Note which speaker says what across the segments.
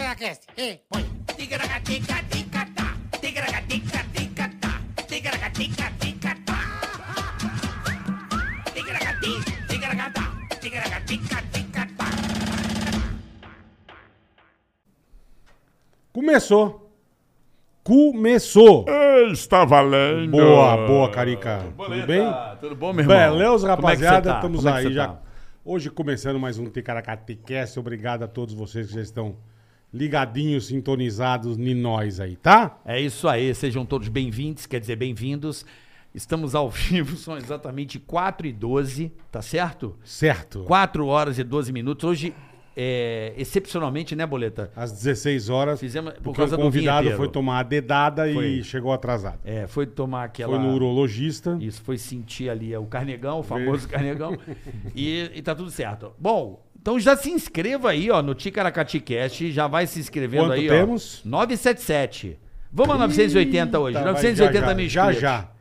Speaker 1: Ticaracast. Ei, põe.
Speaker 2: Ticaracatica-ticatá, ticaracatica-ticatá, ticaracatica-ticatá. Ticaracati, ticaracatá, ticaracatica-ticatá.
Speaker 3: Começou. Começou.
Speaker 4: Está valendo.
Speaker 3: Boa, boa, Carica. Tudo bem?
Speaker 4: Tudo bom, meu irmão? é
Speaker 3: Beleus, rapaziada. Estamos aí já.
Speaker 4: Tá?
Speaker 3: Hoje começando mais um Ticaracatecast. Obrigado a todos vocês que já estão ligadinhos, sintonizados em nós aí, tá?
Speaker 4: É isso aí, sejam todos bem-vindos, quer dizer, bem-vindos. Estamos ao vivo, são exatamente 4 e 12, tá certo?
Speaker 3: Certo.
Speaker 4: 4 horas e 12 minutos. Hoje, é, excepcionalmente, né, Boleta?
Speaker 3: Às 16 horas.
Speaker 4: Fizemos por
Speaker 3: porque
Speaker 4: causa
Speaker 3: o
Speaker 4: do
Speaker 3: convidado
Speaker 4: vinheteiro.
Speaker 3: foi tomar a dedada
Speaker 4: Foi.
Speaker 3: e chegou atrasado.
Speaker 4: É, foi tomar aquela...
Speaker 3: Foi no urologista.
Speaker 4: Isso, foi sentir ali é, o carnegão, o famoso carnegão. E, e tá tudo certo. Bom, então já se inscreva aí, ó, no Ticaracati Cast. Já vai se inscrevendo
Speaker 3: Quanto
Speaker 4: aí,
Speaker 3: temos?
Speaker 4: ó. 977. Vamos a 980 hoje.
Speaker 3: Tá, vai,
Speaker 4: 980
Speaker 3: já,
Speaker 4: mil
Speaker 3: Já,
Speaker 4: inscritos.
Speaker 3: já.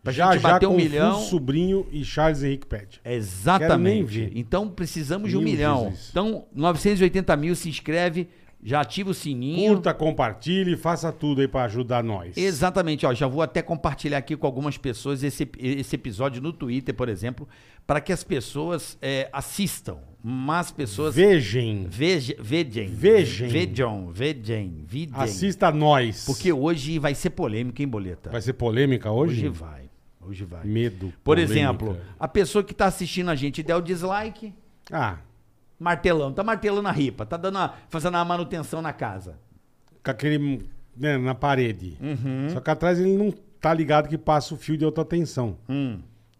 Speaker 4: Pra
Speaker 3: já,
Speaker 4: gente
Speaker 3: já,
Speaker 4: bater um
Speaker 3: com
Speaker 4: milhão.
Speaker 3: Fulso Sobrinho e Charles Henrique Pede. Quero nem
Speaker 4: Exatamente.
Speaker 3: ver.
Speaker 4: Então precisamos de um
Speaker 3: Meu
Speaker 4: milhão.
Speaker 3: Jesus.
Speaker 4: Então, 980 mil, se inscreve, já ativa o sininho.
Speaker 3: Curta, compartilhe, faça tudo aí pra ajudar nós.
Speaker 4: Exatamente, ó, já vou até compartilhar aqui com algumas pessoas esse, esse episódio no Twitter, por exemplo, para que as pessoas é, assistam, mas pessoas
Speaker 3: Vejam.
Speaker 4: veja, vejam,
Speaker 3: Vejam.
Speaker 4: vejam, vejam, vejam.
Speaker 3: Assista a nós.
Speaker 4: porque hoje vai ser polêmica, hein, Boleta?
Speaker 3: Vai ser polêmica hoje?
Speaker 4: Hoje vai, hoje vai.
Speaker 3: Medo.
Speaker 4: Por
Speaker 3: polêmica.
Speaker 4: exemplo, a pessoa que está assistindo a gente der o dislike,
Speaker 3: Ah,
Speaker 4: martelão, tá martelando a ripa, tá dando a- fazendo a manutenção na casa.
Speaker 3: com aquele. né, na parede. Só que atrás ele não tá ligado que passa o fio de alta tensão.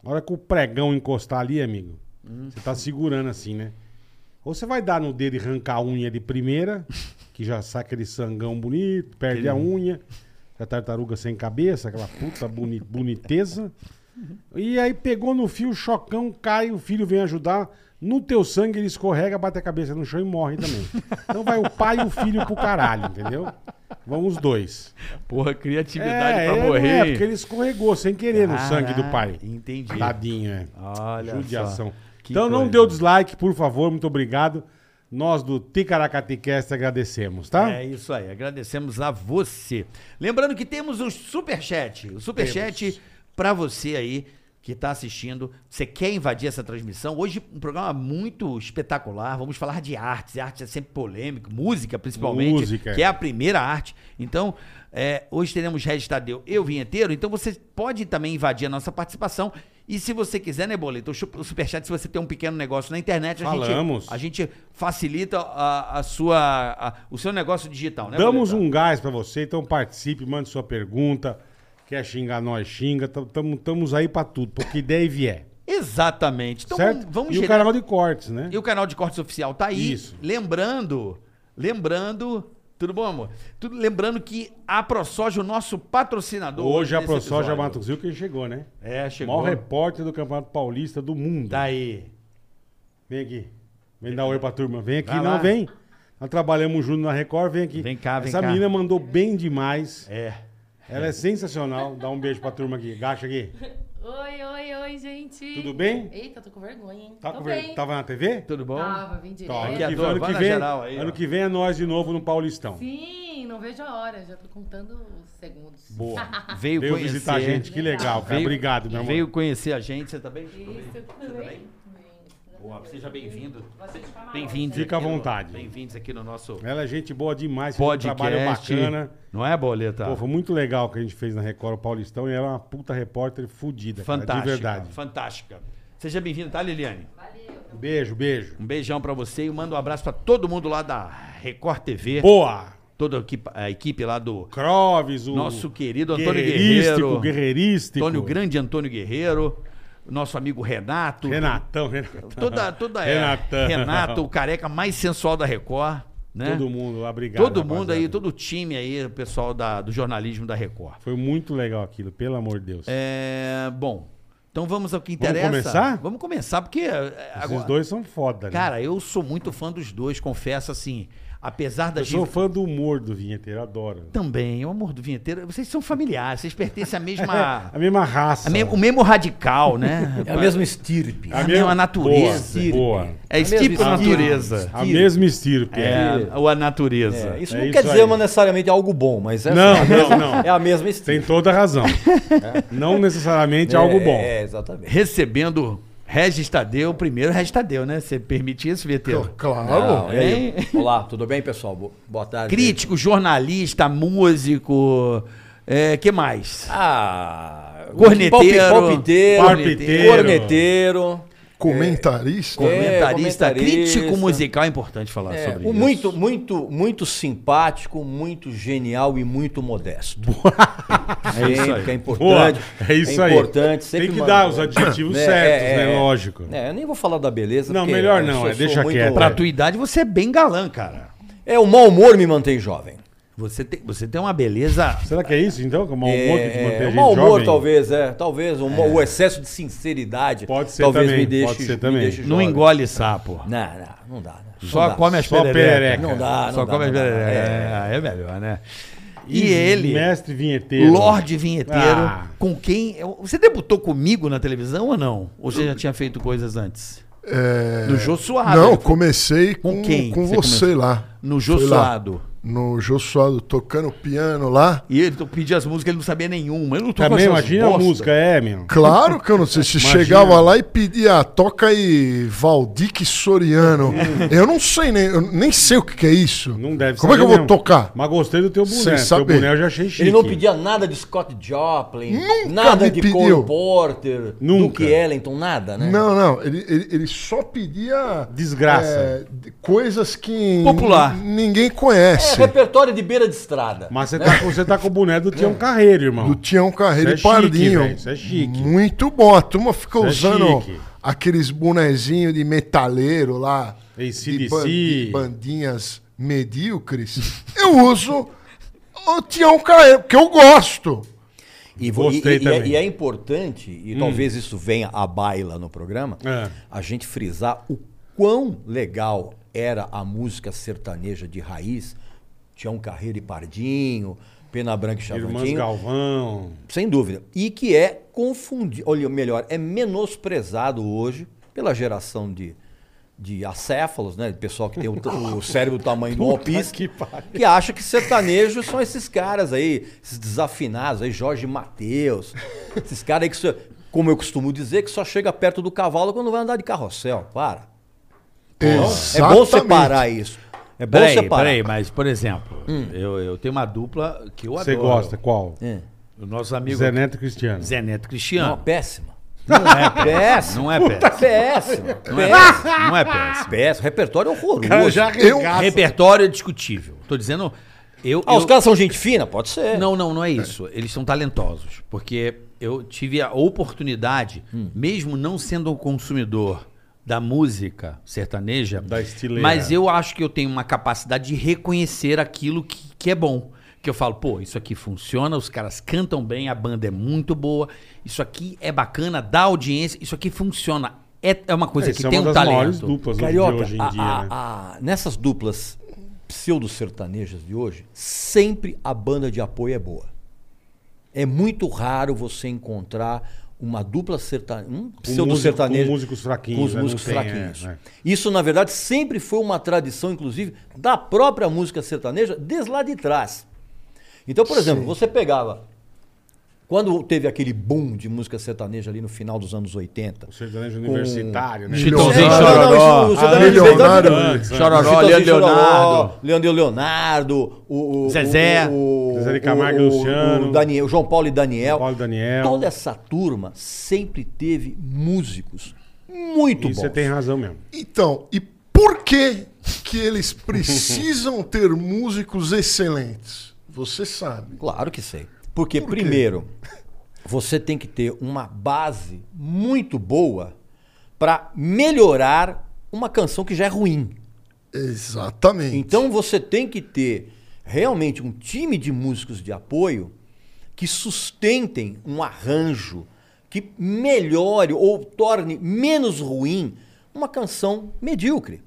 Speaker 3: A hora que o pregão encostar ali, amigo, você tá segurando assim, né? Ou você vai dar no dedo e arrancar a unha de primeira, que já sai aquele sangão bonito, perde a unha, a tartaruga sem cabeça, aquela puta boni- boniteza. E aí pegou no fio, chocão, cai, o filho vem ajudar. No teu sangue ele escorrega, bate a cabeça no chão e morre também. Então vai o pai e o filho pro caralho, entendeu? Vão os dois.
Speaker 4: Porra,
Speaker 3: É, é, não é, porque ele escorregou sem querer no sangue do pai.
Speaker 4: Ah, Entendi.
Speaker 3: Tadinho, é.
Speaker 4: Olha
Speaker 3: Judiação.
Speaker 4: só. Que
Speaker 3: Então não
Speaker 4: coisa.
Speaker 3: dê o dislike, por favor, muito obrigado. Nós do Ticaracatecast agradecemos, tá?
Speaker 4: É isso aí, agradecemos a você. Lembrando que temos o Superchat. O Superchat pra você aí que tá assistindo. Você quer invadir essa transmissão? Hoje um programa muito espetacular. Vamos falar de artes. E Arte é sempre polêmico, música principalmente,
Speaker 3: Música.
Speaker 4: que é a primeira arte. Então, é, hoje teremos Regis Tadeu, eu vinheteiro. Então você pode também invadir a nossa participação. E se você quiser, né, Boleto? O chu- o Superchat, se você tem um pequeno negócio na internet, a
Speaker 3: Falamos.
Speaker 4: gente, a gente facilita a, a sua, a- o seu negócio digital, né?
Speaker 3: Damos
Speaker 4: Boletar?
Speaker 3: um gás pra você, então participe, mande sua pergunta. Quer xingar nós, xinga. Estamos aí pra tudo, porque ideia e vier.
Speaker 4: Exatamente. Então
Speaker 3: certo?
Speaker 4: vamos, vamos
Speaker 3: e o
Speaker 4: gerar-
Speaker 3: carnaval de cortes, né?
Speaker 4: E o canal de cortes oficial tá aí.
Speaker 3: Isso.
Speaker 4: Lembrando, lembrando. Tudo bom, amor? Tudo, lembrando que a ProSoja, o nosso patrocinador.
Speaker 3: Hoje a
Speaker 4: desse
Speaker 3: ProSoja
Speaker 4: episódio.
Speaker 3: Mato Grosso quem chegou, né?
Speaker 4: É, chegou.
Speaker 3: Maior repórter do Campeonato Paulista do mundo.
Speaker 4: Tá aí.
Speaker 3: Vem aqui. Vem dar oi pra turma. Vem aqui.
Speaker 4: Vai
Speaker 3: não,
Speaker 4: lá.
Speaker 3: vem. Nós trabalhamos junto na Record. Vem aqui.
Speaker 4: Vem cá, vem
Speaker 3: Essa
Speaker 4: cá.
Speaker 3: menina mandou bem demais.
Speaker 4: É.
Speaker 3: Ela é sensacional. Dá um beijo pra turma aqui. Gacha aqui.
Speaker 5: Oi, oi, oi, gente.
Speaker 3: Tudo bem?
Speaker 5: Eita, tô com vergonha, hein?
Speaker 3: Tá
Speaker 5: tô
Speaker 3: com ver-
Speaker 5: bem.
Speaker 3: Tava na TV?
Speaker 4: Tudo bom?
Speaker 5: Tava, vim direto.
Speaker 3: Tá, ano,
Speaker 4: Aqui, é-
Speaker 3: que,
Speaker 4: adoro.
Speaker 3: ano,
Speaker 4: Vai
Speaker 3: que
Speaker 4: na
Speaker 3: vem,
Speaker 4: geral aí,
Speaker 3: ano
Speaker 4: ó.
Speaker 3: que vem é nós de novo no Paulistão.
Speaker 5: Sim, não vejo a hora, já tô contando os segundos.
Speaker 3: Boa.
Speaker 4: Veio,
Speaker 3: Veio
Speaker 4: conhecer.
Speaker 3: visitar a gente. Que legal, cara.
Speaker 4: Veio-
Speaker 3: Obrigado, meu amor.
Speaker 4: Veio conhecer a gente. Você tá bem?
Speaker 5: Isso, tudo bem?
Speaker 4: Boa, seja bem-vindo.
Speaker 5: Vocês chamaram.
Speaker 4: Bem-vindos.
Speaker 3: Fica à
Speaker 4: aqui no-
Speaker 3: vontade.
Speaker 4: Bem-vindos aqui no nosso
Speaker 3: Ela é gente boa demais. fez um trabalho
Speaker 4: podcast.
Speaker 3: bacana.
Speaker 4: Não é, Boleta?
Speaker 3: Pô, foi muito legal o que a gente fez na Record o Paulistão. E ela é uma puta repórter fodida. cara,
Speaker 4: fantástica.
Speaker 3: de verdade.
Speaker 4: Fantástica. Seja bem-vindo, tá, Liliane?
Speaker 3: Beijo, beijo.
Speaker 4: Um beijão pra você e manda um abraço pra todo mundo lá da Record TV.
Speaker 3: Boa!
Speaker 4: Toda a equipe, a equipe lá do
Speaker 3: Croves, o.
Speaker 4: nosso querido Antônio
Speaker 3: Guerreirístico,
Speaker 4: Guerreiro.
Speaker 3: guerreirístico.
Speaker 4: Antônio Grande Antônio Guerreiro. Nosso amigo Renato.
Speaker 3: Renatão, Renatão.
Speaker 4: Toda, toda
Speaker 3: Renatão.
Speaker 4: é, Renato, o careca mais sensual da Record. Né?
Speaker 3: Todo mundo, obrigado.
Speaker 4: Todo mundo aí,
Speaker 3: rapaziada.
Speaker 4: todo o time aí, o pessoal da- do jornalismo da Record.
Speaker 3: Foi muito legal aquilo, pelo amor de Deus.
Speaker 4: É, bom, então vamos ao que
Speaker 3: Vamos
Speaker 4: interessa.
Speaker 3: começar?
Speaker 4: Vamos começar, porque. é,
Speaker 3: Esses
Speaker 4: agora-
Speaker 3: dois são foda, né?
Speaker 4: Cara, eu sou muito fã dos dois, confesso assim. Apesar da
Speaker 3: Eu sou fã do humor do vinheteiro, adoro.
Speaker 4: Também, o amor do vinheteiro. Vocês são familiares, vocês pertencem à
Speaker 3: A
Speaker 4: mesma.
Speaker 3: mesma raça.
Speaker 4: a me- o mesmo radical, né?
Speaker 6: É a mesma estirpe.
Speaker 4: a mesma natureza.
Speaker 3: Boa, boa.
Speaker 4: É
Speaker 6: A mesma
Speaker 4: tipo
Speaker 6: estirpe.
Speaker 4: natureza.
Speaker 3: A mesma estirpe.
Speaker 4: É, ou a natureza.
Speaker 6: É, isso
Speaker 3: É
Speaker 6: não
Speaker 3: isso
Speaker 6: quer dizer
Speaker 3: aí.
Speaker 6: mas necessariamente algo bom, mas é,
Speaker 3: Não,
Speaker 6: é a mesma-
Speaker 3: não, não.
Speaker 6: é a mesma estirpe.
Speaker 3: Tem toda a razão. Não necessariamente algo bom.
Speaker 6: É, exatamente.
Speaker 4: Recebendo Regis Tadeu, primeiro Regis Tadeu, né? Você permite isso, Vinheteiro?
Speaker 6: Não,
Speaker 7: Claro.
Speaker 6: e aí? Olá, tudo bem, pessoal? Bo- Boa tarde.
Speaker 4: Crítico, jornalista, músico. É, que mais?
Speaker 6: Ah,
Speaker 4: Corneteiro.
Speaker 6: palpi- palpiteiro,
Speaker 3: Palpiteiro.
Speaker 6: corneteiro,
Speaker 7: É, Comentarista.
Speaker 6: É,
Speaker 4: comentarista,
Speaker 6: comentarista.
Speaker 4: crítico musical, é importante falar
Speaker 6: é,
Speaker 4: sobre
Speaker 6: um
Speaker 4: isso.
Speaker 6: muito, muito, muito simpático, muito genial e muito modesto.
Speaker 4: É isso
Speaker 6: Sempre,
Speaker 4: aí.
Speaker 6: que
Speaker 3: Boa,
Speaker 6: é importante.
Speaker 3: é isso aí.
Speaker 6: importante, sempre
Speaker 3: Tem que
Speaker 6: manda-
Speaker 3: dar os adjetivos
Speaker 6: É,
Speaker 3: certos,
Speaker 6: é,
Speaker 3: né?
Speaker 6: é.
Speaker 3: Lógico.
Speaker 6: É, eu nem vou falar da beleza.
Speaker 3: Não,
Speaker 6: porque
Speaker 3: melhor
Speaker 6: eu
Speaker 3: não,
Speaker 6: sou-
Speaker 3: é,
Speaker 6: sou
Speaker 3: deixa
Speaker 6: muito-
Speaker 3: quieto.
Speaker 4: Pra tua idade, você é bem galã, cara.
Speaker 6: É, o mau humor me mantém jovem.
Speaker 4: Você tem, você tem uma beleza.
Speaker 3: Será que é isso, então? Que é o mau humor que te mantém
Speaker 6: É,
Speaker 3: a
Speaker 6: o
Speaker 3: gente
Speaker 6: mau humor,
Speaker 3: jovem?
Speaker 6: talvez, é. Talvez. O, mau- o excesso de sinceridade.
Speaker 3: Pode ser
Speaker 6: talvez
Speaker 3: também,
Speaker 6: Me deixe,
Speaker 3: pode ser
Speaker 6: me
Speaker 3: também.
Speaker 6: deixe
Speaker 4: Não
Speaker 6: jovem.
Speaker 4: engole sapo.
Speaker 6: Não, não, não dá. Não,
Speaker 4: Só
Speaker 6: não dá.
Speaker 4: come as
Speaker 3: Só
Speaker 4: pererecas.
Speaker 3: perereca.
Speaker 6: Não dá, não
Speaker 4: Só
Speaker 6: dá,
Speaker 4: come as
Speaker 6: não dá, não dá.
Speaker 4: pererecas. É, é melhor, né? E ele,
Speaker 3: Mestre vinheteiro.
Speaker 4: Lorde Vinheteiro,
Speaker 3: Ah.
Speaker 4: com quem. eu- Você debutou comigo na televisão ou não? Ou você já tinha feito coisas antes?
Speaker 7: É,
Speaker 4: No Jô Suado.
Speaker 7: Não,
Speaker 4: né?
Speaker 7: comecei com,
Speaker 4: Com quem
Speaker 7: com
Speaker 4: você
Speaker 7: você, lá.
Speaker 4: No Jô
Speaker 7: Foi lá.
Speaker 4: Suado.
Speaker 7: No Jô Suado, tocando piano lá.
Speaker 4: E ele eu pedi as músicas, ele não sabia nenhuma. Eu não tô
Speaker 3: Também,
Speaker 4: com essas
Speaker 3: É imagina a
Speaker 4: bosta.
Speaker 3: música, é, meu.
Speaker 7: Claro que eu não sei se
Speaker 3: Imagina.
Speaker 7: chegava lá e pedia, "Ah, toca aí Valdique Soriano. eu não sei nem, eu nem sei o que, que é isso.
Speaker 3: Não deve
Speaker 7: Como é que eu
Speaker 3: saber mesmo.
Speaker 7: vou tocar?
Speaker 3: Mas gostei do teu
Speaker 7: Sem
Speaker 3: boné. Teu
Speaker 7: saber.
Speaker 3: boné eu já achei chique.
Speaker 6: Ele não pedia nada de Scott Joplin,
Speaker 7: Nunca
Speaker 6: nada
Speaker 7: me
Speaker 6: de
Speaker 7: pediu.
Speaker 6: Cole Porter,
Speaker 3: Nunca.
Speaker 6: Duke Ellington, nada, né?
Speaker 7: Não, não, ele, ele, ele só pedia
Speaker 3: Desgraça.
Speaker 7: é, de- coisas que
Speaker 4: Popular.
Speaker 7: n- ninguém
Speaker 6: É
Speaker 7: conhece.
Speaker 6: repertório de beira de estrada. né?
Speaker 3: Mas você tá, com- você tá com o boné do
Speaker 6: É.
Speaker 3: Tião Carreiro, irmão.
Speaker 7: Do Tião Carreiro
Speaker 3: Isso é
Speaker 7: e
Speaker 3: chique,
Speaker 7: Pardinho.
Speaker 3: velho, isso é chique.
Speaker 7: Muito bom. A turma fica
Speaker 3: Isso é
Speaker 7: usando
Speaker 3: chique.
Speaker 7: aqueles bonezinhos de metaleiro lá.
Speaker 3: AC/DC.
Speaker 7: De, ban- de bandinhas medíocres. Eu uso o Tião Carreiro, que eu gosto.
Speaker 6: E, vo- e-
Speaker 3: Gostei
Speaker 6: e- e
Speaker 3: também. Hum.
Speaker 6: é, e é importante, e talvez isso venha à baila no programa,
Speaker 3: É.
Speaker 6: a gente frisar o quão legal era a música sertaneja de raiz, Tião Carreiro e Pardinho, Pena Branca e
Speaker 3: Irmãs
Speaker 6: Chavantinho,
Speaker 3: Galvão.
Speaker 6: sem dúvida, e que é confundido, olha, melhor, é menosprezado hoje pela geração de, de acéfalos, né, de pessoal que tem o, o cérebro do tamanho do alpiste,
Speaker 3: que pariu.
Speaker 6: que acha que sertanejo são esses caras aí, esses desafinados aí, Jorge Mateus, esses caras aí que, só- como eu costumo dizer, que só chega perto do cavalo quando vai andar de carrossel. Para. É bom separar isso. É bom
Speaker 4: Peraí,
Speaker 6: separar.
Speaker 4: peraí, mas, por exemplo, eu, eu tenho uma dupla que eu
Speaker 3: Hum. Você
Speaker 4: adoro.
Speaker 3: gosta, qual?
Speaker 6: É.
Speaker 4: O nosso amigo
Speaker 3: Zé Neto e Cristiano.
Speaker 4: Zé Neto
Speaker 6: Não,
Speaker 4: Cristiano.
Speaker 6: péssima.
Speaker 4: Não é péssimo.
Speaker 6: Péssimo.
Speaker 4: Não é
Speaker 6: Péssima.
Speaker 4: péssimo. Não
Speaker 6: Péssima.
Speaker 4: é péssimo. Não é péssimo.
Speaker 6: Péssimo. Repertório horroroso.
Speaker 7: Eu,
Speaker 4: Repertório é discutível. Tô dizendo. Eu,
Speaker 6: Ah, os
Speaker 4: eu-
Speaker 6: caras são gente fina? Pode ser.
Speaker 4: Não, não, não é isso. Eles são talentosos. Porque eu tive a oportunidade, mesmo não sendo um consumidor da música sertaneja,
Speaker 3: Da estileira.
Speaker 4: mas eu acho que eu tenho uma capacidade de reconhecer aquilo que, que é bom. Que eu falo, pô, isso aqui funciona, os caras cantam bem, a banda é muito boa, isso aqui é bacana, dá audiência, isso aqui funciona. É, é uma coisa
Speaker 3: Essa
Speaker 4: que
Speaker 3: é
Speaker 4: tem
Speaker 3: uma
Speaker 4: um
Speaker 3: das maiores
Speaker 4: talento.
Speaker 3: duplas hoje-
Speaker 6: Carioca,
Speaker 3: de hoje em
Speaker 6: a-
Speaker 3: dia,
Speaker 6: a-
Speaker 3: né?
Speaker 6: a- nessas duplas pseudo-sertanejas de hoje, sempre a banda de apoio é boa. É muito raro você encontrar uma dupla sertaneja, um pseudo-sertanejo.
Speaker 3: com músicos fraquinhos,
Speaker 6: Com os
Speaker 3: né? Não
Speaker 6: músicos
Speaker 3: tem,
Speaker 6: fraquinhos.
Speaker 3: é, é.
Speaker 6: Isso, na verdade, sempre foi uma tradição, inclusive, da própria música sertaneja, desde lá de trás. Então, por exemplo, você pegava. Quando teve aquele boom de música sertaneja ali no final dos anos 80,
Speaker 3: O sertanejo é universitário, né?
Speaker 4: Chitãozinho
Speaker 7: Milionário.
Speaker 4: Chororó.
Speaker 6: isso- isso
Speaker 7: Ah,
Speaker 6: daí é
Speaker 7: milionário.
Speaker 6: verdade.
Speaker 3: Antes, né?
Speaker 4: Chororó,
Speaker 6: Chitãozinho
Speaker 4: Leandro Leonardo.
Speaker 6: Chororó, Leandro Leonardo, o, o-
Speaker 4: Zezé.
Speaker 6: o, o-
Speaker 3: Zezé de Camargo e
Speaker 6: o-
Speaker 3: Luciano.
Speaker 6: o Daniel, João Paulo e Daniel.
Speaker 3: João Paulo e Daniel.
Speaker 6: Toda essa turma sempre teve músicos
Speaker 3: E
Speaker 6: muito bons.
Speaker 3: você tem razão mesmo.
Speaker 7: Então, e por que que eles precisam ter músicos excelentes? Você sabe.
Speaker 6: Claro que sei. Porque, primeiro, você tem que ter uma base muito boa para melhorar uma canção que já é ruim.
Speaker 7: Exatamente.
Speaker 6: Então você tem que ter realmente um time de músicos de apoio que sustentem um arranjo, que melhore ou torne menos ruim uma canção medíocre.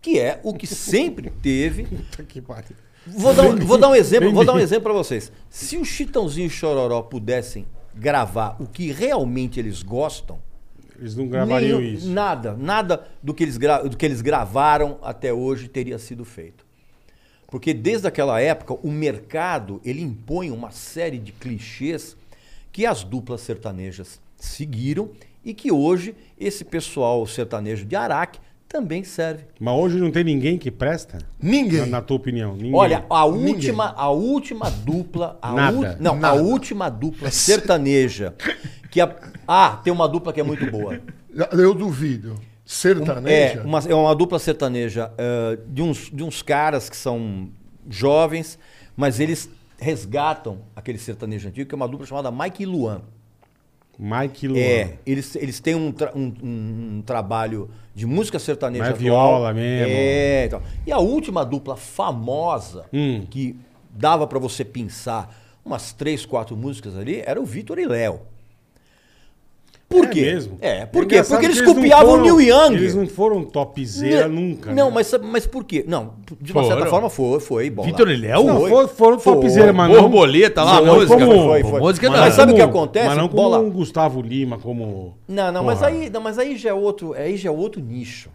Speaker 6: que é o que sempre teve.
Speaker 3: Puta que pariu.
Speaker 6: Vou dar, um- vou dar um exemplo,
Speaker 3: Bem
Speaker 6: vou dar um
Speaker 3: bem.
Speaker 6: exemplo para vocês. Se o Chitãozinho e o Chororó pudessem gravar o que realmente eles gostam,
Speaker 3: Eles não gravariam
Speaker 6: nenhum-
Speaker 3: isso.
Speaker 6: Nada, nada do que, eles gra- do que eles gravaram até hoje teria sido feito. Porque desde aquela época, o mercado ele impõe uma série de clichês que as duplas sertanejas seguiram e que hoje esse pessoal sertanejo de Araque também serve.
Speaker 3: Mas hoje não tem ninguém que presta? Na,
Speaker 7: Ninguém.
Speaker 3: na tua opinião. Ninguém.
Speaker 6: Olha, a
Speaker 7: Ninguém.
Speaker 6: última, a última dupla, a
Speaker 3: Nada.
Speaker 6: ulti- não, a
Speaker 7: Nada.
Speaker 6: última dupla sertaneja que a, ah, tem uma dupla que é muito boa.
Speaker 3: Um,
Speaker 7: Eu
Speaker 3: é,
Speaker 7: duvido. Sertaneja?
Speaker 6: É uma, é uma dupla sertaneja eh, de, uns, de uns caras que são jovens, mas eles resgatam aquele sertanejo antigo, que é uma dupla chamada Mike e Luan.
Speaker 3: Mike Luan.
Speaker 6: É, eles, eles têm um, tra- um- um- um trabalho de música sertaneja
Speaker 3: Mais
Speaker 6: atual.
Speaker 3: viola mesmo.
Speaker 6: É, então. E a última dupla famosa
Speaker 3: Hum.
Speaker 6: que dava pra você pensar umas três, quatro músicas ali era o Vitor e Léo. Por
Speaker 3: É
Speaker 6: quê?
Speaker 3: mesmo?
Speaker 6: É, por
Speaker 3: É
Speaker 6: quê?
Speaker 3: engraçado
Speaker 6: Porque eles
Speaker 3: que não
Speaker 6: copiavam o
Speaker 3: foram-
Speaker 6: Neil Young.
Speaker 3: Eles não foram topzera
Speaker 6: Não,
Speaker 3: nunca.
Speaker 6: Não,
Speaker 3: né?
Speaker 6: mas, sabe- mas por quê? Não, de uma
Speaker 8: Foram.
Speaker 6: certa forma foi, foi. bola.
Speaker 8: Vitor e Léo?
Speaker 3: Não,
Speaker 6: Foi.
Speaker 3: foram, foram topzera, mas não...
Speaker 8: Borboleta lá, a
Speaker 3: Não,
Speaker 8: música.
Speaker 3: como-
Speaker 6: Foi, foi.
Speaker 8: Música
Speaker 6: Mas
Speaker 8: não.
Speaker 6: sabe o que
Speaker 3: como-
Speaker 6: acontece?
Speaker 3: Mas não como
Speaker 6: Bola.
Speaker 3: um Gustavo Lima, como...
Speaker 6: Não, não, mas
Speaker 3: Porra.
Speaker 6: aí, não, mas aí já é outro, aí já é outro nicho.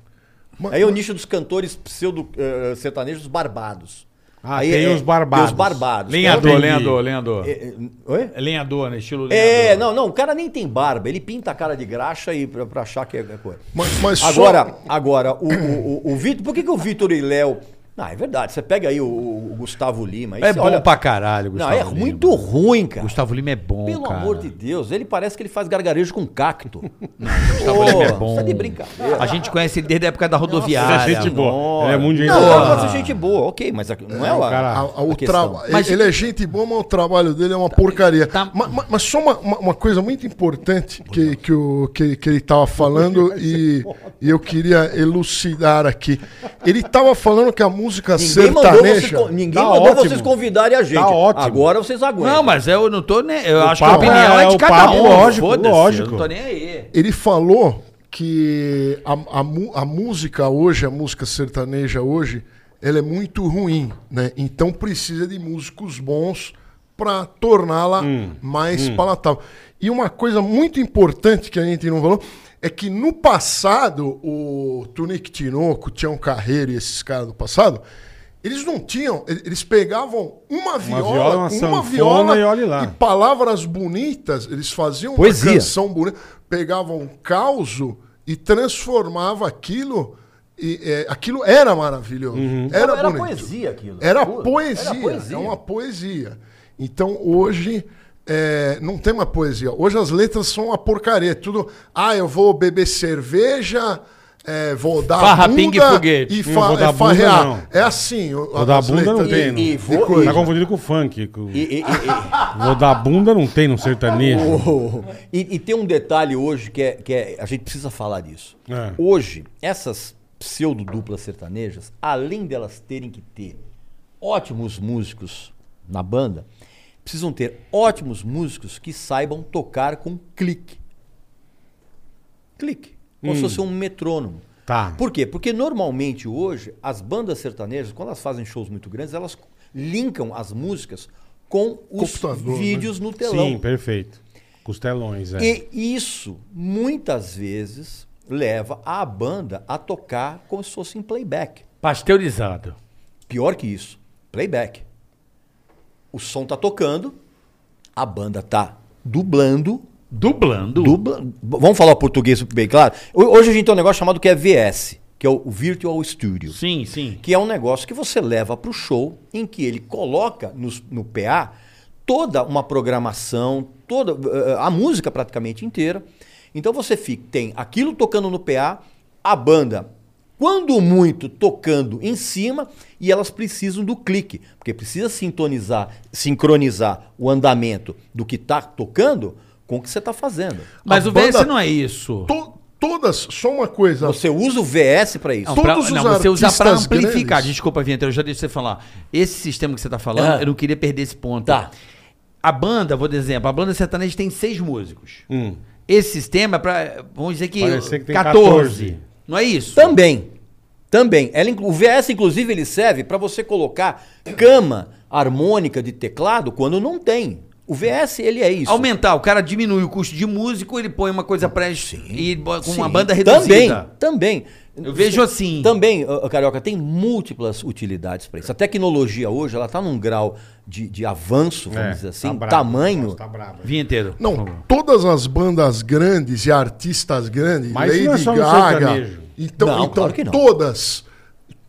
Speaker 7: Ma-
Speaker 6: aí é o nicho dos cantores pseudo eh, sertanejos barbados.
Speaker 3: Ah,
Speaker 6: aí
Speaker 3: tem
Speaker 6: é-
Speaker 3: os barbados.
Speaker 6: Tem os barbados.
Speaker 3: Entendi.
Speaker 4: Lenhador, lenhador,
Speaker 6: É,
Speaker 4: lenhador.
Speaker 6: é, oi?
Speaker 4: É lenhador, né? Estilo
Speaker 6: É,
Speaker 4: lenhador.
Speaker 6: não, não, o cara nem tem barba, ele pinta a cara de graxa e pra, pra achar que é é coisa.
Speaker 7: Mas, mas só-
Speaker 6: Agora, agora o, o, o- o Vitor, por que, que o Vitor e Léo. Não, é verdade, você pega aí o, o Gustavo Lima. aí
Speaker 4: É
Speaker 6: você
Speaker 4: bom
Speaker 6: olha-
Speaker 4: pra caralho, Gustavo.
Speaker 6: Não, é
Speaker 4: Lima.
Speaker 6: muito ruim, cara.
Speaker 4: Gustavo Lima é bom,
Speaker 6: Pelo
Speaker 4: cara.
Speaker 6: amor de Deus, ele parece que ele faz gargarejo com cacto.
Speaker 4: Gustavo
Speaker 6: Ô,
Speaker 4: Lima é
Speaker 6: Tá
Speaker 4: bom.
Speaker 6: de brincadeira.
Speaker 8: A gente conhece ele desde a época da
Speaker 3: Ele
Speaker 8: rodoviária.
Speaker 3: é gente boa.
Speaker 6: Nossa.
Speaker 3: Ele é muito gente
Speaker 6: Não,
Speaker 3: boa.
Speaker 6: eu gosto de gente boa, ok, mas aqui- não é, o
Speaker 3: cara-
Speaker 7: A- a- o
Speaker 6: a questão.
Speaker 7: traba-
Speaker 8: Mas-
Speaker 7: Ele é gente boa, mas o trabalho dele é uma porcaria.
Speaker 8: tá-
Speaker 7: Ma- ma- Mas, só uma, uma- uma coisa muito importante que, que, o- que- que ele estava falando
Speaker 6: é
Speaker 7: e, e eu queria elucidar aqui. Ele estava falando que a música
Speaker 6: Ninguém mandou, vocês,
Speaker 7: sertaneja.
Speaker 6: con- ninguém
Speaker 3: Tá
Speaker 6: mandou
Speaker 3: ótimo.
Speaker 6: vocês convidarem a gente.
Speaker 3: Tá ótimo.
Speaker 6: Agora vocês aguentam.
Speaker 8: Não, mas eu não tô nem. Eu acho que a
Speaker 3: papo
Speaker 8: opinião
Speaker 3: é-
Speaker 8: é, de
Speaker 3: o
Speaker 8: cada
Speaker 3: papo,
Speaker 8: um.
Speaker 3: lógico,
Speaker 8: foda-se,
Speaker 3: lógico.
Speaker 8: Eu não tô nem aí.
Speaker 7: Ele falou que a, a mu- a música hoje, a música sertaneja hoje, ela é muito ruim, né? Então precisa de músicos bons para torná-la
Speaker 3: Hum,
Speaker 7: mais palatável. E uma coisa muito importante que a gente não falou é que no passado, o Tunic Tinoco, Tião Carreiro e esses caras do passado, eles não tinham, e- eles pegavam uma viola, uma
Speaker 3: viola,
Speaker 7: viola,
Speaker 3: uma sanfona e olhe lá.
Speaker 7: palavras bonitas, eles faziam
Speaker 6: Poesia.
Speaker 7: uma canção bonita, pegavam um causo e transformava aquilo. E, é, aquilo era maravilhoso.
Speaker 3: Uhum.
Speaker 7: Era,
Speaker 6: Era
Speaker 7: bonito.
Speaker 6: poesia aquilo.
Speaker 7: Era
Speaker 6: Pô,
Speaker 7: poesia.
Speaker 6: era poesia.
Speaker 7: É uma poesia. Então hoje. é, não tem uma poesia. Hoje as letras são uma porcaria. é Tudo. Ah, eu vou beber cerveja, é, vou dar
Speaker 4: Farra,
Speaker 7: bunda
Speaker 4: pingue e foguete.
Speaker 7: e
Speaker 3: Não vou
Speaker 7: fa
Speaker 3: dar
Speaker 7: é,
Speaker 3: bunda,
Speaker 7: farrear.
Speaker 3: não.
Speaker 7: É assim. o-
Speaker 3: Vou dar
Speaker 7: as
Speaker 3: bunda não
Speaker 7: letras.
Speaker 3: tem, não.
Speaker 6: E- e vou-
Speaker 3: De coisa.
Speaker 6: e-
Speaker 3: tá confundido com o funk. com-
Speaker 6: E, e- e- e-
Speaker 3: Vou dar bunda não tem no sertanejo.
Speaker 6: o- e- e tem um detalhe hoje que é, que é- a gente precisa falar disso.
Speaker 3: É.
Speaker 6: Hoje, essas pseudo-duplas sertanejas, além delas terem que ter ótimos músicos na banda, precisam ter ótimos músicos que saibam tocar com clique. Clique. Como se fosse um metrônomo.
Speaker 3: Hum. Tá.
Speaker 6: Por quê? Porque normalmente hoje as bandas sertanejas, quando elas fazem shows muito grandes, elas linkam as músicas com os
Speaker 7: Computador, né?
Speaker 6: vídeos no telão.
Speaker 3: Sim, perfeito. Costelões, é.
Speaker 6: E isso muitas vezes leva a banda a tocar como se fosse em playback.
Speaker 4: Pasteurizado.
Speaker 6: Pior que isso, playback. O som tá tocando, a banda tá dublando.
Speaker 4: Dublando.
Speaker 6: Dubla, vamos falar o português bem claro? Ho- Hoje a gente tem um negócio chamado que é VS, que é o Virtual Studio.
Speaker 4: Sim, sim.
Speaker 6: que é um negócio que você leva para o show, em que ele coloca nos- no, PA toda uma programação, toda eh, a música praticamente inteira. Então você fica, tem aquilo tocando no PA, a banda, quando muito, tocando em cima, e elas precisam do clique, porque precisa sintonizar, sincronizar o andamento do que está tocando com o que você está fazendo.
Speaker 4: Mas
Speaker 7: A
Speaker 4: o VS
Speaker 7: banda-
Speaker 4: não é isso.
Speaker 7: To- todas, só uma coisa.
Speaker 6: Você usa o VS para isso.
Speaker 4: Não, pra-
Speaker 7: todos os
Speaker 4: não, você usa pra
Speaker 7: artistas
Speaker 4: amplificar.
Speaker 7: grandes-
Speaker 4: Desculpa, Vinheteiro, eu já deixei você falar. Esse sistema que você tá falando,
Speaker 6: Ah.
Speaker 4: eu não queria perder esse ponto.
Speaker 6: Tá.
Speaker 4: A banda, vou dizer exemplo, a banda sertaneja tem seis músicos.
Speaker 3: Hum.
Speaker 4: Esse sistema é pra, vamos dizer que,
Speaker 3: Parece que tem
Speaker 4: 14.
Speaker 3: 14.
Speaker 4: Não é isso?
Speaker 6: Também. Também. Ela, inclu- o VS, inclusive, ele serve para você colocar cama harmônica de teclado quando não tem. O VS, ele é isso.
Speaker 8: Aumentar, o cara diminui o custo de músico, ele põe uma coisa pré e bo- com uma
Speaker 6: Sim,
Speaker 8: banda reduzida.
Speaker 6: Também, também.
Speaker 8: Eu vejo assim.
Speaker 6: Também, ô, ô, Carioca, tem múltiplas utilidades para isso. A tecnologia hoje, ela tá num grau de, de avanço, vamos
Speaker 3: É,
Speaker 6: dizer
Speaker 3: tá
Speaker 6: assim,
Speaker 3: brabo,
Speaker 6: tamanho.
Speaker 3: Tá brabo.
Speaker 8: Vinheteiro.
Speaker 7: Não, todas as bandas grandes e artistas grandes,
Speaker 3: Mas
Speaker 7: Lady
Speaker 3: isso não é só no
Speaker 7: Gaga.
Speaker 3: sertanejo.
Speaker 7: Então,
Speaker 6: Não,
Speaker 7: então
Speaker 6: claro que não.
Speaker 7: todas,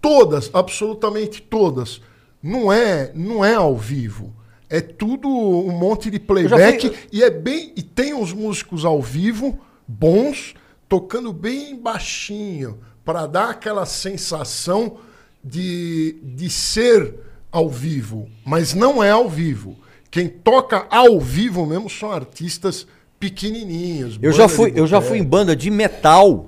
Speaker 7: todas, absolutamente todas, não é, não é ao vivo. É tudo um monte de playback
Speaker 6: vi-
Speaker 7: e é bem e tem os músicos ao vivo bons tocando bem baixinho para dar aquela sensação de, de ser ao vivo, mas não é ao vivo. Quem toca ao vivo mesmo são artistas pequenininhos.
Speaker 6: Eu
Speaker 7: banda
Speaker 6: já,
Speaker 7: de
Speaker 6: fui, eu já fui em
Speaker 7: boteco.
Speaker 6: banda de metal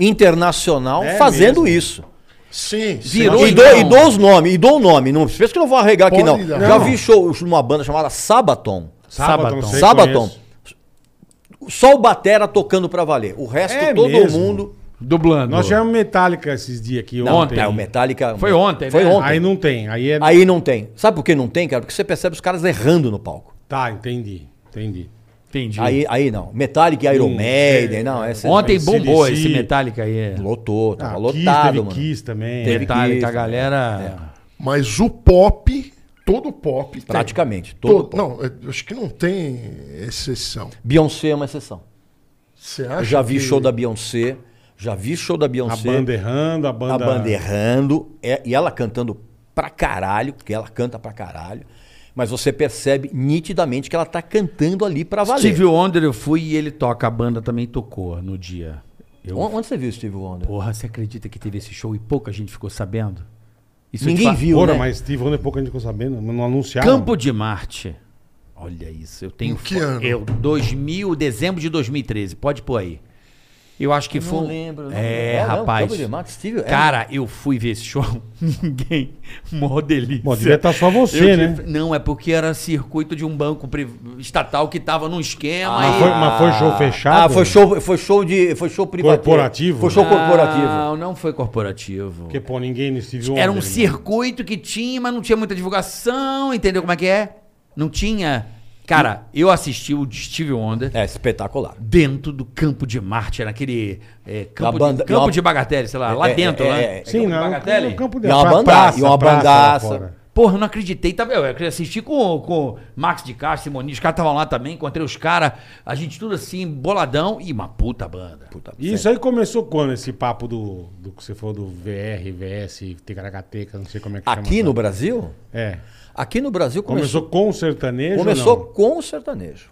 Speaker 6: internacional
Speaker 3: É
Speaker 6: fazendo
Speaker 3: mesmo?
Speaker 6: isso.
Speaker 7: Sim, sim.
Speaker 8: Virou
Speaker 6: e, dou,
Speaker 8: então.
Speaker 6: e dou os nomes, e dou o nome. Não pensa que eu não vou arregar aqui, não.
Speaker 7: Pode dar.
Speaker 6: Já
Speaker 3: Não.
Speaker 6: vi show numa banda chamada Sabaton.
Speaker 3: Sabaton. sei,
Speaker 6: Sabaton.
Speaker 3: conheço.
Speaker 6: Só o Batera tocando pra valer. O resto,
Speaker 3: É
Speaker 6: todo
Speaker 3: mesmo?
Speaker 6: mundo.
Speaker 4: Dublando.
Speaker 3: Nós tivemos Metallica esses dias aqui
Speaker 6: Não,
Speaker 3: ontem.
Speaker 6: é, o Metallica.
Speaker 4: Foi ontem,
Speaker 6: Foi
Speaker 4: né?
Speaker 6: ontem.
Speaker 3: Aí não tem. Aí é.
Speaker 6: Aí não tem. Sabe por que não tem, cara? Porque você percebe os caras errando no palco.
Speaker 3: Tá, entendi. Entendi.
Speaker 4: Entendi.
Speaker 6: Aí, aí não. Metallica e Iron
Speaker 3: Hum,
Speaker 6: Maiden,
Speaker 3: é.
Speaker 6: não. Essa
Speaker 4: Ontem
Speaker 3: Aí,
Speaker 4: bombou
Speaker 3: CDC.
Speaker 4: esse Metallica aí. é.
Speaker 6: Lotou, tava
Speaker 3: Ah, Kiss,
Speaker 6: Tá lotado,
Speaker 3: teve
Speaker 6: mano.
Speaker 3: Kiss também. é.
Speaker 6: Teve
Speaker 4: Metallica,
Speaker 6: Kiss,
Speaker 4: a
Speaker 6: né?
Speaker 4: galera.
Speaker 7: Mas o pop, todo pop. tem.
Speaker 6: Praticamente, todo
Speaker 7: Todo,
Speaker 6: pop.
Speaker 7: não, eu acho que não tem exceção.
Speaker 6: Beyoncé é uma exceção.
Speaker 7: Você
Speaker 6: Eu
Speaker 7: acha
Speaker 6: já vi
Speaker 7: que- Ah,
Speaker 6: show da Beyoncé, já vi show da
Speaker 3: A
Speaker 6: Beyoncé,
Speaker 3: banda errando, a banda.
Speaker 6: a banda errando, é, e ela cantando pra caralho, porque ela canta pra caralho. Mas você percebe nitidamente que ela tá cantando ali pra valer.
Speaker 4: Steve Wonder eu fui e ele toca, a banda também tocou no dia. Eu,
Speaker 6: On- Onde você viu o Steve Wonder?
Speaker 4: Porra, você acredita que teve esse show e pouca gente ficou sabendo? Isso eu te
Speaker 6: Ninguém
Speaker 4: falo-
Speaker 6: viu,
Speaker 3: Porra,
Speaker 6: né?
Speaker 3: mas Steve Wonder pouco a gente ficou sabendo. Não anunciaram.
Speaker 4: Campo de Marte. Olha isso, eu tenho.
Speaker 7: Em que
Speaker 4: fo-
Speaker 7: ano?
Speaker 4: Eu, 2000, dezembro de 2013. Pode pôr aí. Eu acho que foi.
Speaker 3: um-
Speaker 6: Não lembro. não
Speaker 4: É,
Speaker 6: lembro.
Speaker 4: rapaz.
Speaker 6: Campo de Marte, Steve, é.
Speaker 4: Cara, eu fui ver esse show. Ninguém. Mó delícia.
Speaker 3: Bom, devia estar só
Speaker 4: Eu
Speaker 3: você, né?
Speaker 4: tive- Não, é porque era circuito de um banco priv- estatal que tava num esquema
Speaker 3: Mas
Speaker 4: e.
Speaker 3: foi, mas foi show fechado?
Speaker 6: Ah, foi show, foi show de, foi show privativo.
Speaker 3: Corporativo?
Speaker 6: Foi show corporativo.
Speaker 4: Não, não foi corporativo.
Speaker 3: Porque, pô, ninguém no Steve Wonder.
Speaker 4: Era um
Speaker 3: né?
Speaker 4: circuito que tinha, mas não tinha muita divulgação, entendeu como é que é? Não tinha. Cara, eu assisti o Steve Wonder
Speaker 6: É espetacular.
Speaker 4: dentro do campo de Marte, era naquele é, campo,
Speaker 6: banda-
Speaker 4: de, campo
Speaker 6: uma-
Speaker 4: de Bagatelle, sei lá, lá
Speaker 6: É,
Speaker 4: dentro,
Speaker 6: é,
Speaker 4: né?
Speaker 6: é, é.
Speaker 3: Sim, não,
Speaker 4: Bagatelle?
Speaker 3: no campo de
Speaker 6: E uma
Speaker 3: pra-
Speaker 6: banda-
Speaker 3: praça,
Speaker 6: e uma
Speaker 3: praça lá
Speaker 6: bandaça.
Speaker 3: fora.
Speaker 4: Porra, eu não acreditei. Tava, eu assisti com, com Max de Castro, Simoni, os caras estavam lá também, encontrei os caras, a gente tudo assim, boladão e uma puta banda.
Speaker 3: E isso aí começou quando? Esse papo do, do que você falou do VR, VS, Ticaracateca, não sei como é que
Speaker 6: Aqui no
Speaker 3: chama.
Speaker 6: Brasil?
Speaker 3: É.
Speaker 6: Aqui no Brasil começou
Speaker 3: Começou com o sertanejo?
Speaker 6: começou
Speaker 3: ou
Speaker 6: com o sertanejo.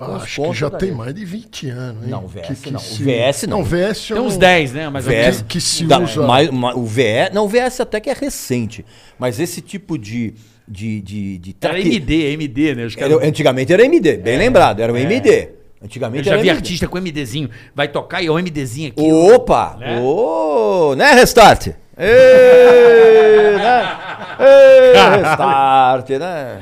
Speaker 7: Ah, acho que
Speaker 6: Conta
Speaker 7: já
Speaker 6: daí.
Speaker 7: tem mais de 20 anos, hein?
Speaker 6: Não, o VS
Speaker 7: que, que
Speaker 6: não. O
Speaker 7: se-
Speaker 6: VS não.
Speaker 7: Não, VS eu
Speaker 4: Tem uns
Speaker 7: não-
Speaker 4: 10, né? Mas
Speaker 6: VS,
Speaker 7: que se
Speaker 6: da-
Speaker 7: usa-
Speaker 6: mas- mas o VS, não, o VS até que é recente, mas esse tipo de de de, de
Speaker 4: Era
Speaker 6: traque-
Speaker 4: MD, MD, né? Os caras-
Speaker 6: era- antigamente era MD,
Speaker 3: É,
Speaker 6: bem lembrado, era o MD.
Speaker 4: Eu
Speaker 6: Antigamente
Speaker 4: já
Speaker 6: era
Speaker 4: vi
Speaker 6: MD.
Speaker 4: artista com MDzinho. Vai tocar e é o MDzinho aqui.
Speaker 6: Opa!
Speaker 4: Né?
Speaker 6: Né? Ô, né, Restart? Ê, né? Ê, Restart, né?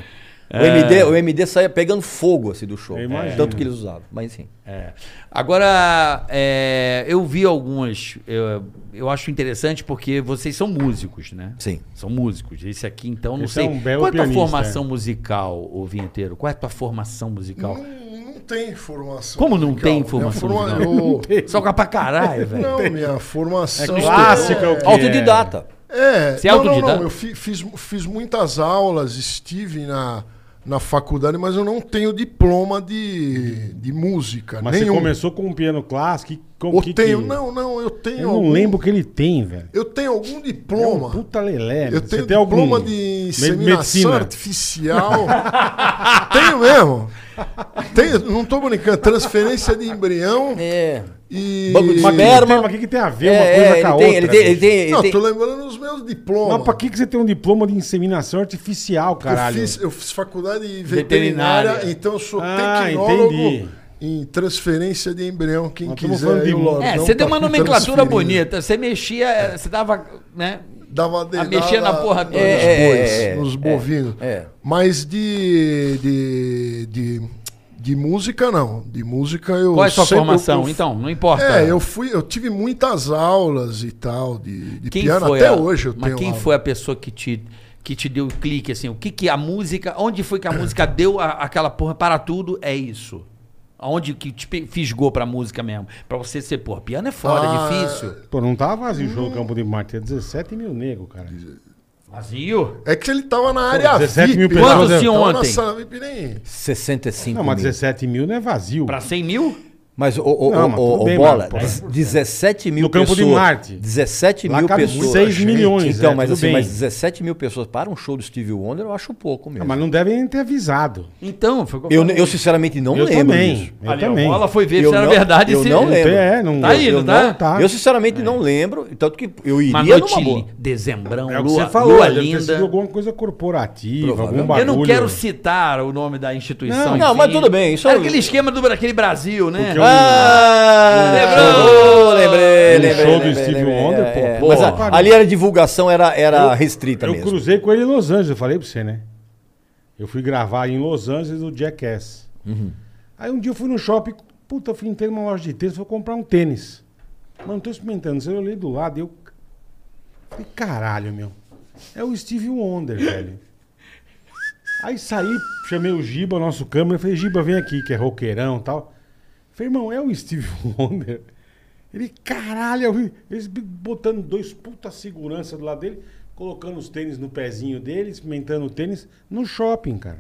Speaker 6: O, MD, o MD saía pegando fogo assim do show.
Speaker 3: É. Eu imagino.
Speaker 6: Tanto que eles usavam. Mas sim.
Speaker 4: É. Agora, é, eu vi algumas. Eu, eu acho interessante porque vocês são músicos, né?
Speaker 6: Sim.
Speaker 4: São músicos. Esse aqui, então, não
Speaker 3: Esse
Speaker 4: sei.
Speaker 3: é um belo
Speaker 4: Qual é a tua
Speaker 3: pianista,
Speaker 4: formação musical, ô vinheteiro? Qual é a tua formação musical?
Speaker 7: Não, não tem formação.
Speaker 4: Como não tem
Speaker 7: musical? Minha
Speaker 4: formação
Speaker 7: forma-
Speaker 4: musical?
Speaker 7: eu-
Speaker 4: Só com pra caralho, velho.
Speaker 7: Não, minha formação.
Speaker 3: É clássica, o quê?
Speaker 6: Autodidata.
Speaker 7: É,
Speaker 4: Você é
Speaker 7: não, não,
Speaker 4: autodidata?
Speaker 7: não, eu fi- fiz, fiz muitas aulas, estive na, na faculdade, mas eu não tenho diploma de, de música.
Speaker 3: Mas
Speaker 7: nenhum.
Speaker 3: você começou com um piano clássico? e como
Speaker 7: Eu
Speaker 3: que,
Speaker 7: tenho,
Speaker 3: que-
Speaker 7: não, não, eu tenho.
Speaker 3: Eu não
Speaker 7: algum-
Speaker 3: lembro o que ele tem, velho.
Speaker 7: Eu tenho algum
Speaker 3: É um
Speaker 7: diploma.
Speaker 3: puta lelé.
Speaker 7: Eu
Speaker 3: velho.
Speaker 7: tenho
Speaker 3: você tem algum
Speaker 7: diploma
Speaker 3: me-
Speaker 7: de inseminação
Speaker 3: medicina?
Speaker 7: artificial. tenho mesmo. Tenho, não tô brincando. Transferência de embrião
Speaker 6: É.
Speaker 7: e.
Speaker 6: Banco de
Speaker 3: Mas o que que
Speaker 6: Esperma.
Speaker 3: tem- Mas o que, que tem a ver uma
Speaker 6: É,
Speaker 3: coisa
Speaker 6: é,
Speaker 3: com a
Speaker 6: ele tem,
Speaker 3: outra?
Speaker 6: ele tem, ele
Speaker 3: bicho?
Speaker 6: tem, ele
Speaker 7: Não,
Speaker 6: tem-
Speaker 7: tô lembrando os meus diplomas.
Speaker 3: Mas pra que, que você tem um diploma de inseminação artificial, caralho?
Speaker 7: Eu fiz, eu fiz faculdade
Speaker 4: Veterinária.
Speaker 7: veterinária, então eu sou
Speaker 3: Ah,
Speaker 7: tecnólogo
Speaker 3: entendi.
Speaker 7: em transferência de embrião, quem
Speaker 3: Nós estamos
Speaker 7: quiser.
Speaker 3: falando de
Speaker 7: aí o
Speaker 3: mu-
Speaker 7: Lordão
Speaker 4: É, você deu uma
Speaker 7: tá
Speaker 4: nomenclatura
Speaker 7: transferindo.
Speaker 4: bonita. Você mexia, eh, você dava, né?
Speaker 7: Dava uma
Speaker 4: A mexer na
Speaker 7: dedada
Speaker 4: porra toda.
Speaker 7: nos
Speaker 6: É,
Speaker 7: bois,
Speaker 6: é, é,
Speaker 7: nos
Speaker 6: é,
Speaker 7: bovinos.
Speaker 6: é.
Speaker 7: Mas de, de, de, De música, não. De música eu.
Speaker 4: Qual é a sua
Speaker 7: sempre- eu-
Speaker 4: formação?
Speaker 7: eu-
Speaker 4: então, não importa.
Speaker 7: É, eu fui, eu tive muitas aulas e tal de, de piano
Speaker 4: foi
Speaker 7: até
Speaker 4: a-
Speaker 7: hoje eu
Speaker 4: Mas
Speaker 7: tenho. um.
Speaker 4: quem
Speaker 7: aula.
Speaker 4: foi a pessoa que te, que te deu o clique, assim? O que que a música... Onde foi que a música deu a- aquela porra para tudo? É isso. Onde que te pe- fisgou pra música mesmo? Pra você ser, pô, piano é foda,
Speaker 7: Ah,
Speaker 4: é difível.
Speaker 3: Pô, não tava vazio o jogo é um do Campo de Marte. Tinha 17 mil negros, cara.
Speaker 4: Vazio?
Speaker 7: É que ele tava na área
Speaker 3: 17 mil
Speaker 7: VIP.
Speaker 3: pessoas.
Speaker 7: né?
Speaker 4: Quantos tinham
Speaker 7: Tava na
Speaker 4: ontem?
Speaker 7: sala VIP nem-
Speaker 6: 65
Speaker 3: Não, mas
Speaker 6: mil.
Speaker 3: 17 mil não é vazio.
Speaker 4: Pra 100 mil?
Speaker 6: Mas, ô, ô,
Speaker 3: Não,
Speaker 6: ô,
Speaker 3: mas
Speaker 6: ô,
Speaker 3: tudo
Speaker 6: ô,
Speaker 3: bem,
Speaker 6: bola,
Speaker 3: mas, pô, é.
Speaker 6: 17 mil
Speaker 3: No campo
Speaker 6: pessoas.
Speaker 3: de Marte.
Speaker 6: 17
Speaker 3: Lá
Speaker 6: mil
Speaker 3: cabe
Speaker 6: pessoas.
Speaker 3: 6 milhões,
Speaker 6: Então,
Speaker 3: é,
Speaker 6: mas
Speaker 3: tudo
Speaker 6: assim,
Speaker 3: bem.
Speaker 6: mas 17 mil pessoas para um show do Steve Wonder, eu acho pouco
Speaker 3: Ah,
Speaker 6: mesmo.
Speaker 3: mas não devem ter avisado.
Speaker 4: Então, foi o que
Speaker 6: eu,
Speaker 4: falei.
Speaker 6: eu, sinceramente, não
Speaker 3: eu
Speaker 6: lembro
Speaker 3: também.
Speaker 6: disso.
Speaker 3: Eu
Speaker 4: Ali, ó,
Speaker 3: também.
Speaker 4: Bola foi ver
Speaker 6: Eu
Speaker 4: se era
Speaker 6: não-
Speaker 4: verdade.
Speaker 6: eu
Speaker 4: se-
Speaker 6: não lembro.
Speaker 3: É, não-
Speaker 4: Tá indo,
Speaker 6: eu
Speaker 4: tá?
Speaker 6: Não,
Speaker 3: tá.
Speaker 6: Eu, sinceramente, não lembro. Tanto que eu iria
Speaker 4: Mas
Speaker 6: numa
Speaker 4: noite
Speaker 6: boa.
Speaker 4: li- dezembrão,
Speaker 3: É o que
Speaker 4: lua,
Speaker 3: você falou.
Speaker 4: lua
Speaker 3: deve ter sido
Speaker 4: linda.
Speaker 3: alguma coisa corporativa, algum
Speaker 6: Provavelmente.
Speaker 3: bagulho.
Speaker 4: Eu não quero citar o nome da
Speaker 6: Não,
Speaker 4: instituição.
Speaker 6: não, mas tudo bem, isso
Speaker 4: Isso é
Speaker 6: é-
Speaker 4: aquele esquema do aquele Brasil, né?
Speaker 3: Porque eu-
Speaker 6: Ah,
Speaker 4: Lembrou?
Speaker 6: oh, lembrei,
Speaker 3: Um
Speaker 6: lembrei.
Speaker 3: show do
Speaker 6: lembrei,
Speaker 3: Steve
Speaker 6: lembrei,
Speaker 3: Wonder,
Speaker 6: é,
Speaker 3: pô,
Speaker 6: é.
Speaker 3: pô.
Speaker 6: Mas
Speaker 3: Pô.
Speaker 6: a- ali era divulgação, era, era restrita
Speaker 3: Eu
Speaker 6: mesmo.
Speaker 3: cruzei com ele em Los Angeles, eu falei pra você, né? Eu fui gravar em Los Angeles o Jackass.
Speaker 6: Uhum.
Speaker 3: Aí um dia eu fui no shopping, puta, eu fui em uma loja de tênis, fui comprar um tênis. Mano, tô experimentando, isso aí eu olhei do lado e eu... Falei, caralho, meu. É o Steve Wonder, velho. Aí saí, chamei o Giba, nosso câmera, falei, Giba, vem aqui, que é roqueirão e tal. Falei, irmão, é o Steve Wonder. Ele, caralho, eu vi- eles botando dois puta segurança do lado dele, colocando os tênis no pezinho dele, experimentando o tênis no shopping, cara.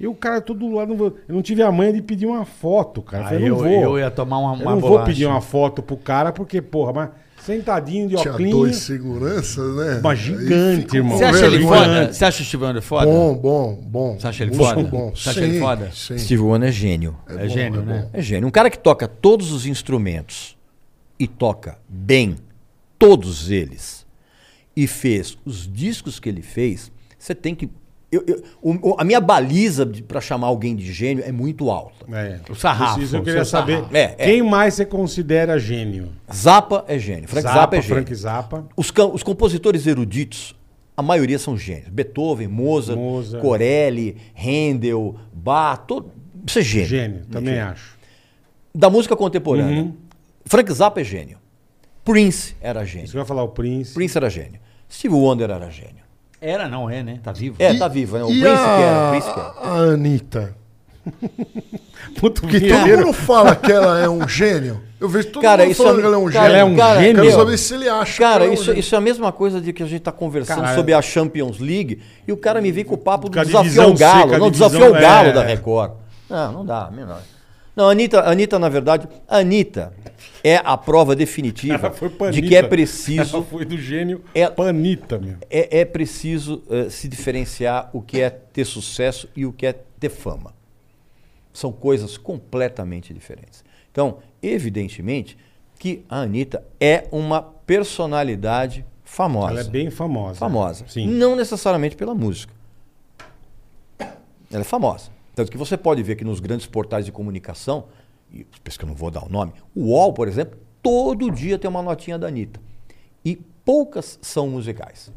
Speaker 3: E o cara todo lado, não vou- eu não tive a manha de pedir uma foto, cara. Eu
Speaker 4: Aí
Speaker 3: falei, não
Speaker 4: Ah, eu,
Speaker 3: vou.
Speaker 4: eu ia tomar uma,
Speaker 3: Eu
Speaker 4: uma
Speaker 3: não vou
Speaker 4: bolacha.
Speaker 3: pedir uma foto pro cara, porque, porra, mas sentadinho de
Speaker 7: Tinha dois
Speaker 3: óculos.
Speaker 7: seguranças, né?
Speaker 3: Mas gigante,
Speaker 7: Aí fica
Speaker 3: irmão.
Speaker 7: com
Speaker 4: Você acha ele
Speaker 7: vergonha.
Speaker 4: foda? Você acha o Steve Wonder foda?
Speaker 7: Bom, bom, bom.
Speaker 4: Você acha ele
Speaker 7: Músico
Speaker 4: foda?
Speaker 7: Bom.
Speaker 4: Você acha ele
Speaker 7: Sim,
Speaker 4: foda?
Speaker 7: sim.
Speaker 6: Steve Wonder é gênio.
Speaker 7: É,
Speaker 4: gênio, né?
Speaker 7: bom.
Speaker 6: É gênio. Um cara que toca todos os instrumentos e toca bem todos eles e fez os discos que ele fez, você tem que. eu- eu- o- o- a minha baliza para chamar alguém de gênio é muito alta.
Speaker 3: É.
Speaker 4: O sarrafo,
Speaker 3: Isso, isso eu
Speaker 4: o
Speaker 3: queria
Speaker 4: seu sarrafo.
Speaker 3: saber.
Speaker 6: É, é.
Speaker 3: Quem mais você considera gênio?
Speaker 6: Zappa é gênio, Frank Zappa, é gênio.
Speaker 3: Frank Zappa.
Speaker 6: Os, can- os compositores eruditos, a maioria são gênios. Beethoven, Mozart,
Speaker 3: Mozart.
Speaker 6: Corelli, Handel, Bach, todo, isso é gênio.
Speaker 3: Gênio, também acho.
Speaker 6: Da música contemporânea,
Speaker 3: Uhum.
Speaker 6: Frank Zappa é gênio. Prince era gênio.
Speaker 3: Isso que eu ia falar, o Prince.
Speaker 6: Prince era gênio. Steve Wonder era gênio.
Speaker 4: Era, não é, né? Tá vivo.
Speaker 6: É, tá vivo, né? O
Speaker 7: e
Speaker 6: Prince
Speaker 7: a,
Speaker 6: que era, o Prince que era.
Speaker 7: a Anitta.
Speaker 3: Puto
Speaker 7: Que todo
Speaker 3: vinheteiro.
Speaker 7: mundo fala que ela é um gênio. Eu vejo todo
Speaker 6: Cara,
Speaker 7: mundo
Speaker 6: isso
Speaker 7: falando
Speaker 6: é-
Speaker 7: que ela é um
Speaker 6: cara,
Speaker 7: gênio.
Speaker 3: ela é um
Speaker 6: cara,
Speaker 3: gênio?
Speaker 7: Quero
Speaker 6: meu,
Speaker 7: saber se ele acha que
Speaker 6: Cara,
Speaker 7: ela é um
Speaker 6: isso,
Speaker 7: gênio.
Speaker 6: isso é a mesma coisa de que a gente tá conversando
Speaker 3: Caralho.
Speaker 6: sobre a Champions League e o cara me vem com o papo do
Speaker 3: Com a
Speaker 6: desafio
Speaker 3: divisão
Speaker 6: ao galo.
Speaker 3: seca, a
Speaker 6: não,
Speaker 3: divisão-
Speaker 6: desafio ao galo
Speaker 3: é.
Speaker 6: da Record. Não, não dá, menor. Não, a Anitta, a Anitta, na verdade, a Anitta é a prova definitiva
Speaker 3: Ela foi panita.
Speaker 6: de que é
Speaker 3: Ela
Speaker 6: preciso,
Speaker 3: foi do gênio
Speaker 6: É-
Speaker 3: panita, meu.
Speaker 6: é, é preciso eh, se diferenciar o que é ter sucesso e o que é ter fama. São coisas completamente diferentes. Então, evidentemente que a Anitta é uma personalidade famosa
Speaker 3: Ela é bem famosa.
Speaker 6: famosa.
Speaker 3: Sim.
Speaker 6: Não necessariamente pela música. Ela é famosa. Tanto que você pode ver que nos grandes portais de comunicação, e penso que eu não vou dar o nome, o UOL, por exemplo, todo dia tem uma notinha da Anitta. E poucas são musicais.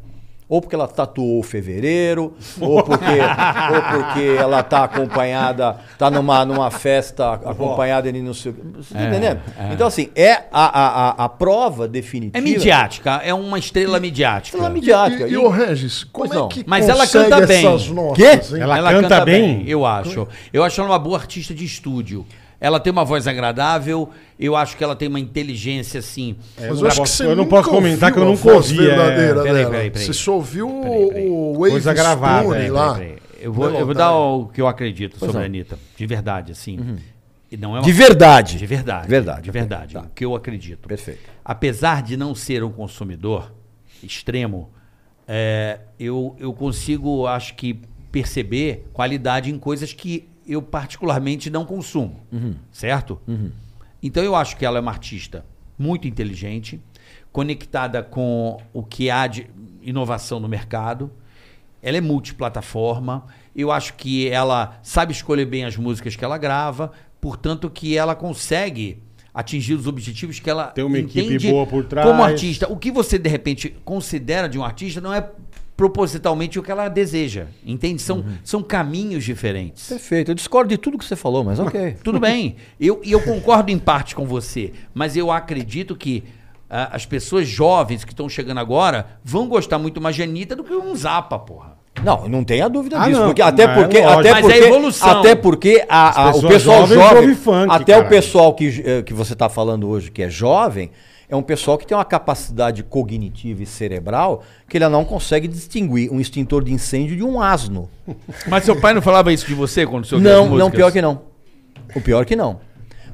Speaker 6: Ou porque ela tatuou fevereiro, ou porque, ou porque ela está acompanhada, está numa, numa festa acompanhada de não sei o quê. Você
Speaker 4: É,
Speaker 6: tá entendendo? Então, assim, é a, a, a, a prova definitiva.
Speaker 4: É midiática, é uma estrela midiática.
Speaker 6: Ela é midiática.
Speaker 7: E, e o Regis, como
Speaker 6: Pois não.
Speaker 7: é que
Speaker 4: Mas ela
Speaker 7: consegue
Speaker 4: canta bem.
Speaker 7: essas notas, hein?
Speaker 3: Ela canta bem?
Speaker 4: Eu acho. Eu acho ela uma boa artista de estúdio. Ela tem uma voz agradável, eu acho que ela tem uma inteligência assim.
Speaker 7: Mas
Speaker 3: não
Speaker 7: eu acho que
Speaker 3: posso-
Speaker 7: você
Speaker 3: é eu não
Speaker 7: nunca
Speaker 3: posso comentar
Speaker 7: ouviu
Speaker 3: que eu
Speaker 7: a
Speaker 3: nunca
Speaker 7: voz
Speaker 3: ouvi, é.
Speaker 7: verdadeira
Speaker 4: Peraí,
Speaker 7: dela.
Speaker 4: peraí, peraí.
Speaker 7: Você só ouviu o-
Speaker 4: Peraí, peraí.
Speaker 7: o Wave
Speaker 3: Coisa gravada, é,
Speaker 7: Stone lá.
Speaker 4: Peraí, Eu vou, eu vou dar o que eu acredito sobre a Anitta. De verdade, assim. E não é uma-
Speaker 6: De verdade.
Speaker 4: De verdade.
Speaker 6: Verdade.
Speaker 4: De verdade. O que eu acredito.
Speaker 6: Perfeito.
Speaker 4: Apesar de não ser um consumidor extremo, é, eu, eu consigo, acho que, perceber qualidade em coisas que eu particularmente não consumo. Certo? Então eu acho que ela é uma artista muito inteligente, conectada com o que há de inovação no mercado. Ela é multiplataforma. Eu acho que ela sabe escolher bem as músicas que ela grava, portanto que ela consegue atingir os objetivos que ela
Speaker 3: Tem uma equipe
Speaker 4: entende
Speaker 3: boa por trás.
Speaker 4: Como artista, o que você de repente considera de um artista não é propositalmente o que ela deseja. Entende? São,
Speaker 3: Uhum.
Speaker 4: são caminhos diferentes.
Speaker 6: Perfeito. Eu discordo de tudo que você falou, mas ok.
Speaker 4: Tudo bem. Eu, e eu concordo em parte com você, mas eu acredito que ah, as pessoas jovens que estão chegando agora vão gostar muito mais de Anitta do que um Zapa, porra.
Speaker 6: Não, não tenha dúvida
Speaker 3: Ah,
Speaker 6: disso.
Speaker 3: não,
Speaker 6: porque, até,
Speaker 3: mas é
Speaker 6: porque,
Speaker 3: lógico.
Speaker 6: até
Speaker 4: Mas é
Speaker 6: porque.
Speaker 4: evolução.
Speaker 6: Até porque a- a-
Speaker 3: As
Speaker 6: o
Speaker 3: pessoas
Speaker 6: pessoal
Speaker 3: jovens
Speaker 6: jovem.
Speaker 3: ouvem funk,
Speaker 6: até o
Speaker 3: caralho.
Speaker 6: pessoal que, eh, que você está falando hoje, que é jovem, é um pessoal que tem uma capacidade cognitiva e cerebral que ele não consegue distinguir um extintor de incêndio de um asno.
Speaker 8: Mas seu pai não falava isso de você quando o senhor
Speaker 6: Não, não, pior que não. O pior que não.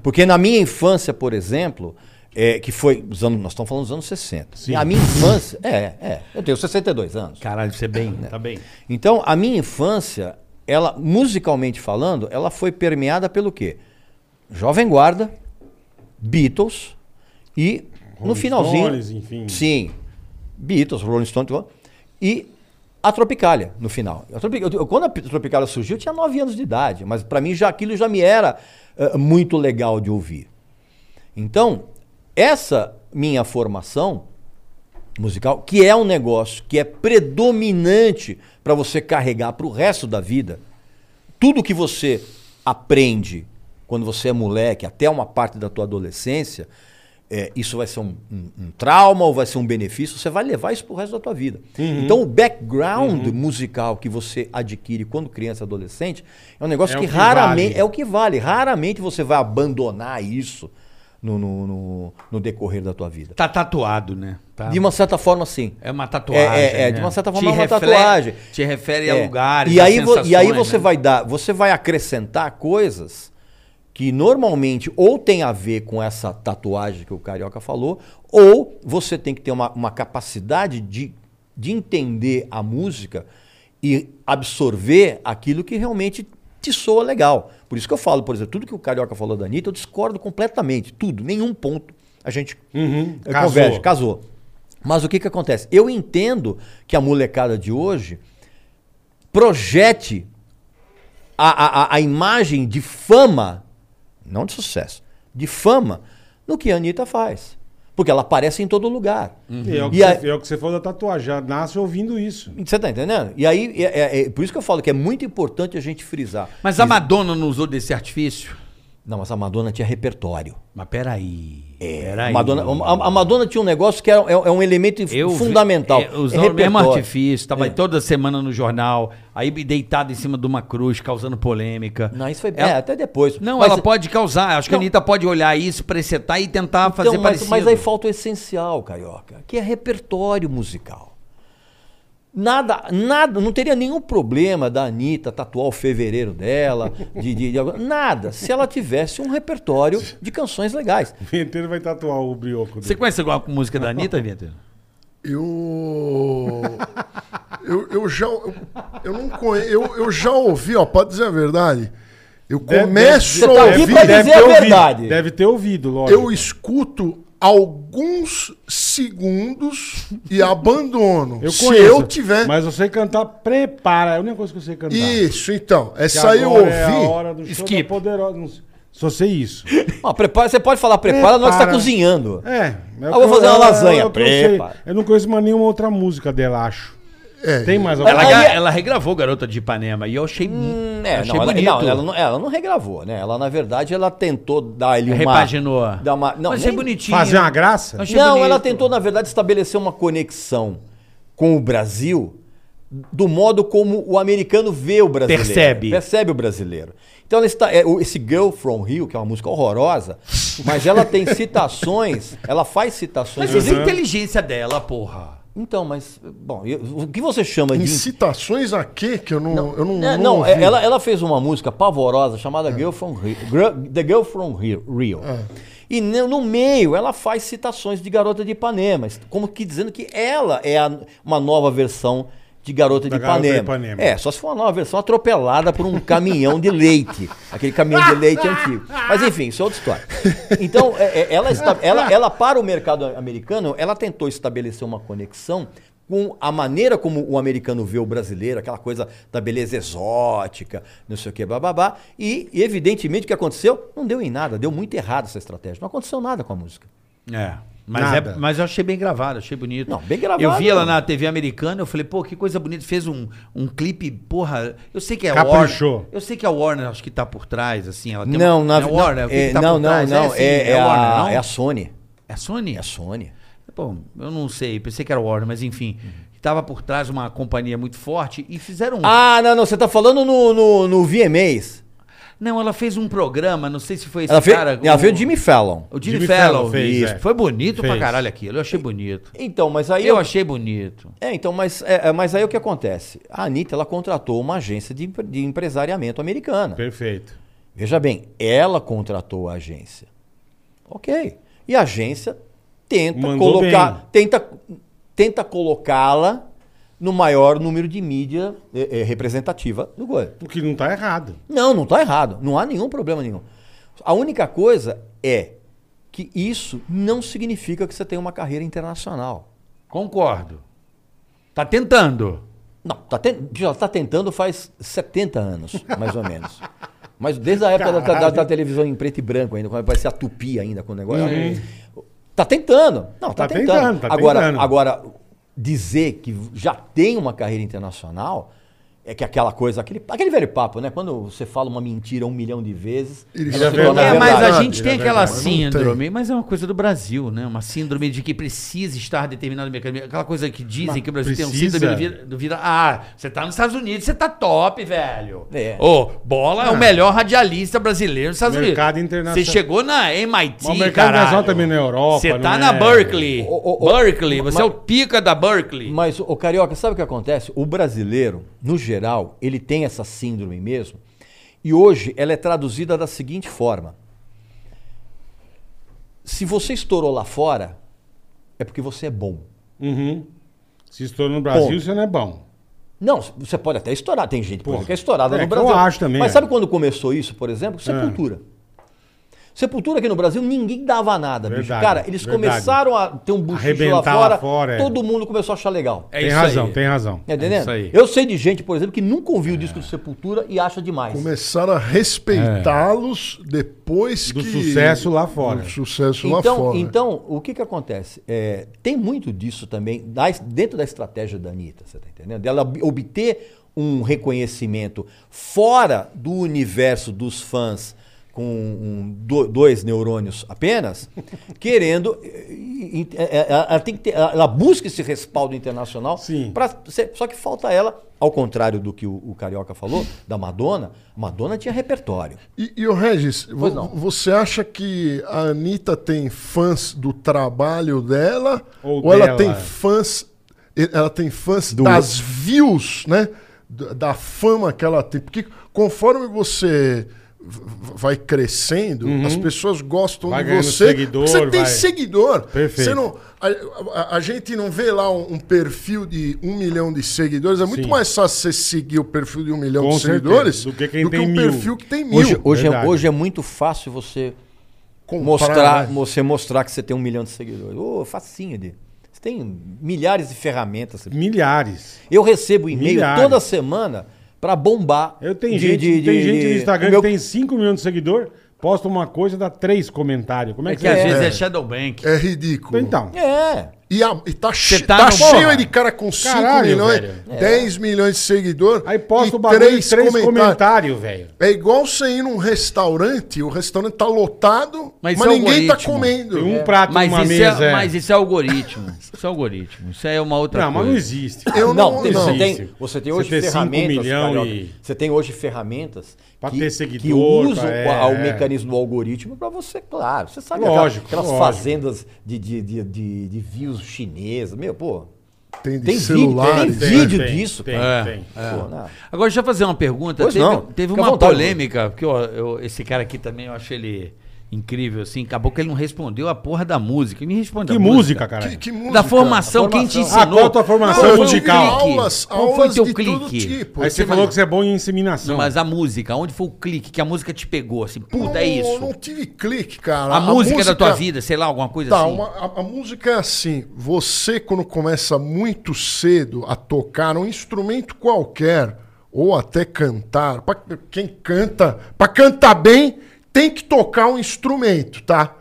Speaker 6: Porque na minha infância, por exemplo, é, que foi. Os anos, nós estamos falando dos anos 60.
Speaker 3: Sim.
Speaker 6: A minha infância. É, é. Eu tenho 62 anos.
Speaker 4: Caralho, você é bem,
Speaker 8: né?
Speaker 4: tá bem.
Speaker 6: Então, a minha infância, ela, musicalmente falando, ela foi permeada pelo quê? Jovem Guarda, Beatles e no
Speaker 3: Rolling
Speaker 6: finalzinho.
Speaker 3: Stones, enfim.
Speaker 6: Sim. Beatles, Rolling Stones tudo, e a Tropicália no final. A Tropi- eu- quando a P- Tropicália surgiu, eu tinha 9 anos de idade, mas para mim já aquilo já me era eh, muito legal de ouvir. Então, essa minha formação musical, que é um negócio que é predominante para você carregar para o resto da vida. Tudo que você aprende quando você é moleque, até uma parte da tua adolescência, é, isso vai ser um, um- um trauma ou vai ser um benefício, você vai levar isso pro resto da tua vida. Então o background musical que você adquire quando criança e adolescente é um negócio
Speaker 3: É o
Speaker 6: que,
Speaker 3: que
Speaker 6: raramente
Speaker 3: vale.
Speaker 6: é o que vale. Raramente você vai abandonar isso no, no- no- no decorrer da tua vida.
Speaker 4: Tá tatuado, né? Tá.
Speaker 6: De uma certa forma, sim.
Speaker 4: É uma tatuagem.
Speaker 6: É, é, é, de
Speaker 4: né?
Speaker 6: uma certa forma
Speaker 4: Te
Speaker 6: é uma
Speaker 4: refere-
Speaker 6: tatuagem.
Speaker 4: Te refere
Speaker 6: É.
Speaker 4: a lugares.
Speaker 6: E
Speaker 4: a
Speaker 6: aí, vo- e aí
Speaker 4: sensações,
Speaker 6: você
Speaker 4: né?
Speaker 6: vai dar, você vai acrescentar coisas que normalmente ou tem a ver com essa tatuagem que o carioca falou, ou você tem que ter uma, uma capacidade de, de entender a música e absorver aquilo que realmente te soa legal. Por isso que eu falo, por exemplo, tudo que o carioca falou da Anitta, eu discordo completamente, tudo, nenhum ponto. A gente
Speaker 3: Uhum,
Speaker 6: eh,
Speaker 3: casou.
Speaker 6: converge, casou. Mas o que que acontece? Eu entendo que a molecada de hoje projete a, a, a- a imagem de fama, não de sucesso, de fama, no que a Anitta faz. Porque ela aparece em todo lugar.
Speaker 4: Uhum.
Speaker 3: E é o que,
Speaker 6: E a-
Speaker 3: você, é o que você falou da tatuagem. Já nasce ouvindo isso.
Speaker 6: Você tá entendendo? E aí, é, é- é por isso que eu falo que é muito importante a gente frisar.
Speaker 4: Mas a Madonna não usou desse artifício?
Speaker 6: Não, mas a Madonna tinha repertório.
Speaker 4: Mas peraí.
Speaker 6: A É,
Speaker 4: peraí.
Speaker 6: Madonna, a, a Madonna tinha um negócio que era, é, é um elemento
Speaker 4: Eu vi-
Speaker 6: fundamental.
Speaker 4: É, usando o mesmo
Speaker 6: repertório. É.
Speaker 4: artifício, tava toda semana no jornal, aí deitado em cima de uma cruz, causando polêmica.
Speaker 6: Não, isso foi
Speaker 4: Ela-
Speaker 6: é, até depois.
Speaker 4: Não,
Speaker 6: Mas-
Speaker 4: ela pode causar. Acho que a
Speaker 6: Não.
Speaker 4: Anitta pode olhar isso, presetar e tentar fazer
Speaker 6: Então, mas,
Speaker 4: parecido.
Speaker 6: mas aí falta o essencial, Carioca, que é repertório musical. Nada, nada, não teria nenhum problema da Anitta tatuar o fevereiro dela, de, de- de- nada, se ela tivesse um repertório de canções legais.
Speaker 3: O Venteiro vai tatuar o brioco dele.
Speaker 4: Você conhece alguma música da Anitta, Vitor?
Speaker 7: Eu. Eu, eu já. Eu, eu não conheço. Eu, eu já ouvi, ó, pra dizer a verdade. Eu
Speaker 3: Deve-
Speaker 7: começo
Speaker 6: deve-
Speaker 7: a
Speaker 6: você tá aqui
Speaker 7: ouvir.
Speaker 6: pra
Speaker 3: deve
Speaker 6: dizer
Speaker 3: ter
Speaker 6: a
Speaker 3: ouvido,
Speaker 6: verdade.
Speaker 3: Deve ter ouvido, lógico.
Speaker 7: Eu escuto alguns segundos e abandono.
Speaker 3: Eu
Speaker 7: se
Speaker 3: conheço,
Speaker 7: eu tiver.
Speaker 3: Mas eu sei cantar, prepara. É a única coisa que eu sei cantar.
Speaker 7: Isso, então.
Speaker 3: Que
Speaker 7: Essa aí eu
Speaker 3: agora
Speaker 7: ouvi.
Speaker 3: É a hora do show
Speaker 4: Skip.
Speaker 3: da poderosa. Não sei- Só sei isso.
Speaker 6: Ah, prepara, você pode falar prepara, não é que você está
Speaker 3: Prepara.
Speaker 6: cozinhando.
Speaker 3: É. é o
Speaker 6: vou
Speaker 3: que eu-
Speaker 6: fazer uma
Speaker 3: é o
Speaker 6: lasanha,
Speaker 3: que eu sei.
Speaker 6: prepara.
Speaker 3: Eu não conheço mais nenhuma outra música dela, acho.
Speaker 7: É.
Speaker 3: Tem mais alguma
Speaker 4: Ela,
Speaker 6: Aí-
Speaker 4: ga- ela regravou Garota de Ipanema e eu achei,
Speaker 6: Hum,
Speaker 4: hum,
Speaker 6: É,
Speaker 4: achei
Speaker 6: não, ela,
Speaker 4: bonito.
Speaker 6: não, ela não, ela não regravou, né? Ela, na verdade, ela tentou dar ele uma...
Speaker 4: É, Repaginou.
Speaker 6: Dar uma, não,
Speaker 4: Mas achei
Speaker 6: nem-
Speaker 4: bonitinho.
Speaker 3: Fazer uma graça?
Speaker 4: Achei
Speaker 6: Não,
Speaker 4: bonito.
Speaker 6: ela tentou, na verdade, estabelecer uma conexão com o Brasil do modo como o americano vê o brasileiro.
Speaker 4: Percebe.
Speaker 6: Percebe o brasileiro. Então, ela está, é, o- esse Girl From Rio, que é uma música horrorosa, mas ela tem citações, ela faz citações.
Speaker 4: Mas isso é inteligência dela, porra.
Speaker 6: Então, mas, bom, eu- o que você chama de...
Speaker 7: Incitações a quê? Que eu não. eu não,
Speaker 6: É,
Speaker 7: não
Speaker 6: não,
Speaker 7: ouvi. É.
Speaker 6: é, ela, ela fez uma música pavorosa chamada Girl from Rio, Gr- The Girl from Rio. Rio. E ne- no meio ela faz citações de Garota de Ipanema, est- como que dizendo que ela é a- uma nova versão de Garota de
Speaker 3: Da Garota de
Speaker 6: Ipanema.
Speaker 3: Ipanema.
Speaker 6: É, só se for uma nova versão atropelada por um caminhão de leite. Aquele caminhão de leite antigo. Mas enfim, isso é outra história. Então, é- é- ela, esta- ela- ela, para o mercado americano, ela tentou estabelecer uma conexão com a maneira como o americano vê o brasileiro, aquela coisa da beleza exótica, não sei o que, bababá. E, e evidentemente, o que aconteceu? Não deu em nada, deu muito errado essa estratégia. Não aconteceu nada com a música.
Speaker 4: É. Mas,
Speaker 3: Nada.
Speaker 4: é- mas eu achei bem gravado, achei bonito.
Speaker 6: Não, bem gravado,
Speaker 4: Eu vi ela
Speaker 6: mano.
Speaker 4: na TV americana, eu falei, pô, que coisa bonita. Fez um, um clipe, porra. Eu sei que é
Speaker 3: Caprichou.
Speaker 4: Warner. Eu sei que a Warner acho que tá por trás, assim. Ela tem
Speaker 6: Não,
Speaker 4: uma,
Speaker 6: na,
Speaker 4: é
Speaker 6: não,
Speaker 4: Warner, o que
Speaker 6: é,
Speaker 4: que tá
Speaker 6: não,
Speaker 4: por
Speaker 6: não,
Speaker 4: trás?
Speaker 6: não,
Speaker 4: assim,
Speaker 6: é, é
Speaker 4: Warner,
Speaker 6: a,
Speaker 4: não?
Speaker 6: é a Sony.
Speaker 4: É a Sony?
Speaker 6: É a Sony.
Speaker 4: Bom, eu não sei, pensei que era Warner, mas enfim. Tava por trás uma companhia muito forte e fizeram um.
Speaker 6: Ah, não, não, você tá falando no, no, no VMAs.
Speaker 4: Não, ela fez um programa, não sei se foi esse
Speaker 6: Ela fez,
Speaker 4: cara.
Speaker 6: ela
Speaker 4: o-
Speaker 6: fez o Jimmy Fallon.
Speaker 4: O Jimmy,
Speaker 3: Jimmy
Speaker 4: Fallon.
Speaker 3: Fallon fez,
Speaker 4: isso.
Speaker 3: é.
Speaker 4: Foi bonito pra
Speaker 3: Fez.
Speaker 4: caralho aquilo. Eu achei bonito.
Speaker 6: Então, mas aí
Speaker 4: Eu achei bonito.
Speaker 6: É, então, mas, é, é, mas aí o que acontece? A Anitta, ela contratou uma agência de, empre- de empresariamento americana.
Speaker 3: Perfeito.
Speaker 6: Veja bem, ela contratou a agência. Ok. E a agência tenta
Speaker 3: Mandou
Speaker 6: colocar, tenta, tenta colocá-la no maior número de mídia é, é, representativa do governo.
Speaker 3: O que não tá errado.
Speaker 6: Não, não está errado. Não há nenhum problema nenhum. A única coisa é que isso não significa que você tem uma carreira internacional.
Speaker 4: Concordo. Tá tentando.
Speaker 6: Não, tá ten- já está tentando faz 70 anos, mais ou menos. Mas desde a época da, da- da televisão em preto e branco ainda, quando parecia a tupi ainda com o negócio. Tá tentando. Não, tá,
Speaker 3: Tá
Speaker 6: tentando.
Speaker 3: tentando, tá
Speaker 6: agora,
Speaker 3: tentando.
Speaker 6: agora, dizer que já tem uma carreira internacional é que aquela coisa, aquele, aquele velho papo, né? Quando você fala uma mentira um milhão de vezes,
Speaker 7: Ele
Speaker 6: ela
Speaker 7: já
Speaker 6: se
Speaker 3: vê-
Speaker 6: torna
Speaker 3: É,
Speaker 4: É, mas
Speaker 6: verdade.
Speaker 4: a
Speaker 7: verdade,
Speaker 4: gente
Speaker 7: é
Speaker 4: tem aquela
Speaker 7: verdade. Não tem.
Speaker 4: síndrome, mas é uma coisa do Brasil, né? Uma síndrome de que precisa estar determinado mecanismo. Aquela coisa que dizem
Speaker 3: Mas
Speaker 4: que o Brasil tem um
Speaker 3: precisa.
Speaker 4: síndrome do vira, do vira- Ah, você tá nos Estados Unidos, você tá top, velho.
Speaker 6: É.
Speaker 4: Ô, bola é o melhor radialista brasileiro nos Estados
Speaker 3: Ah. Mercado
Speaker 4: Unidos.
Speaker 3: internacional.
Speaker 4: Você chegou na MIT,
Speaker 3: Mas o mercado
Speaker 4: caralho.
Speaker 3: internacional também na Europa,
Speaker 4: Você
Speaker 3: não
Speaker 4: tá
Speaker 3: é?
Speaker 4: na Berkeley.
Speaker 6: Ô, ô, ô,
Speaker 4: Berkeley, você
Speaker 6: mas-
Speaker 4: é o pica da Berkeley.
Speaker 6: Mas, o Carioca, sabe o que acontece? O brasileiro, no geral, ele tem essa síndrome mesmo. E hoje ela é traduzida da seguinte forma: se você estourou lá fora, é porque você é bom.
Speaker 3: Uhum. Se estourou no Brasil,
Speaker 6: Ponto.
Speaker 3: isso não é bom.
Speaker 6: Não, você pode até estourar. Tem gente por
Speaker 3: Porra.
Speaker 6: exemplo, que é estourada
Speaker 3: É,
Speaker 6: no
Speaker 3: que eu
Speaker 6: Brasil.
Speaker 3: acho também,
Speaker 6: Mas
Speaker 3: é. Ah.
Speaker 6: sabe quando começou isso, por exemplo? Sepultura. Sepultura aqui no Brasil, ninguém dava nada, bicho.
Speaker 3: Verdade,
Speaker 6: Cara, eles
Speaker 3: verdade.
Speaker 6: começaram a ter um buchicho lá
Speaker 3: Arrebentar
Speaker 6: fora,
Speaker 3: lá fora, é.
Speaker 6: todo mundo começou a achar legal.
Speaker 4: É
Speaker 3: tem
Speaker 4: isso
Speaker 3: razão,
Speaker 4: aí.
Speaker 3: tem razão.
Speaker 6: Tá entendendo?
Speaker 4: isso aí. É.
Speaker 6: Eu sei de gente, por exemplo, que nunca ouviu o disco do Sepultura e acha demais.
Speaker 7: Começaram a respeitá-los depois
Speaker 3: É. Do
Speaker 7: que...
Speaker 3: sucesso lá fora.
Speaker 7: Do sucesso lá
Speaker 6: Então,
Speaker 7: fora.
Speaker 6: então, o que que acontece? É, tem muito disso também da- dentro da estratégia da Anitta, você tá entendendo? Dela ob- obter um reconhecimento fora do universo dos fãs com um- do- dois neurônios apenas, querendo. e- e- é- é- Ela, tem que ter- ela busca esse respaldo internacional.
Speaker 3: Sim.
Speaker 6: pra ser- só que falta ela, ao contrário do que o, o Carioca falou, da Madonna, Madonna tinha repertório.
Speaker 7: E, e o Regis, vo-
Speaker 6: Pois não.
Speaker 7: você acha que a Anitta tem fãs do trabalho dela?
Speaker 3: Ou
Speaker 7: Ou, ela
Speaker 3: dela? é.
Speaker 7: tem fãs. e- Ela tem fãs das views, né? D- Da fama que ela tem. Porque conforme você v- v- vai crescendo, as pessoas gostam
Speaker 3: Uhum. Vai
Speaker 7: de
Speaker 3: ganhando
Speaker 7: você.
Speaker 3: seguidor,
Speaker 7: você tem
Speaker 3: vai-
Speaker 7: seguidor.
Speaker 3: Perfeito.
Speaker 7: Você não, a, a- a gente não vê lá um, um perfil de um milhão de seguidores. É muito
Speaker 3: Sim.
Speaker 7: mais fácil você seguir o perfil de um milhão
Speaker 3: Com
Speaker 7: de
Speaker 3: certeza,
Speaker 7: seguidores
Speaker 3: Então, do que quem tem
Speaker 7: um
Speaker 3: mil.
Speaker 7: perfil que tem mil.
Speaker 6: Hoje, hoje, é,
Speaker 3: verdade.
Speaker 6: hoje é muito fácil você
Speaker 7: Comprar,
Speaker 6: mostrar,
Speaker 7: né?
Speaker 6: você mostrar que você tem um milhão de seguidores. Ô, facinho de. Você tem milhares de ferramentas.
Speaker 3: Milhares.
Speaker 6: Eu recebo e-mail
Speaker 3: Milhares.
Speaker 6: toda semana para bombar.
Speaker 3: Eu tenho
Speaker 6: de-
Speaker 3: gente, tem
Speaker 6: de- de-
Speaker 3: gente no
Speaker 6: de-
Speaker 3: Instagram
Speaker 6: o meu-
Speaker 3: que tem 5 milhões de seguidor, posta uma coisa, dá três comentários. Como é,
Speaker 4: É
Speaker 3: que,
Speaker 4: que
Speaker 3: você
Speaker 4: às
Speaker 3: é?
Speaker 4: vezes é Shadow Bank.
Speaker 7: É ridículo.
Speaker 3: Então,
Speaker 6: É.
Speaker 7: E, a- e tá, che-
Speaker 4: tá
Speaker 7: tá
Speaker 4: no- É.
Speaker 7: cheio
Speaker 3: Porra.
Speaker 7: de cara com 5
Speaker 3: Caralho,
Speaker 7: milhões,
Speaker 3: velho.
Speaker 7: 10 milhões de seguidores.
Speaker 3: aí posta
Speaker 7: e
Speaker 3: o bagulho três,
Speaker 7: três
Speaker 3: três
Speaker 7: comentários.
Speaker 3: comentários, velho.
Speaker 7: É igual você ir num restaurante, o restaurante tá lotado,
Speaker 4: Mas
Speaker 7: mas,
Speaker 4: isso é
Speaker 7: ninguém tá
Speaker 4: algoritmo.
Speaker 7: comendo.
Speaker 3: Tem um prato,
Speaker 4: Mas
Speaker 3: uma
Speaker 4: isso,
Speaker 3: mesa.
Speaker 4: é,
Speaker 3: é.
Speaker 4: mas isso é algoritmo. Isso é algoritmo. Isso aí é uma outra
Speaker 3: Não, mas
Speaker 4: coisa.
Speaker 3: não existe.
Speaker 7: Eu
Speaker 6: não,
Speaker 7: não-
Speaker 6: tem-
Speaker 7: não.
Speaker 6: Você, tem,
Speaker 3: Existe.
Speaker 6: você tem
Speaker 3: Você
Speaker 6: hoje
Speaker 3: ter cinco
Speaker 6: ferramentas.
Speaker 3: milhão
Speaker 6: Carioca.
Speaker 3: e-
Speaker 6: Você tem hoje ferramentas
Speaker 3: Pra
Speaker 6: que,
Speaker 3: ter
Speaker 6: que
Speaker 3: seguidor,
Speaker 6: usam
Speaker 3: pra- é,
Speaker 6: a- o
Speaker 3: é.
Speaker 6: mecanismo do algoritmo para você, claro. Você sabe
Speaker 3: Lógico,
Speaker 6: aquelas,
Speaker 3: lógico.
Speaker 6: fazendas de, de, de, de, de views chinesas. Meu, pô.
Speaker 7: Tem de
Speaker 6: Tem vídeo,
Speaker 7: celulares.
Speaker 3: né?
Speaker 6: tem vídeo disso, É.
Speaker 3: tem,
Speaker 4: cara.
Speaker 3: Tem,
Speaker 6: pô, né? não.
Speaker 4: Agora, deixa eu fazer uma pergunta.
Speaker 6: Pois
Speaker 4: teve
Speaker 6: não,
Speaker 4: teve
Speaker 6: fica à
Speaker 4: uma
Speaker 6: vontade,
Speaker 4: polêmica, porque ó, eu- esse cara aqui também, eu acho ele incrível, assim. Acabou que ele não respondeu a porra da música. Me responde
Speaker 3: Que
Speaker 4: a
Speaker 3: música,
Speaker 7: Que,
Speaker 3: cara?
Speaker 7: que música.
Speaker 4: Da formação,
Speaker 6: A
Speaker 4: quem te
Speaker 6: formação.
Speaker 4: ensinou.
Speaker 3: Ah, qual a tua formação
Speaker 4: Qual foi o
Speaker 3: musical?
Speaker 4: clique?
Speaker 7: Aulas,
Speaker 4: Qual foi o
Speaker 7: aulas
Speaker 4: teu
Speaker 7: de todo
Speaker 4: clique?
Speaker 7: tipo.
Speaker 3: Aí você falou que você é bom em inseminação.
Speaker 4: Não, mas a música, onde foi o clique que a música te pegou? Assim, puta, é
Speaker 7: Eu não
Speaker 4: isso.
Speaker 7: tive clique, cara.
Speaker 4: A, música, da tua vida, sei lá, alguma coisa
Speaker 7: Tá,
Speaker 4: assim.
Speaker 7: uma- a, a música é assim: você, quando começa muito cedo a tocar um instrumento qualquer, ou até cantar, pra, quem canta, pra cantar bem, tem que tocar um instrumento, tá?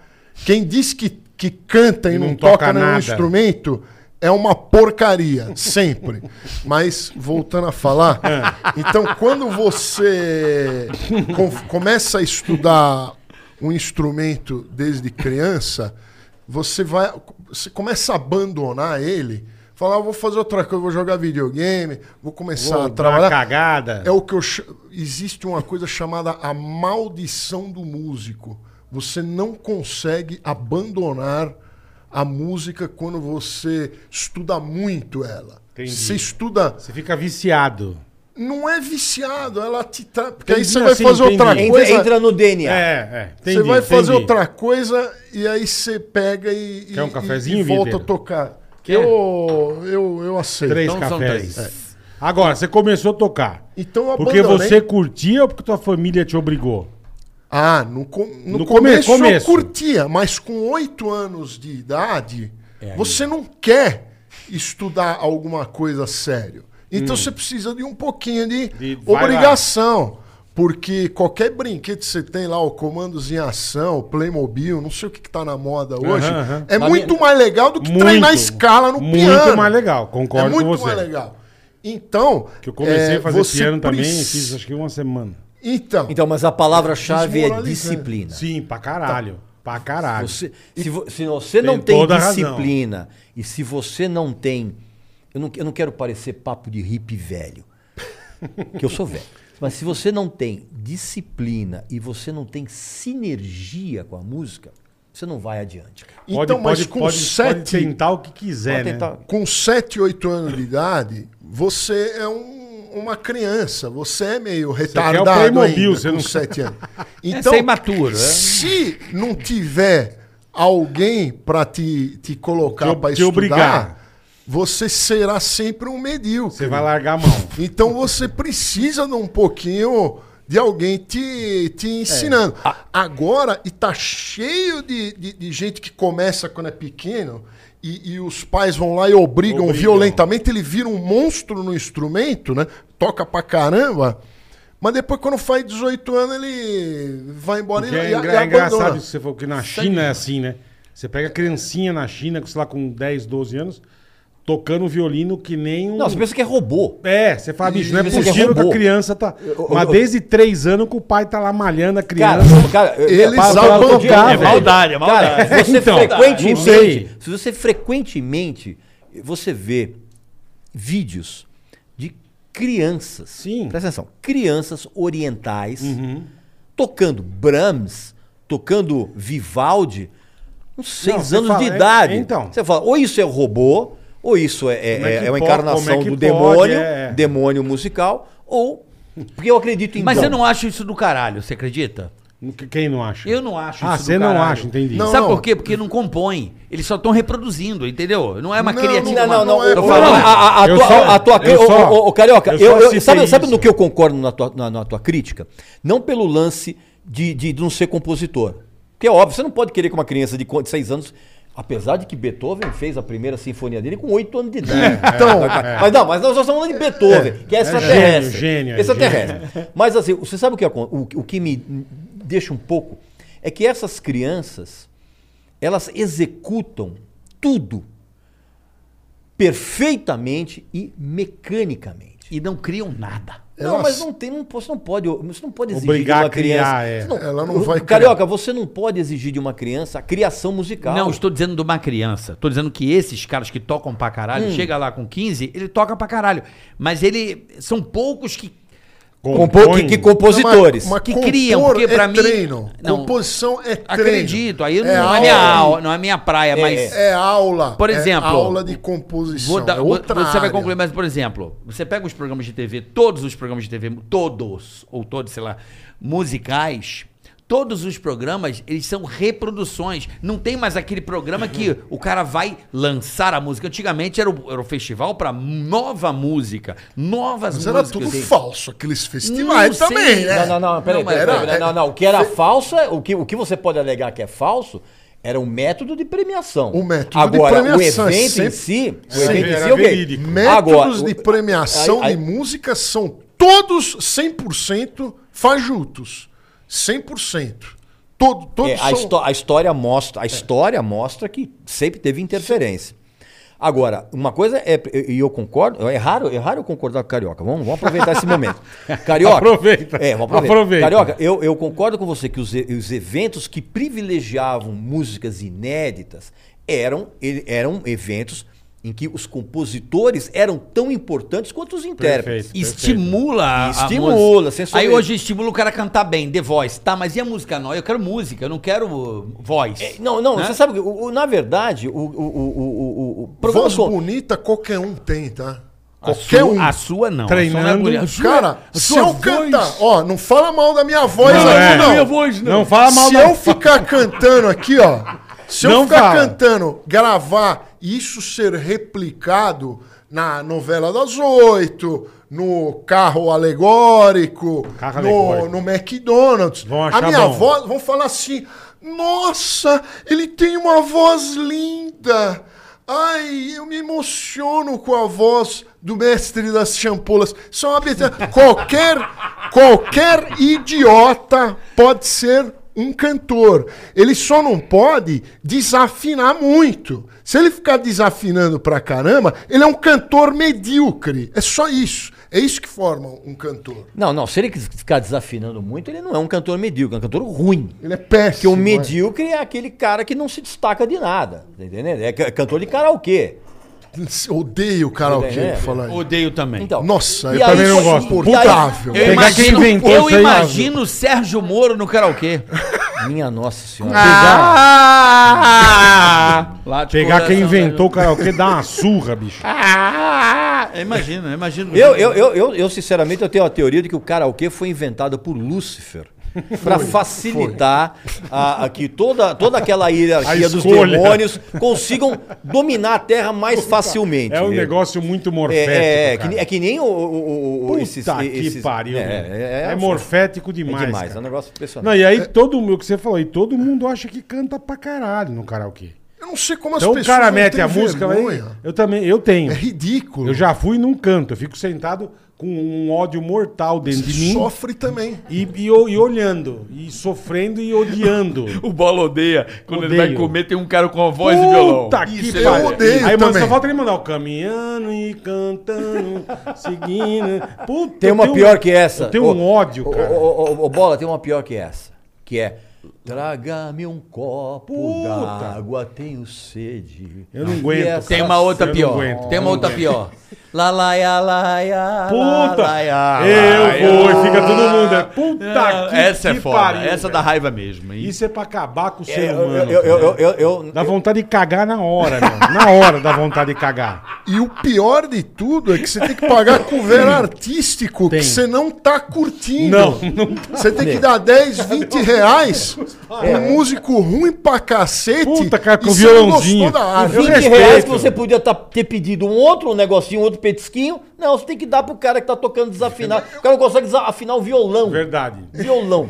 Speaker 7: Quem diz que que canta e, não, toca, nenhum
Speaker 3: nada.
Speaker 7: instrumento é uma porcaria, sempre. Mas, voltando a falar,
Speaker 3: É.
Speaker 7: então quando você com- começa a estudar um instrumento desde criança, você vai. Você começa a abandonar ele, falar, "Ah, vou fazer outra coisa, vou jogar videogame, vou começar
Speaker 3: Vou dar
Speaker 7: a
Speaker 3: uma
Speaker 7: trabalhar.
Speaker 3: cagada.
Speaker 7: É o que eu cha- existe uma coisa chamada a maldição do músico. Você não consegue abandonar a música quando você estuda muito ela.
Speaker 3: Entendi.
Speaker 7: Você estuda,
Speaker 3: Você fica viciado.
Speaker 7: não é viciado, ela te tra... porque aí
Speaker 3: Entendi,
Speaker 7: você vai
Speaker 3: assim,
Speaker 7: fazer outra
Speaker 3: entendi.
Speaker 7: coisa.
Speaker 6: Entra, entra no DNA.
Speaker 3: É, é. Entendi,
Speaker 7: você vai fazer
Speaker 3: entendi.
Speaker 7: outra coisa e aí você pega e,
Speaker 3: Quer um
Speaker 7: e-
Speaker 3: cafezinho,
Speaker 7: e volta
Speaker 3: Vitor?
Speaker 7: a tocar. Eu, eu, eu aceito.
Speaker 3: Três
Speaker 8: Então são
Speaker 3: cafés.
Speaker 8: três.
Speaker 3: É. Agora, você começou a tocar.
Speaker 7: Então eu
Speaker 3: Porque
Speaker 7: abandonei.
Speaker 3: você curtia ou porque tua família te obrigou?
Speaker 7: Ah, no, com- no
Speaker 3: No come-
Speaker 7: começo,
Speaker 3: começo.
Speaker 7: eu curtia, mas com oito anos de idade,
Speaker 3: É
Speaker 7: você não quer estudar alguma coisa sério. Então você precisa de um pouquinho de,
Speaker 3: Hum. De- vai lá.
Speaker 7: obrigação. Porque qualquer brinquedo que você tem lá, o Comandos em Ação, o Playmobil, não sei o que, que tá na moda hoje,
Speaker 3: aham. Tá
Speaker 7: é
Speaker 6: Na
Speaker 7: muito
Speaker 6: minha-
Speaker 7: mais legal do que treinar escala no
Speaker 3: muito
Speaker 7: piano.
Speaker 3: Muito mais legal, concordo
Speaker 7: É muito
Speaker 3: com você.
Speaker 7: mais legal. Então.
Speaker 3: Que eu comecei
Speaker 7: é,
Speaker 3: a fazer
Speaker 7: você
Speaker 3: piano também,
Speaker 7: preci-
Speaker 3: fiz acho que uma semana.
Speaker 7: Então,
Speaker 6: Então, mas a palavra-chave é
Speaker 7: Desmoralizando.
Speaker 6: disciplina.
Speaker 3: Sim, pra caralho. Pra caralho.
Speaker 6: Você- se, vo- se você não
Speaker 3: Tem
Speaker 6: tem
Speaker 3: toda a razão.
Speaker 6: disciplina e se você não tem. Eu não, eu não quero parecer papo de hippie velho, que eu sou velho. Mas se você não tem disciplina e você não tem sinergia com a música, você não vai adiante. cara.
Speaker 3: Pode,
Speaker 7: então mas
Speaker 3: pode,
Speaker 7: com
Speaker 3: pode, pode
Speaker 7: sete
Speaker 3: tentar o que quiser,
Speaker 6: Pode
Speaker 3: né?
Speaker 6: tentar-
Speaker 7: com 7, 8 anos de idade, você é um- uma criança, você é meio retardado
Speaker 3: quer o Playmobil,
Speaker 7: ainda,
Speaker 3: você
Speaker 7: com
Speaker 3: não-
Speaker 7: 7 anos.
Speaker 4: Então,
Speaker 7: Então,
Speaker 4: é imaturo. né?
Speaker 7: se não tiver alguém para te, te colocar
Speaker 3: Te-
Speaker 7: para
Speaker 3: te
Speaker 7: estudar,
Speaker 3: obrigar.
Speaker 7: você será sempre um medíocre.
Speaker 3: Você vai largar a mão.
Speaker 7: Então você precisa de um pouquinho de alguém te, te ensinando.
Speaker 3: É.
Speaker 7: Agora, e tá cheio de, de, de gente que começa quando é pequeno e, e os pais vão lá e obrigam,
Speaker 3: Obrigam.
Speaker 7: violentamente, ele vira um monstro no instrumento, né? Toca pra caramba. Mas depois, quando faz 18 anos, ele vai embora
Speaker 3: Porque
Speaker 7: e,
Speaker 3: é,
Speaker 7: e,
Speaker 3: engra-
Speaker 7: e
Speaker 3: é engraçado
Speaker 7: abandona.
Speaker 3: isso que você falou, que na China é assim, né? Você pega a criancinha na China, sei lá, com 10, 12 anos, tocando violino que nem um...
Speaker 6: Não, você pensa que é robô.
Speaker 3: É, você fala, bicho, não é
Speaker 6: Isso é
Speaker 3: possível que a
Speaker 6: robô.
Speaker 3: criança tá...
Speaker 6: eu-
Speaker 3: Mas
Speaker 6: eu-
Speaker 3: desde 3 anos que o pai tá lá malhando a
Speaker 6: Cara,
Speaker 3: criança.
Speaker 6: cara, eu-
Speaker 4: é
Speaker 7: Eles
Speaker 6: eu- eu- eu- eu- eu- eu- eu-
Speaker 3: abandonam,
Speaker 6: eu-
Speaker 3: velho.
Speaker 4: Maldade, é maldade.
Speaker 6: Cara, se você
Speaker 3: Então,
Speaker 6: frequentemente,
Speaker 3: não sei.
Speaker 6: se você frequentemente você vê vídeos de crianças,
Speaker 3: Sim. Uhum.
Speaker 6: presta atenção, crianças orientais tocando Brahms, tocando Vivaldi,
Speaker 3: Não,
Speaker 6: uns seis
Speaker 3: você
Speaker 6: anos
Speaker 3: fala,
Speaker 6: de
Speaker 3: é-
Speaker 6: idade.
Speaker 3: então.
Speaker 6: Você fala, ou isso é robô, ou isso é, é,
Speaker 3: Como é que
Speaker 6: é
Speaker 3: po-
Speaker 6: uma
Speaker 3: como é
Speaker 6: encarnação
Speaker 3: que
Speaker 6: do
Speaker 3: pode,
Speaker 6: demônio,
Speaker 3: é.
Speaker 6: demônio musical, ou porque eu acredito em
Speaker 4: Mas
Speaker 6: dom.
Speaker 4: eu não acho isso do caralho, você acredita?
Speaker 3: Que- Quem não acha?
Speaker 4: Eu não acho
Speaker 3: Ah,
Speaker 4: isso do
Speaker 3: você não
Speaker 4: caralho.
Speaker 3: acha, entendi.
Speaker 7: Não,
Speaker 4: Sabe por quê? Porque não compõe. Eles só estão reproduzindo, entendeu? Não é uma
Speaker 7: Não,
Speaker 4: criativa.
Speaker 6: Não, não, não.
Speaker 7: Não é
Speaker 6: eu-
Speaker 7: bom.
Speaker 6: falo,
Speaker 7: Não,
Speaker 6: a, a- a
Speaker 3: eu
Speaker 6: tua,
Speaker 3: só-
Speaker 6: a tua
Speaker 3: eu
Speaker 6: ô,
Speaker 3: só-
Speaker 6: ô, ô, Carioca,
Speaker 3: eu
Speaker 6: eu
Speaker 3: só
Speaker 6: eu-
Speaker 3: citei
Speaker 6: sabe, sabe
Speaker 3: isso.
Speaker 6: no que eu concordo na tua, na, na tua crítica? Não pelo lance de, de, de não ser compositor. Porque é óbvio, você não pode querer que uma criança de 6 anos. Apesar de que Beethoven fez a primeira sinfonia dele com 8 anos de idade.
Speaker 3: É,
Speaker 7: Então,
Speaker 6: Mas não, mas nós estamos falando de Beethoven, que é extraterrestre.
Speaker 3: gênio, é
Speaker 6: extraterrestre. Mas assim, você sabe o que, acon- o, o que me deixa um pouco? É que essas crianças, elas executam tudo perfeitamente e mecanicamente.
Speaker 4: E não criam nada.
Speaker 6: Não,
Speaker 7: Elas-
Speaker 6: mas não tem, não, você não pode, você não pode exigir
Speaker 3: Obrigar
Speaker 6: de
Speaker 3: a
Speaker 6: uma criança.
Speaker 3: criar, é.
Speaker 6: Você
Speaker 7: Ela não vai criar.
Speaker 6: Carioca, você não pode exigir de uma criança a criação musical.
Speaker 4: Não, estou dizendo de uma criança. Estou dizendo que esses caras que tocam pra caralho,
Speaker 7: Hum.
Speaker 4: chega lá com 15, ele toca pra caralho. Mas ele. São poucos que.
Speaker 6: Compor, que, que compositores.
Speaker 7: Mas- mas
Speaker 4: que criam,
Speaker 7: compor
Speaker 4: porque
Speaker 7: é
Speaker 4: pra mim-
Speaker 7: treino.
Speaker 4: Não.
Speaker 7: Composição é treino.
Speaker 4: Acredito, aí não,
Speaker 7: é
Speaker 4: é
Speaker 7: aula.
Speaker 4: minha, aula, não é minha praia, mas.
Speaker 7: É aula.
Speaker 4: Por
Speaker 7: é
Speaker 4: exemplo,
Speaker 7: aula de composição.
Speaker 4: Vou dar-
Speaker 7: é
Speaker 4: vou-
Speaker 7: outra
Speaker 4: você vai
Speaker 7: área.
Speaker 4: concluir, mas, por exemplo, você pega os programas de TV, todos os programas de TV, todos, ou todos, sei lá, musicais, todos os programas, eles são reproduções. Não tem mais aquele programa que o cara vai lançar a música. Antigamente era o, era o festival para nova música, novas
Speaker 7: Mas
Speaker 4: músicas.
Speaker 7: era tudo
Speaker 4: Sim.
Speaker 7: falso, aqueles
Speaker 4: Não
Speaker 7: festivais
Speaker 4: sei.
Speaker 7: também, né?
Speaker 6: Não, não, não, peraí,
Speaker 4: Não, mas
Speaker 6: peraí,
Speaker 7: era-
Speaker 6: peraí, não, não, O que era falso, é- o que, o que você pode alegar que é falso, era um método de premiação.
Speaker 7: O método de
Speaker 6: Agora,
Speaker 7: premiação,
Speaker 6: o
Speaker 7: é
Speaker 6: evento em
Speaker 7: sempre-
Speaker 6: si, o
Speaker 3: Sim.
Speaker 6: evento em
Speaker 3: Era
Speaker 6: si, ok.
Speaker 3: verídico.
Speaker 7: Métodos
Speaker 6: Agora,
Speaker 7: de
Speaker 6: o-
Speaker 7: premiação
Speaker 6: aí- aí-
Speaker 7: de música são todos 100% fajutos. 100%. todo, todos
Speaker 6: É, a,
Speaker 7: são-
Speaker 6: histó- a história mostra, a história mostra que sempre teve interferência. Agora, uma coisa é, e eu concordo, é raro, é raro eu concordar com o Carioca. Vamos, vamos aproveitar esse momento. Carioca.
Speaker 3: Aproveita.
Speaker 6: É, vamos aproveitar.
Speaker 3: Aproveita.
Speaker 6: Carioca, eu, eu concordo com você que os, e- os eventos que privilegiavam músicas inéditas eram, e- eram eventos em que os compositores eram tão importantes quanto os intérpretes.
Speaker 3: Perfeito,
Speaker 4: Estimula a- a
Speaker 6: Estimula,
Speaker 4: música.
Speaker 6: sem sombra.
Speaker 4: Aí hoje estimula o cara a cantar bem, The Voice. Tá, mas e a música? Não, eu quero música, eu não quero uh, voz.
Speaker 6: É, Não, não, você sabe que, o- o- na verdade, o. o, o, o, o- o
Speaker 7: Voz
Speaker 6: programas com-
Speaker 7: bonita qualquer um tem, tá?
Speaker 4: a,
Speaker 7: Qualquer
Speaker 4: sua,
Speaker 7: um.
Speaker 4: a sua não. a sua
Speaker 3: Treinando. é
Speaker 4: não é bonita. A sua-
Speaker 7: Cara,
Speaker 4: a
Speaker 7: se
Speaker 4: sua
Speaker 7: eu
Speaker 3: um
Speaker 4: voz-
Speaker 7: cantar, ó, não fala mal da minha voz
Speaker 3: Não,
Speaker 7: aí,
Speaker 3: é.
Speaker 7: não.
Speaker 3: Minha voz, não. Não fala mal
Speaker 7: se
Speaker 3: da-
Speaker 7: eu ficar cantando aqui, ó. Se eu
Speaker 3: Não
Speaker 7: ficar
Speaker 3: fala.
Speaker 7: cantando, gravar e isso ser replicado na novela das oito, no carro alegórico,
Speaker 3: Carro
Speaker 7: no,
Speaker 3: alegórico.
Speaker 7: no McDonald's,
Speaker 3: Vão
Speaker 7: a
Speaker 3: achar
Speaker 7: minha
Speaker 3: bom.
Speaker 7: voz, vão falar assim: nossa, ele tem uma voz linda. Ai, eu me emociono com a voz do mestre das champolas. São abertura. qualquer qualquer idiota pode ser um cantor. Ele só não pode desafinar muito. Se ele ficar desafinando pra caramba, ele é um cantor medíocre. É só isso. É isso que forma um cantor.
Speaker 6: Não, não, se ele ficar desafinando muito, ele não é um cantor medíocre, é um cantor ruim.
Speaker 7: Ele é péssimo.
Speaker 6: Porque o
Speaker 7: é.
Speaker 6: medíocre é aquele cara que não se destaca de nada, tá entendendo? É ca- cantor de karaokê.
Speaker 7: Odeio o karaokê
Speaker 6: É.
Speaker 7: falar isso.
Speaker 4: Odeio também.
Speaker 6: Então,
Speaker 7: Nossa,
Speaker 6: e
Speaker 7: eu
Speaker 6: aí
Speaker 7: também
Speaker 6: só-
Speaker 7: não
Speaker 6: e
Speaker 7: gosto.
Speaker 6: aí-
Speaker 4: eu
Speaker 7: Insuportável.
Speaker 3: Pegar quem
Speaker 4: imagino,
Speaker 3: inventou
Speaker 4: eu
Speaker 3: isso aí,
Speaker 4: imagino o Sérgio Moro no karaokê.
Speaker 6: Minha nossa senhora.
Speaker 4: Ah! Lá de
Speaker 3: Pegar quem
Speaker 4: coração,
Speaker 3: inventou o karaokê dá uma surra, bicho.
Speaker 4: Ah! Imagina, imagina.
Speaker 6: Eu, eu, eu, eu, eu, sinceramente, eu tenho a teoria de que o karaokê foi inventado por Lúcifer para facilitar a, a que toda, toda aquela hierarquia dos
Speaker 3: escolha.
Speaker 6: demônios consigam dominar a Terra mais facilmente.
Speaker 3: É um
Speaker 6: Eu-
Speaker 3: negócio muito morfético.
Speaker 6: É, é, é, que,
Speaker 3: cara.
Speaker 6: ne- é que nem o. o, o- o-
Speaker 3: Puta
Speaker 6: esses,
Speaker 3: que
Speaker 6: esses-
Speaker 3: pariu.
Speaker 6: É,
Speaker 3: meu.
Speaker 6: é, é,
Speaker 3: morfético
Speaker 6: é
Speaker 3: demais.
Speaker 6: demais,
Speaker 3: cara.
Speaker 6: é um negócio
Speaker 3: Não,
Speaker 6: impressionante.
Speaker 3: e aí todo mundo, o que você falou, e todo mundo acha que canta pra caralho no karaokê.
Speaker 7: Eu não sei como as
Speaker 3: Então o
Speaker 7: pessoas
Speaker 3: cara
Speaker 7: não
Speaker 3: mete
Speaker 7: têm
Speaker 3: a música lá
Speaker 7: vergonha.
Speaker 3: e- Eu também, eu tenho.
Speaker 7: É ridículo.
Speaker 3: Eu já fui num canto, eu fico sentado com um ódio mortal dentro de mim
Speaker 7: Sofre também.
Speaker 3: e, e, o- e olhando, e sofrendo e odiando.
Speaker 4: O Bola odeia. Quando ele vai
Speaker 3: Odeio.
Speaker 4: comer, tem um cara com a voz e violão.
Speaker 3: que
Speaker 7: eu odeio
Speaker 3: Aí, mano,
Speaker 7: também.
Speaker 3: só falta ele mandar o caminhando e cantando, seguindo. Puta,
Speaker 6: Tem
Speaker 3: eu
Speaker 6: uma
Speaker 3: tenho-
Speaker 6: pior que essa.
Speaker 3: Eu tenho um ódio, cara.
Speaker 6: Ô, ô, ô, ô, Bola, tem uma pior que essa. Que é. Traga-me um copo
Speaker 3: Puta.
Speaker 6: d'água, tenho sede.
Speaker 3: Eu não aguento,
Speaker 6: E
Speaker 3: cara.
Speaker 6: essa
Speaker 4: Tem uma outra
Speaker 3: Eu não
Speaker 4: pior.
Speaker 3: aguento,
Speaker 4: Tem
Speaker 3: eu
Speaker 4: uma
Speaker 3: não
Speaker 4: outra
Speaker 3: aguento.
Speaker 4: pior. Lá, lá, ia, lá, ia,
Speaker 3: Puta!
Speaker 4: lá, ia, lá,
Speaker 3: eu vou,
Speaker 4: ia.
Speaker 3: e fica todo mundo. é, Puta que
Speaker 4: Essa é
Speaker 3: que
Speaker 4: foda.
Speaker 3: pariu,
Speaker 4: essa
Speaker 3: velho.
Speaker 4: dá raiva mesmo. E-
Speaker 3: Isso é pra acabar com o
Speaker 6: É,
Speaker 3: ser
Speaker 6: eu-
Speaker 3: humano.
Speaker 6: eu- eu-
Speaker 3: cara.
Speaker 6: eu- eu- eu-
Speaker 3: Dá vontade de cagar na hora, meu. Na hora dá vontade de cagar.
Speaker 7: E o pior de tudo é que você tem que pagar com ver artístico
Speaker 3: Tem.
Speaker 7: que você não tá curtindo.
Speaker 3: Não, não
Speaker 7: Você tem que dar 10, 20 reais um músico ruim pra cacete.
Speaker 3: Puta, cara, com
Speaker 7: e você não
Speaker 3: violãozinho.
Speaker 7: gostou da arte.
Speaker 3: Eu
Speaker 6: 20 reais
Speaker 3: respeito.
Speaker 6: que você podia tá- ter pedido um outro negocinho, um outro petisquinho. Não, você tem que dar pro cara que tá tocando desafinado. O cara não consegue desafinar o violão.
Speaker 3: Verdade.
Speaker 6: Violão.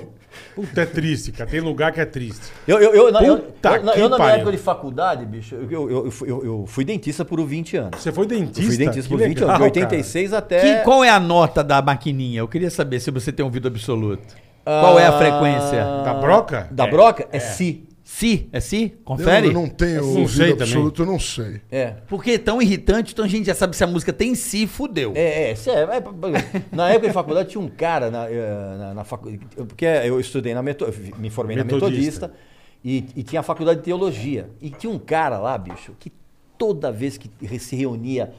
Speaker 3: Puta, é triste, cara. Tem lugar que é triste.
Speaker 6: Eu, eu, eu, na- eu-
Speaker 3: Puta
Speaker 6: eu- na-
Speaker 3: que
Speaker 6: eu, na minha
Speaker 3: pariu.
Speaker 6: época de faculdade, bicho, eu, eu, eu fui- eu- eu fui dentista por 20 anos.
Speaker 3: Você foi dentista?
Speaker 6: Eu fui dentista
Speaker 3: Que
Speaker 6: por 20
Speaker 3: legal,
Speaker 6: anos, de 86 até...
Speaker 4: Que- qual é a nota da maquininha? Eu queria saber se você tem ouvido absoluto. Qual é a
Speaker 6: Ah,
Speaker 4: frequência?
Speaker 3: Da broca?
Speaker 6: Da broca? É, si.
Speaker 4: Si? É si?
Speaker 7: Eu
Speaker 4: Confere?
Speaker 7: não tenho
Speaker 3: Não sei
Speaker 7: ouvido
Speaker 3: também.
Speaker 7: absoluto, eu não sei.
Speaker 6: É.
Speaker 4: Porque é tão irritante, então a gente já sabe se a música tem si, fudeu.
Speaker 6: É, é, sé- é, é, na época de faculdade tinha um cara na, eh, na, faculdade, porque eu estudei na meto, me formei
Speaker 3: Metodista.
Speaker 6: na metodista e, e tinha a faculdade de teologia e tinha um cara lá, bicho, que toda vez que re- se reunia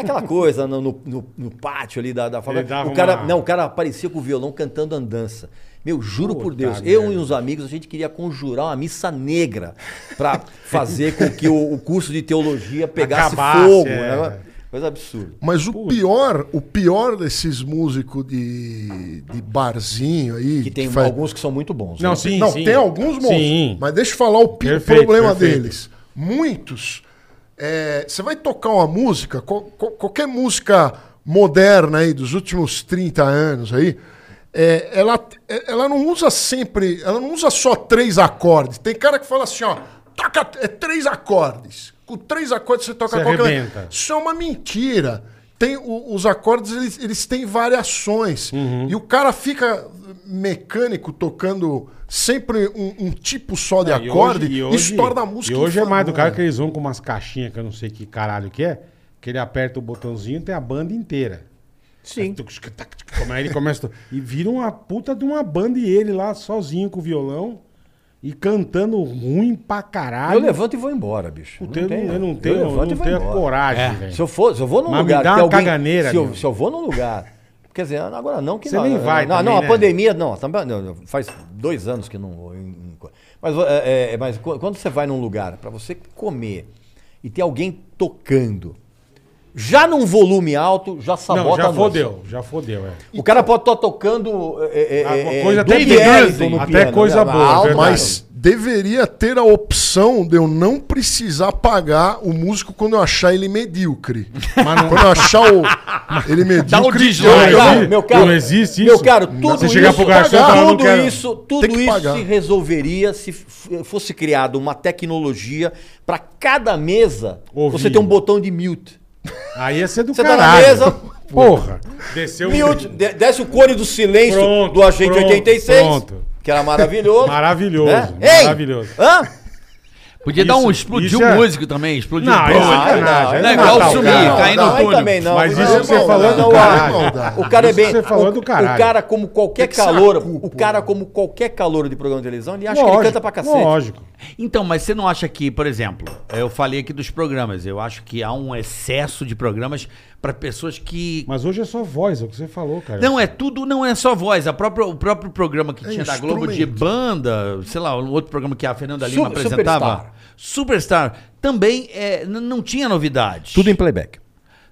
Speaker 6: aquela coisa no, no- no- no pátio ali da, da
Speaker 3: dava
Speaker 6: faculdade, o cara,
Speaker 3: uma-
Speaker 6: não, o cara aparecia com o violão cantando andança. Meu, juro por
Speaker 3: Puta
Speaker 6: Deus, eu e
Speaker 3: merda.
Speaker 6: uns amigos a gente queria conjurar uma missa negra pra fazer com que o, o curso de teologia pegasse
Speaker 3: Acabasse,
Speaker 6: fogo,
Speaker 3: é.
Speaker 6: né? coisa absurda.
Speaker 7: Mas o pior, o pior desses músicos de, de barzinho aí.
Speaker 6: Que tem alguns que são muito bons.
Speaker 3: Não,
Speaker 6: né?
Speaker 3: sim,
Speaker 7: não,
Speaker 3: sim.
Speaker 7: tem alguns monstros.
Speaker 3: Sim.
Speaker 7: Mas deixa eu falar o pi-
Speaker 3: Perfeito,
Speaker 7: problema
Speaker 3: perfeito.
Speaker 7: deles. Muitos. é, Você vai tocar uma música, qual- qual- qualquer música moderna aí, dos últimos 30 anos aí, é, ela, é, ela não usa sempre, ela não usa só três acordes. Tem cara que fala assim, ó, toca é, três acordes. Com três acordes você toca
Speaker 3: Você
Speaker 7: qualquer.
Speaker 3: arrebenta.
Speaker 7: Isso é uma mentira. Tem o- os acordes, eles, eles têm variações. E o cara fica mecânico tocando sempre um, um tipo só de
Speaker 3: E
Speaker 7: acorde,
Speaker 3: e
Speaker 7: isso torna a música né?
Speaker 3: E hoje é mais do cara
Speaker 7: enfadonha.
Speaker 3: que eles vão com umas caixinhas que eu não sei que caralho que é, que ele aperta o botãozinho e tem a banda inteira.
Speaker 6: Sim.
Speaker 3: Como aí ele começa. to- E vira uma puta de uma banda e ele lá sozinho com o violão e cantando ruim pra caralho.
Speaker 6: Eu levanto e vou embora, bicho.
Speaker 3: Não tenho- eu não tenho, eu
Speaker 6: levanto
Speaker 3: não
Speaker 6: e vou
Speaker 3: tenho a
Speaker 6: embora. É.
Speaker 3: coragem,
Speaker 6: Se
Speaker 3: velho.
Speaker 6: eu for, se eu vou num
Speaker 3: Mas me
Speaker 6: lugar.
Speaker 3: dá
Speaker 6: que
Speaker 3: uma
Speaker 6: alguém-
Speaker 3: caganeira,
Speaker 6: se eu,
Speaker 3: meu.
Speaker 6: se eu vou num lugar. Quer dizer, agora não que
Speaker 3: Você
Speaker 6: não.
Speaker 3: nem vai
Speaker 6: Não,
Speaker 3: também,
Speaker 6: não, a
Speaker 3: né?
Speaker 6: pandemia, não, também, não, não, Faz dois anos que não vou. em- em co- Mas, é, é, mas qu- quando você vai num lugar para você comer e tem alguém tocando, já num volume alto, já sabota
Speaker 3: Não,
Speaker 6: a
Speaker 3: já
Speaker 6: noite.
Speaker 3: fodeu, já fodeu, é.
Speaker 6: O cara pode estar tocando. É, é, é,
Speaker 3: Ah, Coisa
Speaker 6: é,
Speaker 3: até
Speaker 6: Duke Ellington
Speaker 3: Dresden,
Speaker 6: no
Speaker 3: até coisa
Speaker 6: né?
Speaker 3: boa, é
Speaker 6: A alma-
Speaker 3: verdade.
Speaker 7: Ah, Mas deveria ter a opção de eu não precisar pagar o músico quando eu achar ele medíocre. Quando eu achar o, ele medíocre,
Speaker 3: Não,
Speaker 6: Meu
Speaker 7: eu-
Speaker 3: existe-
Speaker 6: caro, meu caro,
Speaker 3: não existe
Speaker 6: Meu
Speaker 3: isso.
Speaker 6: caro, tudo
Speaker 3: Você chegar
Speaker 6: isso,
Speaker 3: pro garçom e falar, "Não
Speaker 6: tudo
Speaker 3: quero."
Speaker 6: isso, tudo
Speaker 7: Tem que
Speaker 6: isso
Speaker 7: pagar.
Speaker 6: se resolveria se f- eh, fosse criada uma tecnologia para cada mesa.
Speaker 3: Ouvir.
Speaker 6: Você tem um botão de mute.
Speaker 3: Aí ia ser do
Speaker 6: Você tá na
Speaker 3: caralho.
Speaker 6: mesa.
Speaker 3: Porra. Desceu
Speaker 6: Mute, de- desce o cone do silêncio
Speaker 3: Pronto,
Speaker 6: do agente
Speaker 3: pronto,
Speaker 6: 86,
Speaker 3: pronto.
Speaker 6: que era maravilhoso.
Speaker 3: Maravilhoso,
Speaker 6: né?
Speaker 3: maravilhoso.
Speaker 6: Ei, hã?
Speaker 4: Podia dar
Speaker 3: Isso-
Speaker 4: um. Explodiu
Speaker 3: isso é-
Speaker 4: músico também. Explodiu
Speaker 3: Não,
Speaker 4: o
Speaker 3: isso é
Speaker 4: pão.
Speaker 3: sacanagem.
Speaker 4: Não,
Speaker 3: aí
Speaker 4: é
Speaker 3: não
Speaker 4: igual
Speaker 3: mata o
Speaker 4: sumir,
Speaker 3: cara.
Speaker 4: cair no
Speaker 6: não, aí
Speaker 4: túnel.
Speaker 6: também não.
Speaker 3: Mas
Speaker 6: Não,
Speaker 3: isso que você
Speaker 6: não,
Speaker 3: falou é do
Speaker 6: não,
Speaker 3: caralho.
Speaker 6: não, O cara é
Speaker 3: Isso que
Speaker 6: bem.
Speaker 3: você falou é do
Speaker 6: o,
Speaker 3: caralho.
Speaker 6: o cara, como qualquer
Speaker 7: Tem que ser
Speaker 6: calor,
Speaker 7: a culpa,
Speaker 6: o cara,
Speaker 7: né?
Speaker 6: como qualquer calor de programa de televisão, ele acha que ele
Speaker 3: Lógico,
Speaker 6: canta pra cacete.
Speaker 3: Lógico.
Speaker 4: Então, mas você não acha que, por exemplo, eu falei aqui dos programas, eu acho que há um excesso de programas para pessoas que.
Speaker 3: Mas hoje é só voz, é o que você falou, cara.
Speaker 4: Não é tudo, não é só voz. A própria, o próprio programa que
Speaker 7: É
Speaker 4: tinha da Globo de
Speaker 7: instrumento.
Speaker 4: banda, sei lá, um outro programa que a Fernanda Lima
Speaker 6: Super-
Speaker 4: apresentava. Superstar. também é, n- não tinha novidade.
Speaker 6: Tudo em playback.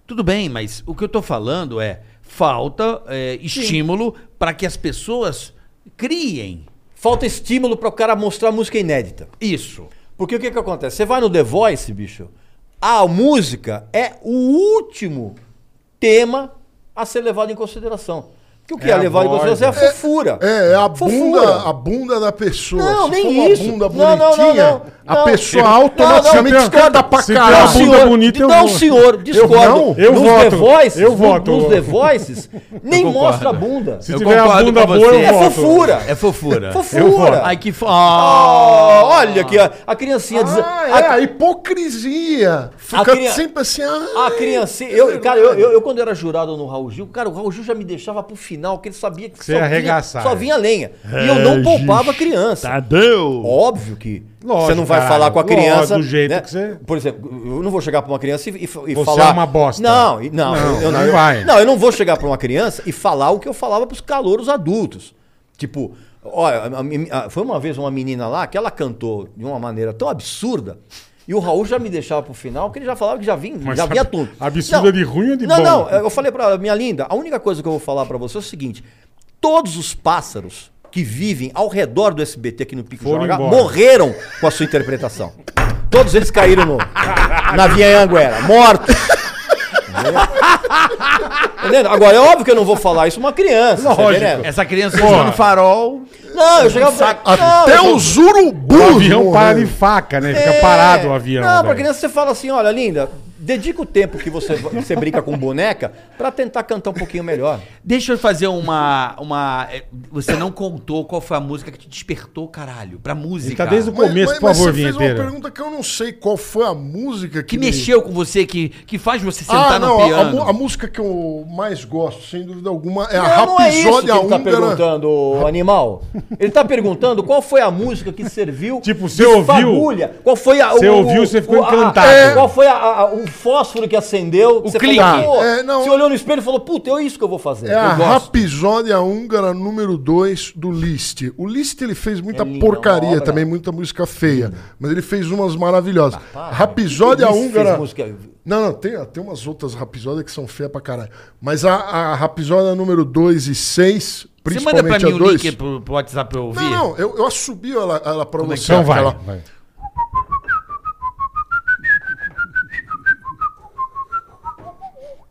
Speaker 4: Tudo bem, mas o que eu tô falando é falta é, estímulo para que as pessoas criem
Speaker 6: Falta estímulo para o cara mostrar música inédita.
Speaker 4: isso.
Speaker 6: Porque o que que acontece? Você vai no The Voice, bicho, a música é o último tema a ser levado em consideração. Porque o que
Speaker 3: É
Speaker 6: é,
Speaker 3: a
Speaker 6: levado
Speaker 3: voz,
Speaker 6: em consideração é a fofura.
Speaker 7: É, é a bunda,
Speaker 6: Fofura.
Speaker 7: a bunda da pessoa.
Speaker 6: Não,
Speaker 7: Se
Speaker 6: nem
Speaker 7: for uma
Speaker 6: isso.
Speaker 7: bunda
Speaker 6: Não, não, não,
Speaker 7: bonitinha,
Speaker 6: não.
Speaker 7: a
Speaker 6: Não.
Speaker 7: pessoa
Speaker 6: Eu-
Speaker 7: automaticamente
Speaker 3: não, não,
Speaker 7: escada pra
Speaker 3: se tem
Speaker 6: Não,
Speaker 3: uma
Speaker 7: caralho.
Speaker 3: bunda
Speaker 6: senhor,
Speaker 3: bonita, é eu
Speaker 6: não,
Speaker 3: voto.
Speaker 6: senhor, discordo.
Speaker 7: não?
Speaker 3: Eu
Speaker 6: nos
Speaker 3: voto,
Speaker 6: The Voice,
Speaker 3: eu
Speaker 6: no-
Speaker 3: voto.
Speaker 6: nos The Voices, nem mostra a bunda.
Speaker 3: Se
Speaker 4: Eu
Speaker 3: tiver a
Speaker 4: concordo
Speaker 3: bunda
Speaker 4: com
Speaker 3: boa,
Speaker 4: você.
Speaker 3: eu
Speaker 6: É
Speaker 3: voto.
Speaker 6: fofura.
Speaker 4: É fofura.
Speaker 6: Fofura.
Speaker 3: Eu
Speaker 7: É.
Speaker 3: voto.
Speaker 4: Ai, que fofura.
Speaker 6: Ah, olha aqui, ó, a criancinha... desa-
Speaker 7: Ah,
Speaker 6: a-
Speaker 7: é, a hipocrisia. Fica
Speaker 6: cria-
Speaker 7: sempre assim. Ah,
Speaker 6: A criancinha. Eu, cara, eu, eu, eu quando era jurado no Raul Gil, cara, o Raul Gil já me deixava pro final, que ele sabia que
Speaker 3: Você ia arregaçar,
Speaker 6: vinha, só
Speaker 3: é.
Speaker 6: vinha lenha. E eu não poupava a criança.
Speaker 4: Tadeu!
Speaker 6: Óbvio que
Speaker 3: Lógico,
Speaker 6: você não vai
Speaker 3: caralho.
Speaker 6: falar com a
Speaker 3: Lógico,
Speaker 6: criança.
Speaker 3: do jeito
Speaker 6: né?
Speaker 3: que você-
Speaker 6: Por exemplo, eu não vou chegar pra uma criança e, e, e
Speaker 3: Você
Speaker 6: falar.
Speaker 3: é uma bosta.
Speaker 6: Não, e- não,
Speaker 3: Não,
Speaker 6: eu, eu
Speaker 3: não
Speaker 6: eu-
Speaker 3: vai.
Speaker 6: Não, eu não vou chegar pra uma criança e falar o que eu falava pros calouros adultos. Tipo, olha, a meni- a- foi uma vez uma menina lá que ela cantou de uma maneira tão absurda. E o Raul já me deixava pro final, que ele já falava que já vinha,
Speaker 3: Mas
Speaker 6: já vinha
Speaker 3: ab-
Speaker 6: tudo.
Speaker 3: absurda de ruim ou de
Speaker 6: não,
Speaker 3: bom?
Speaker 6: Não, é, eu falei pra ela, minha linda, a única coisa que eu vou falar pra você é o seguinte: todos os pássaros que vivem ao redor do SBT aqui no Pico
Speaker 3: Foram
Speaker 6: Joga
Speaker 3: embora.
Speaker 6: morreram com a sua interpretação. Todos eles caíram no, na Via Anguera, mortos. Entendeu? Agora, é óbvio que eu não vou falar isso pra uma criança. você
Speaker 3: Lógico.
Speaker 6: entendeu?
Speaker 4: Essa criança está no É farol.
Speaker 6: Não, eu chegava pra... Ah, não,
Speaker 7: Até
Speaker 6: eu-
Speaker 7: os
Speaker 3: O
Speaker 7: urubus.
Speaker 3: avião para
Speaker 7: morreram.
Speaker 3: de faca, né? Fica
Speaker 6: É.
Speaker 3: parado o avião.
Speaker 6: Não, pra
Speaker 3: velho.
Speaker 6: criança você fala assim, olha, linda, dedica o tempo que você, você brinca com boneca pra tentar cantar um pouquinho melhor.
Speaker 4: Deixa eu fazer uma, uma. é, Você não contou qual foi a música que te despertou, caralho, pra música.
Speaker 3: Ele tá desde o
Speaker 7: Mas-
Speaker 3: começo,
Speaker 7: mas-
Speaker 3: por
Speaker 7: mas
Speaker 3: favor,
Speaker 7: você fez uma
Speaker 3: vinheteiro.
Speaker 7: pergunta que eu não sei qual foi a música que,
Speaker 4: Que
Speaker 7: me-
Speaker 4: mexeu com você, que, que faz você sentar
Speaker 6: tá
Speaker 7: Ah, não,
Speaker 4: no
Speaker 7: a- a, mu-
Speaker 4: piano.
Speaker 7: a música que eu mais gosto, sem dúvida alguma, é a
Speaker 6: Não, não é isso que
Speaker 7: Rapsódia
Speaker 6: ele tá
Speaker 7: Húngara.
Speaker 6: perguntando, ô animal. Ele tá perguntando qual foi a música que serviu
Speaker 3: Tipo, você
Speaker 6: de
Speaker 3: ouviu?
Speaker 6: fagulha. Qual foi a,
Speaker 3: Você ouviu, você ficou
Speaker 6: a-
Speaker 3: encantado.
Speaker 6: é. Qual foi a- a- o fósforo que acendeu? O você
Speaker 4: clique.
Speaker 6: Falou, Pô,
Speaker 7: É, não.
Speaker 6: Você olhou no espelho e falou, puta, é isso que eu vou fazer.
Speaker 7: É a
Speaker 6: eu gosto.
Speaker 7: Rapsódia Húngara número 2 do Liszt. O Liszt ele fez muita
Speaker 6: É linda, uma
Speaker 7: porcaria
Speaker 6: obra.
Speaker 7: também, muita música feia, mas ele fez umas maravilhosas. Rapsódia
Speaker 6: Liszt Ah, fez
Speaker 7: Húngara.
Speaker 6: música-
Speaker 7: Não, não, tem, tem umas outras Rapsódias que são feias pra caralho. Mas a, a Rapsódia número 2 e 6,
Speaker 4: Você manda pra
Speaker 7: principalmente
Speaker 4: mim
Speaker 7: a
Speaker 4: o
Speaker 7: 2.
Speaker 4: link pro, pro WhatsApp pra eu ouvir?
Speaker 7: Não, não, eu, eu assubi ela, ela pra você.
Speaker 3: Então vai.
Speaker 7: aquela-
Speaker 3: vai.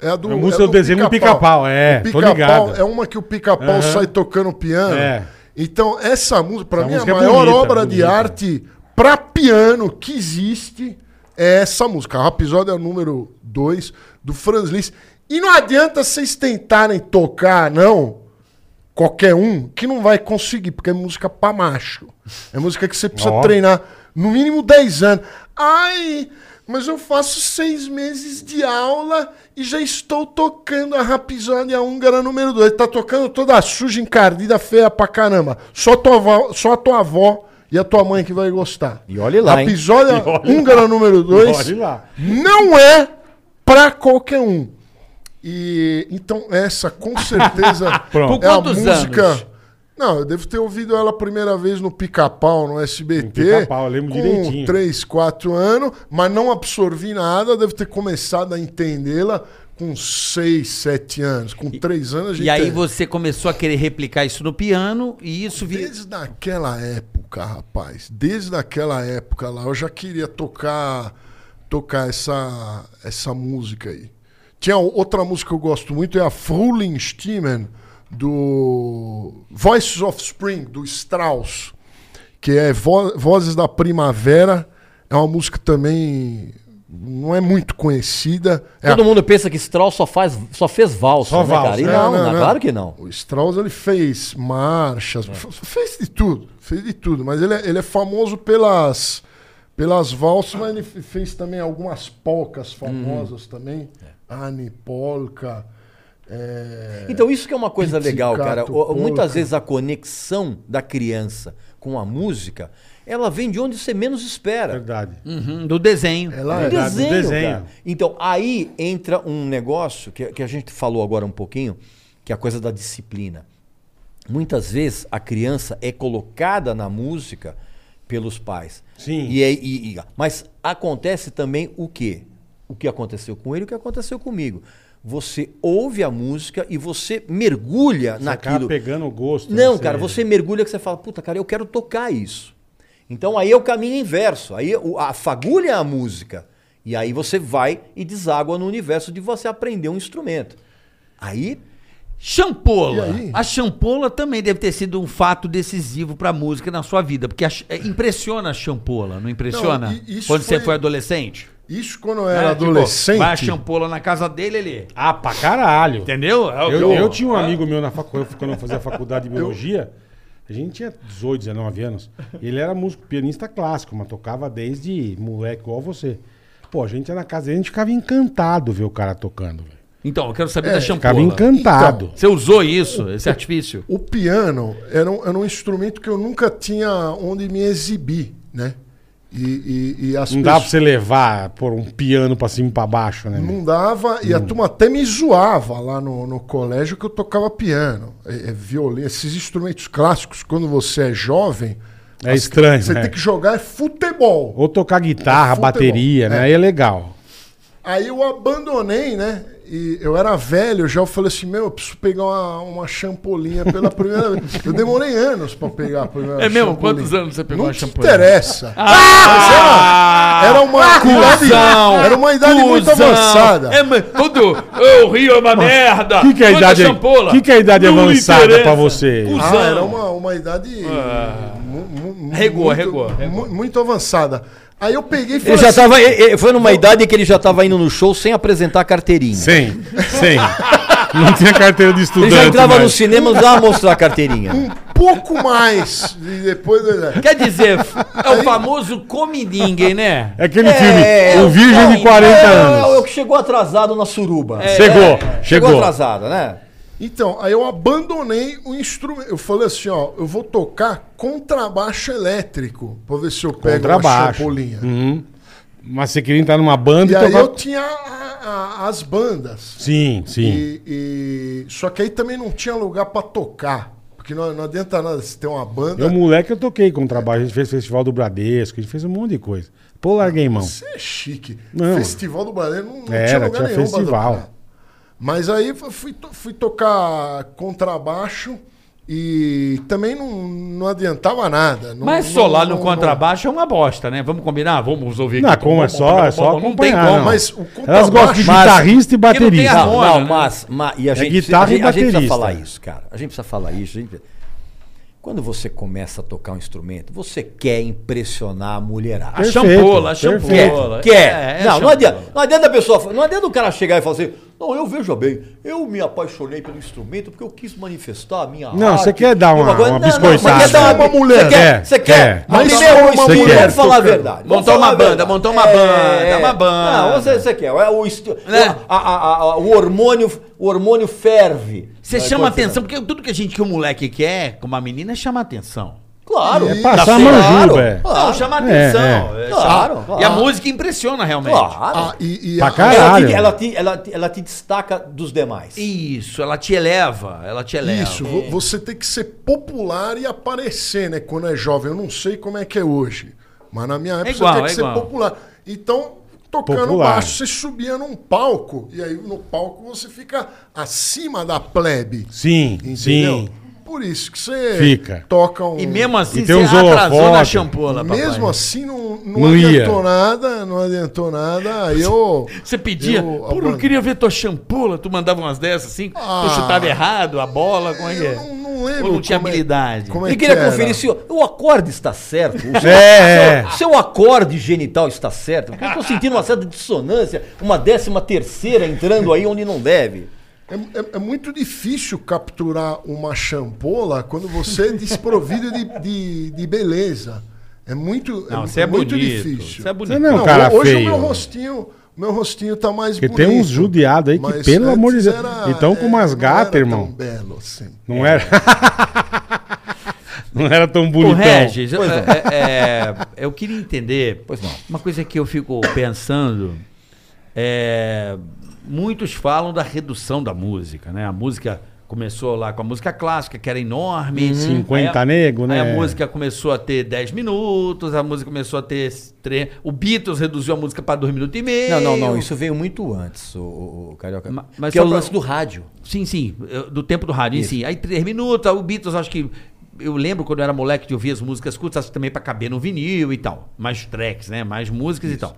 Speaker 7: É a do,
Speaker 3: A música do desenho do Pica-Pau, é,
Speaker 7: O
Speaker 3: tô
Speaker 7: Pica-Pau
Speaker 3: ligado.
Speaker 7: É uma que o pica-pau
Speaker 3: Aham.
Speaker 7: sai tocando piano.
Speaker 3: É.
Speaker 7: Então, essa música, pra
Speaker 3: Essa
Speaker 7: mim,
Speaker 3: música é
Speaker 7: a maior
Speaker 3: bonita,
Speaker 7: obra de
Speaker 3: bonita.
Speaker 7: arte pra piano que existe é essa música. A episódio é o número 2 do Franz Liszt. E não adianta vocês tentarem tocar, não. qualquer um que não vai conseguir, porque é música pra macho. É música que você precisa
Speaker 3: Ó.
Speaker 7: treinar no mínimo 10 anos. Ai, mas eu faço seis meses de aula e já estou tocando a Rapizónia húngara número 2. Tá tocando toda suja, encardida, feia pra caramba. Só tua avó, só tua avó e a tua mãe que vai gostar.
Speaker 6: E olhe lá, hein?
Speaker 7: Rapizónia húngara número 2
Speaker 3: Olhe lá.
Speaker 7: não é pra qualquer um. E então essa com certeza
Speaker 3: Pronto.
Speaker 7: é a
Speaker 8: Por quantos
Speaker 7: música.
Speaker 8: anos?
Speaker 7: Não, eu devo ter ouvido ela a primeira vez no Pica-Pau, no SBT.
Speaker 3: No Pica-Pau, eu lembro direitinho.
Speaker 7: Com 3, 4 anos, mas não absorvi nada, devo ter começado a entendê-la com 6, 7 anos. Com 3 anos a gente
Speaker 4: E aí
Speaker 7: entende.
Speaker 4: você começou a querer replicar isso no piano e isso vi...
Speaker 7: Desde aquela época, rapaz, desde aquela época lá, eu já queria tocar tocar essa, essa música aí. Tinha outra música que eu gosto muito, é a Frühling Stimmen, do Voices of Spring, do Strauss, que é Vo- Vozes da Primavera. É uma música também, não é muito conhecida. É a
Speaker 6: Todo mundo pensa que Strauss só, faz, só fez valsa,
Speaker 3: Só
Speaker 6: né,
Speaker 3: valsa,
Speaker 6: cara? E
Speaker 7: é,
Speaker 6: não,
Speaker 7: não,
Speaker 6: não,
Speaker 7: não.
Speaker 6: claro que não. É.
Speaker 7: O Strauss ele fez marchas, f- fez de tudo, fez de tudo, mas ele é, ele é famoso pelas pelas valsas, mas ele f- fez também algumas polcas
Speaker 6: Uhum.
Speaker 7: famosas também,
Speaker 6: É.
Speaker 7: Anne Polka. é,
Speaker 6: Então isso que é uma coisa
Speaker 7: Pizzicato,
Speaker 6: legal, cara. O-
Speaker 7: polca.
Speaker 6: Muitas vezes a conexão da criança com a música, ela vem de onde você menos espera.
Speaker 3: Verdade.
Speaker 4: Uhum, do desenho.
Speaker 7: ela
Speaker 6: Um
Speaker 7: é,
Speaker 3: Verdade,
Speaker 6: desenho,
Speaker 3: um desenho.
Speaker 6: cara. Então, aí entra um negócio que, que a gente falou agora um pouquinho, que é a coisa da disciplina. Muitas vezes a criança é colocada na música pelos pais.
Speaker 3: Sim.
Speaker 6: E é- e- e- mas acontece também o quê? O que aconteceu com ele, o que aconteceu comigo. Você ouve a música e você mergulha
Speaker 3: Você acaba
Speaker 6: naquilo.
Speaker 3: tá pegando o gosto.
Speaker 6: Não,
Speaker 3: né?
Speaker 6: cara, você mergulha que você fala, puta, cara, eu quero tocar isso. Então aí é o caminho inverso. Aí o- a fagulha é a música. E aí você vai e deságua no universo de você aprender um instrumento. Aí,
Speaker 4: Champola.
Speaker 7: E aí?
Speaker 4: A champola também deve ter sido um fato decisivo pra música na sua vida, porque a ch- é, impressiona a champola, não impressiona?
Speaker 7: Não, e- isso
Speaker 4: Quando você
Speaker 7: foi-
Speaker 4: foi adolescente?
Speaker 7: Isso quando eu
Speaker 4: É,
Speaker 7: era
Speaker 4: tipo, vai a
Speaker 7: adolescente.
Speaker 4: champola na casa dele, ele...
Speaker 3: Ah, pra caralho.
Speaker 4: Entendeu? É o que
Speaker 3: Eu, eu tinha um amigo meu na faculdade, quando eu fazia faculdade de biologia, a gente tinha 18, 19 anos. e Ele era músico, pianista clássico, mas tocava desde moleque igual você. Pô, a gente ia na casa dele, a gente ficava encantado ver o cara tocando, velho.
Speaker 4: Então, eu quero saber da
Speaker 3: É, Ficava
Speaker 4: champola.
Speaker 3: encantado.
Speaker 4: Você usou isso, esse artifício?
Speaker 7: O piano era um, era um instrumento que eu nunca tinha onde me exibir, né? E, e, e as
Speaker 4: Um
Speaker 3: Não dá pra você levar por um piano pra cima e pra baixo, né? meu?
Speaker 7: Não dava, e a turma até me zoava lá no, no colégio que eu tocava piano, é, é, violino, esses instrumentos clássicos, quando você é jovem,
Speaker 3: É estranho,
Speaker 7: você
Speaker 3: né?
Speaker 7: tem que jogar é futebol.
Speaker 3: Ou tocar guitarra,
Speaker 7: Futebol,
Speaker 3: bateria, né?
Speaker 7: é.
Speaker 3: Aí é legal.
Speaker 7: Aí eu abandonei, né? E eu era velho, já eu falei assim, meu, eu preciso pegar uma, uma champolinha pela primeira vez. Eu demorei anos pra pegar a primeira
Speaker 4: É mesmo?
Speaker 7: champolinha.
Speaker 4: Quantos anos você pegou
Speaker 7: Não
Speaker 4: a
Speaker 7: te
Speaker 4: champolinha? Ah!
Speaker 7: interessa. Mas era, era uma idade, era uma idade muito
Speaker 4: Cusão.
Speaker 7: avançada.
Speaker 4: É, mas tudo. "Oh, o Rio é uma merda.
Speaker 3: O que, que é a
Speaker 4: Manda
Speaker 3: idade,
Speaker 4: champola."
Speaker 3: que que é a idade
Speaker 4: Não
Speaker 3: avançada
Speaker 4: interessa.
Speaker 3: pra você?
Speaker 4: Cusão.
Speaker 7: Ah, era uma, uma idade. mu- mu-
Speaker 4: Regou,
Speaker 7: muito,
Speaker 4: regou, regou.
Speaker 7: mu- muito avançada. Aí eu peguei e
Speaker 6: ele
Speaker 7: falei
Speaker 6: já
Speaker 7: assim,
Speaker 6: tava. e- e- Foi numa idade que ele já tava indo no show sem apresentar a carteirinha.
Speaker 3: Sem, sem. Não tinha carteira de
Speaker 6: Ele
Speaker 3: estudante. É
Speaker 6: já entrava
Speaker 3: mas-
Speaker 6: no cinema e usava mostrar a carteirinha.
Speaker 7: um pouco mais. E depois.
Speaker 4: Quer dizer, é o famoso come ninguém, né?
Speaker 3: É aquele filme, O Virgem de 40
Speaker 6: é,
Speaker 3: anos.
Speaker 6: É, é o que chegou atrasado na suruba.
Speaker 3: Chegou,
Speaker 6: é, chegou.
Speaker 3: chegou.
Speaker 6: atrasado, né?
Speaker 7: Então, aí eu abandonei o instrumento. Eu falei assim, ó, eu vou tocar contrabaixo elétrico pra ver se eu pego uma
Speaker 3: Contrabaixo.
Speaker 7: champolinha.
Speaker 3: Uhum. Mas você queria entrar numa banda
Speaker 7: E
Speaker 3: e,
Speaker 7: aí
Speaker 3: tocar...
Speaker 7: eu tinha a- a- as bandas.
Speaker 3: Sim, sim.
Speaker 7: E, e- só que aí também não tinha lugar pra tocar. Porque não, não adianta nada se ter uma banda.
Speaker 3: Eu, moleque, eu toquei com trabalho. A gente fez festival do Bradesco, a gente fez um monte de coisa. Pô, larguei mão.
Speaker 7: Isso é chique.
Speaker 3: Não.
Speaker 7: Festival do Brasil não, não tinha
Speaker 3: Era,
Speaker 7: lugar
Speaker 3: tinha
Speaker 7: nenhum pra
Speaker 3: festival.
Speaker 7: tocar. Mas aí fu- fui, to- fui tocar contrabaixo e também não, não adiantava nada. Não-
Speaker 4: Mas
Speaker 7: não-
Speaker 4: solar no
Speaker 7: não-
Speaker 4: contrabaixo é uma bosta, né? Vamos combinar? Vamos ouvir
Speaker 3: Não, como é só, é só
Speaker 4: Não tem
Speaker 3: acompanhar.
Speaker 4: como.
Speaker 3: não.
Speaker 7: Mas o
Speaker 3: Elas gostam de
Speaker 7: contrabaixo- Mas-
Speaker 3: guitarrista e
Speaker 4: não tem
Speaker 3: baterista.
Speaker 4: a
Speaker 6: Não,
Speaker 4: Olha,
Speaker 6: não,
Speaker 4: né?
Speaker 6: mas, mas- e a
Speaker 3: É
Speaker 6: gente,
Speaker 3: guitarra
Speaker 6: a gente-
Speaker 3: e
Speaker 6: a gente precisa
Speaker 3: baterista.
Speaker 6: falar isso, cara. A gente precisa falar isso. a gente precisa- Quando você começa a tocar um instrumento, você quer impressionar a mulherada.
Speaker 3: Perfeito,
Speaker 4: champola, a
Speaker 6: Quer,
Speaker 4: champola.
Speaker 6: quer.
Speaker 4: É, é
Speaker 6: não, não
Speaker 4: champola.
Speaker 6: adianta. Não adianta a pessoa, fa- não adianta o cara chegar e falar assim, não, eu veja bem, eu me apaixonei pelo instrumento porque eu quis manifestar a minha
Speaker 3: Não,
Speaker 6: arte."
Speaker 3: você quer dar uma-
Speaker 6: coisa-
Speaker 3: uma
Speaker 6: não, não,
Speaker 3: biscoitada.
Speaker 6: você quer dar uma
Speaker 7: Uma
Speaker 6: mulher.
Speaker 7: mulher.
Speaker 6: Você quer,
Speaker 3: É,
Speaker 6: você quer.
Speaker 3: é.
Speaker 6: Mas
Speaker 7: Mas
Speaker 6: mulher é um
Speaker 7: uma
Speaker 6: instrumento,
Speaker 7: mulher
Speaker 6: vamos falar a
Speaker 7: tocando.
Speaker 6: verdade. Vamos
Speaker 4: Montar uma
Speaker 6: falar a
Speaker 4: banda,
Speaker 6: verdade.
Speaker 4: montar uma
Speaker 6: É,
Speaker 4: banda, uma
Speaker 6: é.
Speaker 4: banda.
Speaker 6: Não, você, você quer. É o, instru-
Speaker 4: Né?
Speaker 6: o- a- a- a- o hormônio, o hormônio ferve.
Speaker 4: Você
Speaker 6: Né,
Speaker 4: chama
Speaker 6: quando você-
Speaker 4: atenção, porque tudo que a gente que o moleque quer, como a menina, é chamar atenção.
Speaker 6: Claro.
Speaker 7: É
Speaker 4: Tá
Speaker 3: passar
Speaker 6: Claro,
Speaker 3: manjuba, é.
Speaker 6: claro,
Speaker 4: Não, chama
Speaker 3: É,
Speaker 4: atenção.
Speaker 6: é.
Speaker 4: É,
Speaker 6: Claro,
Speaker 4: chama-
Speaker 6: claro.
Speaker 4: E a música impressiona realmente.
Speaker 6: Claro.
Speaker 7: Ah, e, e
Speaker 3: Pra
Speaker 7: a-
Speaker 3: cá?
Speaker 6: Ela te,
Speaker 3: Caralho.
Speaker 6: ela, te, ela, te, ela te destaca dos demais.
Speaker 4: Isso, ela te eleva, ela te eleva.
Speaker 7: Isso, vo- você tem que ser popular e aparecer, né? Quando é jovem. Eu não sei como é que é hoje. Mas na minha época
Speaker 4: igual,
Speaker 7: você tem
Speaker 4: é
Speaker 7: que
Speaker 4: igual.
Speaker 7: ser popular. Então, tocando
Speaker 3: Popular.
Speaker 7: baixo, você subia num palco. E aí no palco você fica acima da plebe.
Speaker 3: Sim,
Speaker 7: Entendeu?
Speaker 3: sim.
Speaker 7: Por isso que você
Speaker 3: Fica.
Speaker 7: toca um.
Speaker 4: E mesmo assim,
Speaker 3: E tem uns
Speaker 4: você atrasou na
Speaker 3: holofotes.
Speaker 4: champola, papai.
Speaker 7: Mesmo assim, não, não,
Speaker 3: Não ia.
Speaker 7: adiantou nada, não adiantou nada. Aí eu.
Speaker 4: Você pedia,
Speaker 7: eu
Speaker 4: pô, não
Speaker 7: abandonei.
Speaker 4: queria ver tua champola, tu mandava umas dessas assim,
Speaker 7: Ah.
Speaker 4: tu chutava errado, a bola, como é que
Speaker 7: Eu
Speaker 4: é?
Speaker 7: não, não lembro.
Speaker 4: Ou não tinha
Speaker 7: como é-
Speaker 4: habilidade.
Speaker 7: como é
Speaker 6: Ele queria
Speaker 7: que era.
Speaker 6: conferir se o, o acorde está certo. O seu,
Speaker 3: É,
Speaker 6: seu- seu acorde genital está certo. Porque eu estou sentindo uma certa dissonância, uma décima terceira entrando aí onde não deve.
Speaker 7: É, é- é muito difícil capturar uma champola quando você é desprovido de, de, de beleza. É muito,
Speaker 4: Não,
Speaker 7: é,
Speaker 4: você é
Speaker 7: muito
Speaker 4: bonito,
Speaker 7: difícil.
Speaker 4: você é
Speaker 3: Você
Speaker 4: bonito.
Speaker 3: não é um cara
Speaker 7: ho- hoje
Speaker 3: feio.
Speaker 7: o meu rostinho, meu rostinho tá mais
Speaker 3: Porque tem
Speaker 7: bonito.
Speaker 3: uns judiados aí que,
Speaker 7: mas
Speaker 3: pelo amor de
Speaker 7: antes
Speaker 3: Deus,
Speaker 7: era-
Speaker 3: então com umas
Speaker 7: não
Speaker 3: gatas,
Speaker 7: era tão
Speaker 3: irmão.
Speaker 7: belo assim.
Speaker 3: Não era. não era tão
Speaker 4: O
Speaker 3: bonitão.
Speaker 4: Regis, eu, é- é- eu queria entender.
Speaker 6: Pois não.
Speaker 4: Uma coisa que eu fico pensando é, Muitos falam da redução da música, né? A música começou lá com a música clássica, que era enorme.
Speaker 3: 50
Speaker 4: Aí a-
Speaker 3: Uhum. nego, né?
Speaker 4: Aí a música começou a ter 10 minutos, a música começou a ter. tre- O Beatles reduziu a música para 2 minutos e meio.
Speaker 6: Não, não, não. Isso veio muito antes, o, o- o Carioca.
Speaker 4: Ma- mas
Speaker 6: que é
Speaker 4: só
Speaker 6: o
Speaker 4: pra-
Speaker 6: lance do rádio.
Speaker 4: Sim, sim, eu- do tempo do rádio, sim. Aí três minutos, aí o Beatles, acho que. Eu lembro quando eu era moleque de ouvir as músicas curtas, acho que também pra caber no vinil e tal. Mais tracks, né? Mais músicas e tal.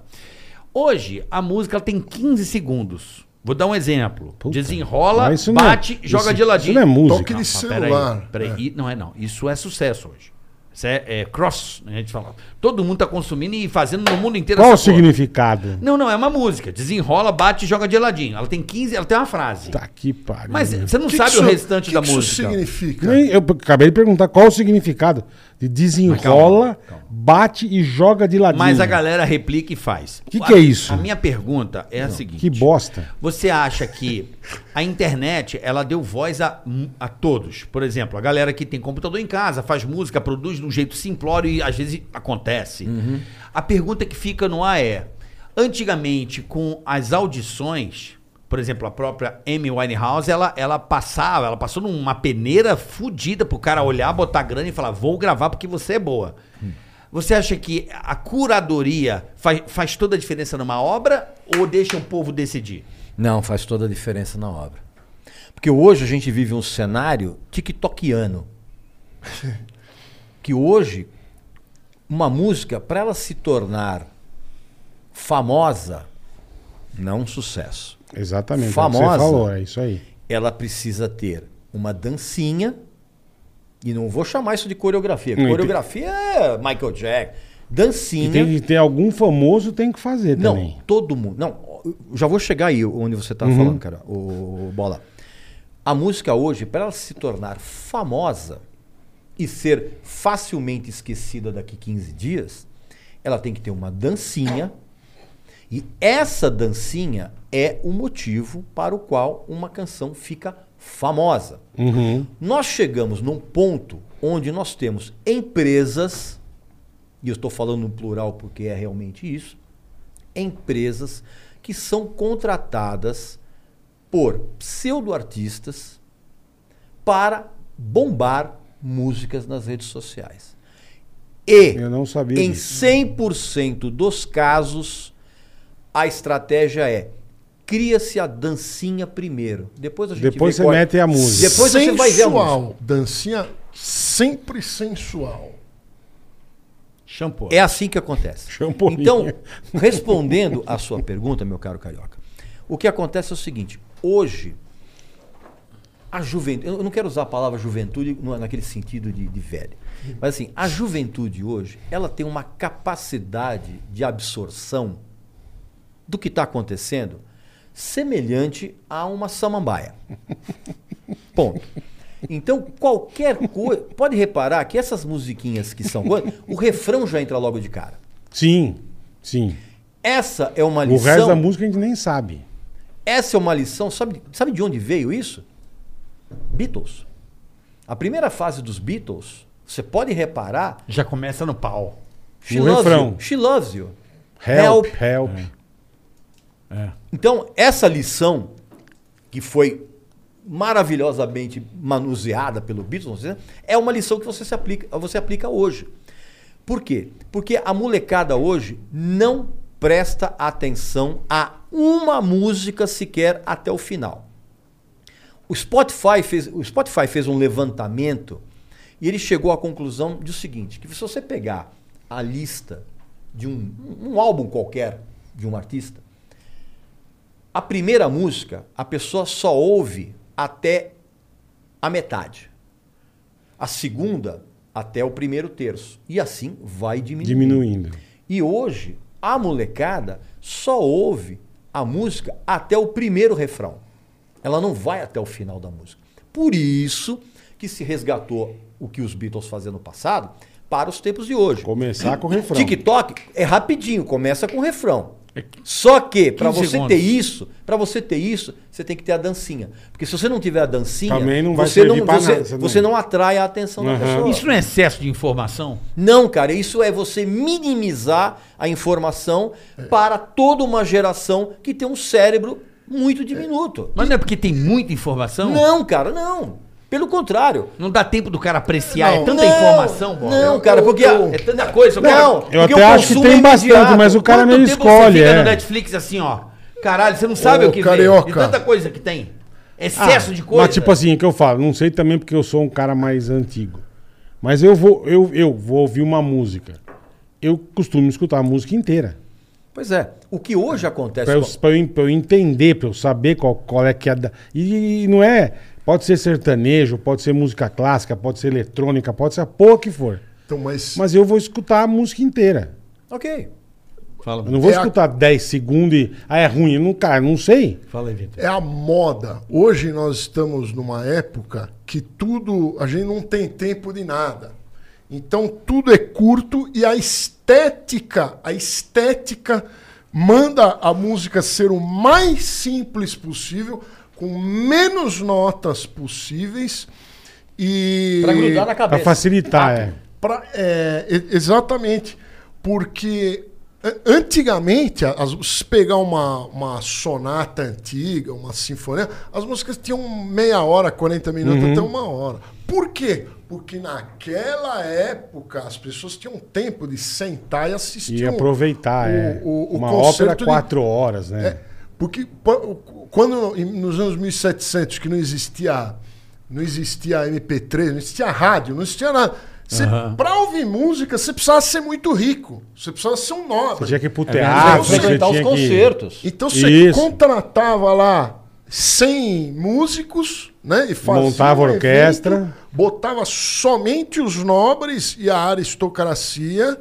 Speaker 4: Hoje, a música ela tem 15 segundos. Vou dar um exemplo.
Speaker 3: Puta,
Speaker 4: Desenrola,
Speaker 3: mas isso não é-
Speaker 4: bate, joga
Speaker 3: isso-
Speaker 4: de ladinho.
Speaker 3: isso não é música.
Speaker 7: Toque de
Speaker 4: Não, peraí,
Speaker 7: celular.
Speaker 4: peraí.
Speaker 7: É.
Speaker 4: E- Não é não. Isso é sucesso hoje. Isso é, é cross, né, a gente fala. Todo mundo tá consumindo e fazendo no mundo inteiro
Speaker 3: Qual o
Speaker 4: essa porra.
Speaker 3: significado?
Speaker 4: Não, não, é uma música. Desenrola, bate e joga de ladinho. Ela tem 15, ela tem uma frase.
Speaker 3: Tá que pariu.
Speaker 4: Mas você não
Speaker 7: Hum. Que
Speaker 4: sabe
Speaker 7: que
Speaker 4: o
Speaker 7: isso-
Speaker 4: restante
Speaker 7: que
Speaker 4: da
Speaker 7: que Isso
Speaker 4: música.
Speaker 7: significa?
Speaker 3: Nem- eu acabei de perguntar qual o significado de desenrola, bate e joga de ladinho.
Speaker 4: Mas a galera replica e faz.
Speaker 3: Que
Speaker 4: A-
Speaker 3: que é isso?
Speaker 4: A minha pergunta é a seguinte.
Speaker 3: Que bosta.
Speaker 4: Você acha que a internet, ela deu voz a, a todos? Por exemplo, a galera que tem computador em casa, faz música, produz de um jeito simplório e às vezes acontece. A pergunta que fica no ar é, antigamente com as audições, por exemplo, a própria Amy Winehouse, ela, ela passava, ela passou numa peneira fodida pro cara olhar, botar grana e falar, vou gravar porque você é boa. Você acha que a curadoria faz, faz toda a diferença numa obra ou deixa o povo decidir?
Speaker 6: Não, faz toda a diferença na obra. Porque hoje a gente vive um cenário tiktokiano. que hoje, uma música, para ela se tornar famosa, não um sucesso,
Speaker 3: Exatamente. é o que
Speaker 6: Famosa.
Speaker 3: Você falou, é isso aí.
Speaker 6: ela precisa ter uma dancinha, e não vou chamar isso de coreografia.
Speaker 3: Hum,
Speaker 6: Coreografia é Michael Jackson. Dancinha.
Speaker 3: E tem que ter algum famoso, tem que fazer
Speaker 6: Não,
Speaker 3: também.
Speaker 6: todo mundo. Não, eu já vou chegar aí onde você tá falando, cara, o, Bola. A música hoje, para ela se tornar famosa e ser facilmente esquecida daqui 15 dias, ela tem que ter uma dancinha. E essa dancinha é o motivo para o qual uma canção fica famosa.
Speaker 3: Uhum.
Speaker 6: Nós chegamos num ponto onde nós temos empresas, e eu estou falando no plural porque é realmente isso, empresas que são contratadas por pseudo-artistas para bombar músicas nas redes sociais. E
Speaker 3: Eu não sabia
Speaker 6: em
Speaker 3: disso.
Speaker 6: 100% dos casos, a estratégia é cria-se a dancinha primeiro. Depois a gente
Speaker 3: Depois
Speaker 6: vê
Speaker 3: você
Speaker 6: qual é-
Speaker 3: mete a música.
Speaker 6: Depois você vai ver a
Speaker 7: Sensual.
Speaker 6: música.
Speaker 7: Dancinha sempre sensual.
Speaker 4: Shampoo.
Speaker 6: É assim que acontece.
Speaker 3: Champolinha.
Speaker 6: Então, respondendo a sua pergunta, meu caro carioca, o que acontece é o seguinte: hoje a juventude. Eu não quero usar a palavra juventude no- naquele sentido de, de velho. Mas assim, a juventude hoje, ela tem uma capacidade de absorção do que está acontecendo semelhante a uma samambaia. Ponto. Então, qualquer coisa. Pode reparar que essas musiquinhas que são. O refrão já entra logo de cara.
Speaker 3: Sim, sim.
Speaker 6: Essa é uma
Speaker 3: O resto
Speaker 6: lição.
Speaker 3: da música a gente nem sabe.
Speaker 6: Essa é uma lição. Sabe, sabe de onde veio isso? Beatles. A primeira fase dos Beatles, você pode reparar.
Speaker 4: Já começa no pau.
Speaker 6: She
Speaker 3: O
Speaker 6: loves
Speaker 3: refrão.
Speaker 6: you. She loves you.
Speaker 3: Help, help.
Speaker 6: Então, essa lição, que foi maravilhosamente manuseada pelo Beatles, né, é uma lição que você, se aplica, você aplica hoje. Por quê? Porque a molecada hoje não presta atenção a uma música sequer até o final. O Spotify fez, o Spotify fez um levantamento e ele chegou à conclusão de o seguinte: que se você pegar a lista de um, um álbum qualquer de um artista, a primeira música a pessoa só ouve até a metade. A segunda até o primeiro terço. E assim vai diminuindo.
Speaker 3: Diminuindo.
Speaker 6: E hoje, a molecada só ouve a música até o primeiro refrão. Ela não vai até o final da música. Por isso que se resgatou o que os Beatles faziam no passado para os tempos de hoje.
Speaker 3: Começar com o refrão. É
Speaker 6: TikTok é rapidinho, começa com o refrão. Só que para
Speaker 4: 15
Speaker 6: você
Speaker 4: segundos.
Speaker 6: ter isso, para você ter isso, você tem que ter a dancinha. Porque se você não tiver a dancinha,
Speaker 3: Também não vai
Speaker 6: você,
Speaker 3: servir
Speaker 6: não,
Speaker 3: pra
Speaker 6: você,
Speaker 3: nada, você
Speaker 6: você
Speaker 3: não-
Speaker 6: não... atrai a atenção da
Speaker 3: Aham.
Speaker 6: pessoa.
Speaker 4: Isso não é excesso de informação?
Speaker 6: Não, cara, isso é você minimizar a informação
Speaker 3: É.
Speaker 6: para toda uma geração que tem um cérebro muito diminuto.
Speaker 4: Mas não é porque tem muita informação?
Speaker 6: Não, cara, não. Pelo contrário.
Speaker 4: Não dá tempo do cara apreciar. É
Speaker 7: Não.
Speaker 4: tanta
Speaker 6: Não,
Speaker 4: informação, Bola.
Speaker 6: Não, cara, porque a-
Speaker 4: É tanta coisa. o cara-
Speaker 6: Não,
Speaker 3: Eu
Speaker 6: porque
Speaker 3: até
Speaker 6: o
Speaker 3: acho que
Speaker 6: consumo é
Speaker 3: tem bastante,
Speaker 6: imediato.
Speaker 3: mas o cara
Speaker 4: Quanto
Speaker 3: não
Speaker 4: tempo
Speaker 3: escolhe,
Speaker 4: Você fica no
Speaker 3: é.
Speaker 4: Netflix assim, ó. Caralho, você não sabe
Speaker 7: Ô,
Speaker 4: o que
Speaker 7: carioca.
Speaker 4: vem. De tanta coisa que tem. Excesso de coisa.
Speaker 3: Mas tipo assim, que eu falo, não sei também porque eu sou um cara mais antigo. Mas eu vou, eu, eu vou ouvir uma música. Eu costumo escutar a música inteira.
Speaker 6: Pois é. O que hoje acontece.
Speaker 3: Pra eu,
Speaker 6: com-
Speaker 3: pra eu en- pra eu entender, pra eu saber qual, qual é que é. Da... E, e não é. Pode ser sertanejo, pode ser música clássica, pode ser eletrônica, pode ser a porra que for.
Speaker 7: Então, mas,
Speaker 3: Mas eu vou escutar a música inteira.
Speaker 6: Ok.
Speaker 4: Fala,
Speaker 3: Eu não vou
Speaker 7: É a-
Speaker 3: escutar 10 segundos e. Ah, é ruim. Eu não, cara, não sei.
Speaker 4: fala aí, Vitor.
Speaker 7: é a moda. Hoje nós estamos numa época que tudo, a gente não tem tempo de nada. Então tudo é curto e a estética, a estética manda a música ser o mais simples possível, com menos notas possíveis e
Speaker 6: Pra grudar na
Speaker 3: Pra
Speaker 6: cabeça.
Speaker 3: facilitar, é.
Speaker 7: Pra- é, e- exatamente. Porque a- antigamente, a- as, se pegar uma, uma sonata antiga, uma sinfonia, as músicas tinham meia hora, 40 minutos,
Speaker 3: Uhum.
Speaker 7: até uma hora. Por quê? Porque naquela época as pessoas tinham um tempo de sentar e assistir.
Speaker 3: E
Speaker 7: um-
Speaker 3: aproveitar, é.
Speaker 7: o- o- o
Speaker 3: Uma
Speaker 7: concerto
Speaker 3: ópera,
Speaker 7: de-
Speaker 3: quatro horas, né?
Speaker 7: é, porque po- quando em- nos anos 1700 que não existia não existia MP3, não existia rádio, não existia nada. Você, Pra ouvir música, você precisava ser muito rico. Você precisava ser um
Speaker 3: Você
Speaker 7: nobre.
Speaker 3: tinha que ir pro
Speaker 6: Ah,
Speaker 3: teatro,
Speaker 7: você
Speaker 3: você
Speaker 6: frequentar os
Speaker 3: tinha que...
Speaker 6: concertos.
Speaker 7: Então você
Speaker 3: Isso.
Speaker 7: contratava lá 100 músicos, né? E fazia
Speaker 3: Montava
Speaker 7: um
Speaker 3: orquestra.
Speaker 7: evento, botava somente os nobres e a aristocracia.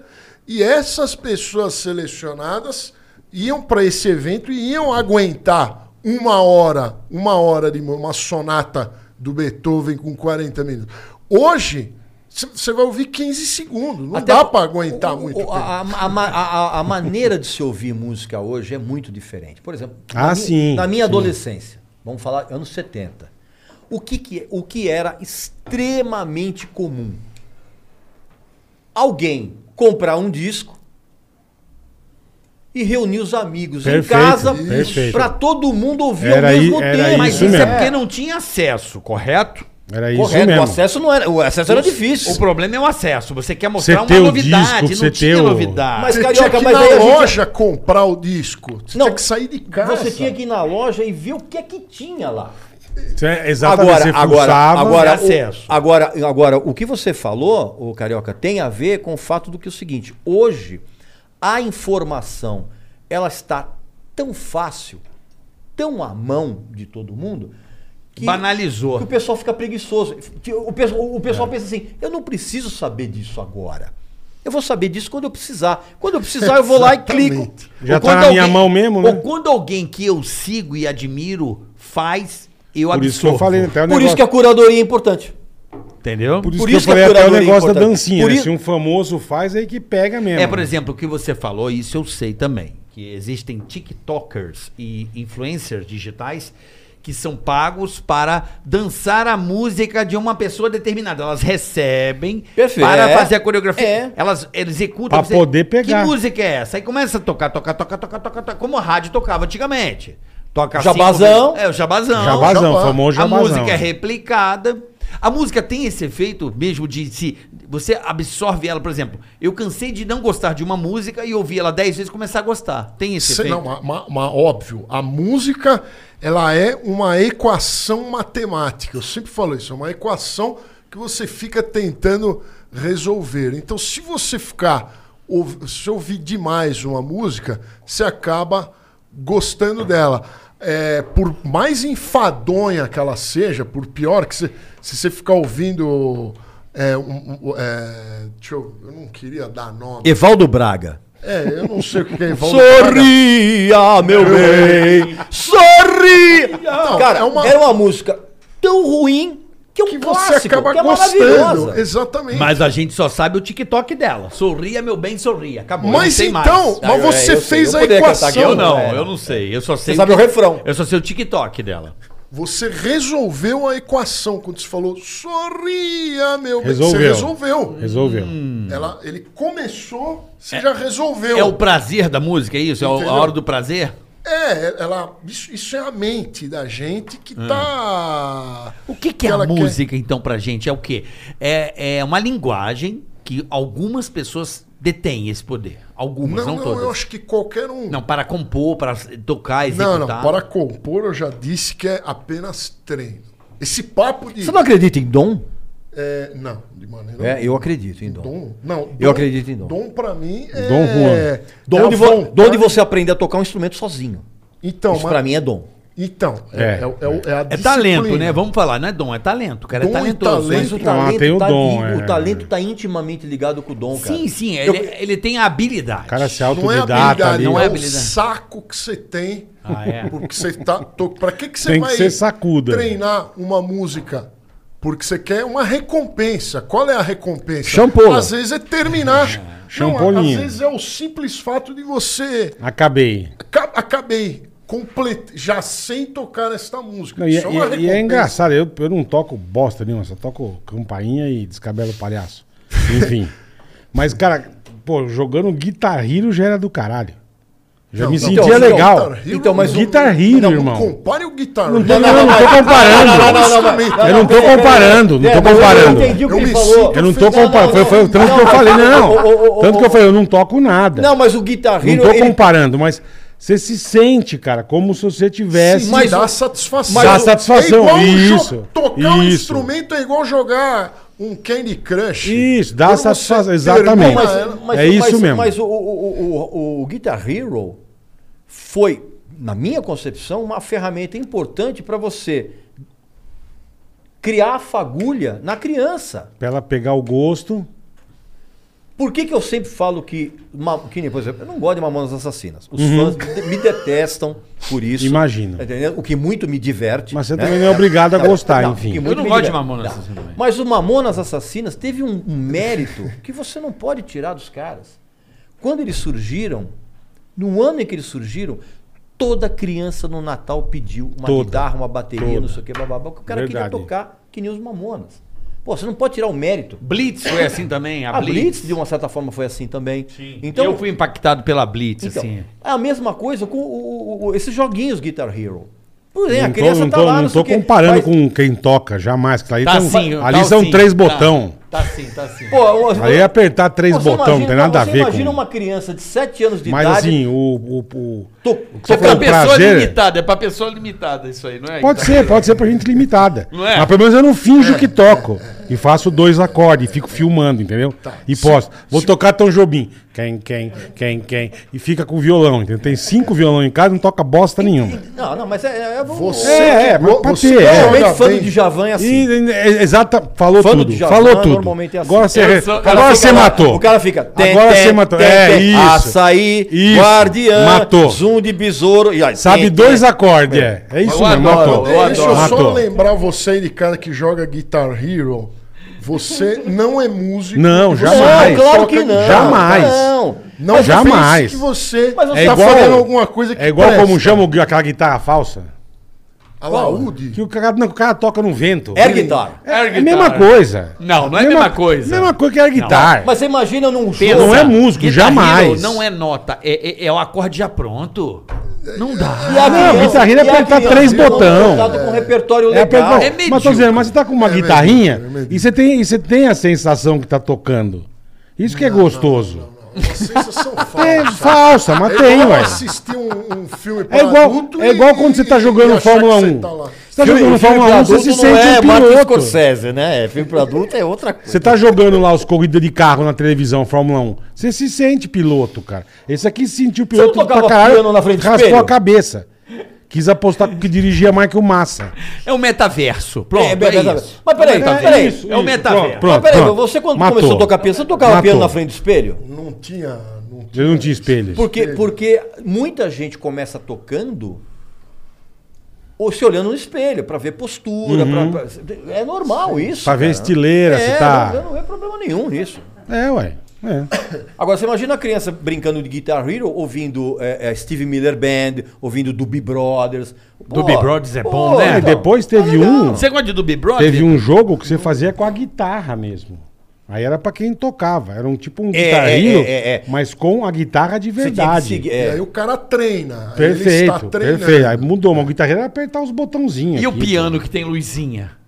Speaker 7: E essas pessoas selecionadas iam para esse evento e iam aguentar uma hora, uma hora de mu- uma sonata do Beethoven com 40 minutos. Hoje, você vai ouvir 15 segundos. Não
Speaker 6: Até
Speaker 7: dá
Speaker 6: o-
Speaker 7: para aguentar
Speaker 6: o-
Speaker 7: muito
Speaker 6: o-
Speaker 7: tempo.
Speaker 6: A, a- a- a- a maneira de se ouvir música hoje é muito diferente. Por exemplo,
Speaker 3: Ah,
Speaker 6: na, minha-
Speaker 3: sim,
Speaker 6: na minha
Speaker 3: sim.
Speaker 6: adolescência, vamos falar anos 70, o que, que, o que era extremamente comum? Alguém comprar um disco e reunir os amigos
Speaker 3: Perfeito,
Speaker 6: em casa
Speaker 3: perfeito.
Speaker 6: para todo mundo ouvir
Speaker 3: Era
Speaker 6: ao
Speaker 3: aí-
Speaker 6: mesmo
Speaker 3: era
Speaker 6: tempo.
Speaker 4: Mas
Speaker 3: isso
Speaker 4: isso é
Speaker 3: mesmo.
Speaker 4: porque não tinha acesso, correto?
Speaker 3: Era isso
Speaker 6: Correto,
Speaker 3: mesmo.
Speaker 6: o acesso não era, o acesso era difícil.
Speaker 4: O problema é o acesso. Você quer
Speaker 3: Você
Speaker 4: mostrar
Speaker 3: ter
Speaker 4: uma
Speaker 3: o
Speaker 4: novidade,
Speaker 3: disco, você
Speaker 4: não tinha
Speaker 3: ter o-
Speaker 4: novidade.
Speaker 6: Mas,
Speaker 7: Você
Speaker 6: Carioca,
Speaker 7: tinha que ir
Speaker 6: mas aí
Speaker 7: na
Speaker 6: a gente-
Speaker 7: loja comprar o disco. Você
Speaker 6: Não,
Speaker 7: tinha que sair de casa.
Speaker 6: Você tinha que ir na loja e ver o que é que tinha lá.
Speaker 3: Você- é, exatamente,
Speaker 6: Agora,
Speaker 3: Então, você
Speaker 6: agora,
Speaker 3: fuçava.
Speaker 6: agora,
Speaker 4: sem acesso.
Speaker 6: o, agora, agora, o que você falou, o Carioca, tem a ver com o fato do que é o seguinte: hoje a informação ela está tão fácil, tão à mão de todo mundo, que-
Speaker 4: Banalizou.
Speaker 6: Que o pessoal fica preguiçoso. Que O, pe- o
Speaker 3: É.
Speaker 6: pessoal pensa assim: eu não preciso saber disso agora. Eu vou saber disso quando eu precisar. Quando eu precisar, eu vou lá e clico. é
Speaker 7: Exatamente.
Speaker 3: Já
Speaker 4: Ou
Speaker 3: tá
Speaker 4: quando
Speaker 3: na minha mão mesmo, né?
Speaker 4: Ou quando alguém que eu sigo e admiro faz, eu
Speaker 3: Por
Speaker 4: absorvo.
Speaker 3: isso que eu falei até o
Speaker 6: Por isso
Speaker 3: um negócio.
Speaker 6: que a curadoria é importante.
Speaker 4: Entendeu?
Speaker 3: Por isso
Speaker 6: por
Speaker 3: que eu
Speaker 6: isso que a
Speaker 3: falei até o
Speaker 6: curadoria é
Speaker 3: negócio da
Speaker 6: importante.
Speaker 3: dancinha.
Speaker 6: Por
Speaker 3: né?
Speaker 6: isso-
Speaker 3: Se um famoso faz, aí que pega mesmo.
Speaker 4: É, por exemplo, o que você falou, isso eu sei também, que existem TikTokers e influencers digitais que são pagos para dançar a música de uma pessoa determinada. Elas recebem
Speaker 6: Perfeito.
Speaker 4: para fazer a coreografia.
Speaker 6: É.
Speaker 4: Elas executam.
Speaker 3: Pra
Speaker 4: você-
Speaker 3: poder pegar.
Speaker 4: Que música é essa? Aí começa a tocar, tocar, tocar, tocar, tocar, tocar como a rádio tocava antigamente. Toca
Speaker 6: Jabazão.
Speaker 4: cinco- É, o jabazão.
Speaker 3: Jabazão,
Speaker 7: Jabá.
Speaker 3: famoso
Speaker 4: A
Speaker 3: jabazão.
Speaker 4: música é replicada. A música tem esse efeito mesmo de se você absorve ela, por exemplo, eu cansei de não gostar de uma música e ouvir ela 10 vezes e começar a gostar. Tem esse
Speaker 7: Cê-
Speaker 4: efeito.
Speaker 7: não, ma- ma- ma- óbvio. A música, ela é uma equação matemática. Eu sempre falo isso. É uma equação que você fica tentando resolver. Então, se você ficar... ouv- Se ouvir demais uma música, você acaba gostando dela. É, por mais enfadonha que ela seja, por pior que você... Se você ficar ouvindo... é, um- um- é, deixa eu... Eu não queria dar nome.
Speaker 6: Evaldo Braga.
Speaker 7: É, eu não sei o que que é Evaldo Braga.
Speaker 6: Sorria, meu bem! Sorria!
Speaker 7: Não,
Speaker 6: Cara,
Speaker 7: é uma-
Speaker 6: era Então, uma música tão ruim que é um
Speaker 7: que você
Speaker 6: clássico,
Speaker 7: acaba
Speaker 6: que é
Speaker 7: gostando.
Speaker 6: maravilhosa.
Speaker 7: Exatamente. Mas,
Speaker 4: Mas a gente só sabe o TikTok dela. Sorria, meu bem, sorria. Acabou. não sei
Speaker 7: então,
Speaker 4: mais.
Speaker 6: Ah, eu-
Speaker 7: mas então, você
Speaker 6: eu sei,
Speaker 7: fez
Speaker 6: eu
Speaker 7: a
Speaker 6: poderia cantar
Speaker 7: equação.
Speaker 6: aqui,
Speaker 4: Eu não,
Speaker 6: É.
Speaker 4: eu não sei. Eu só sei.
Speaker 6: Você sabe o refrão.
Speaker 4: Eu só sei o TikTok dela.
Speaker 7: Você resolveu a equação quando você falou sorria, meu bem. Você
Speaker 3: Resolveu.
Speaker 7: resolveu.
Speaker 3: Resolveu.
Speaker 7: Ela, ele começou, você já resolveu.
Speaker 4: É o prazer da música, é isso? É o- a
Speaker 7: Entendeu?
Speaker 4: hora do prazer?
Speaker 7: É, ela, isso, isso é a mente da gente que tá.
Speaker 4: O que, que é
Speaker 7: Ela
Speaker 4: a
Speaker 7: quer-
Speaker 4: música, então, pra gente? É o quê? É, é uma linguagem que algumas pessoas detêm esse poder. Algumas, não,
Speaker 7: Não, não,
Speaker 4: todas.
Speaker 7: eu acho que qualquer um.
Speaker 4: Não, tá? para compor, para tocar,
Speaker 7: não,
Speaker 4: executar.
Speaker 7: não, para compor, eu já disse que é apenas treino. Esse papo de.
Speaker 6: Você não acredita em dom?
Speaker 7: É, não, de maneira
Speaker 6: É, eu acredito em dom.
Speaker 7: Dom? Não.
Speaker 6: Eu acredito em dom.
Speaker 7: Dom pra mim é.
Speaker 3: Dom Juan.
Speaker 6: Dom,
Speaker 7: é a
Speaker 6: de vo-
Speaker 7: vontade-
Speaker 6: dom de você aprender a tocar um instrumento sozinho.
Speaker 7: Então,
Speaker 6: Isso
Speaker 7: mas-
Speaker 6: pra mim é dom.
Speaker 7: Então, é,
Speaker 3: É.
Speaker 7: é, o- é o- é a
Speaker 4: É talento,
Speaker 7: disciplina.
Speaker 4: né? Vamos falar, não é dom, é talento. O cara é
Speaker 7: Dom e
Speaker 4: talentoso.
Speaker 7: talento.
Speaker 4: mas o-
Speaker 7: Ah,
Speaker 3: tem o
Speaker 6: tá
Speaker 3: dom,
Speaker 6: li-
Speaker 3: é.
Speaker 6: o talento tá intimamente ligado com o dom, cara.
Speaker 4: Sim, sim, ele, ele tem a habilidade.
Speaker 3: O cara se
Speaker 7: Não é
Speaker 3: autodidata
Speaker 7: habilidade,
Speaker 3: ali.
Speaker 7: não
Speaker 4: é
Speaker 7: é o
Speaker 4: habilidade.
Speaker 7: saco que você tem.
Speaker 4: Ah, é.
Speaker 7: Porque você tá. To... Pra que, que você
Speaker 3: Tem que
Speaker 7: vai
Speaker 3: ser sacuda.
Speaker 7: treinar uma música? Porque você quer uma recompensa. Qual é a recompensa?
Speaker 6: Champola.
Speaker 7: Às vezes é terminar. Não, às
Speaker 3: Champolinha.
Speaker 7: vezes é o simples fato de você.
Speaker 3: Acabei.
Speaker 7: Ca- Acabei. Complet... Já sem tocar esta música.
Speaker 3: Não, e,
Speaker 7: Isso é uma
Speaker 3: e- e é
Speaker 7: recompensa.
Speaker 3: engraçado, eu, eu não toco bosta nenhuma, só toco campainha e descabelo palhaço. Enfim. Mas, cara, pô, jogando Guitar Hero já era do caralho. Já
Speaker 7: Não,
Speaker 3: me
Speaker 7: não.
Speaker 3: sentia
Speaker 6: Então,
Speaker 3: legal.
Speaker 7: Guitar Hero,
Speaker 6: Então, mas o-
Speaker 3: Guitar Hero,
Speaker 7: não,
Speaker 3: irmão.
Speaker 7: Compare o Guitar
Speaker 3: Não
Speaker 7: Hero.
Speaker 3: tô, não, não tô comparando. Eu não tô
Speaker 6: pera, pera,
Speaker 3: comparando, não
Speaker 6: pera,
Speaker 3: tô
Speaker 6: mas eu
Speaker 3: comparando.
Speaker 6: entendi o que
Speaker 7: Eu
Speaker 6: ele
Speaker 7: me
Speaker 6: falou.
Speaker 7: sinto
Speaker 3: Eu não tô
Speaker 7: Não, não,
Speaker 3: comparando. Foi, foi o tanto que eu falei,
Speaker 6: ô, ô, ô,
Speaker 3: não.
Speaker 6: ô,
Speaker 3: Tanto que
Speaker 6: ô,
Speaker 3: eu falei, eu não toco nada.
Speaker 6: Não, mas o Guitar
Speaker 3: Não
Speaker 6: Hero,
Speaker 3: tô
Speaker 6: ele-
Speaker 3: comparando, mas você se sente, cara, como se você tivesse.
Speaker 7: Sim,
Speaker 6: mas
Speaker 7: dá
Speaker 6: o-
Speaker 7: satisfação.
Speaker 6: mas Dá o-
Speaker 3: satisfação,
Speaker 7: igual um jo-
Speaker 3: isso,
Speaker 7: Tocar um
Speaker 3: isso.
Speaker 7: instrumento é igual jogar um Candy Crush.
Speaker 3: Isso, dá
Speaker 7: Quando
Speaker 3: satisfação,
Speaker 7: você
Speaker 3: exatamente.
Speaker 7: termina
Speaker 3: Mas-
Speaker 7: ela-
Speaker 3: É isso mesmo.
Speaker 6: Mas o, o- o- o- o Guitar Hero foi, na minha concepção, uma ferramenta importante para você criar a fagulha na criança.
Speaker 3: Pra ela pegar o gosto.
Speaker 6: Por que, que eu sempre falo que, ma- que nem, por exemplo, eu não gosto de Mamonas Assassinas. Os fãs me, de- me detestam por isso.
Speaker 3: Uhum. Imagino.
Speaker 6: Tá entendendo? O que muito me diverte. né?
Speaker 3: Mas você também não é obrigado a gostar, enfim.
Speaker 4: Eu não gosto de Mamonas Assassinas também.
Speaker 6: Mas o Mamonas Assassinas teve um, um mérito que você não pode tirar dos caras. Quando eles surgiram, no ano em que eles surgiram, toda criança no Natal pediu uma
Speaker 3: Toda.
Speaker 6: guitarra, uma bateria,
Speaker 3: Toda.
Speaker 6: não sei o que, bababá, porque o cara
Speaker 3: Verdade.
Speaker 6: queria tocar que nem os Mamonas. Pô, você não pode tirar o mérito.
Speaker 4: Blitz foi assim também, a,
Speaker 6: A
Speaker 4: Blitz.
Speaker 6: Ah, Blitz, de uma certa forma, foi assim também. Sim. Então,
Speaker 4: eu fui impactado pela Blitz,
Speaker 6: então,
Speaker 4: assim.
Speaker 6: é a mesma coisa com o- o- o- esses joguinhos Guitar Hero. Por exemplo,
Speaker 3: não
Speaker 6: a criança
Speaker 3: tô, não
Speaker 6: tá
Speaker 3: tô-
Speaker 6: lá,
Speaker 3: não
Speaker 6: sei
Speaker 3: tô
Speaker 6: o quê,
Speaker 3: comparando
Speaker 6: mas-
Speaker 3: com quem toca, jamais. que Ali,
Speaker 4: Tá
Speaker 3: tem um-
Speaker 4: sim,
Speaker 3: ali
Speaker 4: tá
Speaker 3: são
Speaker 4: sim,
Speaker 3: três
Speaker 4: tá.
Speaker 3: botão.
Speaker 4: Tá assim, tá assim.
Speaker 6: Pô,
Speaker 3: Aí é apertar três
Speaker 6: você
Speaker 3: botões, não tem nada a
Speaker 6: você
Speaker 3: ver
Speaker 6: imagina
Speaker 3: com.
Speaker 6: uma criança de 7 anos de
Speaker 3: Mas
Speaker 6: idade.
Speaker 3: assim, o. o, o-
Speaker 6: tô-
Speaker 3: você tá
Speaker 4: É pra
Speaker 3: falou,
Speaker 4: pessoa
Speaker 3: prazer-
Speaker 4: limitada, é pra pessoa limitada isso aí, não é?
Speaker 3: Pode ser, pode ser pra gente limitada.
Speaker 4: Não é?
Speaker 3: Mas pelo menos eu não
Speaker 6: É.
Speaker 3: finjo que toco. E faço dois acordes, e fico filmando, entendeu?
Speaker 6: Tá.
Speaker 3: E posso. Vou tocar Tom Jobim. Quem, quem, quem, quem. E fica com o violão, entendeu? Tem cinco violão em casa, não toca bosta nenhuma.
Speaker 6: Não, não, mas é. é
Speaker 7: Você
Speaker 3: É, é, mas pra
Speaker 7: você
Speaker 3: ter,
Speaker 7: que
Speaker 3: é.
Speaker 7: joga
Speaker 6: Normalmente fã do
Speaker 7: bem,
Speaker 6: Djavan é assim.
Speaker 3: E, e- exata, falou
Speaker 6: Fã do
Speaker 3: tudo.
Speaker 6: Djavan
Speaker 3: falou tudo.
Speaker 6: normalmente é assim.
Speaker 3: Agora você,
Speaker 4: Eu
Speaker 3: re-
Speaker 4: sou-
Speaker 6: O cara
Speaker 3: agora
Speaker 6: fica
Speaker 3: você
Speaker 6: lá,
Speaker 3: matou.
Speaker 6: O cara fica.
Speaker 3: Agora você matou. É, isso.
Speaker 6: Açaí,
Speaker 3: Isso.
Speaker 6: guardiã,
Speaker 3: Matou.
Speaker 6: zoom de besouro. E aí,
Speaker 3: Sabe
Speaker 6: tem-
Speaker 3: dois acordes, é. É isso
Speaker 4: Eu
Speaker 3: mesmo,
Speaker 4: adoro,
Speaker 3: matou.
Speaker 4: eu
Speaker 7: Deixa eu só
Speaker 3: Matou.
Speaker 7: lembrar você de cara que joga Guitar Hero. Você não é músico.
Speaker 3: Não,
Speaker 7: Você
Speaker 3: jamais.
Speaker 6: Não, claro
Speaker 7: toca
Speaker 6: que não.
Speaker 3: Jamais.
Speaker 6: Não.
Speaker 7: Não
Speaker 3: Mas jamais. é
Speaker 7: pense que você
Speaker 6: Mas você
Speaker 7: tá
Speaker 3: igual-
Speaker 7: fazendo alguma coisa que
Speaker 3: É igual
Speaker 7: presta.
Speaker 3: como chama o- aquela guitarra falsa.
Speaker 7: Alaúde.
Speaker 3: Que o cara, não, o cara toca no vento.
Speaker 6: É guitarra.
Speaker 3: É, é a
Speaker 4: Air
Speaker 3: mesma
Speaker 4: guitar.
Speaker 3: coisa.
Speaker 4: Não, não é a mesma coisa.
Speaker 3: Mesma coisa que air guitar.
Speaker 6: Mas você imagina num show.
Speaker 3: Não é músico,
Speaker 4: Guitar
Speaker 3: jamais.
Speaker 4: Hero não é nota, é, é, é o acorde já pronto. Não dá.
Speaker 6: E a
Speaker 3: Não,
Speaker 6: criança-
Speaker 3: guitarra é
Speaker 6: e a
Speaker 3: apertar
Speaker 6: criança
Speaker 3: três
Speaker 6: não é
Speaker 3: botão.
Speaker 6: montado com um repertório
Speaker 3: É,
Speaker 6: legal.
Speaker 3: perdão,
Speaker 4: É
Speaker 3: mas
Speaker 4: medíocre.
Speaker 3: tô dizendo, mas você tá com uma
Speaker 7: É
Speaker 3: guitarrinha
Speaker 7: medíocre, é medíocre.
Speaker 3: e você tem, e você tem a sensação que tá tocando. Isso que é gostoso.
Speaker 7: Uma sensação
Speaker 3: É
Speaker 7: falsa.
Speaker 3: falsa, mas
Speaker 4: É
Speaker 3: tem,
Speaker 7: igual
Speaker 3: ué.
Speaker 7: assistir um, um filme
Speaker 3: É igual, é igual quando você tá jogando Fórmula 1. Você tá jogando Fórmula 1, você se sente um piloto.
Speaker 6: é Scorsese, né? É filme pra adulto é outra coisa.
Speaker 3: Você tá jogando lá os corridas de carro na televisão, Fórmula 1. Você se sente piloto, cara. Esse aqui se sentiu piloto
Speaker 6: não tocava piano na frente do
Speaker 3: raspou
Speaker 6: espelho?
Speaker 3: a cabeça. Quis apostar com o que dirigia Michael Massa.
Speaker 4: É o metaverso. Pronto, é,
Speaker 6: É, metaverso.
Speaker 4: isso.
Speaker 6: Mas peraí,
Speaker 4: É o metaverso.
Speaker 6: peraí.
Speaker 4: É o metaverso.
Speaker 3: Pronto,
Speaker 6: Mas peraí,
Speaker 3: pronto.
Speaker 6: você quando
Speaker 3: Matou.
Speaker 6: começou a tocar piano, você tocava
Speaker 3: Matou.
Speaker 6: piano na frente do espelho?
Speaker 7: Não tinha. Não tinha.
Speaker 3: Eu não tinha espelho.
Speaker 6: Porque, porque muita gente começa tocando ou se olhando no espelho pra ver postura. pra- pra- é normal isso.
Speaker 3: Uhum. Pra ver estileira, se
Speaker 6: é,
Speaker 3: tá-
Speaker 6: não, não é problema nenhum nisso.
Speaker 3: É, ué. É.
Speaker 6: Agora, você imagina a criança brincando de Guitar Hero, ouvindo é, é, Steve Miller Band, ouvindo Doobie Brothers. Pô,
Speaker 4: Doobie Brothers é bom, né?
Speaker 3: É,
Speaker 6: então,
Speaker 3: depois teve um.
Speaker 4: Você gosta de Dubi Brother?
Speaker 3: Teve um jogo que você fazia com a guitarra mesmo. Aí era pra quem tocava. Era um tipo um
Speaker 6: É,
Speaker 3: guitarrinho,
Speaker 6: é, é, é.
Speaker 3: mas com a guitarra de
Speaker 6: você tinha que
Speaker 3: verdade.
Speaker 6: seguir-
Speaker 7: E
Speaker 6: é.
Speaker 7: aí o cara treina. aí ele
Speaker 3: Perfeito,
Speaker 7: está treinando.
Speaker 3: perfeito. Aí mudou, mas o guitarreiro era apertar os botãozinhos.
Speaker 4: E o
Speaker 3: aqui,
Speaker 4: piano que tem luzinha?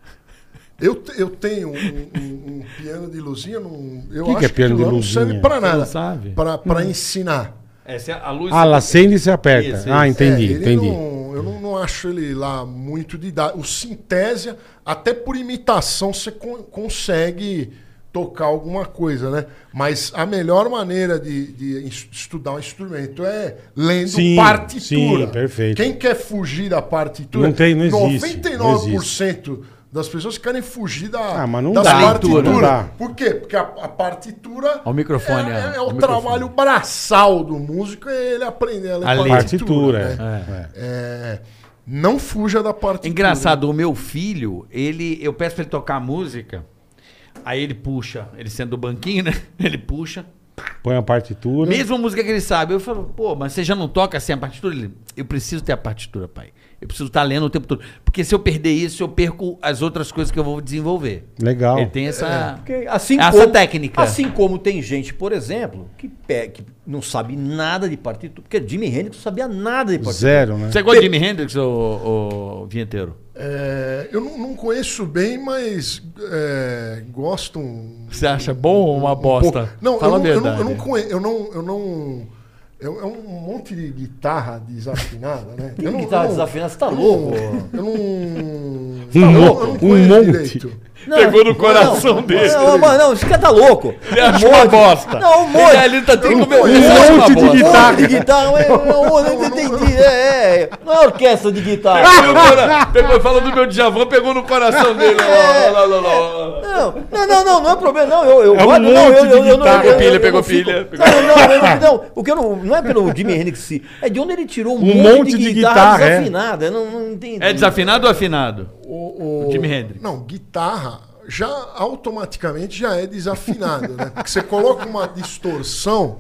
Speaker 7: Eu, te- eu tenho um, um- um piano de luzinha. Não, eu
Speaker 3: Que que
Speaker 7: acho
Speaker 3: é piano de
Speaker 7: lá não
Speaker 3: luzinha?
Speaker 7: serve pra
Speaker 4: Você
Speaker 7: nada.
Speaker 4: não sabe?
Speaker 7: Pra, pra
Speaker 3: Hum.
Speaker 7: ensinar.
Speaker 4: Essa é a luz.
Speaker 3: Ah, ela acende e se aperta.
Speaker 4: Isso,
Speaker 3: Ah,
Speaker 4: isso.
Speaker 3: entendi,
Speaker 7: É, ele
Speaker 3: entendi.
Speaker 7: não- eu não, não acho ele lá muito didático. O Sintésia, até por imitação, você con- consegue tocar alguma coisa, né? Mas a melhor maneira de, de es- estudar um instrumento é lendo
Speaker 3: Sim,
Speaker 7: partitura.
Speaker 3: sim, perfeito.
Speaker 7: Quem quer fugir da partitura?
Speaker 3: Não tem, não existe,
Speaker 7: 99% das pessoas querem fugir da,
Speaker 3: Ah, mas não
Speaker 7: das
Speaker 3: dá, não
Speaker 7: partituras.
Speaker 3: dá.
Speaker 7: Por quê? Porque a, a partitura
Speaker 4: Ó o microfone,
Speaker 7: é,
Speaker 4: ó,
Speaker 7: é- é
Speaker 4: o
Speaker 7: o
Speaker 4: microfone.
Speaker 7: trabalho braçal do músico, é ele aprender a ler
Speaker 4: A ler.
Speaker 3: Partitura,
Speaker 7: né?
Speaker 3: é. é.
Speaker 7: É, não fuja da partitura.
Speaker 4: Engraçado, o meu filho, ele, eu peço pra ele tocar a música, aí ele puxa, ele sendo do banquinho, né? Ele puxa,
Speaker 3: Põe a partitura.
Speaker 4: mesma música que ele sabe. Eu falo, pô, mas você já não toca sem a partitura? Ele, eu preciso ter a partitura, pai. Eu preciso estar lendo o tempo todo. Porque se eu perder isso, eu perco as outras coisas que eu vou desenvolver.
Speaker 3: Legal.
Speaker 4: Ele tem essa...
Speaker 6: Porque assim
Speaker 4: É. Essa técnica.
Speaker 6: Assim como tem gente, por exemplo, que, pe- que não sabe nada de partitura, porque Jimi Hendrix não sabia nada de partitura.
Speaker 3: Zero, né?
Speaker 4: Você gosta de Jimi Hendrix, ô, ô vinheteiro?
Speaker 7: É, eu não, não conheço bem, mas é, gosto. um-
Speaker 4: Você acha bom ou uma
Speaker 7: pouco.
Speaker 4: bosta?
Speaker 7: Não,
Speaker 4: Fala a
Speaker 7: eu, não- eu
Speaker 4: verdade.
Speaker 7: não, eu não conheço. Eu não, eu não, eu- é um monte de guitarra desafinada, né?
Speaker 6: Que
Speaker 7: eu não,
Speaker 6: guitarra
Speaker 7: eu não-
Speaker 6: desafinada? Você tá
Speaker 7: eu não-
Speaker 6: louco?
Speaker 7: Eu não. Um,
Speaker 3: mo- um monte.
Speaker 6: Não,
Speaker 4: Pegou no coração
Speaker 6: não,
Speaker 4: dele.
Speaker 6: Não, mano, não, esse cara tá louco. Ele
Speaker 4: achou uma bosta.
Speaker 6: Não, um monte.
Speaker 4: Ele, ele tá tem como...
Speaker 7: conheço.
Speaker 4: ele acha
Speaker 3: Um
Speaker 4: uma
Speaker 3: monte de
Speaker 4: bosta.
Speaker 6: Um
Speaker 3: guitarra.
Speaker 6: monte de guitarra, mas eu não entendi. É, é, não é orquestra de guitarra.
Speaker 4: Pegou, na- pegou, fala do meu Djavan, pegou no coração dele. Olha lá, olha lá, olha lá, olha lá.
Speaker 6: Não, não, não, não, não é problema, não. Eu, eu
Speaker 3: É um
Speaker 6: guardo, não,
Speaker 3: monte
Speaker 6: eu,
Speaker 3: de
Speaker 6: eu, eu, não-
Speaker 3: guitarra.
Speaker 6: eu- eu- eu
Speaker 4: Pegou pilha, pegou
Speaker 6: não fico-
Speaker 4: pilha, pegou-
Speaker 6: Não, não, eu não, não, o que eu não, não é pelo Jimi Hendrix, em si, é de onde ele tirou um, monte, de guitarra,
Speaker 3: é.
Speaker 6: desafinada. Eu não, não entendi.
Speaker 4: É desafinado ou afinado?
Speaker 7: O,
Speaker 4: Jimi Hendrix.
Speaker 7: Não, guitarra já automaticamente já é desafinada, né? Porque você coloca uma distorção.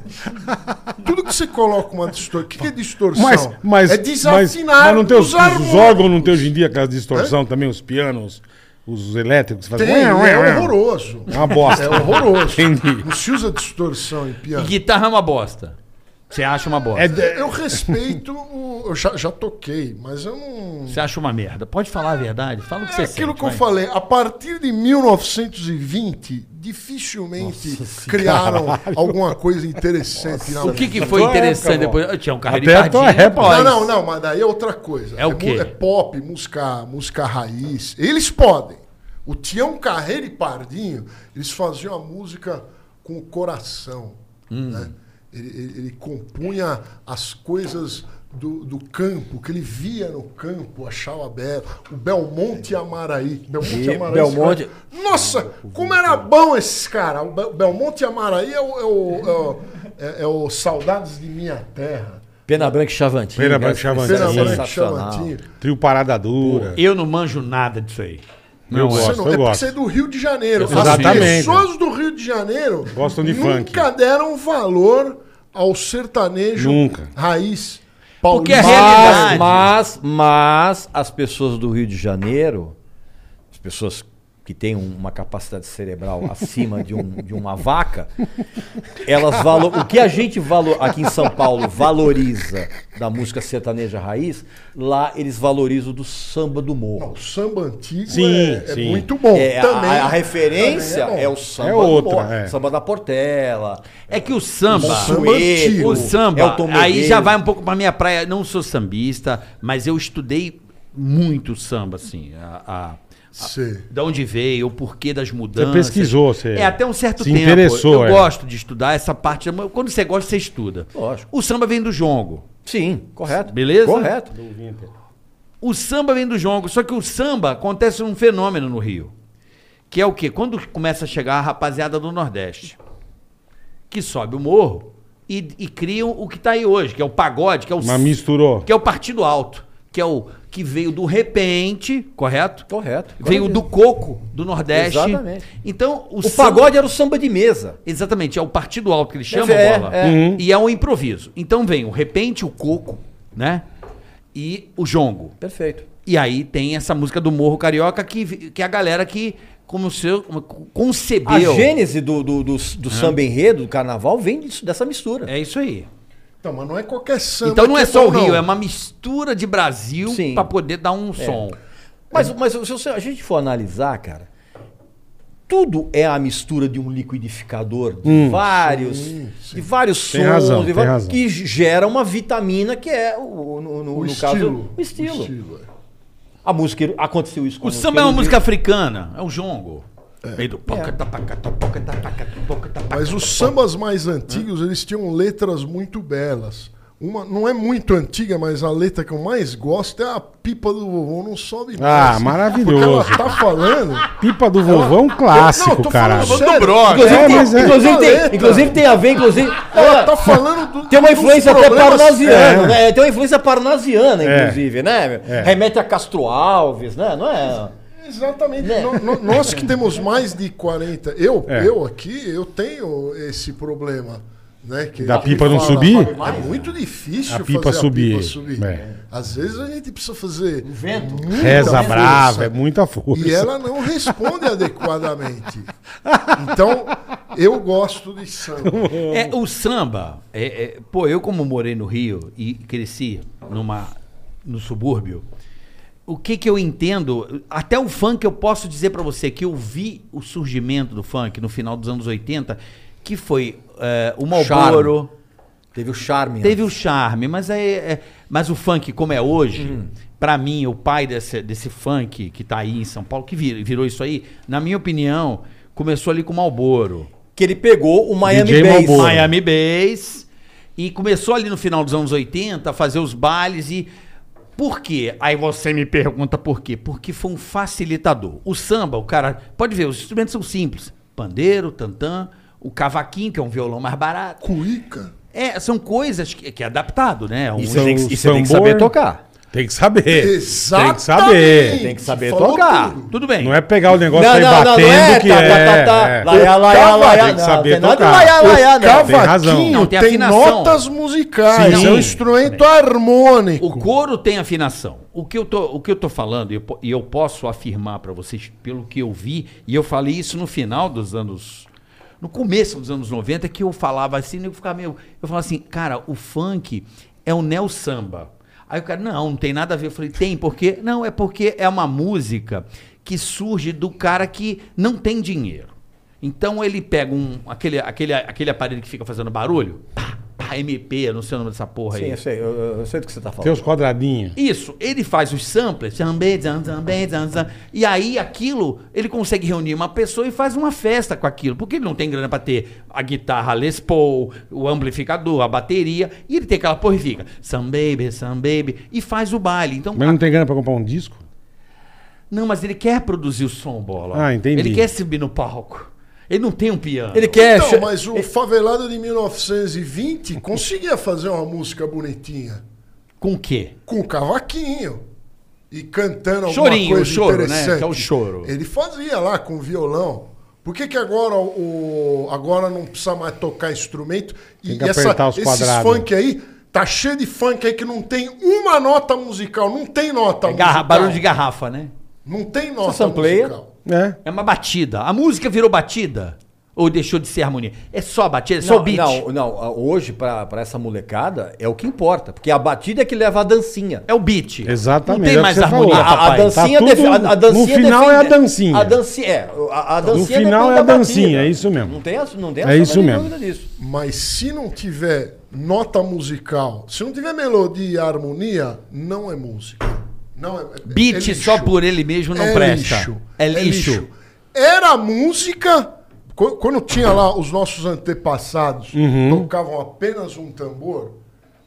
Speaker 7: Tudo que você coloca uma distorção. O que, que é distorção?
Speaker 3: Mas, mas,
Speaker 7: é
Speaker 3: mas, mas
Speaker 7: desafinar
Speaker 3: não tem os,
Speaker 7: os harmônicos.
Speaker 3: os órgãos, não tem hoje em dia aquelas distorção também, os pianos, os elétricos. Fazem...
Speaker 7: Tem, é horroroso.
Speaker 3: É uma bosta.
Speaker 7: É horroroso.
Speaker 3: Entendi.
Speaker 7: Não se usa distorção em
Speaker 4: E
Speaker 7: piano.
Speaker 4: guitarra é uma bosta. Você acha uma bosta.
Speaker 7: Eu respeito o. Eu já, já toquei, mas eu não.
Speaker 4: Você acha uma
Speaker 3: É.
Speaker 4: merda. Pode falar a verdade? Fala o que
Speaker 7: É
Speaker 4: você
Speaker 7: aquilo
Speaker 4: sente,
Speaker 7: que eu
Speaker 4: vai.
Speaker 7: falei, a partir de 1920, dificilmente criaram alguma coisa interessante. na
Speaker 4: O que,
Speaker 7: música.
Speaker 4: que foi
Speaker 3: Tua época,
Speaker 4: interessante
Speaker 3: bom.
Speaker 4: depois? Eu tinha um carreiro
Speaker 3: Até a tua
Speaker 4: Pardinho,
Speaker 3: época.
Speaker 4: nós.
Speaker 7: Não, não, não, mas daí é outra coisa.
Speaker 4: É o
Speaker 7: mu-
Speaker 4: quê?
Speaker 7: É pop, música, música raiz. Eles podem. O Tião Carreiro e Pardinho, eles faziam a música com o coração.
Speaker 4: Hum.
Speaker 7: né? Ele, ele- ele compunha as coisas do, do campo, que ele via no campo, achava belo. O Belmonte e Amaraí. Belmonte
Speaker 6: E
Speaker 7: e Amaraí.
Speaker 6: Belmonte-
Speaker 7: esse cara- Nossa, como era bom esses caras. O Bel- Belmonte e Amaraí é o, é o- é o- é- é o Saudades de Minha Terra.
Speaker 6: Pena Branca e Chavantinho.
Speaker 3: Pena
Speaker 6: né?
Speaker 3: Branca e Chavantinho.
Speaker 7: Pena Branca e
Speaker 6: Sensacional.
Speaker 7: Chavantinho.
Speaker 3: Trio Parada Dura.
Speaker 4: Eu não manjo nada disso aí.
Speaker 3: eu
Speaker 7: Você
Speaker 3: gosto,
Speaker 7: não-
Speaker 3: eu
Speaker 7: é porque
Speaker 3: gosto.
Speaker 7: você é do Rio de Janeiro.
Speaker 3: Exatamente.
Speaker 7: As pessoas do Rio de Janeiro
Speaker 3: Gostam de
Speaker 7: nunca deram valor ao sertanejo
Speaker 3: Nunca.
Speaker 7: raiz
Speaker 4: Porque a
Speaker 6: é
Speaker 7: paulista.
Speaker 4: realidade-
Speaker 6: Mas, mas, mas as pessoas do Rio de Janeiro, as pessoas que têm um- uma capacidade cerebral acima de, um- de uma vaca, elas valo, o que a gente valo, aqui em São Paulo valoriza da música sertaneja raiz, lá eles valorizam do samba do
Speaker 7: Não,
Speaker 6: morro.
Speaker 7: O samba antigo
Speaker 3: Sim,
Speaker 7: é, é
Speaker 3: sim.
Speaker 7: muito bom.
Speaker 6: É, a-
Speaker 7: também,
Speaker 6: a, a referência
Speaker 7: também
Speaker 6: é,
Speaker 7: bom.
Speaker 6: o samba
Speaker 3: É
Speaker 6: do
Speaker 3: outra,
Speaker 6: morro,
Speaker 3: é.
Speaker 6: samba da Portela,
Speaker 4: É que o samba.
Speaker 7: O samba
Speaker 3: é
Speaker 6: Sueco,
Speaker 7: antigo.
Speaker 4: O samba,
Speaker 6: Elton
Speaker 4: aí
Speaker 6: Medeiros.
Speaker 4: já vai um pouco pra minha praia. Não sou sambista, mas eu estudei muito samba, assim. A, a-
Speaker 7: Sim.
Speaker 4: de onde veio, o porquê das mudanças.
Speaker 3: pesquisou, você
Speaker 4: É, até um certo
Speaker 3: se
Speaker 4: tempo.
Speaker 3: interessou,
Speaker 4: eu
Speaker 3: é.
Speaker 4: gosto de estudar essa parte. Quando você gosta, você estuda.
Speaker 6: Lógico.
Speaker 4: O samba vem do jongo.
Speaker 6: Sim, correto.
Speaker 4: Beleza?
Speaker 6: Correto.
Speaker 4: O samba vem do jongo. Só que o samba acontece um fenômeno no Rio. Que é o quê? Quando começa a chegar a rapaziada do Nordeste, que sobe o morro e, e criam o que tá aí hoje, que é o pagode, que é o
Speaker 3: Mas misturou.
Speaker 4: que é o partido alto, que é o que veio do repente, correto?
Speaker 6: Correto.
Speaker 4: Veio do coco do Nordeste.
Speaker 6: Exatamente.
Speaker 4: Então, o,
Speaker 6: O
Speaker 4: samba-
Speaker 6: pagode era o samba de mesa.
Speaker 4: Exatamente, é o partido alto que eles chamam,
Speaker 6: É,
Speaker 4: bola.
Speaker 6: é.
Speaker 3: Uhum.
Speaker 4: E é um improviso. Então vem o repente, o coco, né? E o jongo.
Speaker 6: Perfeito.
Speaker 4: E aí tem essa música do Morro Carioca que, que é a galera que como seu,
Speaker 6: A
Speaker 4: concebeu.
Speaker 6: gênese do, do, do, do samba enredo, do carnaval, vem disso- dessa mistura.
Speaker 4: É isso aí.
Speaker 7: Então, mas não é qualquer samba.
Speaker 4: Então não
Speaker 7: que
Speaker 4: é só o
Speaker 7: bom,
Speaker 4: Rio,
Speaker 7: não.
Speaker 4: é uma mistura de Brasil
Speaker 6: Sim. É.
Speaker 4: pra poder dar um som.
Speaker 6: Mas, mas se você- a gente for analisar, cara, tudo é a mistura de um liquidificador de vários, de vários sons,
Speaker 3: Tem razão,
Speaker 6: de
Speaker 3: tem
Speaker 6: va-
Speaker 3: razão.
Speaker 6: que gera uma vitamina que é o, o- no, no-
Speaker 7: O
Speaker 6: no
Speaker 7: estilo.
Speaker 6: caso o estilo.
Speaker 7: é.
Speaker 6: A música aconteceu isso com
Speaker 4: O
Speaker 6: a
Speaker 4: samba é uma
Speaker 6: música
Speaker 4: música africana, é um jongo.
Speaker 7: É.
Speaker 4: Meio do
Speaker 6: É.
Speaker 4: poca, tapaca, tapoca, tapaca, tapoca, tapaca.
Speaker 7: Mas os sambas mais antigos, eles tinham letras muito belas. Uma, não é muito antiga, mas a letra que eu mais gosto é a pipa do vovô não sobe
Speaker 3: Ah,
Speaker 7: mais.
Speaker 3: maravilhoso.
Speaker 7: é Porque ela tá falando.
Speaker 3: Pipa do vovô é um
Speaker 7: Não, eu
Speaker 3: clássico,
Speaker 7: tô
Speaker 3: caralho.
Speaker 7: falando sério.
Speaker 6: Inclusive,
Speaker 3: É,
Speaker 6: tem,
Speaker 3: mas é-
Speaker 6: inclusive,
Speaker 7: Paleta.
Speaker 6: tem, inclusive tem a ver, inclusive.
Speaker 7: Ela tá falando do,
Speaker 6: Tem uma
Speaker 7: dos
Speaker 6: influência até
Speaker 7: problemas
Speaker 6: parnasiana,
Speaker 3: É.
Speaker 6: né? Tem uma influência parnasiana,
Speaker 3: É.
Speaker 6: inclusive, né? meu? Remete a Castro Alves, né? Não é?
Speaker 7: Exatamente.
Speaker 6: Né?
Speaker 7: No- no- nós que temos mais de 40, eu,
Speaker 3: É.
Speaker 7: eu aqui, eu tenho esse problema. Né, que
Speaker 3: Da
Speaker 7: a gente
Speaker 3: pipa não subir?
Speaker 7: É muito difícil
Speaker 3: A pipa subir, é.
Speaker 7: Às vezes a gente precisa fazer.
Speaker 6: vento.
Speaker 7: muita
Speaker 3: Reza
Speaker 7: força.
Speaker 3: brava, é muita força.
Speaker 7: E ela não responde adequadamente. Então, eu gosto de samba.
Speaker 4: É, o samba, é- é- pô, eu como morei no Rio e cresci numa, no subúrbio, o que que eu entendo, até o funk eu posso dizer pra você que eu vi o surgimento do funk no final dos anos 80, que foi é, o Malboro,
Speaker 6: Teve o né? charme.
Speaker 4: teve o charme, mas, aí, é- mas o funk como é hoje, pra mim, o pai desse, desse funk que tá aí em São Paulo, que vir- virou isso aí, na minha opinião, começou ali com o Malboro.
Speaker 6: Que ele pegou o Miami
Speaker 3: DJ
Speaker 6: Bass.
Speaker 3: Malboro.
Speaker 6: Miami-
Speaker 4: Miami Bass. E começou ali no final dos anos 80 a fazer os bailes e. Por quê? Aí você me pergunta por quê? Porque foi um facilitador. O samba, o cara. Pode ver, os instrumentos são simples: pandeiro, tantã, o cavaquinho, que é um violão mais barato.
Speaker 7: Cuíca.
Speaker 4: É, são coisas que, que é adaptado, né? Um-
Speaker 6: E
Speaker 3: São
Speaker 6: você tem, que- e você
Speaker 3: sambor.
Speaker 6: tem que saber tocar.
Speaker 3: Tem que saber. Tem
Speaker 7: Exatamente.
Speaker 3: que saber.
Speaker 6: Tem que saber
Speaker 7: Falou
Speaker 6: tocar.
Speaker 7: tudo.
Speaker 4: Tudo bem.
Speaker 3: Não é pegar o negócio aí batendo que
Speaker 6: tá,
Speaker 3: é.
Speaker 6: tá, tá,
Speaker 3: é.
Speaker 6: tá. Laiá, laiá, laiá,
Speaker 3: Tem que
Speaker 6: não. é
Speaker 3: saber
Speaker 6: Tem nada de
Speaker 3: tocar.
Speaker 6: laiá, laiá,
Speaker 7: O
Speaker 6: não.
Speaker 3: Tem razão.
Speaker 7: cavaquinho
Speaker 4: Não, tem
Speaker 7: tem,
Speaker 4: afinação.
Speaker 7: notas musicais,
Speaker 3: Sim.
Speaker 7: é um instrumento harmônico.
Speaker 4: O coro tem afinação. O que eu tô, o que eu tô falando, e eu, po- e eu posso afirmar para vocês, pelo que eu vi, e eu falei isso no final dos anos. No começo dos anos 90, que eu falava assim, eu ficava meio. Eu falava assim, cara, o funk é o neo samba. Aí o cara, não, não tem nada a ver. Eu falei, tem, porque. Não, é porque é uma música que surge do cara que não tem dinheiro. Então ele pega um, aquele, aquele, aquele aparelho que fica fazendo barulho, pá, pá, MP, não sei o nome dessa porra
Speaker 6: Sim, é
Speaker 4: aí.
Speaker 6: eu sei, eu, eu sei do que você tá
Speaker 3: Tem
Speaker 6: falando.
Speaker 3: os quadradinhos.
Speaker 4: Isso, ele faz os samplers, também, zan, também, zan, zan. e aí aquilo, ele consegue reunir uma pessoa e faz uma festa com aquilo, porque ele não tem grana pra ter a guitarra Les Paul, o amplificador, a bateria, e ele tem aquela porra e fica, some baby, some baby, e faz o baile. Então,
Speaker 3: Mas não tem grana pra comprar um disco?
Speaker 4: não, mas ele quer produzir o som, bola.
Speaker 3: Ah, entendi.
Speaker 4: Ele quer subir no palco. Ele não tem um piano.
Speaker 6: Ele quer.
Speaker 7: Então,
Speaker 6: che-
Speaker 7: mas o favelado de 1920 conseguia fazer uma música bonitinha.
Speaker 4: Com o quê?
Speaker 7: com o cavaquinho e cantando alguma
Speaker 4: Chorinho,
Speaker 7: coisa
Speaker 4: o choro, né?
Speaker 7: interessante.
Speaker 4: Que é o choro.
Speaker 7: Ele fazia lá com violão. Por que, que agora o agora não precisa mais tocar instrumento
Speaker 3: Tem
Speaker 7: e
Speaker 3: que apertar os
Speaker 7: esses
Speaker 3: quadrados.
Speaker 7: funk aí tá cheio de funk aí que não tem uma nota musical, não tem nota
Speaker 4: É Garra-
Speaker 7: musical.
Speaker 4: barulho de garrafa, né?
Speaker 7: Não tem nota
Speaker 4: um
Speaker 6: sampleia?
Speaker 7: musical.
Speaker 3: É.
Speaker 4: É uma batida. A música virou batida? Ou deixou de ser harmonia? É só batida? É só
Speaker 6: Não,
Speaker 4: beat?
Speaker 6: não, não, ah, hoje pra, pra essa molecada é o que importa, porque a batida é que leva a dancinha.
Speaker 4: É o beat.
Speaker 3: Exatamente,
Speaker 4: Não
Speaker 3: é o
Speaker 4: tem
Speaker 3: que
Speaker 4: mais
Speaker 3: você
Speaker 4: harmonia,
Speaker 3: falou.
Speaker 6: a, a
Speaker 4: papai.
Speaker 6: dancinha
Speaker 3: Tá tudo-
Speaker 6: defe- a- a dancinha
Speaker 3: no final
Speaker 6: defende-
Speaker 3: é a dancinha.
Speaker 6: A dancinha, é, a, a dancinha
Speaker 3: final
Speaker 6: depende
Speaker 3: é
Speaker 6: da
Speaker 3: a dancinha,
Speaker 6: batida.
Speaker 3: é isso mesmo.
Speaker 6: Não tem, essa- não tem
Speaker 3: É
Speaker 6: essa
Speaker 3: isso
Speaker 6: menor
Speaker 3: mesmo.
Speaker 6: dúvida disso.
Speaker 7: Mas se não tiver nota musical, se não tiver melodia e harmonia, não é música. Não é, é
Speaker 4: Beat
Speaker 7: lixo.
Speaker 4: só por ele mesmo não presta. É lixo.
Speaker 7: Era música. qu- Quando tinha lá os nossos antepassados,
Speaker 4: Uhum.
Speaker 7: tocavam apenas um tambor,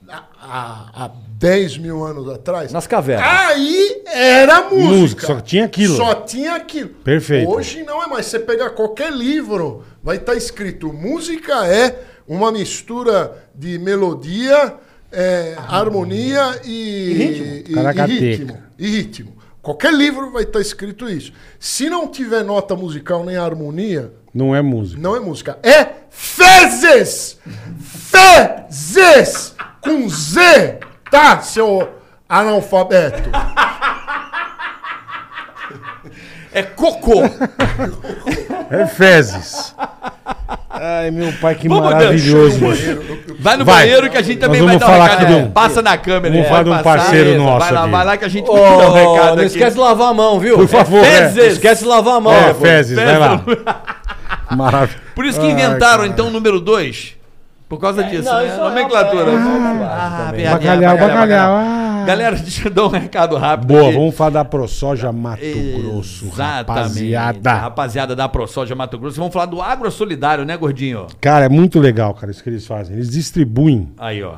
Speaker 7: há- há, há 10 mil anos atrás.
Speaker 6: Nas cavernas.
Speaker 7: Aí era música.
Speaker 3: É. Música, só tinha aquilo.
Speaker 7: Só tinha aquilo.
Speaker 3: Perfeito.
Speaker 7: Hoje não é mais. Você pegar qualquer livro, vai estar escrito: música é uma mistura de melodia, é,
Speaker 3: Ah,
Speaker 7: harmonia e, e, e
Speaker 3: Caracateca.
Speaker 7: ritmo. E ritmo. Qualquer livro vai estar escrito isso. Se não tiver nota musical nem harmonia,
Speaker 3: Não é música.
Speaker 7: não é música. É fezes! Fezes! Com Z, tá, seu analfabeto?
Speaker 4: É cocô.
Speaker 3: É fezes. Ai, meu pai, que
Speaker 4: Vamos, um
Speaker 3: maravilhoso.
Speaker 4: Deus.
Speaker 3: bicho.
Speaker 4: Vai no
Speaker 3: Vai.
Speaker 4: banheiro que a gente também
Speaker 3: Nós
Speaker 4: vai
Speaker 3: vamos
Speaker 4: dar um
Speaker 3: falar
Speaker 4: recado.
Speaker 3: aqui de um-
Speaker 4: Passa na câmera.
Speaker 3: Vamos
Speaker 4: né?
Speaker 3: falar de um
Speaker 4: Vai passar.
Speaker 3: parceiro
Speaker 4: Beleza,
Speaker 3: nosso
Speaker 4: Vai lá,
Speaker 3: aqui.
Speaker 4: vai lá que a gente vai dar um
Speaker 6: Ô,
Speaker 4: recado
Speaker 6: não
Speaker 4: aqui.
Speaker 6: esquece de lavar a mão, viu?
Speaker 3: Por favor, é.
Speaker 4: Fezes.
Speaker 6: né? Esquece de lavar a mão.
Speaker 3: É,
Speaker 6: pô.
Speaker 3: fezes, vai lá. Maravilha.
Speaker 4: Por isso que inventaram, então, o número 2. Por causa disso,
Speaker 6: Não,
Speaker 4: né?
Speaker 6: isso é
Speaker 4: Nomenclatura.
Speaker 6: Ah,
Speaker 4: piadinha,
Speaker 3: Bacalhau, bacalhau, ah.
Speaker 4: Galera, deixa eu dar um recado rápido.
Speaker 3: Boa,
Speaker 4: aqui.
Speaker 3: vamos falar da ProSoja Mato Grosso,
Speaker 4: Exatamente.
Speaker 3: rapaziada.
Speaker 4: Rapaziada da ProSoja Mato Grosso. Vamos falar do Agro Solidário, né, gordinho?
Speaker 3: Cara, é muito legal, cara, isso que eles fazem. Eles distribuem
Speaker 4: Aí, ó.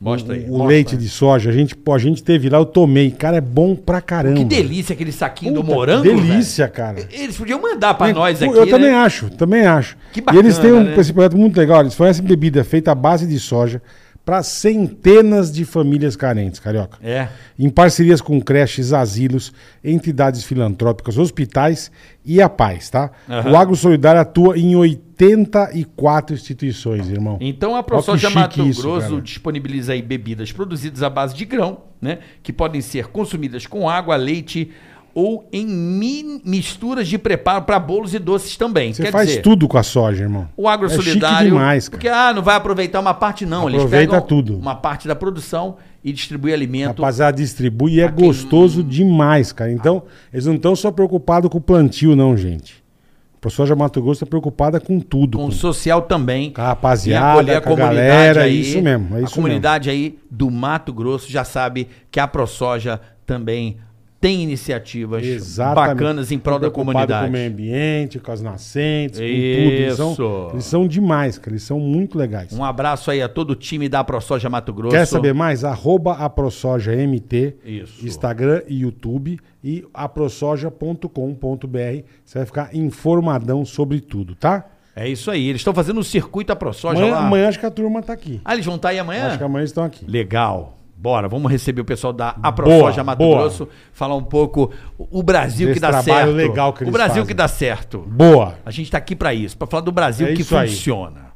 Speaker 4: Mostra aí.
Speaker 3: o leite de soja. A gente, pô, a gente teve lá, eu tomei. Cara, é bom pra caramba.
Speaker 4: Que delícia aquele saquinho do
Speaker 3: Puta,
Speaker 4: morango,
Speaker 3: Delícia, cara.
Speaker 4: velho. Eles podiam mandar pra nós aqui,
Speaker 3: Eu também
Speaker 4: né?
Speaker 3: acho, também acho.
Speaker 4: Que
Speaker 3: e eles têm um,
Speaker 4: bacana, né?
Speaker 3: esse projeto muito legal. Eles fornecem bebida feita à base de soja para centenas de famílias carentes, carioca.
Speaker 4: É.
Speaker 3: Em parcerias com creches, asilos, entidades filantrópicas, hospitais e a paz, tá? O Agro Solidário atua em 84 instituições, irmão.
Speaker 4: Então a
Speaker 3: Olha
Speaker 4: ProSoja
Speaker 3: que
Speaker 4: Mato
Speaker 3: chique isso,
Speaker 4: Grosso
Speaker 3: cara.
Speaker 4: disponibiliza aí bebidas produzidas à base de grão, né? Que podem ser consumidas com água, leite ou em mi- misturas de preparo para bolos e doces também.
Speaker 3: Você
Speaker 4: Quer
Speaker 3: faz
Speaker 4: dizer,
Speaker 3: tudo com a soja, irmão.
Speaker 4: O agro
Speaker 3: É chique
Speaker 4: solidário.
Speaker 3: demais, cara.
Speaker 4: porque ah, não vai aproveitar uma parte não, eles
Speaker 3: Aproveita
Speaker 4: pegam
Speaker 3: tudo.
Speaker 4: uma parte da produção e distribui alimento.
Speaker 3: Rapaziada, distribui e é gostoso demais, cara. Então, eles não estão só preocupados com o plantio, não, gente. A pessoa de Mato Grosso está preocupada com tudo.
Speaker 4: com
Speaker 3: com-
Speaker 4: o social também.
Speaker 3: Com a rapaziada, com a galera, isso mesmo, é
Speaker 4: a
Speaker 3: isso
Speaker 4: comunidade aí do Mato Grosso já sabe que a ProSoja também tem iniciativas
Speaker 3: Exatamente.
Speaker 4: bacanas em prol da
Speaker 3: Preocupado Com o meio
Speaker 4: comunidade.
Speaker 3: ambiente, com as nascentes, com tudo. Eles
Speaker 4: Isso.
Speaker 3: são, eles são demais, cara. Eles são muito legais.
Speaker 4: Um abraço aí a todo o time da ProSoja Mato Grosso.
Speaker 3: Quer saber mais? Arroba a ProSoja MT,
Speaker 4: Isso.
Speaker 3: Instagram e YouTube e aprosoja.com.br. Você vai ficar informadão sobre tudo, tá?
Speaker 4: É isso aí, eles estão fazendo um circuito a ProSoja
Speaker 3: Amanhã,
Speaker 4: lá.
Speaker 3: amanhã acho que a turma tá aqui.
Speaker 4: Ah, eles vão estar aí amanhã?
Speaker 3: Acho que é amanhã eles estão aqui.
Speaker 4: Legal. Bora, vamos receber o pessoal da AproSoja Mato
Speaker 3: boa.
Speaker 4: Grosso, falar um pouco o Brasil
Speaker 3: Desse
Speaker 4: que dá
Speaker 3: trabalho
Speaker 4: certo.
Speaker 3: legal que
Speaker 4: o
Speaker 3: eles
Speaker 4: Brasil
Speaker 3: fazem.
Speaker 4: que dá certo.
Speaker 3: Boa!
Speaker 4: A gente tá aqui para isso, para falar do Brasil
Speaker 3: É
Speaker 4: que
Speaker 3: isso aí.
Speaker 4: funciona.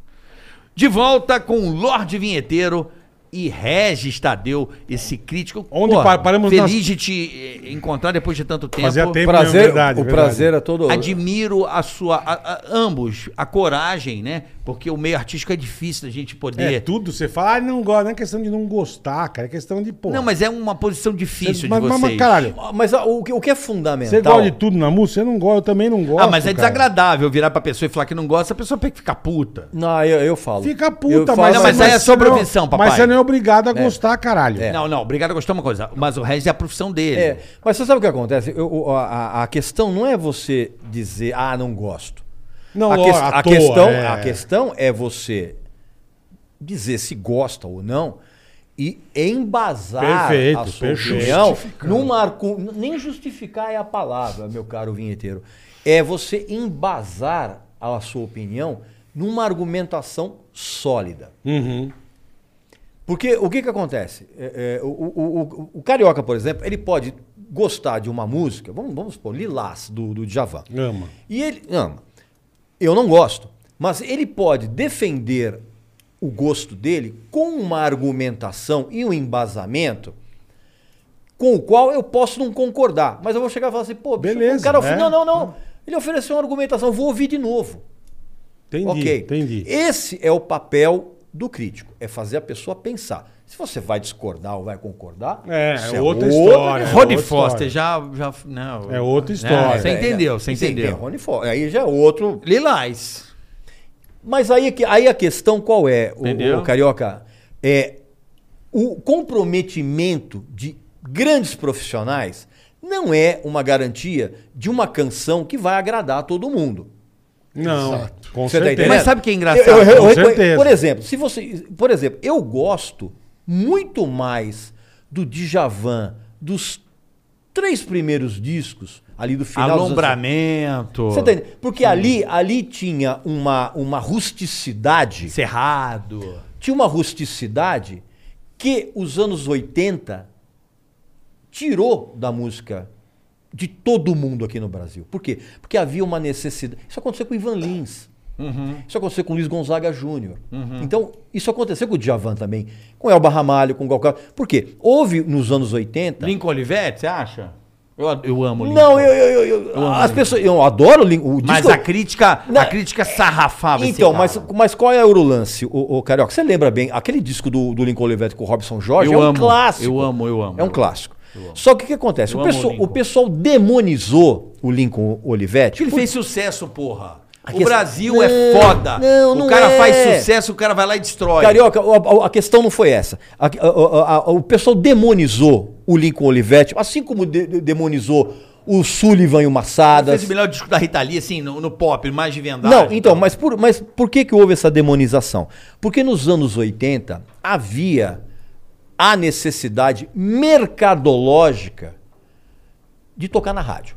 Speaker 4: De volta com o Lorde Vinheteiro e Regis Tadeu, esse crítico.
Speaker 3: Onde pa- paramos
Speaker 4: Feliz
Speaker 3: nós-
Speaker 4: de te eh, encontrar depois de tanto tempo.
Speaker 3: Fazia tempo.
Speaker 6: Prazer,
Speaker 3: Verdade,
Speaker 6: o
Speaker 3: verdade.
Speaker 6: prazer é todo.
Speaker 4: Admiro a sua. a- a- ambos, a coragem, né? Porque o meio artístico é difícil da gente poder.
Speaker 3: É tudo, você fala, ah, não gosta, não é questão de não gostar, cara, é questão de, pô.
Speaker 4: Não, mas é uma posição difícil
Speaker 3: mas,
Speaker 4: de
Speaker 3: mas,
Speaker 4: vocês. Ah,
Speaker 3: mas, caralho,
Speaker 6: Mas ó, o que, o que é fundamental.
Speaker 3: você gosta de tudo na música? Você não gosta, eu também não gosto.
Speaker 4: ah, mas é
Speaker 3: cara.
Speaker 4: desagradável virar pra pessoa e falar que não gosta, a pessoa tem que ficar puta.
Speaker 6: Não, eu, eu falo.
Speaker 3: Fica
Speaker 6: Eu
Speaker 3: puta,
Speaker 6: falo,
Speaker 3: mas, assim.
Speaker 4: Não, mas aí é
Speaker 3: você
Speaker 4: sua
Speaker 3: não-
Speaker 4: profissão, papai.
Speaker 3: Mas você não é obrigado a gostar, caralho.
Speaker 6: É.
Speaker 4: Não, não, obrigado a gostar uma coisa. Mas o resto é a profissão dele.
Speaker 6: É, mas você sabe o que acontece? Eu- o- a, a- a questão não é você dizer, ah, não gosto.
Speaker 3: Não,
Speaker 6: a,
Speaker 3: ó,
Speaker 6: ques-
Speaker 3: à
Speaker 6: a
Speaker 3: toa,
Speaker 6: questão,
Speaker 3: é.
Speaker 6: a questão é você dizer se gosta ou não e embasar
Speaker 3: Perfeito,
Speaker 6: a sua
Speaker 3: perfeito.
Speaker 6: opinião numa arcu... nem justificar é a palavra, meu caro vinheteiro. É você embasar a sua opinião numa argumentação sólida.
Speaker 3: Uhum.
Speaker 6: Porque o que que acontece? É, é, o, o- o- o carioca, por exemplo, ele pode gostar de uma música, vamos, vamos supor, Lilás, do, do Djavan.
Speaker 3: Ama.
Speaker 6: E ele, não, eu não gosto, mas ele pode defender o gosto dele com uma argumentação e um embasamento com o qual eu posso não concordar. Mas eu vou chegar e falar assim, pô, bicho,
Speaker 3: Beleza,
Speaker 6: o cara... ofe-
Speaker 3: né?
Speaker 6: Não, não, não. Ele ofereceu uma argumentação, vou ouvir de novo.
Speaker 3: Entendi,
Speaker 6: Ok.
Speaker 3: entendi.
Speaker 6: Esse é o papel do crítico, é fazer a pessoa pensar. Se você vai discordar ou vai concordar,
Speaker 3: É,
Speaker 6: isso
Speaker 3: é outra história. É
Speaker 4: Rony
Speaker 3: outra
Speaker 4: Foster
Speaker 3: história.
Speaker 4: já, já. Não,
Speaker 3: É outra
Speaker 4: né?
Speaker 3: história.
Speaker 4: Você
Speaker 3: É,
Speaker 4: entendeu, você
Speaker 6: Sim, tem
Speaker 4: entendeu.
Speaker 6: Rony Fo- Aí já é outro.
Speaker 4: Lilás.
Speaker 6: Mas aí, é que- aí a questão qual é, o-
Speaker 4: Entendeu?
Speaker 6: o, Carioca? É o comprometimento de grandes profissionais não é uma garantia de uma canção que vai agradar a todo mundo.
Speaker 3: Não, com
Speaker 6: Você tá
Speaker 3: certeza.
Speaker 6: entendendo?
Speaker 4: Mas sabe o que é engraçado?
Speaker 6: Eu- eu- eu
Speaker 3: Com
Speaker 6: reconhe-
Speaker 3: certeza.
Speaker 6: Por exemplo, se você, por exemplo, eu gosto muito mais do Djavan dos três primeiros discos ali do final. dos anos-
Speaker 4: Alombramento.
Speaker 6: Você tá entendendo? Porque ali, ali tinha uma, uma rusticidade
Speaker 4: Cerrado.
Speaker 6: tinha uma rusticidade que os anos 80 tirou da música de todo mundo aqui no Brasil. Por quê? Porque havia uma necessidade. Isso aconteceu com o Ivan Lins.
Speaker 4: Uhum.
Speaker 6: Isso aconteceu com o Luiz Gonzaga Júnior. Então, isso aconteceu com o Djavan também, com o Elba Ramalho, com o Galcar. Por quê? Houve nos anos 80.
Speaker 4: Lincoln Olivetti, você acha? Eu, eu amo Lincoln.
Speaker 6: Tá. Não, eu, eu, eu- eu- as pessoas, eu adoro o Lin- o disco.
Speaker 4: Mas a crítica,
Speaker 6: Não.
Speaker 4: a crítica sarrafava esse
Speaker 6: Então,
Speaker 4: cara.
Speaker 6: mas, mas qual é o lance, o, Carioca? Você lembra bem, aquele disco do, do Lincoln Levett com o Robson Jorge
Speaker 4: Eu
Speaker 6: é um
Speaker 4: amo,
Speaker 6: clássico.
Speaker 4: eu amo, eu amo.
Speaker 6: É um clássico. Só que o que acontece?
Speaker 4: Eu
Speaker 6: O
Speaker 4: amo o
Speaker 6: pessoal, o
Speaker 4: Lincoln.
Speaker 6: pessoal demonizou o Lincoln Olivetti.
Speaker 4: Ele
Speaker 6: por-
Speaker 4: fez sucesso, porra.
Speaker 6: A
Speaker 4: O
Speaker 6: questão-
Speaker 4: Brasil é
Speaker 6: Não,
Speaker 4: foda.
Speaker 6: não, não
Speaker 4: o cara
Speaker 6: é.
Speaker 4: faz sucesso, o cara vai lá e destrói.
Speaker 6: Carioca, a, a- a questão não foi essa. A- a- a- a- o pessoal demonizou o Lincoln Olivetti, assim como de- de- demonizou o Sullivan e o Massadas.
Speaker 4: fez o melhor disco da Rita Lee, assim, no, no pop, mais de vendagem.
Speaker 6: Não, então, mas por, mas por que, que houve essa demonização? Porque nos anos 80 havia a necessidade mercadológica de tocar na rádio.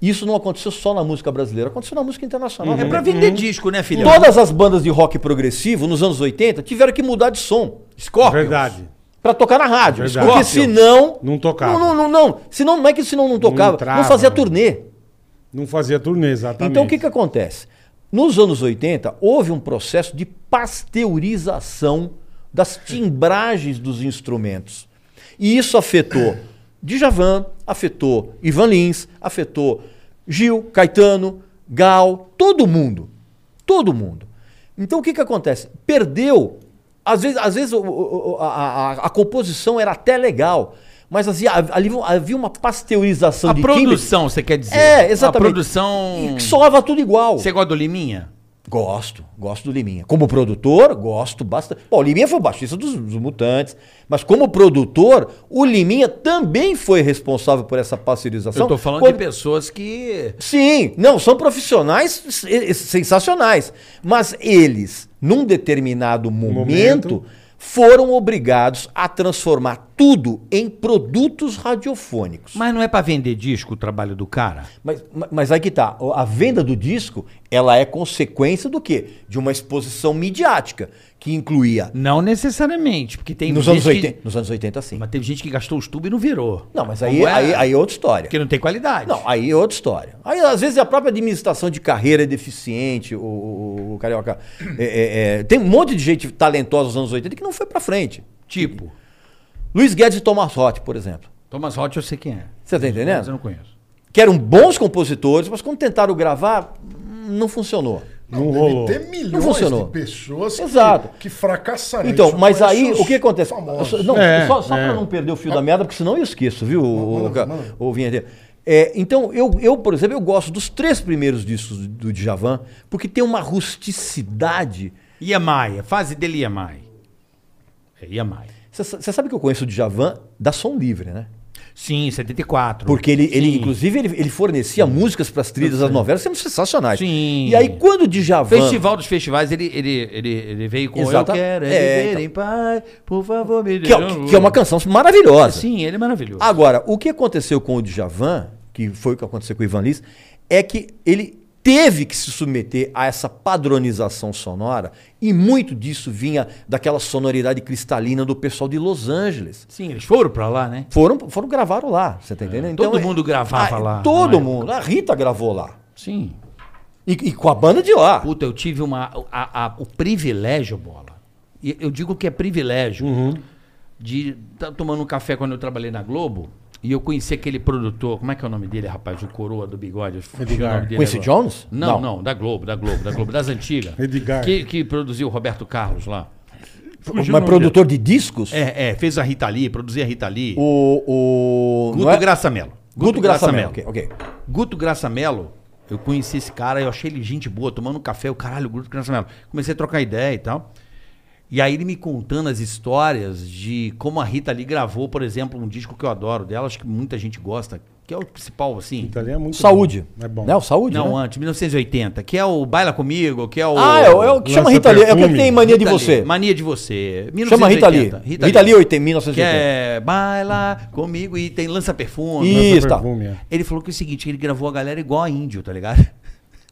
Speaker 6: Isso não aconteceu só na música brasileira, aconteceu na música internacional.
Speaker 3: Uhum.
Speaker 4: É pra vender disco, né, filhão?
Speaker 6: Todas as bandas de rock progressivo nos anos 80 tiveram que mudar de som. Scorpions.
Speaker 3: Verdade.
Speaker 6: Pra tocar na rádio.
Speaker 3: Verdade.
Speaker 6: Porque
Speaker 3: Scorpions.
Speaker 6: senão.
Speaker 3: Não tocava.
Speaker 6: Não, não, não, não. Senão, não é que senão não tocava. Não,
Speaker 3: entrava,
Speaker 6: fazia
Speaker 3: né?
Speaker 6: turnê.
Speaker 3: Não fazia turnê, exatamente.
Speaker 6: Então o que, que acontece? Nos anos 80, houve um processo de pasteurização das timbragens dos instrumentos. E isso afetou Djavan, afetou Ivan Lins, afetou Gil, Caetano, Gal, todo mundo. Todo mundo. Então o que, que acontece? Perdeu. Às vezes, às vezes o- o- o- a, a- a composição era até legal, mas assim, havia, havia uma pasteurização
Speaker 4: A
Speaker 6: de timbres
Speaker 4: produção, você quer dizer?
Speaker 6: é, exatamente.
Speaker 4: A produção.
Speaker 6: E que soava tudo igual.
Speaker 4: Você gosta do Liminha?
Speaker 6: Gosto, gosto do Liminha. Como produtor, gosto bastante. Bom, o Liminha foi o baixista dos, dos Mutantes, mas como produtor, o Liminha também foi responsável por essa parcerização.
Speaker 4: Eu tô falando
Speaker 6: Quando-
Speaker 4: de pessoas que.
Speaker 6: Sim, não, são profissionais se- sensacionais. Mas eles, num determinado momento,
Speaker 3: Momento.
Speaker 6: foram obrigados a transformar tudo em produtos radiofônicos.
Speaker 4: Mas não é pra vender disco o trabalho do cara?
Speaker 6: Mas, ma- mas aí que tá. O- A venda do disco, ela é consequência do quê? De uma exposição midiática, que incluía...
Speaker 4: Não necessariamente, porque tem
Speaker 6: Nos
Speaker 4: gente
Speaker 6: anos,
Speaker 4: que-
Speaker 6: 80, nos anos 80, sim.
Speaker 4: Mas teve gente que gastou os tubos e não virou.
Speaker 6: Não, mas aí
Speaker 4: Como
Speaker 6: é,
Speaker 4: é?
Speaker 6: aí, aí é outra história.
Speaker 4: Porque não tem qualidade.
Speaker 6: Não, aí é outra história. Aí, às vezes, a própria administração de carreira é deficiente, o, o- o Carioca. É, é, é, tem um monte de gente talentosa nos anos 80 que não foi pra frente.
Speaker 4: Tipo,
Speaker 6: Luiz Guedes e Thomas Roth, por exemplo.
Speaker 4: Thomas Hot eu sei quem é.
Speaker 6: Você tá entendendo?
Speaker 4: Mas eu não conheço.
Speaker 6: Que eram bons compositores, mas quando tentaram gravar, não funcionou.
Speaker 3: Não
Speaker 7: deve
Speaker 3: rolou.
Speaker 7: ter milhões
Speaker 6: funcionou.
Speaker 7: de pessoas que-
Speaker 6: Exato.
Speaker 7: que, fracassaram.
Speaker 6: Então,
Speaker 7: Só
Speaker 6: mas aí
Speaker 7: conheço
Speaker 6: o que
Speaker 7: os
Speaker 6: acontece?
Speaker 7: famosos.
Speaker 6: Só- Não,
Speaker 3: É,
Speaker 6: só, só
Speaker 3: é.
Speaker 6: pra não perder o fio da meada, porque senão eu esqueço, viu, o,
Speaker 7: manda,
Speaker 6: o,
Speaker 7: manda.
Speaker 6: o Vinheteiro? É, então, eu, eu, por exemplo, eu gosto dos três primeiros discos do Djavan, porque tem uma rusticidade.
Speaker 4: Iamai, a fase dele Iamai. É Iamai.
Speaker 6: Você sabe que eu conheço o Djavan da Som Livre, né?
Speaker 4: Sim, 74.
Speaker 6: Porque ele, ele
Speaker 4: Sim.
Speaker 6: inclusive, ele, ele fornecia músicas para as trilhas das novelas, sendo sensacionais.
Speaker 4: Sim.
Speaker 6: E aí, quando o Djavan...
Speaker 4: Festival dos festivais, ele, ele, ele, ele veio com
Speaker 6: Exata-
Speaker 4: Eu quero é
Speaker 6: É,
Speaker 4: viver em paz, por favor, me um
Speaker 6: que, é, que é uma canção Ah. maravilhosa.
Speaker 4: Sim, ele é maravilhoso.
Speaker 6: Agora, o que aconteceu com o Djavan, que foi o que aconteceu com o Ivan Lins, é que ele teve que se submeter a essa padronização sonora e muito disso vinha daquela sonoridade cristalina do pessoal de Los Angeles.
Speaker 4: Sim, eles foram pra lá, né?
Speaker 6: Foram, foram gravaram lá, você tá entendendo?
Speaker 4: É. todo mundo gravava
Speaker 6: ah,
Speaker 4: lá,
Speaker 6: Todo
Speaker 4: na
Speaker 6: mundo. A Rita gravou lá.
Speaker 4: Sim.
Speaker 6: E, e com a banda de lá.
Speaker 4: Puta, eu tive uma, a- a- o privilégio, bola. E eu digo que é privilégio
Speaker 6: Uhum.
Speaker 4: de estar tomando um café quando eu trabalhei na Globo e eu conheci aquele produtor, como é que é o nome dele, rapaz? O Coroa do Bigode. eu fugi o
Speaker 3: Edgar.
Speaker 4: nome dele
Speaker 6: Quincy
Speaker 4: agora.
Speaker 6: Jones?
Speaker 4: Não, não, da Globo, da Globo, da Globo, das antigas.
Speaker 3: Edgar.
Speaker 4: Que, que produziu o Roberto Carlos lá.
Speaker 6: Mas
Speaker 4: Fugiu o nome
Speaker 6: produtor de discos?
Speaker 4: dele. É, é, fez a Rita Lee, produzia a Rita Lee.
Speaker 6: O. o
Speaker 4: Guto
Speaker 6: não é?
Speaker 4: Graça Mello.
Speaker 6: Guto Graça Mello. Ok, ok.
Speaker 4: Guto Graça Mello, eu conheci esse cara, eu achei ele gente boa, tomando um café, eu, caralho, Guto Graça Mello. Comecei a trocar ideia e tal. E aí ele me contando as histórias de como a Rita Lee gravou, por exemplo, um disco que eu adoro dela, acho que muita gente gosta, que é o principal, assim.
Speaker 3: Italia é muito
Speaker 6: Saúde.
Speaker 3: bom. É bom.
Speaker 6: Né? O Saúde?
Speaker 4: Não,
Speaker 6: né?
Speaker 4: antes, 1980, que é o Baila Comigo, que é o...
Speaker 6: Ah, é, o- é o que chama
Speaker 3: Lança
Speaker 6: Rita Lee. É o que
Speaker 3: perfume.
Speaker 6: tem mania de
Speaker 4: Rita Lee,
Speaker 6: você.
Speaker 4: Mania de você.
Speaker 6: Chama Rita Lee.
Speaker 4: 1980,
Speaker 6: Rita Lee 80,
Speaker 4: Que
Speaker 6: 1980.
Speaker 4: é Baila Comigo e tem Lança Perfume.
Speaker 6: E-
Speaker 3: Lança
Speaker 6: Isso, tá.
Speaker 3: perfume, é.
Speaker 4: Ele falou que é o seguinte, ele gravou a galera igual a índio, tá ligado?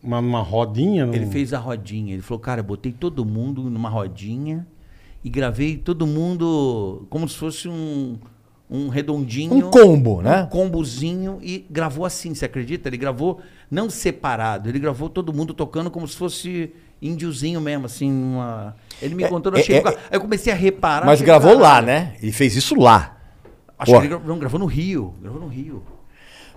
Speaker 3: Uma, uma rodinha.
Speaker 6: Hum.
Speaker 3: num-
Speaker 4: Ele fez a rodinha. Ele falou, cara, eu botei todo mundo numa rodinha e gravei todo mundo como se fosse um, um redondinho.
Speaker 6: Um combo, né?
Speaker 4: Um combozinho e gravou assim, você acredita? Ele gravou não separado, ele gravou todo mundo tocando como se fosse índiozinho mesmo, assim, uma... Ele me
Speaker 6: É,
Speaker 4: contou, eu
Speaker 6: é,
Speaker 4: achei...
Speaker 6: é,
Speaker 4: do ca- Aí eu comecei a reparar...
Speaker 6: Mas
Speaker 4: achei,
Speaker 6: gravou lá,
Speaker 4: caralho.
Speaker 6: né? Ele fez isso lá.
Speaker 4: Acho
Speaker 6: Ó.
Speaker 4: que ele gravou, não, gravou no Rio, gravou no Rio.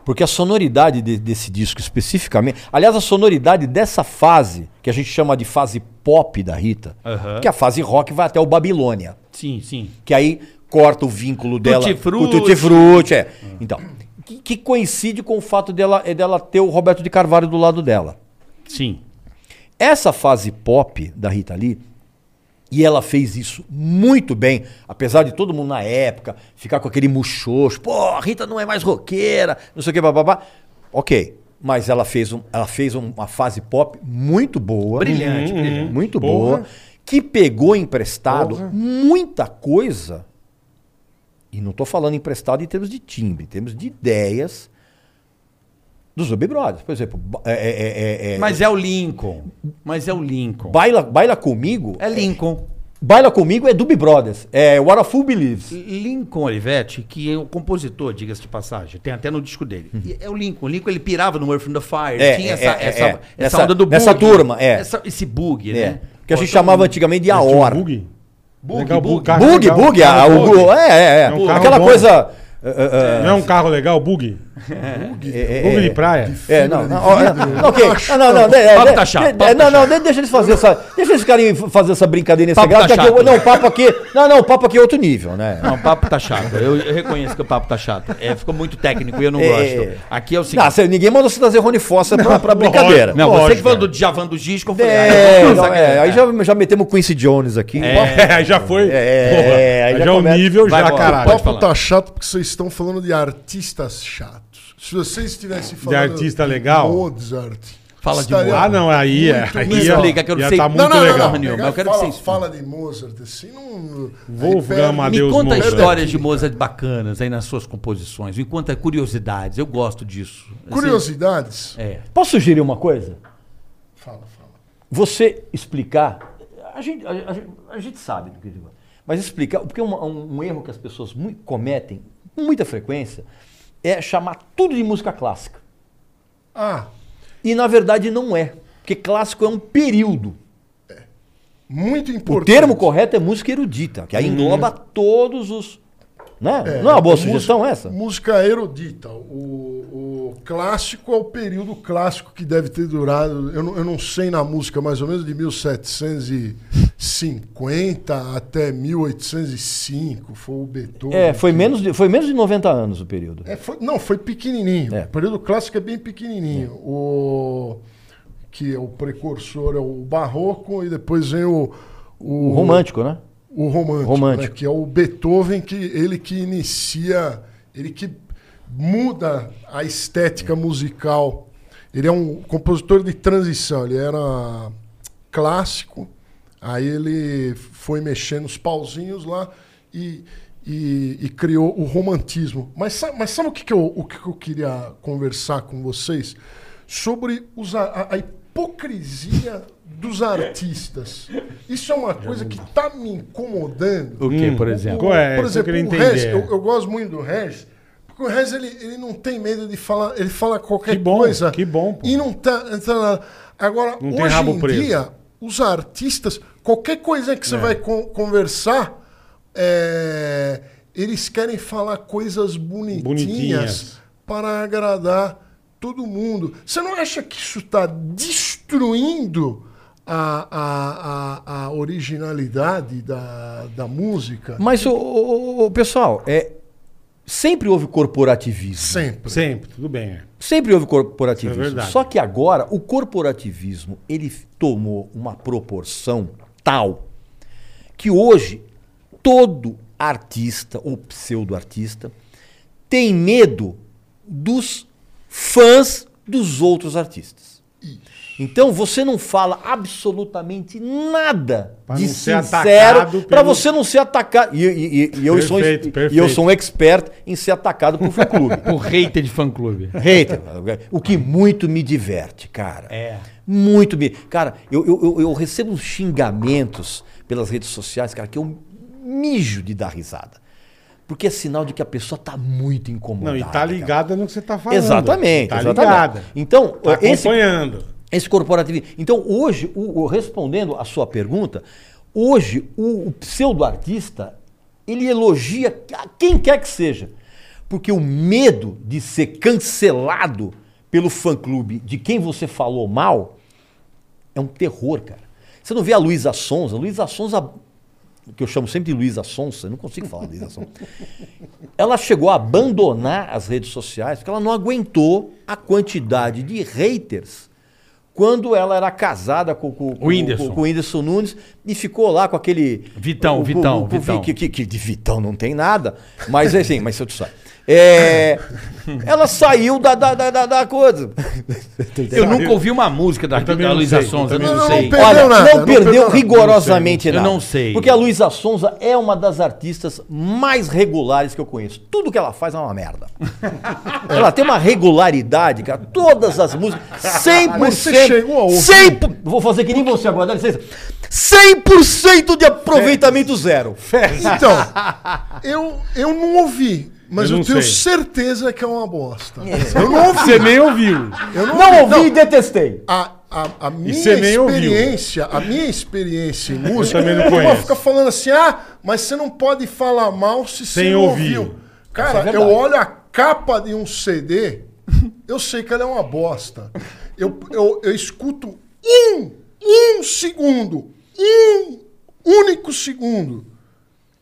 Speaker 6: Porque a sonoridade de- desse disco especificamente. Aliás, a sonoridade dessa fase, que a gente chama de fase pop da Rita, que é a fase rock vai até o Babilônia.
Speaker 4: Sim, sim.
Speaker 6: Que aí corta o vínculo dela.
Speaker 4: Tutti-frutti.
Speaker 6: O Tutti Frutti, é. Então. Que, que coincide com o fato dela, é dela ter o Roberto de Carvalho do lado dela.
Speaker 4: Sim.
Speaker 6: Essa fase pop da Rita Lee, e ela fez isso muito bem, apesar de todo mundo na época ficar com aquele muxoxo, pô, a Rita não é mais roqueira, não sei o que, bababá. Ok, mas ela fez, um- ela fez uma fase pop muito boa.
Speaker 4: Brilhante,
Speaker 6: Uhum,
Speaker 4: brilhante.
Speaker 6: Muito
Speaker 3: Porra.
Speaker 6: boa, que pegou emprestado muita coisa, e não estou falando emprestado em termos de timbre, em termos de ideias dos Zumbi Brothers. Por exemplo, ba- é- é- é- é-
Speaker 4: Mas é o Lincoln. Mas é o Lincoln.
Speaker 6: Baila, baila comigo?
Speaker 4: É Lincoln.
Speaker 6: Baila comigo é Doobie Brothers. É What a Fool Believes.
Speaker 4: Lincoln Olivetti, que é o compositor, diga-se de passagem, tem até no disco dele. E é o Lincoln. O Lincoln ele pirava no Earth and the Fire.
Speaker 6: Uhum. É,
Speaker 4: tinha
Speaker 6: é,
Speaker 4: essa,
Speaker 6: é,
Speaker 4: essa,
Speaker 6: é.
Speaker 4: essa
Speaker 6: Nessa-
Speaker 4: onda do bug.
Speaker 6: nessa turma, é.
Speaker 4: Essa- esse bug,
Speaker 6: É.
Speaker 4: né?
Speaker 6: Que a gente
Speaker 4: Pô,
Speaker 6: chamava
Speaker 4: todo
Speaker 6: antigamente de
Speaker 3: Mas tinha um
Speaker 6: Aora. Bug,
Speaker 3: Bug.
Speaker 4: Bug,
Speaker 3: Legal,
Speaker 4: bug.
Speaker 3: um carro
Speaker 6: bug.
Speaker 3: legal, um
Speaker 6: ah,
Speaker 3: carro
Speaker 6: o-
Speaker 3: bom.
Speaker 6: é, é, é.
Speaker 3: É um carro
Speaker 6: Aquela
Speaker 3: bom.
Speaker 6: coisa. é, é,
Speaker 3: Não é um carro legal, bug?
Speaker 6: é,
Speaker 4: um
Speaker 3: Bug de
Speaker 6: é,
Speaker 3: praia?
Speaker 6: É, não, não, ó,
Speaker 4: né?
Speaker 6: não, ok. Não, não, não, de-
Speaker 4: Papo
Speaker 6: de-
Speaker 4: tá chato,
Speaker 6: de-
Speaker 4: papo
Speaker 6: não, não,
Speaker 4: tá
Speaker 6: de- deixa eles fazer essa, deixa eles ficarem fazer essa brincadeira nessa
Speaker 4: Papo tá
Speaker 6: graça, que aqui-
Speaker 4: chato.
Speaker 6: não, o papo aqui, não, não, o papo aqui é outro nível, né?
Speaker 4: Não, o papo tá chato. Eu, eu reconheço que o papo tá chato. É, ficou muito técnico e eu não
Speaker 6: É.
Speaker 4: gosto. Aqui é o seguinte.
Speaker 6: Não, cê- ninguém mandou você trazer Rony Fossa pra, pra
Speaker 3: lógico.
Speaker 6: brincadeira.
Speaker 4: não, você que
Speaker 3: lógico,
Speaker 4: falou do Djavan do disco, eu falei, ah,
Speaker 6: É,
Speaker 4: eu vou
Speaker 6: não,
Speaker 4: usar
Speaker 6: é,
Speaker 4: aqui.
Speaker 6: aí já, já metemos Quincy Jones aqui.
Speaker 3: É, aí já foi.
Speaker 6: É, é, aí
Speaker 3: aí já,
Speaker 6: já
Speaker 3: é o
Speaker 6: começa-
Speaker 3: nível
Speaker 4: Vai
Speaker 3: já,
Speaker 4: embora.
Speaker 3: caralho.
Speaker 7: O papo
Speaker 4: falar.
Speaker 7: tá chato porque vocês estão falando de artistas chatos. Se vocês estivessem falando
Speaker 3: artista legal?
Speaker 7: Mozart.
Speaker 4: Fala de
Speaker 7: estaria
Speaker 3: Ah, não, aí é.
Speaker 7: muito
Speaker 3: Aí
Speaker 7: melhor.
Speaker 3: ia-
Speaker 4: Explica que eu não
Speaker 3: ia
Speaker 4: sei
Speaker 3: Tá
Speaker 4: Não,
Speaker 3: muito
Speaker 7: não, não, não,
Speaker 3: legal.
Speaker 7: não,
Speaker 4: Daniel, mas eu quero que
Speaker 7: fala,
Speaker 4: vocês-
Speaker 7: fala de Mozart assim, não. é,
Speaker 3: Wolfgang
Speaker 7: aí perde-
Speaker 3: Amadeus.
Speaker 4: Me
Speaker 3: Deus
Speaker 4: conta
Speaker 3: Mozart.
Speaker 4: histórias de Mozart bacanas aí nas suas composições. Me conta curiosidades. Eu gosto disso. Assim,
Speaker 7: Curiosidades.
Speaker 4: É.
Speaker 6: Posso sugerir uma coisa?
Speaker 7: Fala, fala.
Speaker 6: Você explicar. A gente, a, a- a gente sabe do que eu digo, mas explicar. Porque um, um- um erro que as pessoas mui- cometem com muita frequência é chamar tudo de música clássica.
Speaker 7: Ah,
Speaker 6: E na verdade não é. Porque clássico é um período.
Speaker 7: muito
Speaker 6: O
Speaker 7: importante.
Speaker 6: termo correto é música erudita, que aí engloba todos os. Né? não é uma boa sugestão
Speaker 7: música,
Speaker 6: essa?
Speaker 7: Música erudita. O, o o clássico é o período clássico que deve ter durado, eu não, eu não sei na música, mais ou menos de 1750 até 1805, foi o Beethoven.
Speaker 6: É, foi
Speaker 7: que-
Speaker 6: menos, de, foi menos de 90 anos o período.
Speaker 7: É, foi- não, foi pequenininho.
Speaker 6: É.
Speaker 7: O período clássico é bem pequenininho. O que é o precursor é o barroco e depois vem o
Speaker 6: O romântico, né?
Speaker 7: o romântico,
Speaker 6: Romântico.
Speaker 7: né, que é o Beethoven que ele que inicia, ele que muda a estética musical. Ele é um compositor de transição, ele era clássico, aí ele foi mexendo os pauzinhos lá e, e, e criou o romantismo. Mas, sa- mas sabe o que, que, eu, o que que eu queria conversar com vocês? Sobre os, a- a, a hipocrisia dos artistas. Isso é uma coisa que está me incomodando.
Speaker 4: O que, por
Speaker 3: Hum.
Speaker 4: exemplo?
Speaker 3: Qual é?
Speaker 7: Por
Speaker 3: Isso eu
Speaker 7: exemplo,
Speaker 3: queria
Speaker 7: o Rez,
Speaker 3: entender.
Speaker 7: eu, eu gosto muito do Rez, porque o Rez ele, ele não tem medo de falar, ele fala qualquer
Speaker 3: Que bom,
Speaker 7: coisa.
Speaker 3: que bom, pô.
Speaker 7: E não tá, não tá nada. Agora,
Speaker 3: Não tem
Speaker 7: hoje
Speaker 3: rabo
Speaker 7: em
Speaker 3: preso. É.
Speaker 7: dia, os artistas, qualquer coisa que você vai con- conversar, é, eles querem falar coisas bonitinhas,
Speaker 3: Bonitinhas.
Speaker 7: para agradar todo mundo. Você não acha que isso está destruindo a, a, a, a originalidade da, da música?
Speaker 6: Mas, o, pessoal, é, sempre houve corporativismo.
Speaker 7: Sempre.
Speaker 3: Sempre, tudo bem. é.
Speaker 6: Sempre houve corporativismo.
Speaker 3: Isso é verdade.
Speaker 6: Só que agora o corporativismo ele tomou uma proporção tal que hoje todo artista ou pseudo-artista tem medo dos fãs dos outros artistas. Então você não fala absolutamente nada
Speaker 3: Pra
Speaker 6: de
Speaker 3: não ser
Speaker 6: sincero
Speaker 3: atacado
Speaker 6: para
Speaker 3: pelo-
Speaker 6: você não ser atacado. E, e- e- e eu sou,
Speaker 3: Perfeito,
Speaker 6: e eu
Speaker 3: perfeito.
Speaker 6: sou um expert em ser atacado por fã-clube.
Speaker 4: O hater de fã-clube.
Speaker 6: Hater. O que muito me diverte, cara. É. Muito me. Cara, eu, eu, eu- eu recebo uns xingamentos pelas redes sociais, cara, que eu mijo de dar risada. Porque é sinal de que a pessoa tá muito
Speaker 3: Não,
Speaker 6: incomodada.
Speaker 3: e tá
Speaker 6: cara.
Speaker 3: ligada no que você tá falando.
Speaker 6: Exatamente.
Speaker 3: Tá
Speaker 6: exatamente.
Speaker 3: ligada.
Speaker 6: Então,
Speaker 3: Tá
Speaker 6: esse,
Speaker 3: acompanhando.
Speaker 6: esse corporativismo. Então, hoje, o, o- respondendo a sua pergunta, hoje o, o pseudo-artista ele elogia a quem quer que seja. Porque o medo de ser cancelado pelo fã-clube de quem você falou mal é um terror, cara. Você não vê a Luísa Sonza? Luísa Sonza, que eu chamo sempre de Luísa Sonza, eu não consigo falar Luísa Sonza. Ela chegou a abandonar as redes sociais porque ela não aguentou a quantidade de haters quando ela era casada com, com- com-
Speaker 4: Whindersson.
Speaker 6: com- com o Whindersson Nunes e ficou lá com aquele...
Speaker 4: Vitão,
Speaker 6: o- o-
Speaker 4: Vitão,
Speaker 6: o-
Speaker 4: Vitão.
Speaker 6: Que, que- que de Vitão não tem nada, mas assim, mas se eu te sabe. É, ela saiu da, da, da, da- da coisa.
Speaker 4: Eu nunca ouvi uma música da,
Speaker 3: também
Speaker 4: da
Speaker 3: não
Speaker 4: Luísa
Speaker 3: sei,
Speaker 4: Sonza, eu
Speaker 3: também
Speaker 4: não,
Speaker 7: não
Speaker 4: sei.
Speaker 7: sei. Perdeu
Speaker 6: Olha,
Speaker 7: nada,
Speaker 6: não
Speaker 7: não
Speaker 6: perdeu
Speaker 7: perdeu nada.
Speaker 6: rigorosamente
Speaker 4: Eu não
Speaker 6: nada.
Speaker 4: sei.
Speaker 6: Porque a Luísa Sonza é uma das artistas mais regulares que eu conheço. Tudo que ela faz é uma merda. ela tem uma regularidade, cara. Todas as músicas, 100%.
Speaker 7: Mas você chegou a ouvir?
Speaker 6: 100%, vou fazer que nem você agora, dá licença. 100% de aproveitamento zero.
Speaker 7: Então, eu, eu não ouvi, mas
Speaker 3: Eu
Speaker 7: eu,
Speaker 3: não
Speaker 7: tenho
Speaker 3: sei.
Speaker 7: certeza que é uma bosta. Eu não ouvi.
Speaker 3: Você nem ouviu.
Speaker 7: Eu não,
Speaker 6: É. Não ouvi e
Speaker 7: Não,
Speaker 6: detestei.
Speaker 7: a, a, a minha
Speaker 3: você nem ouviu.
Speaker 7: experiência, a minha experiência em música,
Speaker 3: também não
Speaker 7: a turma
Speaker 3: conheço.
Speaker 7: fica falando assim, ah, mas você não pode falar mal se você
Speaker 3: Sem
Speaker 7: não
Speaker 3: ouvir. é
Speaker 7: ouviu. Cara, eu olho a capa de um CD, eu sei que ela é uma bosta. Eu, eu, eu escuto um, um segundo, um único segundo.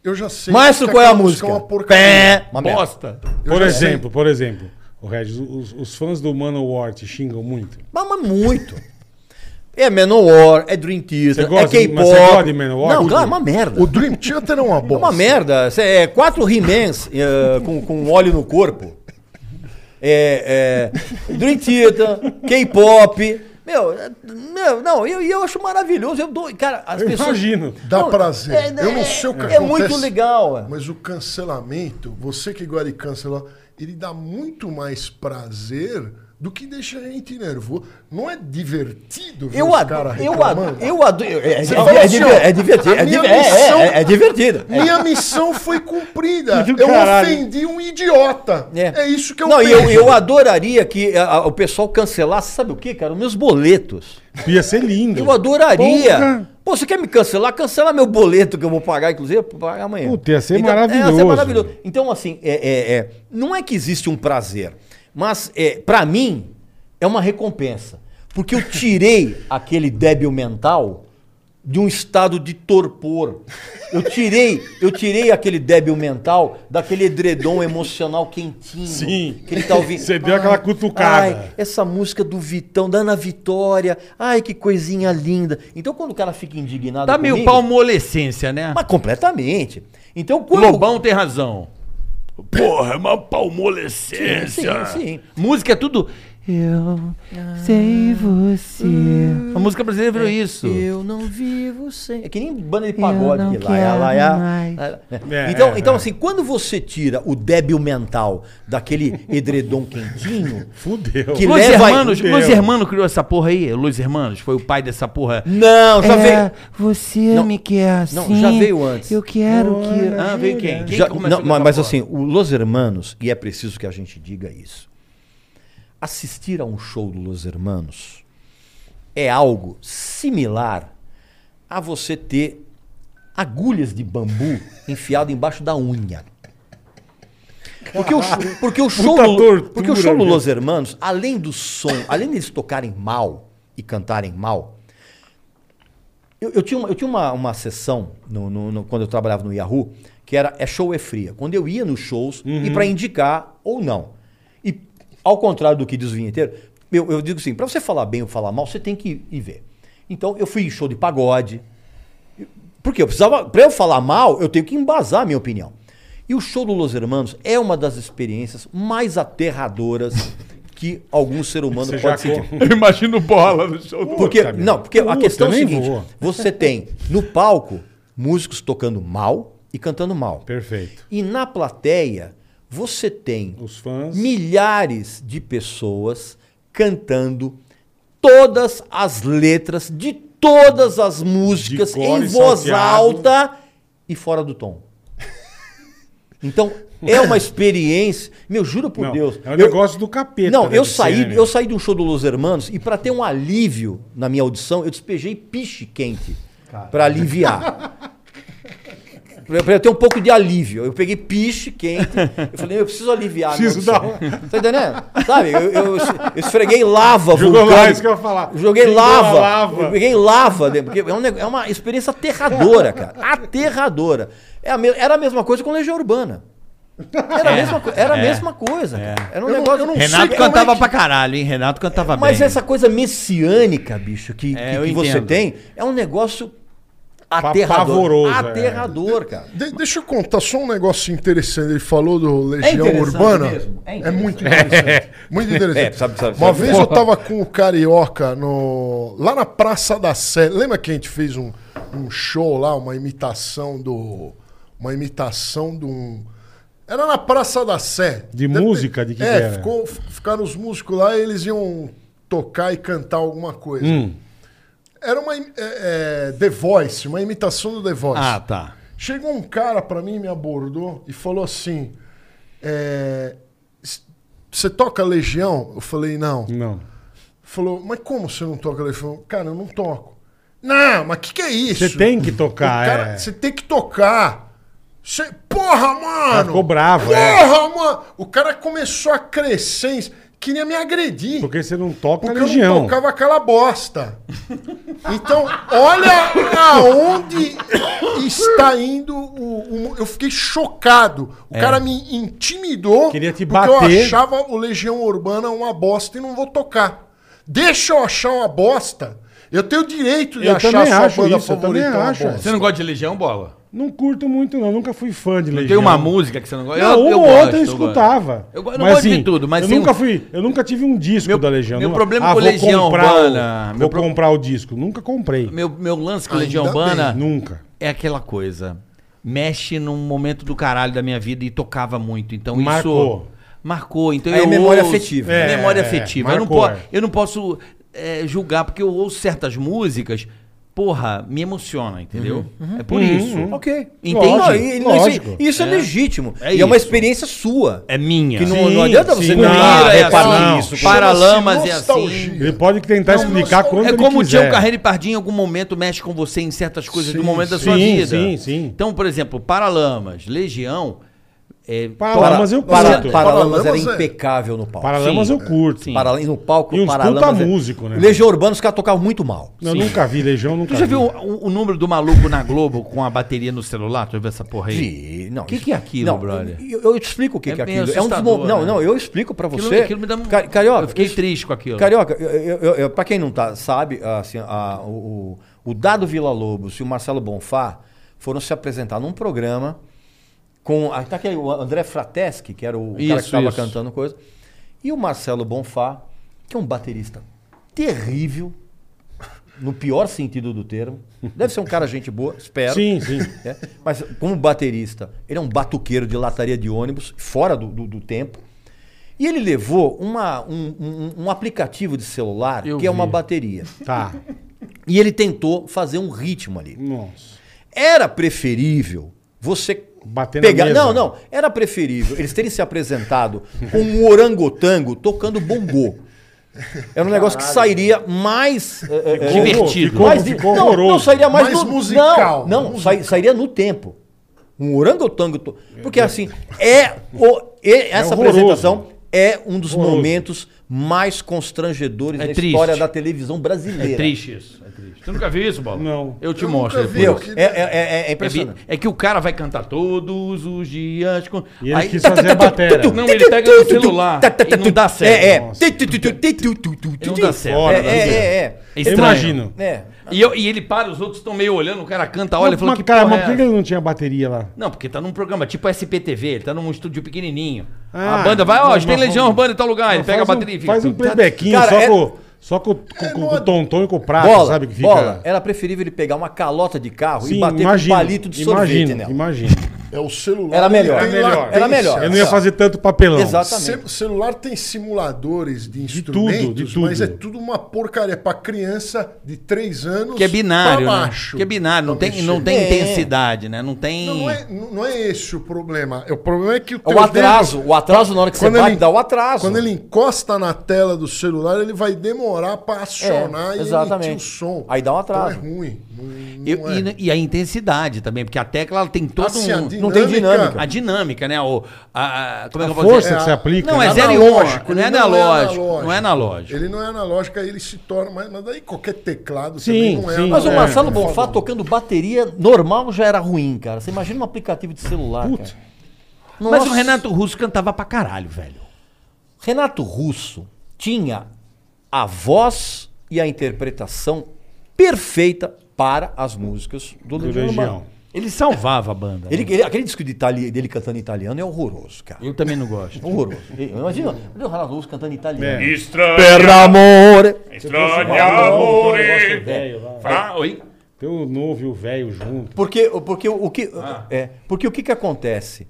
Speaker 7: Eu já sei
Speaker 6: Maestro,
Speaker 7: que
Speaker 6: qual é a
Speaker 7: aquela
Speaker 6: música?
Speaker 7: É uma porcaria.
Speaker 6: Uma merda.
Speaker 4: Bosta.
Speaker 3: Por exemplo, por exemplo, o Regis, os, os fãs do Manowar te xingam muito.
Speaker 6: Mas, mas muito. É Menor, é Dream
Speaker 3: Você
Speaker 6: Theater, é
Speaker 3: gosta de- mas você gosta
Speaker 6: K-pop.
Speaker 3: de Manowar?
Speaker 6: Não, claro, é
Speaker 3: Tudo.
Speaker 6: uma merda.
Speaker 7: O Dream Theater é uma bosta.
Speaker 6: É uma merda. Cê- É quatro He-Mans eh, com, com óleo no corpo. É, é, Dream Theater, K-pop. Meu, é, meu, não, eu, eu acho maravilhoso. Eu dou, cara, as
Speaker 3: Eu
Speaker 6: pessoas.
Speaker 3: imagino.
Speaker 7: Dá
Speaker 6: Não,
Speaker 7: prazer.
Speaker 6: é-
Speaker 7: eu não sei o que
Speaker 6: é
Speaker 7: acontece.
Speaker 6: muito legal, é.
Speaker 7: Mas o cancelamento, você que gosta de cancelar, ele dá muito mais prazer do que deixa a gente nervoso. Não é divertido ver
Speaker 6: Eu
Speaker 7: os
Speaker 6: adoro.
Speaker 7: caras
Speaker 6: Eu adoro.
Speaker 7: reclamando?
Speaker 6: Eu adoro. É, é,
Speaker 7: Você fala
Speaker 6: é
Speaker 7: assim,
Speaker 6: diver-
Speaker 7: ó,
Speaker 6: é divertido.
Speaker 7: a
Speaker 6: É,
Speaker 7: minha
Speaker 6: diver- é, é,
Speaker 7: missão-
Speaker 6: é- é divertido. É.
Speaker 7: Minha missão foi cumprida.
Speaker 3: Do
Speaker 7: Eu
Speaker 3: caralho.
Speaker 7: ofendi um idiota. É, isso que eu
Speaker 6: né? Não, e eu,
Speaker 7: penso.
Speaker 6: eu adoraria que eh, a- a- o pessoal cancelasse, sabe o que, cara? Os meus boletos.
Speaker 3: Ia ser lindo.
Speaker 6: Eu adoraria.
Speaker 3: Porra.
Speaker 6: Pô, você quer me cancelar? Cancela meu boleto que eu vou pagar, inclusive, eu vou pagar amanhã.
Speaker 3: Puta, ia ser
Speaker 6: é, ia
Speaker 3: maravilhoso.
Speaker 6: Então, assim, é, é- é, não é que existe um prazer, Mas, é, para mim, é uma recompensa. Porque eu tirei aquele débil mental de um estado de torpor. Eu tirei, eu tirei aquele débil mental daquele edredom emocional quentinho.
Speaker 3: Sim.
Speaker 6: Que ele tá ouvindo.
Speaker 3: Você deu aquela cutucada.
Speaker 6: Ai, essa música do Vitão, da Ana Vitória. Ai, que coisinha linda. Então, quando o cara fica indignado
Speaker 4: Tá meio
Speaker 6: comigo-
Speaker 4: palmolescência, né?
Speaker 6: Mas completamente. Então,
Speaker 4: O
Speaker 6: quando...
Speaker 4: Lobão tem razão.
Speaker 8: Porra, é uma palmolescência.
Speaker 6: Sim, sim.
Speaker 4: Música é tudo. Eu sei você. A música brasileira virou isso.
Speaker 6: Eu não vivo sem. É que nem banda de
Speaker 4: não
Speaker 6: pagode. que lá, é
Speaker 4: quero
Speaker 6: lá, lá,
Speaker 4: mais.
Speaker 6: lá, lá.
Speaker 3: É,
Speaker 6: Então,
Speaker 3: é,
Speaker 6: então
Speaker 3: é.
Speaker 6: assim, quando você tira o débil mental daquele edredom quentinho,
Speaker 3: Fudeu.
Speaker 6: Que-
Speaker 4: Luiz
Speaker 6: leva-
Speaker 4: Hermanos,
Speaker 3: Fudeu.
Speaker 4: Luiz Hermano criou essa porra aí. Luiz Hermanos foi o pai dessa porra.
Speaker 6: não,
Speaker 4: É.
Speaker 6: já veio.
Speaker 4: Você
Speaker 6: Não.
Speaker 4: me quer assim.
Speaker 6: Não, já veio antes.
Speaker 4: Eu quero que.
Speaker 3: Olha,
Speaker 4: Ah, veio quem?
Speaker 3: Júlia.
Speaker 4: Quem
Speaker 6: Já-
Speaker 4: que começou
Speaker 6: não,
Speaker 4: com essa
Speaker 6: mas, mas
Speaker 4: porra?
Speaker 6: assim, o Los Hermanos, e é preciso que a gente diga isso. Assistir a um show do Los Hermanos é algo similar a você ter agulhas de bambu enfiado embaixo da unha. Porque o, sh- porque o show,
Speaker 3: Puta
Speaker 6: do,
Speaker 3: tortura,
Speaker 6: porque o show do
Speaker 3: meu.
Speaker 6: Los Hermanos, além do som, além deles tocarem mal e cantarem mal, eu, eu tinha, uma, eu tinha uma, uma sessão no, no- no- quando eu trabalhava no Yahoo, que era é show é fria. Quando eu ia nos shows e para indicar ou não. E ao contrário do que diz o vinheteiro, eu, eu digo assim, para você falar bem ou falar mal, você tem que ir, ir ver. Então eu fui em show de pagode. Porque eu precisava, para eu falar mal, eu tenho que embasar a minha opinião. E o show do Los Hermanos é uma das experiências mais aterradoras que algum ser humano
Speaker 3: Você já
Speaker 6: pode sentir.
Speaker 3: co-
Speaker 8: Eu imagino bola no show. do-
Speaker 6: Porque,
Speaker 3: Puta, meu.
Speaker 6: não, porque a
Speaker 3: Puta,
Speaker 6: questão é a
Speaker 3: nem
Speaker 6: seguinte:
Speaker 3: vou.
Speaker 6: você tem no palco músicos tocando mal e cantando mal.
Speaker 3: Perfeito.
Speaker 6: E na plateia você tem
Speaker 3: Os fãs.
Speaker 6: milhares de pessoas cantando todas as letras de todas as músicas
Speaker 3: De cor
Speaker 6: em
Speaker 3: e
Speaker 6: voz
Speaker 3: salteado.
Speaker 6: alta e fora do tom. Então, é uma experiência. Meu, juro por
Speaker 3: Não,
Speaker 6: Deus.
Speaker 3: É um
Speaker 6: eu-
Speaker 3: negócio do capeta.
Speaker 6: não,
Speaker 3: né,
Speaker 6: eu
Speaker 3: de
Speaker 6: saí,
Speaker 3: ser, né?
Speaker 6: eu saí de um show do Los Hermanos e pra ter um alívio na minha audição, eu despejei piche quente pra aliviar. Pra pra eu ter um pouco de alívio. Eu peguei piche quente. Eu falei, eu preciso aliviar. a minha
Speaker 3: Preciso
Speaker 6: audição.
Speaker 3: dar um
Speaker 6: Tá entendendo? Sabe? Eu, eu- eu esfreguei lava.
Speaker 3: Jogou lá,
Speaker 6: vulcânica.
Speaker 3: isso que eu ia falar.
Speaker 6: Joguei
Speaker 3: Jogou
Speaker 6: lava.
Speaker 3: lava.
Speaker 6: Eu peguei lava. dentro, Porque é, um nego- é uma experiência aterradora, cara. Aterradora. É a me- era a mesma coisa com Legião Urbana. Era
Speaker 3: É.
Speaker 6: a mesma, co- era a mesma coisa. cara. Era um
Speaker 7: Eu não-
Speaker 6: negócio.
Speaker 7: eu não sei
Speaker 4: Renato
Speaker 7: como é
Speaker 4: cantava
Speaker 7: que-
Speaker 4: pra caralho, hein? Renato cantava
Speaker 6: Mas
Speaker 4: Tá bem.
Speaker 6: essa coisa messiânica, bicho, que,
Speaker 4: É,
Speaker 6: que-
Speaker 4: eu
Speaker 6: que você
Speaker 4: entendo.
Speaker 6: tem, é um negócio aterrador.
Speaker 3: Pavoroso, é.
Speaker 6: aterrador, cara.
Speaker 7: De- deixa eu contar só um negócio interessante. Ele falou do Legião
Speaker 6: É interessante
Speaker 7: Urbana.
Speaker 6: mesmo, é
Speaker 7: É,
Speaker 6: interessante.
Speaker 7: muito interessante. Muito interessante.
Speaker 6: É, sabe- sabe-
Speaker 7: Uma
Speaker 6: sabe-
Speaker 7: vez eu tava com o Carioca no, lá na Praça da Sé. Lembra que a gente fez um, um show lá, uma imitação do. Uma imitação de um. Era na Praça da Sé.
Speaker 3: De
Speaker 7: Deve-
Speaker 3: música? De que
Speaker 7: é,
Speaker 3: que era?
Speaker 7: Ficou, f- ficaram os músicos lá e eles iam tocar e cantar alguma coisa.
Speaker 3: Hum.
Speaker 7: Era uma. im- é, é, The Voice, uma imitação do The Voice.
Speaker 4: Ah, tá.
Speaker 7: Chegou um cara pra mim, me abordou e falou assim: é, s- Você toca Legião? Eu falei: Não.
Speaker 3: Não.
Speaker 7: Falou: Mas como você não toca Legião? Cara, eu não toco. Não, mas que que é isso?
Speaker 3: Você tem que
Speaker 7: O
Speaker 3: tocar,
Speaker 7: cara,
Speaker 3: é.
Speaker 7: Você tem que tocar. Você, porra, mano!
Speaker 3: ficou bravo,
Speaker 7: Porra,
Speaker 3: é.
Speaker 7: mano! O cara começou a crescer, em- queria me agredir.
Speaker 3: Porque você não toca
Speaker 7: Porque eu não
Speaker 3: legião.
Speaker 7: tocava aquela bosta. Então, olha aonde está indo o, o- Eu fiquei chocado. O cara me intimidou
Speaker 3: É. Queria te
Speaker 7: porque eu
Speaker 3: bater.
Speaker 7: achava o Legião Urbana uma bosta e não vou tocar. Deixa eu achar uma bosta. Eu tenho direito de
Speaker 3: Eu
Speaker 7: achar
Speaker 3: também
Speaker 7: a sua
Speaker 3: acho
Speaker 7: banda
Speaker 3: isso, eu
Speaker 7: favorita
Speaker 3: também
Speaker 7: uma
Speaker 3: acho.
Speaker 7: bosta.
Speaker 4: Você não gosta de Legião, bola?
Speaker 3: Não curto muito, não. Nunca fui fã de legião.
Speaker 4: Tem uma música que você não gosta?
Speaker 3: Não, uma ou
Speaker 4: gosto,
Speaker 3: outra eu
Speaker 4: gosto.
Speaker 3: escutava. assim,
Speaker 4: Eu go- não gosto de tudo, mas
Speaker 3: eu
Speaker 4: tem um-
Speaker 3: nunca fui, eu nunca tive um disco
Speaker 4: Meu-
Speaker 3: da Legião.
Speaker 4: meu
Speaker 3: Não-
Speaker 4: problema com
Speaker 3: vou
Speaker 4: Legião
Speaker 3: comprar o-
Speaker 4: Urbana,
Speaker 3: Vou
Speaker 4: meu pro-
Speaker 3: comprar o disco, nunca comprei.
Speaker 4: Meu, meu lance com
Speaker 7: Ainda
Speaker 4: Legião
Speaker 7: bem.
Speaker 4: Urbana
Speaker 3: Nunca.
Speaker 4: é aquela coisa. Mexe num momento do caralho da minha vida e tocava muito. Então
Speaker 3: Marcou.
Speaker 4: isso. Marcou. Então
Speaker 6: Aí
Speaker 4: eu
Speaker 6: é memória
Speaker 4: ouço-
Speaker 6: afetiva.
Speaker 4: É, memória
Speaker 3: É,
Speaker 4: afetiva. eu, não
Speaker 3: marcou,
Speaker 4: po-
Speaker 3: é.
Speaker 4: eu não posso é, julgar, porque eu ouço certas músicas, porra, me emociona, entendeu?
Speaker 3: Uhum.
Speaker 4: É por isso.
Speaker 6: Ok.
Speaker 4: Entende?
Speaker 6: Não, e- não,
Speaker 3: Lógico.
Speaker 6: Isso, isso é,
Speaker 4: É.
Speaker 6: legítimo.
Speaker 4: É
Speaker 6: e é uma
Speaker 4: isso.
Speaker 6: experiência sua.
Speaker 4: É minha.
Speaker 6: Que não,
Speaker 3: Sim,
Speaker 6: não adianta
Speaker 3: sim,
Speaker 6: você
Speaker 3: não.
Speaker 6: não
Speaker 4: Lira é
Speaker 6: reparar
Speaker 3: assim,
Speaker 6: nisso.
Speaker 4: para- Paralamas é
Speaker 7: Chama-se nostalgia.
Speaker 3: Ele pode tentar
Speaker 7: Não,
Speaker 3: explicar
Speaker 7: não,
Speaker 3: quando
Speaker 4: É
Speaker 3: ele
Speaker 4: como o
Speaker 3: quiser.
Speaker 4: Tião Carreiro e Pardinho em algum momento mexe com você em certas coisas
Speaker 7: Sim,
Speaker 4: do momento da
Speaker 3: sim,
Speaker 4: sua vida.
Speaker 3: sim, sim.
Speaker 4: Então, por exemplo, Paralamas, Legião, é,
Speaker 3: Paralamas eu curto.
Speaker 6: Para- Paralamas,
Speaker 7: Paralamas
Speaker 6: era
Speaker 7: é-
Speaker 6: impecável no palco.
Speaker 3: Paralamas
Speaker 4: Sim.
Speaker 3: eu curto.
Speaker 4: Sim.
Speaker 6: Para, no palco,
Speaker 3: E uns
Speaker 6: Paralamas
Speaker 3: puta
Speaker 6: é-
Speaker 3: músico, né?
Speaker 6: Legião Urbana, os caras tocavam muito mal.
Speaker 3: Eu nunca vi Legião, nunca
Speaker 4: Tu já
Speaker 3: vi.
Speaker 4: viu o, o número do maluco na Globo com a bateria no celular? Tu já viu essa porra aí?
Speaker 6: De- não,
Speaker 4: O que
Speaker 6: isso-
Speaker 4: que é aquilo,
Speaker 6: não,
Speaker 4: brother?
Speaker 6: Eu, eu te explico o que,
Speaker 4: É
Speaker 6: que é
Speaker 4: meio
Speaker 6: aquilo. É um dos
Speaker 4: assustador,
Speaker 6: mo- Não,
Speaker 4: né?
Speaker 6: não, eu explico pra
Speaker 4: Aquilo-
Speaker 6: você.
Speaker 4: aquilo me dá um-
Speaker 6: Ca- Carioca,
Speaker 4: eu fiquei
Speaker 6: isso-
Speaker 4: triste com aquilo.
Speaker 6: Carioca, eu, eu- eu- eu- pra quem não tá, sabe, assim, a- o, o- o Dado Vila Lobos e o Marcelo Bonfá foram se apresentar num programa com. a- Tá aqui, o André Frateschi, que era o, o cara que
Speaker 4: Isso,
Speaker 6: tava
Speaker 4: isso.
Speaker 6: cantando coisa, e o Marcelo Bonfá, que é um baterista terrível, no pior sentido do termo. Deve ser um cara gente boa, espero.
Speaker 3: Sim, sim.
Speaker 6: né? Mas como baterista, ele é um batuqueiro de lataria de ônibus, fora do, do- do tempo. E ele levou uma- um, um- um aplicativo de celular,
Speaker 4: Eu
Speaker 6: que é uma
Speaker 4: vi.
Speaker 6: bateria.
Speaker 3: Tá.
Speaker 6: E ele tentou fazer um ritmo ali.
Speaker 3: Nossa.
Speaker 6: Era preferível você
Speaker 3: Bater na
Speaker 6: pegar.
Speaker 3: mesa.
Speaker 6: Não, não. Era preferível eles terem se apresentado com um orangotango tocando bongô. Era um negócio que sairia mais. eh, eh, eh,
Speaker 4: divertido.
Speaker 3: Ficou,
Speaker 6: mas,
Speaker 3: ficou
Speaker 6: não,
Speaker 3: horroroso.
Speaker 6: Não, sairia mais,
Speaker 7: Mais
Speaker 6: no,
Speaker 7: musical.
Speaker 6: Não, não sai- sairia no tempo. Um orangotango. to- Porque assim, é, o, e- essa
Speaker 3: horroroso.
Speaker 6: apresentação é um dos
Speaker 3: Horroroso.
Speaker 6: momentos mais constrangedores
Speaker 4: É
Speaker 6: da
Speaker 4: triste.
Speaker 6: história da televisão brasileira.
Speaker 4: É triste isso. É triste. Tu nunca viu isso, Bola?
Speaker 3: Não.
Speaker 4: Eu te
Speaker 7: Eu
Speaker 4: mostro.
Speaker 7: nunca vi,
Speaker 6: Meu,
Speaker 4: depois.
Speaker 7: Que-
Speaker 6: é, é- é- é
Speaker 4: É, vi-
Speaker 6: impressionante.
Speaker 4: é que o cara vai cantar todos os dias. Com...
Speaker 3: E ele quis fazer a bateria.
Speaker 4: Não, ele pega no celular
Speaker 3: tá,
Speaker 4: e não dá certo.
Speaker 6: É, é.
Speaker 3: Nossa.
Speaker 4: E não dá certo.
Speaker 6: É,
Speaker 3: Fora né? da
Speaker 6: é,
Speaker 3: vida.
Speaker 6: é,
Speaker 4: É
Speaker 3: Eu
Speaker 4: estranho.
Speaker 3: imagino.
Speaker 6: é. É.
Speaker 4: E, eu- e ele para, os outros estão meio olhando, o cara canta, olha,
Speaker 3: Mas,
Speaker 4: falou
Speaker 3: mas,
Speaker 4: que
Speaker 3: cara,
Speaker 4: porra
Speaker 3: mas
Speaker 4: é
Speaker 3: por que
Speaker 4: essa?"
Speaker 3: ele não tinha bateria lá?
Speaker 4: Não, porque tá num programa tipo SPTV, ele tá num estúdio pequenininho.
Speaker 3: Ah,
Speaker 4: a banda vai, ó,
Speaker 3: mas-
Speaker 4: tem
Speaker 3: mas-
Speaker 4: Legião Urbana em tal lugar, ele
Speaker 3: Não,
Speaker 4: pega a
Speaker 3: faz um-
Speaker 4: bateria e fica.
Speaker 3: Faz um playbackinho
Speaker 6: Cara,
Speaker 3: só,
Speaker 6: é-
Speaker 3: com, só com,
Speaker 4: É
Speaker 3: com- com o tonton e com o prato,
Speaker 6: Bola,
Speaker 3: Ah, sabe? Que fica...
Speaker 6: bola, era preferível ele pegar uma calota de
Speaker 4: É
Speaker 6: carro
Speaker 3: Sim,
Speaker 6: e bater
Speaker 3: imagino,
Speaker 6: com um palito de sorvete
Speaker 3: imagino,
Speaker 4: né?
Speaker 6: nela.
Speaker 3: Imagino.
Speaker 7: É o celular.
Speaker 6: Era melhor.
Speaker 7: ele tem
Speaker 3: Era melhor.
Speaker 7: latência.
Speaker 6: Era melhor.
Speaker 3: Eu não ia fazer tanto papelão.
Speaker 6: Exato.
Speaker 7: Ce-
Speaker 6: Exatamente.
Speaker 7: celular tem simuladores de
Speaker 3: tudo,
Speaker 7: instrumentos,
Speaker 3: de tudo.
Speaker 7: mas é tudo uma porcaria pra criança de 3 anos
Speaker 4: Que é binário,
Speaker 7: pra
Speaker 4: né?
Speaker 7: baixo.
Speaker 4: Que é binário, não
Speaker 7: Pra
Speaker 4: tem, não
Speaker 7: mexer.
Speaker 4: tem
Speaker 6: É.
Speaker 4: intensidade, né? Não tem...
Speaker 7: Não, não é, não não é esse o problema. É, O problema é que o
Speaker 6: É
Speaker 7: teu
Speaker 6: o
Speaker 3: Então,
Speaker 6: atraso,
Speaker 7: dedo-
Speaker 6: o atraso na hora que você
Speaker 7: Quando
Speaker 6: bate,
Speaker 7: ele-
Speaker 6: dá o atraso.
Speaker 7: Quando ele encosta na tela do celular, ele vai demorar pra acionar e emitir
Speaker 6: É, exatamente.
Speaker 7: o som.
Speaker 6: Aí dá um atraso.
Speaker 7: Então é ruim. Não- não
Speaker 4: Eu-
Speaker 7: é.
Speaker 4: e, e a intensidade também, porque a tecla ela tem todo
Speaker 7: Assim, a
Speaker 4: um...
Speaker 6: não tem dinâmica.
Speaker 4: A dinâmica, né? O, a, a- como é que eu vou
Speaker 3: Força
Speaker 4: dizer?
Speaker 3: que você aplica.
Speaker 4: Não,
Speaker 3: né?
Speaker 4: é zero e um,
Speaker 7: analógico,
Speaker 4: não é
Speaker 7: ele
Speaker 4: analógico, não é analógico.
Speaker 7: Ele não é analógico, aí ele se torna, mas, mas daí qualquer teclado
Speaker 3: Sim,
Speaker 7: também não é
Speaker 3: sim.
Speaker 7: analógico.
Speaker 6: Mas o
Speaker 3: É,
Speaker 6: Marcelo
Speaker 7: por
Speaker 6: Bonfá
Speaker 7: favor.
Speaker 6: tocando bateria normal já era ruim, cara. Você imagina um aplicativo de celular,
Speaker 3: Puta.
Speaker 6: cara.
Speaker 4: Mas
Speaker 6: Nossa.
Speaker 4: o Renato Russo cantava pra caralho, velho.
Speaker 6: Renato Russo tinha a voz e a interpretação perfeita para as músicas do,
Speaker 3: Do
Speaker 6: Legião Urbana.
Speaker 3: Legião.
Speaker 4: Ele salvava a banda.
Speaker 6: Ele,
Speaker 4: né?
Speaker 6: ele- aquele disco de itali- dele cantando italiano é horroroso, cara.
Speaker 4: Eu também não gosto.
Speaker 6: Horroroso. Imagina, olha o Renato Russo cantando italiano.
Speaker 3: É.
Speaker 6: Per amore.
Speaker 4: Ah, oi?
Speaker 3: Tem o novo e o velho junto.
Speaker 6: Porque, porque o que é, porque o que que acontece?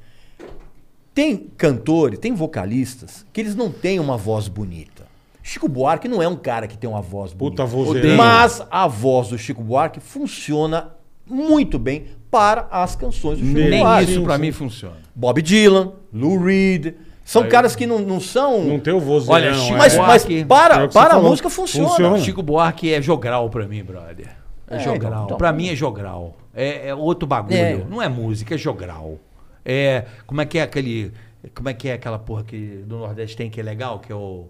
Speaker 6: Tem cantores, tem vocalistas que eles não têm uma voz bonita. Chico Buarque não é um cara que tem uma voz bonita.
Speaker 3: Puta vozeirão.
Speaker 6: Mas a voz do Chico Buarque funciona muito bem para as canções do Chico
Speaker 3: Nem
Speaker 4: Nem
Speaker 6: Buarque.
Speaker 4: isso pra
Speaker 3: sim.
Speaker 4: mim funciona.
Speaker 6: Bob Dylan, Lou Reed, são caras que não, não são
Speaker 3: Não tem o vozeirão.
Speaker 4: Olha, Chico-
Speaker 6: mas,
Speaker 3: é.
Speaker 6: mas
Speaker 4: Buarque,
Speaker 3: é
Speaker 6: para,
Speaker 3: o que você
Speaker 6: para a
Speaker 3: falou.
Speaker 6: música funciona.
Speaker 3: Funciona.
Speaker 4: Chico Buarque é jogral pra mim, brother. É,
Speaker 6: É,
Speaker 4: jogral.
Speaker 6: então-
Speaker 4: pra mim é jogral. É, é outro bagulho.
Speaker 6: É.
Speaker 4: Não é música, é jogral. É. Como é que é aquele. Como é que é aquela porra que do Nordeste tem que é legal? Que é o.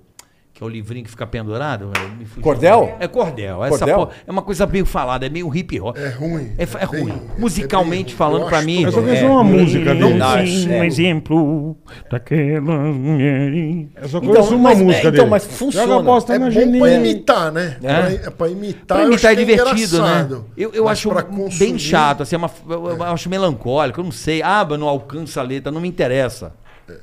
Speaker 4: Que é o livrinho que fica pendurado? velho? Me fugiu.
Speaker 6: Cordel?
Speaker 4: É cordel. Essa
Speaker 6: Cordel?
Speaker 4: porra é uma coisa meio falada, é meio hip hop.
Speaker 7: É ruim.
Speaker 4: É, fa- é
Speaker 7: bem
Speaker 4: ruim. Musicalmente
Speaker 7: Eu tá
Speaker 4: falando, pra
Speaker 7: acho
Speaker 4: mim.
Speaker 3: Eu só
Speaker 7: tudo
Speaker 3: conheço
Speaker 6: É.
Speaker 3: uma música dele.
Speaker 6: dá,
Speaker 9: Sim,
Speaker 6: é.
Speaker 9: um exemplo daquela mulher.
Speaker 3: Eu só conheço
Speaker 6: Então,
Speaker 3: uma
Speaker 6: mas-
Speaker 3: música
Speaker 6: é, então,
Speaker 3: dele.
Speaker 6: mas
Speaker 3: Joga
Speaker 6: funciona.
Speaker 3: a bosta
Speaker 7: É
Speaker 3: na
Speaker 7: bom pra
Speaker 3: geninha.
Speaker 7: imitar, né?
Speaker 4: É.
Speaker 7: Pra, pra imitar,
Speaker 4: Pra
Speaker 7: tá? eu
Speaker 4: imitar é
Speaker 7: acho que
Speaker 4: divertido, né?
Speaker 7: engraçado.
Speaker 4: Eu, eu
Speaker 7: Mas
Speaker 4: acho
Speaker 7: pra
Speaker 4: bem
Speaker 7: consumir-
Speaker 4: chato, assim, é uma- eu, eu acho melancólico, eu não sei. Ah, mas não alcança a letra, não me interessa.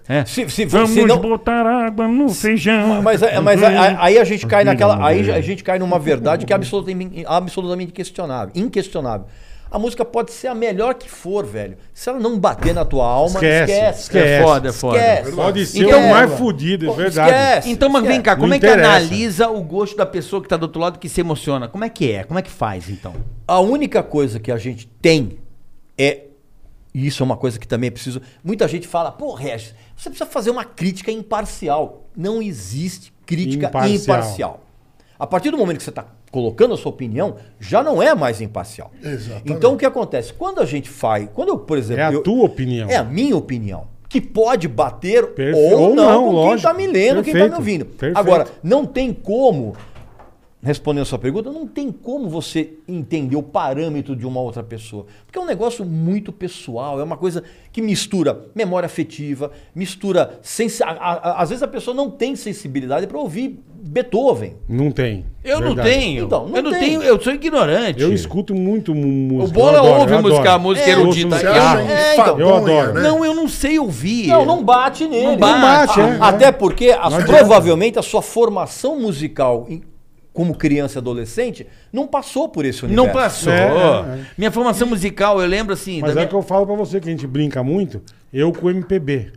Speaker 4: É.
Speaker 6: Se, se,
Speaker 9: Vamos
Speaker 6: se não,
Speaker 9: botar água no feijão.
Speaker 6: Mas, é mas a- a- aí a gente cai naquela. Aí a gente cai numa verdade que é absolutamente, absolutamente questionável, inquestionável. A música pode ser a melhor que for, velho. Se ela não bater na tua alma,
Speaker 3: Esquece,
Speaker 6: esquece.
Speaker 3: esquece.
Speaker 4: É foda, é foda.
Speaker 6: Esquece.
Speaker 3: Pode ser
Speaker 6: Então-
Speaker 3: o mais fudido, é
Speaker 6: Pô,
Speaker 3: verdade.
Speaker 6: esquece.
Speaker 4: Então, mas vem cá,
Speaker 3: Não
Speaker 4: como é que
Speaker 3: interessa.
Speaker 4: analisa o gosto da pessoa que tá do outro lado que se emociona? Como é que é? Como é que faz, então?
Speaker 6: A única coisa que a gente tem é. E isso é uma coisa que também é preciso. Muita gente fala, pô, Regis, você precisa fazer uma crítica imparcial. Não existe crítica
Speaker 3: Imparcial.
Speaker 6: imparcial. A partir do momento que você está colocando a sua opinião, já não é mais imparcial.
Speaker 7: Exatamente.
Speaker 6: Então o que acontece? Quando a gente faz. Quando eu, por exemplo.
Speaker 3: É a
Speaker 6: eu-
Speaker 3: tua opinião.
Speaker 6: É a minha opinião. que pode bater
Speaker 3: Perfe-
Speaker 6: ou
Speaker 3: ou
Speaker 6: não,
Speaker 3: não,
Speaker 6: com quem
Speaker 3: lógico.
Speaker 6: está me lendo, quem está me
Speaker 3: Perfeito,
Speaker 6: ouvindo.
Speaker 3: perfeito.
Speaker 6: Agora, não tem como, respondendo a sua pergunta, não tem como você entender o parâmetro de uma outra pessoa. Porque é um negócio muito pessoal, é uma coisa que mistura memória afetiva, mistura. Sensi... a- a- a- às vezes a pessoa não tem sensibilidade para ouvir Beethoven.
Speaker 3: Não tem.
Speaker 4: Eu
Speaker 3: Verdade.
Speaker 4: não tenho.
Speaker 6: Então, não
Speaker 4: eu não
Speaker 6: tem.
Speaker 4: tenho, eu sou ignorante.
Speaker 3: Eu escuto muito mu- música.
Speaker 4: O
Speaker 3: eu
Speaker 4: Bola
Speaker 3: adoro,
Speaker 4: ouve
Speaker 3: eu adoro. É,
Speaker 4: música, a música
Speaker 3: Eu ouço
Speaker 4: erudita.
Speaker 3: música.
Speaker 7: Você acha
Speaker 4: Ah,
Speaker 7: um
Speaker 4: é, então.
Speaker 7: fadonha,
Speaker 3: Eu adoro.
Speaker 7: né?
Speaker 4: Não, eu não sei ouvir.
Speaker 6: Não, não bate nele.
Speaker 4: Não bate,
Speaker 6: A-
Speaker 3: é, é.
Speaker 6: Até porque a-
Speaker 3: Não adianta.
Speaker 6: provavelmente a sua formação musical em- como criança e adolescente não passou por esse universo.
Speaker 4: Não passou.
Speaker 3: É, é, é.
Speaker 4: Minha formação musical, eu lembro assim.
Speaker 3: Mas
Speaker 4: da
Speaker 3: é
Speaker 4: minha-
Speaker 3: o que eu falo pra você, que a gente brinca muito, eu com o MPB.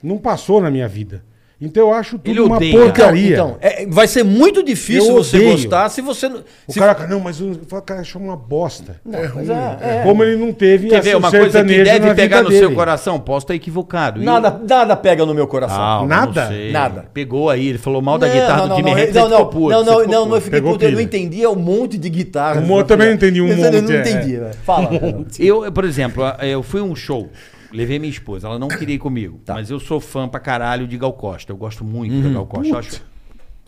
Speaker 3: Não passou na minha vida. Então eu acho tudo
Speaker 4: Ele
Speaker 3: uma
Speaker 4: odeia.
Speaker 3: porcaria.
Speaker 6: Então, é, vai ser muito difícil
Speaker 3: Eu
Speaker 6: você
Speaker 3: odeio.
Speaker 6: gostar se você. não-
Speaker 3: o
Speaker 6: se-
Speaker 3: cara, não, mas o o cara achou uma bosta.
Speaker 6: Mas é, é.
Speaker 3: Como ele não teve
Speaker 4: Quer ver
Speaker 3: essa- o
Speaker 4: uma coisa que
Speaker 3: sertanejo
Speaker 4: deve
Speaker 3: na
Speaker 4: pegar
Speaker 3: vida
Speaker 4: no seu
Speaker 3: dele.
Speaker 4: coração? Posso estar equivocado. E
Speaker 6: Nada,
Speaker 4: eu-
Speaker 6: nada pega no meu coração.
Speaker 4: Calma,
Speaker 3: Nada?
Speaker 4: não sei.
Speaker 6: Nada.
Speaker 4: Pegou aí, ele falou mal da
Speaker 6: Não,
Speaker 4: guitarra
Speaker 6: não,
Speaker 4: do
Speaker 6: não,
Speaker 4: Jimmy
Speaker 6: não,
Speaker 4: Hendrix.
Speaker 6: não,
Speaker 4: você
Speaker 6: não,
Speaker 4: ficou
Speaker 6: não,
Speaker 4: puto, você
Speaker 6: não,
Speaker 4: ficou
Speaker 6: não, não, eu
Speaker 4: puto.
Speaker 6: fiquei
Speaker 3: Pegou
Speaker 6: puto, eu não
Speaker 3: pilha.
Speaker 6: entendia um monte de guitarra.
Speaker 3: Um monte- eu também não entendi um
Speaker 6: eu não- Eu
Speaker 3: monte,
Speaker 6: não
Speaker 3: é.
Speaker 6: entendi. velho. Fala. cara.
Speaker 4: Eu, por exemplo, eu fui a um show, levei minha esposa, ela não
Speaker 3: Tá.
Speaker 4: queria ir comigo, mas eu sou fã pra caralho de Gal Costa, eu gosto muito
Speaker 3: Uhum.
Speaker 4: de Gal Costa, eu acho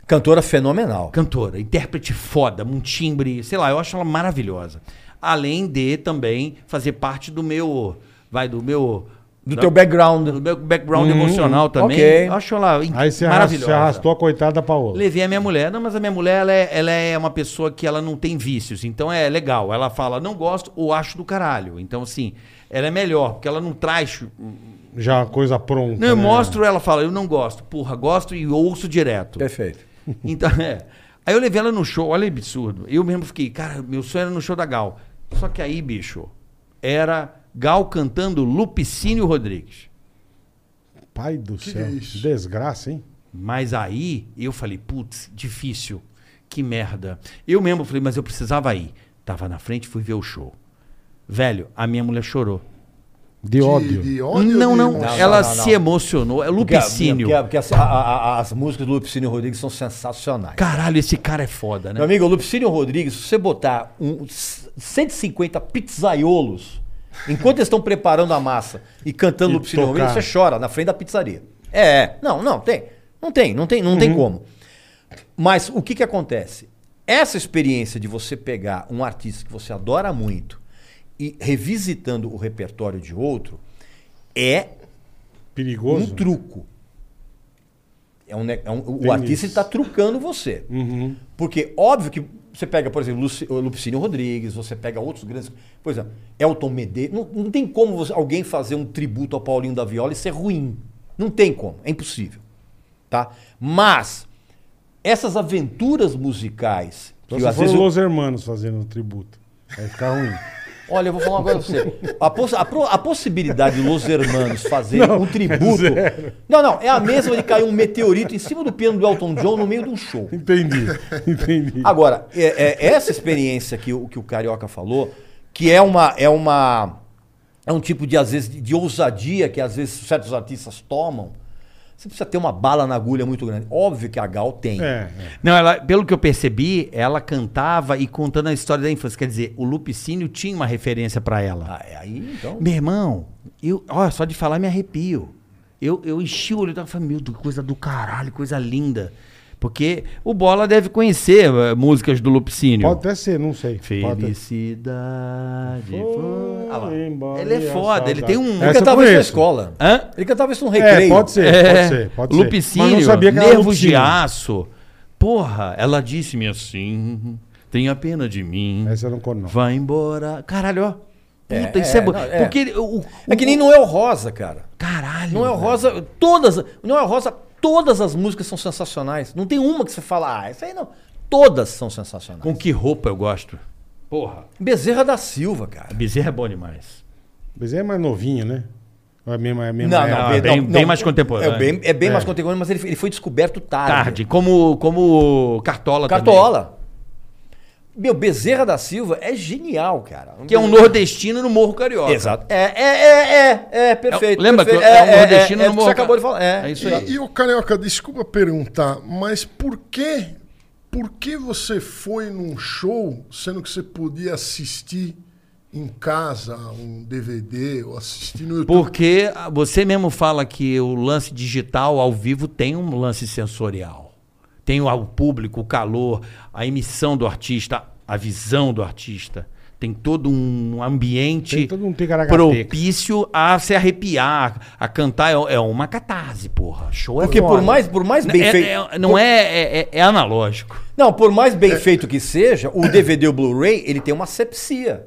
Speaker 6: Cantora é fenomenal.
Speaker 4: cantora, intérprete foda, um timbre, sei lá, eu acho ela maravilhosa. Além de também fazer parte do meu, vai do meu
Speaker 6: Do
Speaker 4: da-
Speaker 6: teu
Speaker 4: do
Speaker 6: background.
Speaker 4: meu background emocional também.
Speaker 6: ok.
Speaker 4: Eu acho ela in-
Speaker 3: Uhum. Aí você arras-
Speaker 4: maravilhosa.
Speaker 3: você arrastou a coitada pra outra.
Speaker 4: Levei a minha mulher, não, mas a minha mulher ela é, ela é uma pessoa que ela não tem vícios, então é legal. Ela fala, não gosto ou acho do caralho. Então, assim, ela é melhor, porque ela não traz.
Speaker 3: Já a coisa pronta.
Speaker 4: Não, eu
Speaker 3: né?
Speaker 4: mostro, ela fala, eu não gosto. Porra, gosto e ouço direto.
Speaker 6: Perfeito.
Speaker 4: Então, é. Aí eu levei ela no show, olha que absurdo. Eu mesmo fiquei, cara, meu sonho era no show da Gal. Só que aí, bicho, era Gal cantando Lupicínio Rodrigues.
Speaker 3: Pai do céu.
Speaker 7: é isso?
Speaker 3: Desgraça, hein?
Speaker 4: Mas aí eu falei, putz, difícil, que merda. Eu mesmo falei, mas eu precisava ir. Tava na frente, fui ver o show. Velho, a minha mulher chorou.
Speaker 3: De ódio.
Speaker 7: De ódio
Speaker 4: não,
Speaker 7: de
Speaker 4: não,
Speaker 7: emoção?
Speaker 4: ela
Speaker 6: não, não.
Speaker 4: se emocionou. É Lupicínio.
Speaker 6: Porque, porque- porque a- a- a- as músicas do Lupicínio Rodrigues são sensacionais.
Speaker 4: Caralho, esse cara é foda,
Speaker 6: Meu
Speaker 4: né?
Speaker 6: amigo, o Lupicínio Rodrigues, se você botar um, c- 150 pizzaiolos, enquanto eles estão preparando a massa e cantando
Speaker 3: E
Speaker 6: Lupicínio
Speaker 3: tocar.
Speaker 6: Rodrigues, você chora na frente da pizzaria. É, é. não, não, tem. Não tem, não tem, não tem como. Mas o que que acontece? Essa experiência de você pegar um artista que você adora muito e revisitando o repertório de outro é um
Speaker 3: Perigoso.
Speaker 6: truco. É um, ne- é um- o
Speaker 3: Tem
Speaker 6: artista
Speaker 3: isso. Uhum.
Speaker 6: está trucando você. Porque, óbvio que você pega, por exemplo, Luci- o Lupicínio Rodrigues, você pega outros grandes. Por exemplo, Elton Medeiros. Não, não tem como você- alguém fazer um tributo ao Paulinho da Viola e ser ruim. Não tem como. É impossível. Tá? Mas, essas aventuras musicais.
Speaker 3: Só
Speaker 6: que
Speaker 3: se
Speaker 6: às
Speaker 3: for
Speaker 6: vezes
Speaker 3: os
Speaker 6: eu-
Speaker 3: Então Los Hermanos fazendo um tributo. Vai ficar ruim.
Speaker 6: Olha, eu vou falar agora pra você. A, poss- a pro- a possibilidade de Los Hermanos fazerem um tributo. não, não, é a mesma de cair um meteorito em cima do piano do Elton John no meio de um show.
Speaker 3: Entendi. Entendi.
Speaker 4: Ah,
Speaker 6: Agora, é- é essa experiência que, o- que o Carioca falou, que é uma. É uma é um tipo de, às vezes, de, de ousadia que às vezes certos artistas tomam. Você precisa ter uma bala na agulha muito grande. Óbvio que a Gal tem.
Speaker 3: É,
Speaker 4: Não, ela, pelo que eu percebi, ela cantava e contando a história da infância. Quer dizer, o Lupicínio tinha uma referência pra ela.
Speaker 6: Ah, é aí então.
Speaker 4: Meu irmão, eu, ó, só de falar me arrepio. Eu, eu enchi o olho e falei, meu, Deus, coisa do caralho, coisa linda. Porque o Bola deve conhecer eh, músicas do Lupicínio.
Speaker 3: Pode até ser, não sei. Pode até-
Speaker 4: Felicidade. foi- Ah lá.
Speaker 3: Foi embora
Speaker 4: Ele é
Speaker 3: a
Speaker 4: foda, ele
Speaker 3: saudade.
Speaker 4: tem um.
Speaker 6: Ele
Speaker 3: Essa eu
Speaker 6: cantava isso na
Speaker 3: conheço.
Speaker 6: escola.
Speaker 4: Hã?
Speaker 6: Ele cantava isso num
Speaker 3: É,
Speaker 6: recreio.
Speaker 3: pode ser,
Speaker 4: É,
Speaker 3: pode ser, pode ser.
Speaker 4: Lupicínio,
Speaker 3: Mas não sabia que era
Speaker 4: nervos de
Speaker 3: Lupicínio.
Speaker 4: aço. Porra, ela disse-me assim, tenha pena de mim,
Speaker 3: Essa eu não conheço, não.
Speaker 4: vai embora. Caralho, ó. Puta,
Speaker 6: É,
Speaker 4: isso é,
Speaker 6: é,
Speaker 4: bom.
Speaker 6: não, é.
Speaker 4: Porque o, o-
Speaker 6: É que é nem Noel Rosa, cara.
Speaker 4: Caralho.
Speaker 6: Noel
Speaker 4: velho.
Speaker 6: Rosa, todas. Noel Rosa, todas as músicas são sensacionais. Não tem uma que você fala, ah, essa aí não. Todas são sensacionais.
Speaker 4: Com que roupa eu gosto? Porra,
Speaker 6: Bezerra da Silva, cara.
Speaker 4: Bezerra é bom demais.
Speaker 3: Mas é mais novinho, né? Ou É mesmo, é mesmo
Speaker 4: não,
Speaker 6: Be-
Speaker 4: é bem- bem mais contemporâneo.
Speaker 6: É bem, é bem
Speaker 3: É.
Speaker 6: mais contemporâneo, mas ele, ele foi descoberto tarde.
Speaker 4: Tarde, como, como Cartola, também.
Speaker 6: Ah, é. Cartola. Meu, Bezerra da Silva é genial, cara.
Speaker 4: Que é um nordestino no Morro Carioca.
Speaker 6: Exato. É, é, é, é, é, perfeito.
Speaker 4: É, lembra que
Speaker 6: perfeito.
Speaker 4: é um nordestino
Speaker 6: é, é,
Speaker 4: no
Speaker 6: é, Você
Speaker 4: Morro-
Speaker 6: acabou de falar. É,
Speaker 4: É isso
Speaker 7: E,
Speaker 4: aí.
Speaker 7: e o Carioca, desculpa perguntar, mas por que, por que você foi num show sendo que você podia assistir em casa um DVD ou assistir no YouTube.
Speaker 4: Porque ah, você mesmo fala que o lance digital ao vivo tem um lance sensorial. Tem o o público, o calor, a emissão do artista, a visão do artista. Tem todo um ambiente
Speaker 3: Tem todo um ticaracateca.
Speaker 4: propício a se arrepiar, a cantar. É, é uma catarse, porra. Show é
Speaker 6: Porque por
Speaker 4: foda.
Speaker 6: mais, por mais bem
Speaker 4: É-
Speaker 6: feito.
Speaker 4: é- não é, é, é- é analógico.
Speaker 6: Não, por mais bem feito que seja, o DVD e o Blu-ray, ele tem uma sepsia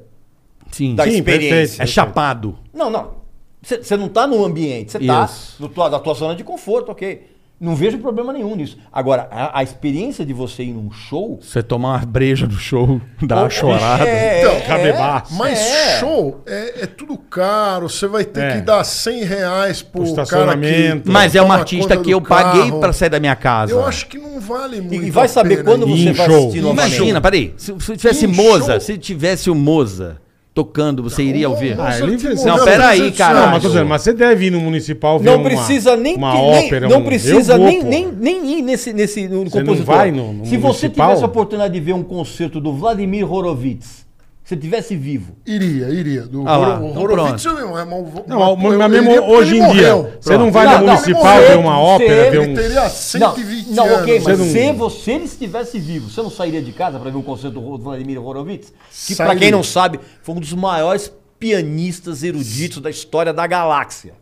Speaker 4: Sim.
Speaker 6: da
Speaker 3: Sim,
Speaker 6: experiência.
Speaker 4: É chapado.
Speaker 6: Não, não. Você não tá no ambiente, você tá
Speaker 4: Isso.
Speaker 6: do tua- da tua zona de conforto, ok. Não vejo problema nenhum nisso. Agora, a, a experiência de você ir num show.
Speaker 4: Você tomar uma breja do show, dar
Speaker 3: Tá
Speaker 4: uma
Speaker 6: Ou-
Speaker 4: chorada.
Speaker 6: É,
Speaker 7: Então,
Speaker 6: é,
Speaker 3: cabebaço.
Speaker 7: Mas
Speaker 6: é.
Speaker 7: show é, é tudo caro, você vai ter
Speaker 3: É.
Speaker 7: que dar 100 reais
Speaker 3: O
Speaker 7: pro cara que.
Speaker 3: estacionamento.
Speaker 4: Mas é uma
Speaker 7: toma
Speaker 4: artista
Speaker 7: conta
Speaker 4: que
Speaker 7: do
Speaker 4: eu paguei
Speaker 7: carro.
Speaker 4: pra sair da minha casa.
Speaker 7: Eu acho que não vale muito.
Speaker 6: E vai
Speaker 7: a
Speaker 6: saber
Speaker 7: pena
Speaker 6: quando
Speaker 7: isso.
Speaker 6: você
Speaker 3: Em
Speaker 6: vai
Speaker 3: show.
Speaker 6: assistir novamente.
Speaker 4: Imagina, peraí. Se, se tivesse
Speaker 7: Em
Speaker 4: Moza,
Speaker 7: show.
Speaker 4: se tivesse o Moza tocando, você iria ouvir?
Speaker 3: Ah, ele fez-
Speaker 4: Não, peraí, caralho.
Speaker 3: Não, mas, tô dizendo, mas você deve ir no municipal ver
Speaker 6: Não
Speaker 3: é uma-
Speaker 6: precisa nem,
Speaker 3: uma
Speaker 6: que- nem-
Speaker 3: ópera.
Speaker 6: não
Speaker 3: um-
Speaker 6: precisa
Speaker 3: Eu vou,
Speaker 6: nem,
Speaker 3: pô.
Speaker 6: nem, nem ir nesse, nesse no
Speaker 3: Você não
Speaker 6: compositor.
Speaker 3: vai no- no
Speaker 6: Se você
Speaker 3: municipal?
Speaker 6: tivesse a oportunidade de ver um concerto do Vladimir Horowitz, se ele tivesse vivo,
Speaker 7: Iria, iria. Do
Speaker 4: Ah lá,
Speaker 7: Horo-
Speaker 4: então
Speaker 7: Horowitz, eu- mas-
Speaker 3: Não, mas
Speaker 7: eu- eu
Speaker 3: mesmo
Speaker 7: iria porque
Speaker 3: hoje
Speaker 7: É ele
Speaker 3: em dia,
Speaker 7: morreu.
Speaker 3: você não vai
Speaker 6: Não,
Speaker 3: no
Speaker 6: não,
Speaker 3: municipal
Speaker 6: ele
Speaker 3: ver
Speaker 6: morreu,
Speaker 3: uma
Speaker 6: você-
Speaker 3: ópera, ver
Speaker 6: ele
Speaker 7: Ele
Speaker 3: um...
Speaker 7: teria 120
Speaker 6: não,
Speaker 7: anos.
Speaker 6: ok, mas
Speaker 3: não-
Speaker 6: se você ele estivesse vivo, você não sairia de casa para ver um concerto do Vladimir Horowitz? Que para
Speaker 7: Sairia.
Speaker 6: quem não sabe, foi um dos maiores pianistas eruditos da história da galáxia.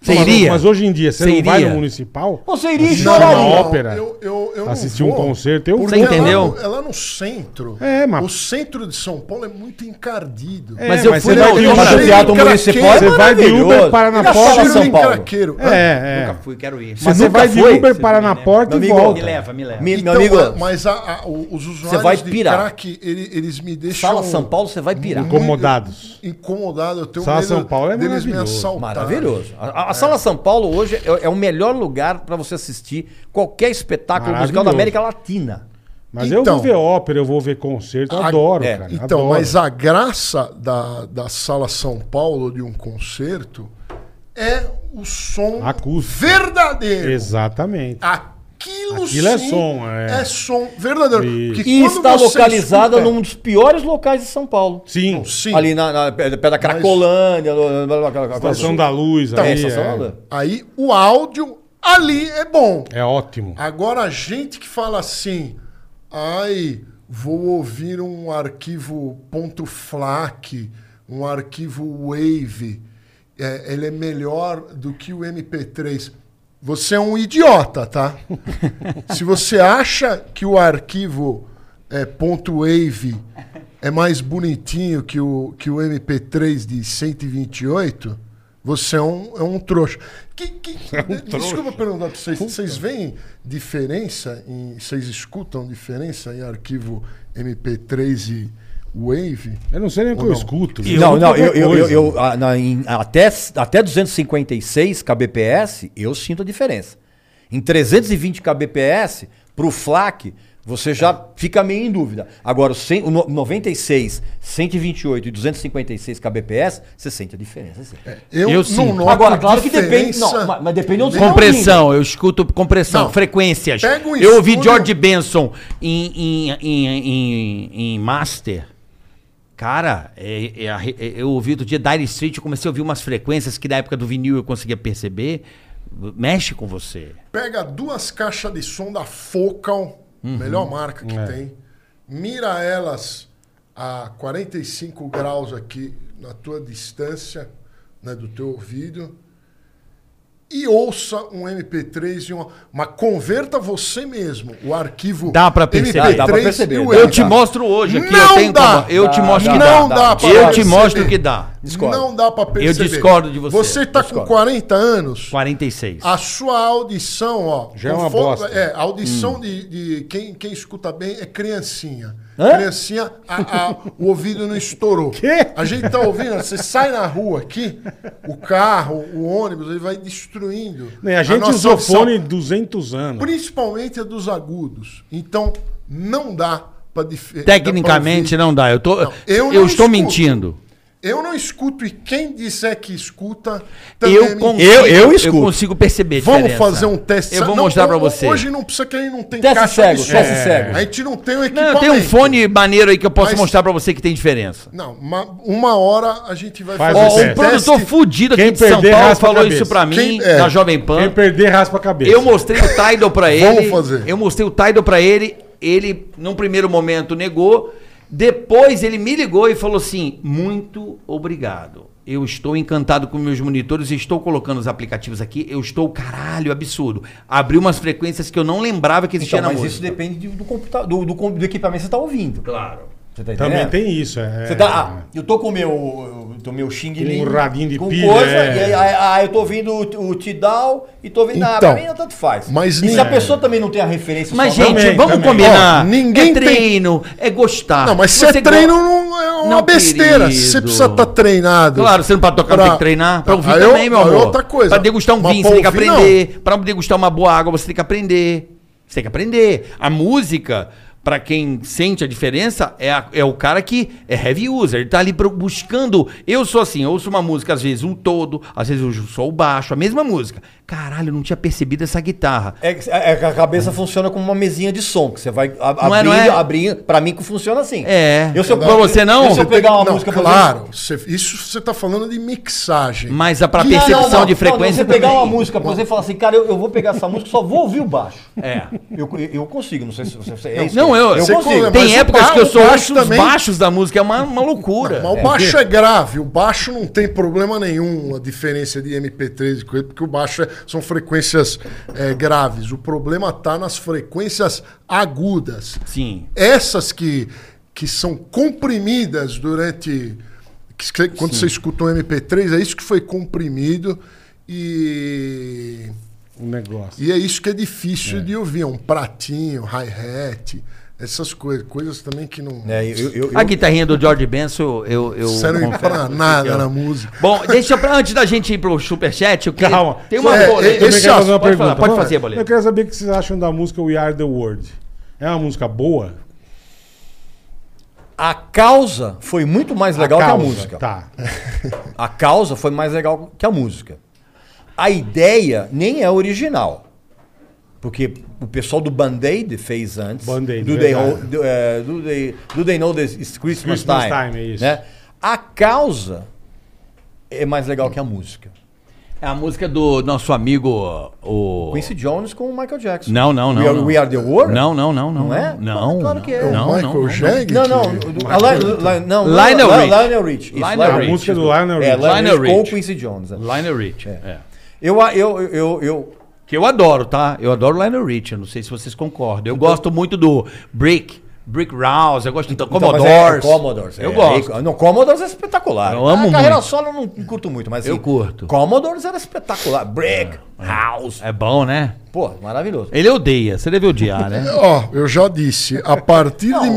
Speaker 4: Você
Speaker 3: Mas-
Speaker 4: iria?
Speaker 3: Mas hoje em dia, você não
Speaker 4: Você
Speaker 3: vai
Speaker 4: iria?
Speaker 3: no municipal?
Speaker 6: Você iria e
Speaker 3: Assistir
Speaker 6: choraria.
Speaker 3: uma ópera?
Speaker 7: Eu, eu, eu não
Speaker 3: assistir um
Speaker 7: vou,
Speaker 3: concerto, eu
Speaker 7: porque
Speaker 4: Você
Speaker 7: é
Speaker 4: entendeu?
Speaker 7: Lá no, é lá no centro.
Speaker 3: É, mas-
Speaker 7: O centro de São Paulo é muito encardido.
Speaker 3: É,
Speaker 4: Mas eu fui
Speaker 3: você
Speaker 4: na
Speaker 3: vai de
Speaker 4: última
Speaker 3: Uber-
Speaker 6: Mas o
Speaker 7: cheio
Speaker 6: teatro
Speaker 7: de
Speaker 6: municipal é
Speaker 7: craqueiro.
Speaker 3: Você vai de
Speaker 6: maravilhoso.
Speaker 3: Uber para na
Speaker 6: Ele achava
Speaker 3: porta.
Speaker 6: São
Speaker 7: Cheio de
Speaker 6: Paulo.
Speaker 7: craqueiro.
Speaker 3: É, é.
Speaker 4: Fui, quero ir.
Speaker 3: Mas você
Speaker 6: nunca
Speaker 3: vai de
Speaker 6: foi?
Speaker 3: Uber,
Speaker 6: Você
Speaker 3: para
Speaker 6: me
Speaker 3: na
Speaker 6: lembra.
Speaker 3: porta e
Speaker 6: Meu amigo,
Speaker 3: volta.
Speaker 4: me leva.
Speaker 6: Mi-
Speaker 7: Então,
Speaker 6: meu amigo,
Speaker 7: é, mas a- a- o- os usuários
Speaker 6: vai
Speaker 7: de
Speaker 6: pirar.
Speaker 7: crack, ele- eles me deixam...
Speaker 6: Sala São Paulo, você vai pirar.
Speaker 7: muito
Speaker 3: Incomodados.
Speaker 7: Incomodado. Eu tenho
Speaker 3: Sala
Speaker 7: medo
Speaker 3: São Paulo é
Speaker 7: deles me
Speaker 3: maravilhoso.
Speaker 7: assaltarem.
Speaker 6: Maravilhoso. A, a- a Sala São Paulo hoje é, é o melhor lugar para você assistir qualquer espetáculo musical da
Speaker 3: Maravilhoso.
Speaker 6: América Latina.
Speaker 3: Mas eu
Speaker 7: Então-
Speaker 3: vou ver ópera, eu vou ver concerto, eu
Speaker 7: A-
Speaker 3: adoro,
Speaker 6: é,
Speaker 3: cara.
Speaker 7: Então,
Speaker 3: adoro.
Speaker 7: mas a graça da, da sala São Paulo de um concerto é o som
Speaker 3: Acústico.
Speaker 7: verdadeiro.
Speaker 3: Exatamente.
Speaker 7: Ah, Aquilo,
Speaker 3: Aquilo é
Speaker 7: sim
Speaker 3: som, é.
Speaker 7: som verdadeiro.
Speaker 3: Isso.
Speaker 7: Porque
Speaker 6: E
Speaker 7: quando
Speaker 6: está
Speaker 7: você
Speaker 6: localizada
Speaker 7: escuta-
Speaker 6: num dos piores locais de São Paulo.
Speaker 3: Sim.
Speaker 7: Sim.
Speaker 6: Ali na, na pé pé da Cracolândia, no- no- no- no-
Speaker 3: Estação da Luz
Speaker 6: É,
Speaker 3: ali.
Speaker 6: Estação da
Speaker 3: É,
Speaker 6: Luz.
Speaker 7: Aí o áudio ali é bom.
Speaker 3: é ótimo.
Speaker 7: Agora a gente que fala assim, ai, vou ouvir um arquivo ponto .flac, um arquivo .wave, é, ele é melhor do que o MP3. Você é um idiota, tá? Se você acha que o arquivo é, ponto .wave é mais bonitinho que o, que o MP3 de 128, você é um, é um trouxa. Que, que, Desculpa perguntar pra vocês. Vocês veem diferença em... Vocês escutam diferença em arquivo MP3 e Wave?
Speaker 3: Eu não sei nem o que eu
Speaker 7: não?
Speaker 3: escuto.
Speaker 6: não, não,
Speaker 3: qualquer
Speaker 6: eu, eu, eu,
Speaker 3: coisa.
Speaker 6: eu- a- na- em- até, até 256 kbps, eu sinto a diferença. Em 320 kbps, pro FLAC, você já fica meio em dúvida. Agora, o, cem- o no- 96, 128 e 256 kbps, você sente a diferença. assim. sim.
Speaker 7: É.
Speaker 4: Eu sinto.
Speaker 7: noto
Speaker 6: Agora, claro que depende.
Speaker 7: diferença.
Speaker 6: Não, mas, mas depende onde você tá
Speaker 4: Compressão, eu escuto compressão,
Speaker 7: Não.
Speaker 4: frequências.
Speaker 7: Pega um
Speaker 4: eu ouvi
Speaker 7: estúdio-
Speaker 4: George Benson em, em, em, em, em Master. Cara, é- é a re- é- eu ouvi outro dia Dire Street, eu comecei a ouvir umas frequências que da época do vinil eu conseguia perceber. Mexe com você.
Speaker 7: Pega duas caixas de som da Focal,
Speaker 4: Uhum.
Speaker 7: melhor marca
Speaker 4: É.
Speaker 7: que tem. Mira elas a 45 graus aqui na tua distância, né, do teu ouvido. E ouça um MP3 e uma. Mas converta você mesmo. O arquivo.
Speaker 4: Dá pra perceber.
Speaker 7: MP3
Speaker 6: Dá pra perceber,
Speaker 7: e o
Speaker 6: dá,
Speaker 7: MP3.
Speaker 4: Eu te mostro hoje aqui, eu
Speaker 7: Não
Speaker 4: tenho
Speaker 7: dá.
Speaker 4: como- Eu te
Speaker 6: Dá,
Speaker 4: mostro que
Speaker 6: dá,
Speaker 4: dá.
Speaker 7: Não dá pra
Speaker 4: Eu te
Speaker 7: perceber.
Speaker 4: mostro que dá.
Speaker 6: Discordo.
Speaker 7: Não dá pra perceber.
Speaker 4: discordo de você.
Speaker 7: Você tá
Speaker 6: Discordo.
Speaker 7: com 40 anos.
Speaker 4: 46.
Speaker 7: A sua audição, ó.
Speaker 3: Já é uma
Speaker 7: conforme-
Speaker 3: bosta. Hum.
Speaker 7: É, a audição de, de quem, quem escuta bem é criancinha.
Speaker 6: Hã?
Speaker 7: Criancinha, a- a- o ouvido não estourou.
Speaker 3: Quê?
Speaker 7: A gente tá ouvindo, você sai na rua aqui, o carro, o ônibus, ele vai destruindo.
Speaker 3: Né, A gente
Speaker 7: nossa
Speaker 3: usou
Speaker 7: audição,
Speaker 3: fone 200 anos.
Speaker 7: Principalmente a dos agudos. Então, não dá pra dif- dá pra
Speaker 4: Tecnicamente né?
Speaker 7: ouvir.
Speaker 4: não dá. Eu, tô,
Speaker 7: Não,
Speaker 4: eu,
Speaker 7: eu não
Speaker 4: estou
Speaker 7: escuto.
Speaker 4: mentindo.
Speaker 7: Eu não escuto e quem disser que escuta
Speaker 4: Eu,
Speaker 7: me-
Speaker 4: consigo,
Speaker 6: Eu- eu
Speaker 4: eu
Speaker 6: escuto.
Speaker 4: consigo perceber a
Speaker 7: Vamos
Speaker 4: diferença.
Speaker 7: fazer um teste.
Speaker 4: Eu vou
Speaker 7: Não,
Speaker 4: mostrar pra
Speaker 7: ho-
Speaker 4: você.
Speaker 7: Hoje não precisa que a gente não tem
Speaker 6: Teste
Speaker 7: caixa
Speaker 6: cego,
Speaker 7: de som. É.
Speaker 6: teste cego.
Speaker 7: A gente não tem o
Speaker 4: Não,
Speaker 7: equipamento.
Speaker 4: eu tenho um fone maneiro aí que eu posso
Speaker 7: Mas-
Speaker 4: mostrar pra você que tem diferença.
Speaker 7: Não, uma, uma hora a gente vai
Speaker 3: Faz
Speaker 4: Ó,
Speaker 3: o
Speaker 4: um
Speaker 3: teste.
Speaker 4: produtor fudido aqui
Speaker 3: Quem
Speaker 4: de São
Speaker 3: perder,
Speaker 4: Paulo
Speaker 3: raspa a
Speaker 4: falou
Speaker 3: cabeça.
Speaker 4: isso pra mim,
Speaker 7: Quem- é.
Speaker 4: da Jovem Pan.
Speaker 3: Quem perder, raspa a cabeça.
Speaker 4: Eu mostrei o Tidal pra ele.
Speaker 7: Vamos fazer.
Speaker 4: Eu mostrei o Tidal pra ele. Ele, num primeiro momento, negou. Depois ele me ligou e falou assim: Muito obrigado. Eu estou encantado com meus monitores, estou colocando os aplicativos aqui. Eu estou, caralho, absurdo. Abriu umas frequências que eu não lembrava que existia
Speaker 6: Então,
Speaker 4: na
Speaker 6: mas isso
Speaker 4: música.
Speaker 6: depende de- do, computa- do, do com- do equipamento que você tá ouvindo.
Speaker 4: Claro.
Speaker 6: Você tá
Speaker 3: Também
Speaker 6: entendendo?
Speaker 3: tem isso. É...
Speaker 6: Você tá, ah, eu tô com o meu, do meu Xing
Speaker 3: Com um
Speaker 6: Ling,
Speaker 3: radinho de
Speaker 6: com
Speaker 3: pilha,
Speaker 6: coisa,
Speaker 3: é.
Speaker 6: e aí, aí- aí eu tô ouvindo o, o Tidal e tô ouvindo nada.
Speaker 7: Então,
Speaker 6: Pra mim, tanto faz.
Speaker 7: mas
Speaker 6: e se
Speaker 7: nem-
Speaker 6: a pessoa também não tem a referência
Speaker 4: Mas,
Speaker 6: só-
Speaker 4: gente,
Speaker 3: Também,
Speaker 4: vamos
Speaker 3: também.
Speaker 4: combinar.
Speaker 7: Ó, ninguém
Speaker 4: é
Speaker 7: tem-
Speaker 4: treino, é gostar.
Speaker 7: Não, mas se é
Speaker 4: Você
Speaker 7: treino,
Speaker 4: gosta-
Speaker 7: não é uma
Speaker 4: Não,
Speaker 7: besteira.
Speaker 4: querido.
Speaker 7: Você precisa estar treinado.
Speaker 4: Claro, você não pode tocar, não
Speaker 7: Pra- Tá,
Speaker 4: tem que treinar. Pra ouvir
Speaker 7: Aí eu-
Speaker 4: também, meu
Speaker 7: aí
Speaker 4: amor.
Speaker 7: outra coisa.
Speaker 4: Pra degustar um
Speaker 7: Mas
Speaker 4: vinho,
Speaker 7: pra
Speaker 4: você tem que
Speaker 7: ouvir,
Speaker 4: aprender. Pra degustar uma boa água, você tem que aprender. Você tem que aprender. A música, pra quem sente a diferença, é, a- é o cara que é heavy user. Ele tá ali pro- buscando. Eu sou assim, eu ouço uma música, às vezes um todo, às vezes eu sou o baixo, a mesma música. Caralho, eu não tinha percebido essa guitarra.
Speaker 6: É, que- é que a cabeça funciona como uma mesinha de som, que você vai a-
Speaker 4: Não é,
Speaker 6: abrindo,
Speaker 4: não é?
Speaker 6: abrindo. Pra mim que funciona assim.
Speaker 4: É.
Speaker 6: Eu, se eu,
Speaker 4: Pra você não?
Speaker 6: Eu, se eu
Speaker 7: Você tem
Speaker 6: pegar
Speaker 7: que-
Speaker 6: uma
Speaker 7: não,
Speaker 6: música por exemplo-
Speaker 7: Claro, você- isso você tá falando de mixagem.
Speaker 4: Mas a pra
Speaker 7: E-
Speaker 4: perceber- Percepção de
Speaker 6: Você
Speaker 4: frequência
Speaker 6: pegar
Speaker 4: também.
Speaker 6: uma música, por exemplo, e falar assim, cara, eu, eu vou pegar essa música, só vou ouvir o baixo.
Speaker 4: É.
Speaker 6: Eu, eu consigo, não sei se você. é isso
Speaker 4: Não,
Speaker 6: que-
Speaker 4: eu,
Speaker 7: você
Speaker 6: consigo.
Speaker 7: come-
Speaker 6: Tem-
Speaker 7: mas
Speaker 4: Tem
Speaker 7: o
Speaker 4: épocas
Speaker 7: ba-
Speaker 4: que eu
Speaker 7: o
Speaker 4: sou
Speaker 7: baixo
Speaker 4: os
Speaker 7: também-
Speaker 4: baixos da música, é uma, uma loucura.
Speaker 7: Mas o baixo é grave, o baixo não tem problema nenhum, a diferença de MP3 e coisa, porque o baixo é- são frequências é, graves. O problema tá nas frequências agudas.
Speaker 4: É, Sim.
Speaker 7: Essas que, que são comprimidas durante. que você- quando você escuta um MP3, é isso que foi comprimido e.
Speaker 3: Um negócio.
Speaker 7: E é isso que é difícil de ouvir, é um pratinho, hi-hat, essas coisas, coisas também que não
Speaker 6: É, eu, eu, eu-
Speaker 4: A guitarrinha do George Benson, eu. eu, eu
Speaker 7: servem pra
Speaker 4: confesso.
Speaker 7: nada na música.
Speaker 4: Bom, deixa pra, antes da gente ir pro superchat, eu queria,
Speaker 3: Calma.
Speaker 4: Tem uma
Speaker 7: É,
Speaker 4: polêmica.
Speaker 7: esse
Speaker 3: Também quero fazer uma
Speaker 4: pode
Speaker 3: pergunta.
Speaker 4: falar, pode
Speaker 3: Vamos lá.
Speaker 4: fazer,
Speaker 3: Eu
Speaker 4: boleto.
Speaker 3: quero saber o que vocês acham da música We Are The World. É uma música boa?
Speaker 6: a causa foi muito mais legal que é a
Speaker 3: causa,
Speaker 6: música.
Speaker 3: Tá.
Speaker 6: A causa foi mais legal que a música. A ideia nem é original. Porque o pessoal do Band-Aid fez antes.
Speaker 3: Band-Aid,
Speaker 6: do, they,
Speaker 3: verdade.
Speaker 6: Ho- do, eh, do they, do They Know This It's Christmas,
Speaker 3: Christmas
Speaker 6: Time.
Speaker 3: Time, é isso.
Speaker 6: né? A causa é mais legal que a música.
Speaker 4: É a música do nosso amigo, o.
Speaker 6: Quincy Jones com o Michael Jackson.
Speaker 4: Não, não, não.
Speaker 6: We are,
Speaker 4: não.
Speaker 6: We Are the World?
Speaker 4: Não, não, não, não.
Speaker 6: Não é?
Speaker 4: Não.
Speaker 6: Claro que é.
Speaker 7: É o
Speaker 4: Não,
Speaker 7: Michael
Speaker 4: não, não.
Speaker 7: Jag?
Speaker 6: Não, não.
Speaker 7: que-
Speaker 6: do- a Li- Li- não, não,
Speaker 4: Lionel
Speaker 6: Li-
Speaker 4: Rich.
Speaker 6: Lionel Rich. isso,
Speaker 4: Lionel
Speaker 6: Lionel
Speaker 3: A
Speaker 4: Rich.
Speaker 3: música do Lionel
Speaker 6: É,
Speaker 3: Rich.
Speaker 6: Lionel
Speaker 4: Lionel
Speaker 6: Rich com
Speaker 4: Rich.
Speaker 6: Quincy Jones. né?
Speaker 4: Lionel Rich. é.
Speaker 6: Eu, a- eu, eu, eu,
Speaker 4: Que eu adoro, tá? Eu adoro Lionel Rich. Eu não sei se vocês concordam. Eu gosto muito do Brick, Brick Rouse. Eu gosto do
Speaker 6: Então- Então, mas
Speaker 4: Commodores.
Speaker 6: é- é Commodores.
Speaker 4: Eu
Speaker 6: é,
Speaker 4: gosto.
Speaker 6: é- não, Commodores é espetacular.
Speaker 4: Eu amo
Speaker 6: A carreira
Speaker 4: muito.
Speaker 6: solo eu não curto muito, mas
Speaker 4: Eu
Speaker 6: assim,
Speaker 4: curto.
Speaker 6: Commodores era espetacular. Brick, House.
Speaker 4: É bom, né?
Speaker 6: Pô, maravilhoso.
Speaker 4: Ele odeia. Você deve odiar, né?
Speaker 7: Ó, eu já disse, a partir de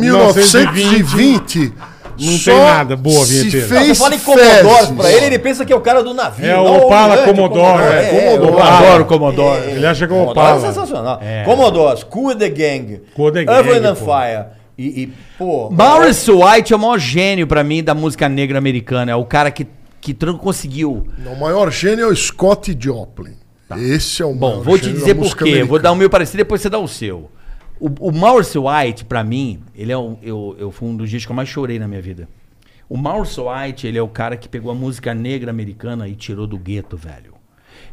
Speaker 7: 1920
Speaker 3: Não tem nada boa,
Speaker 7: se
Speaker 3: vinheteiro.
Speaker 6: Não, Você
Speaker 7: fez
Speaker 6: fala em Commodores
Speaker 7: fezes.
Speaker 6: pra ele, ele pensa que é o cara do navio.
Speaker 3: É o
Speaker 6: não,
Speaker 3: Opala
Speaker 6: grande,
Speaker 3: Commodore, é,
Speaker 6: o
Speaker 3: Commodore.
Speaker 6: Opala.
Speaker 3: Adoro
Speaker 6: Commodore.
Speaker 3: Ele acha que é o
Speaker 6: Commodore é
Speaker 3: Opala.
Speaker 6: sensacional. Commodores, Cool the Gang,
Speaker 3: Cool the Gang,
Speaker 6: Evelyn and
Speaker 3: pô.
Speaker 6: Fire. E, e, pô...
Speaker 4: Maurice White é o maior gênio pra mim da música negra americana. É o cara que, que tran- conseguiu.
Speaker 7: O maior gênio é o Scott Joplin. Esse é o
Speaker 4: Tá. Bom,
Speaker 7: maior
Speaker 4: vou te
Speaker 7: gênio da
Speaker 4: dizer por
Speaker 7: música
Speaker 4: quê. Vou
Speaker 7: americana.
Speaker 4: dar um o meu parecer, depois você dá o seu. O, o Maurice White, pra mim, ele é um, eu, eu fui um dos dias que eu mais chorei na minha vida. O Maurice White, ele é o cara que pegou a música negra americana e tirou do gueto, velho.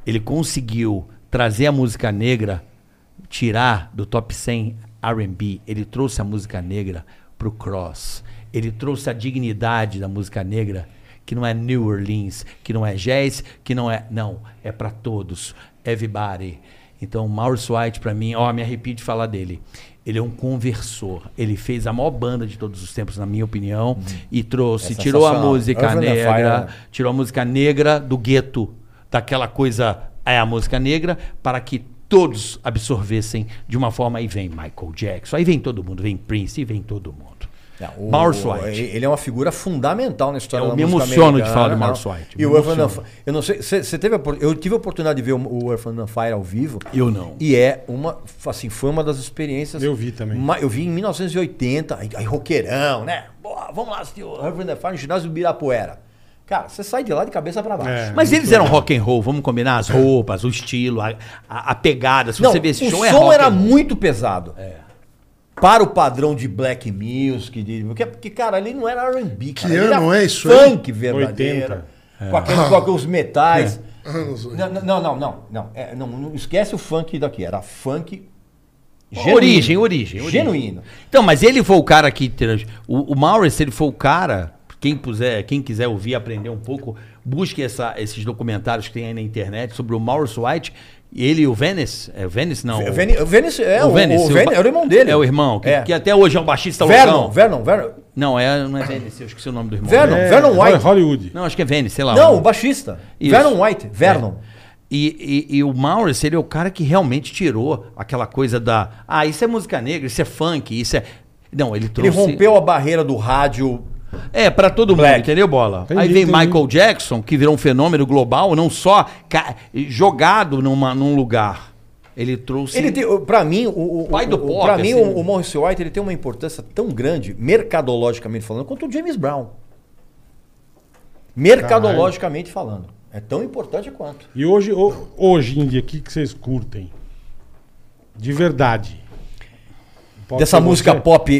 Speaker 4: Ele conseguiu trazer a música negra, tirar do top 100 R&B. Ele trouxe a música negra pro cross. Ele trouxe a dignidade da música negra, que não é New Orleans, que não é jazz, que não é... Não, é pra todos. Everybody. Então, Maurice White, pra mim, ó, me arrepio de falar dele. Ele é um conversor. Ele fez a maior banda de todos os tempos, na minha opinião, e trouxe,
Speaker 6: É
Speaker 4: tirou a
Speaker 6: sensacional.
Speaker 4: música
Speaker 6: Earth, Wind and
Speaker 4: negra,
Speaker 6: Fire.
Speaker 4: tirou a música negra do gueto, daquela coisa é a música negra, para que todos absorvessem de uma forma. Aí vem Michael Jackson, aí vem todo mundo, vem Prince, e vem todo mundo.
Speaker 6: Não, o-
Speaker 4: Maurice
Speaker 6: o-
Speaker 4: White.
Speaker 6: Ele, ele é uma figura fundamental na história
Speaker 4: Eu
Speaker 6: da
Speaker 4: me
Speaker 6: música
Speaker 4: emociono
Speaker 6: americana,
Speaker 4: de falar do
Speaker 6: né?
Speaker 4: Maurice White,
Speaker 6: E
Speaker 4: me
Speaker 6: o Earth, Wind and Fi- Eu não sei, você você teve a, opor- eu tive a oportunidade de ver o, o Earth, Wind and Fire ao vivo.
Speaker 4: Eu não.
Speaker 6: E é uma, assim, foi uma das experiências.
Speaker 3: Eu vi também.
Speaker 6: ma- eu vi em 1980, aí, aí roqueirão, né? Boa, vamos lá assistir o Earth, Wind and Fire no ginásio do Birapuera. Cara, você sai de lá de cabeça pra
Speaker 3: É.
Speaker 6: baixo.
Speaker 4: Mas eles eram rock and roll, vamos combinar as roupas, o estilo, a, a- a pegada. Se
Speaker 6: Não,
Speaker 4: você ver esse
Speaker 6: o
Speaker 4: show
Speaker 6: som
Speaker 4: é rock
Speaker 6: era
Speaker 4: and roll. É.
Speaker 6: muito pesado. Para o padrão de black music, de, porque, porque, cara, ali não era R&B, cara.
Speaker 7: Que
Speaker 6: ali era
Speaker 7: ano é isso aí?
Speaker 6: Funk verdadeiro.
Speaker 3: 80.
Speaker 6: Com, aqueles, com aqueles metais.
Speaker 7: É. Anos oito.
Speaker 6: Não, não, não, não. Não, é, não, não esquece o funk daqui. Era funk
Speaker 4: Origem, origem, origem.
Speaker 6: Genuíno.
Speaker 4: Então, mas ele foi o cara que. trans- O, o Maurice, ele foi o cara. Quem, puser, quem quiser ouvir, aprender um pouco, busque essa- esses documentários que tem aí na internet sobre o Maurice White. Ele e o Venice. É, Venice não.
Speaker 6: O Veni- o Venice, é, o, o
Speaker 4: Venice,
Speaker 6: Veni-
Speaker 4: ba-
Speaker 6: é o irmão dele.
Speaker 4: É o irmão, que,
Speaker 6: É.
Speaker 4: que até hoje é um baixista
Speaker 6: Vernon,
Speaker 4: loucão.
Speaker 6: Vernon, Vernon.
Speaker 4: Não, é, não é Venice, eu esqueci o nome do irmão.
Speaker 6: Vernon.
Speaker 4: dele.
Speaker 3: É,
Speaker 6: Vernon White.
Speaker 3: Hollywood.
Speaker 4: Não, acho que é Venice, sei lá.
Speaker 6: Não,
Speaker 4: o
Speaker 6: o baixista.
Speaker 4: Isso.
Speaker 6: Vernon White, Vernon.
Speaker 4: É. E, e- e o Maurice, ele é o cara que realmente tirou aquela coisa da. Ah, isso é música negra, isso é funk, isso é. Não, ele
Speaker 6: Ele
Speaker 4: trouxe.
Speaker 6: rompeu a barreira do rádio.
Speaker 4: É, pra todo mundo,
Speaker 6: Black.
Speaker 4: entendeu, bola?
Speaker 3: Entendi,
Speaker 4: Aí vem
Speaker 3: entendi.
Speaker 4: Michael Jackson, que virou um fenômeno global, não só ca- jogado numa, num lugar. Ele trouxe.
Speaker 6: Ele tem, pra mim, o, o
Speaker 4: Pai do
Speaker 6: o-
Speaker 4: pop,
Speaker 6: pra mim,
Speaker 4: assim.
Speaker 6: o, o Morris White ele tem uma importância tão grande, mercadologicamente falando, quanto o James Brown. Mercadologicamente falando. É tão importante quanto.
Speaker 3: E hoje, ho- hoje em dia, o que, que vocês curtem? De verdade. Pode
Speaker 6: Dessa
Speaker 3: ser
Speaker 6: música
Speaker 3: é você-
Speaker 6: pop eh,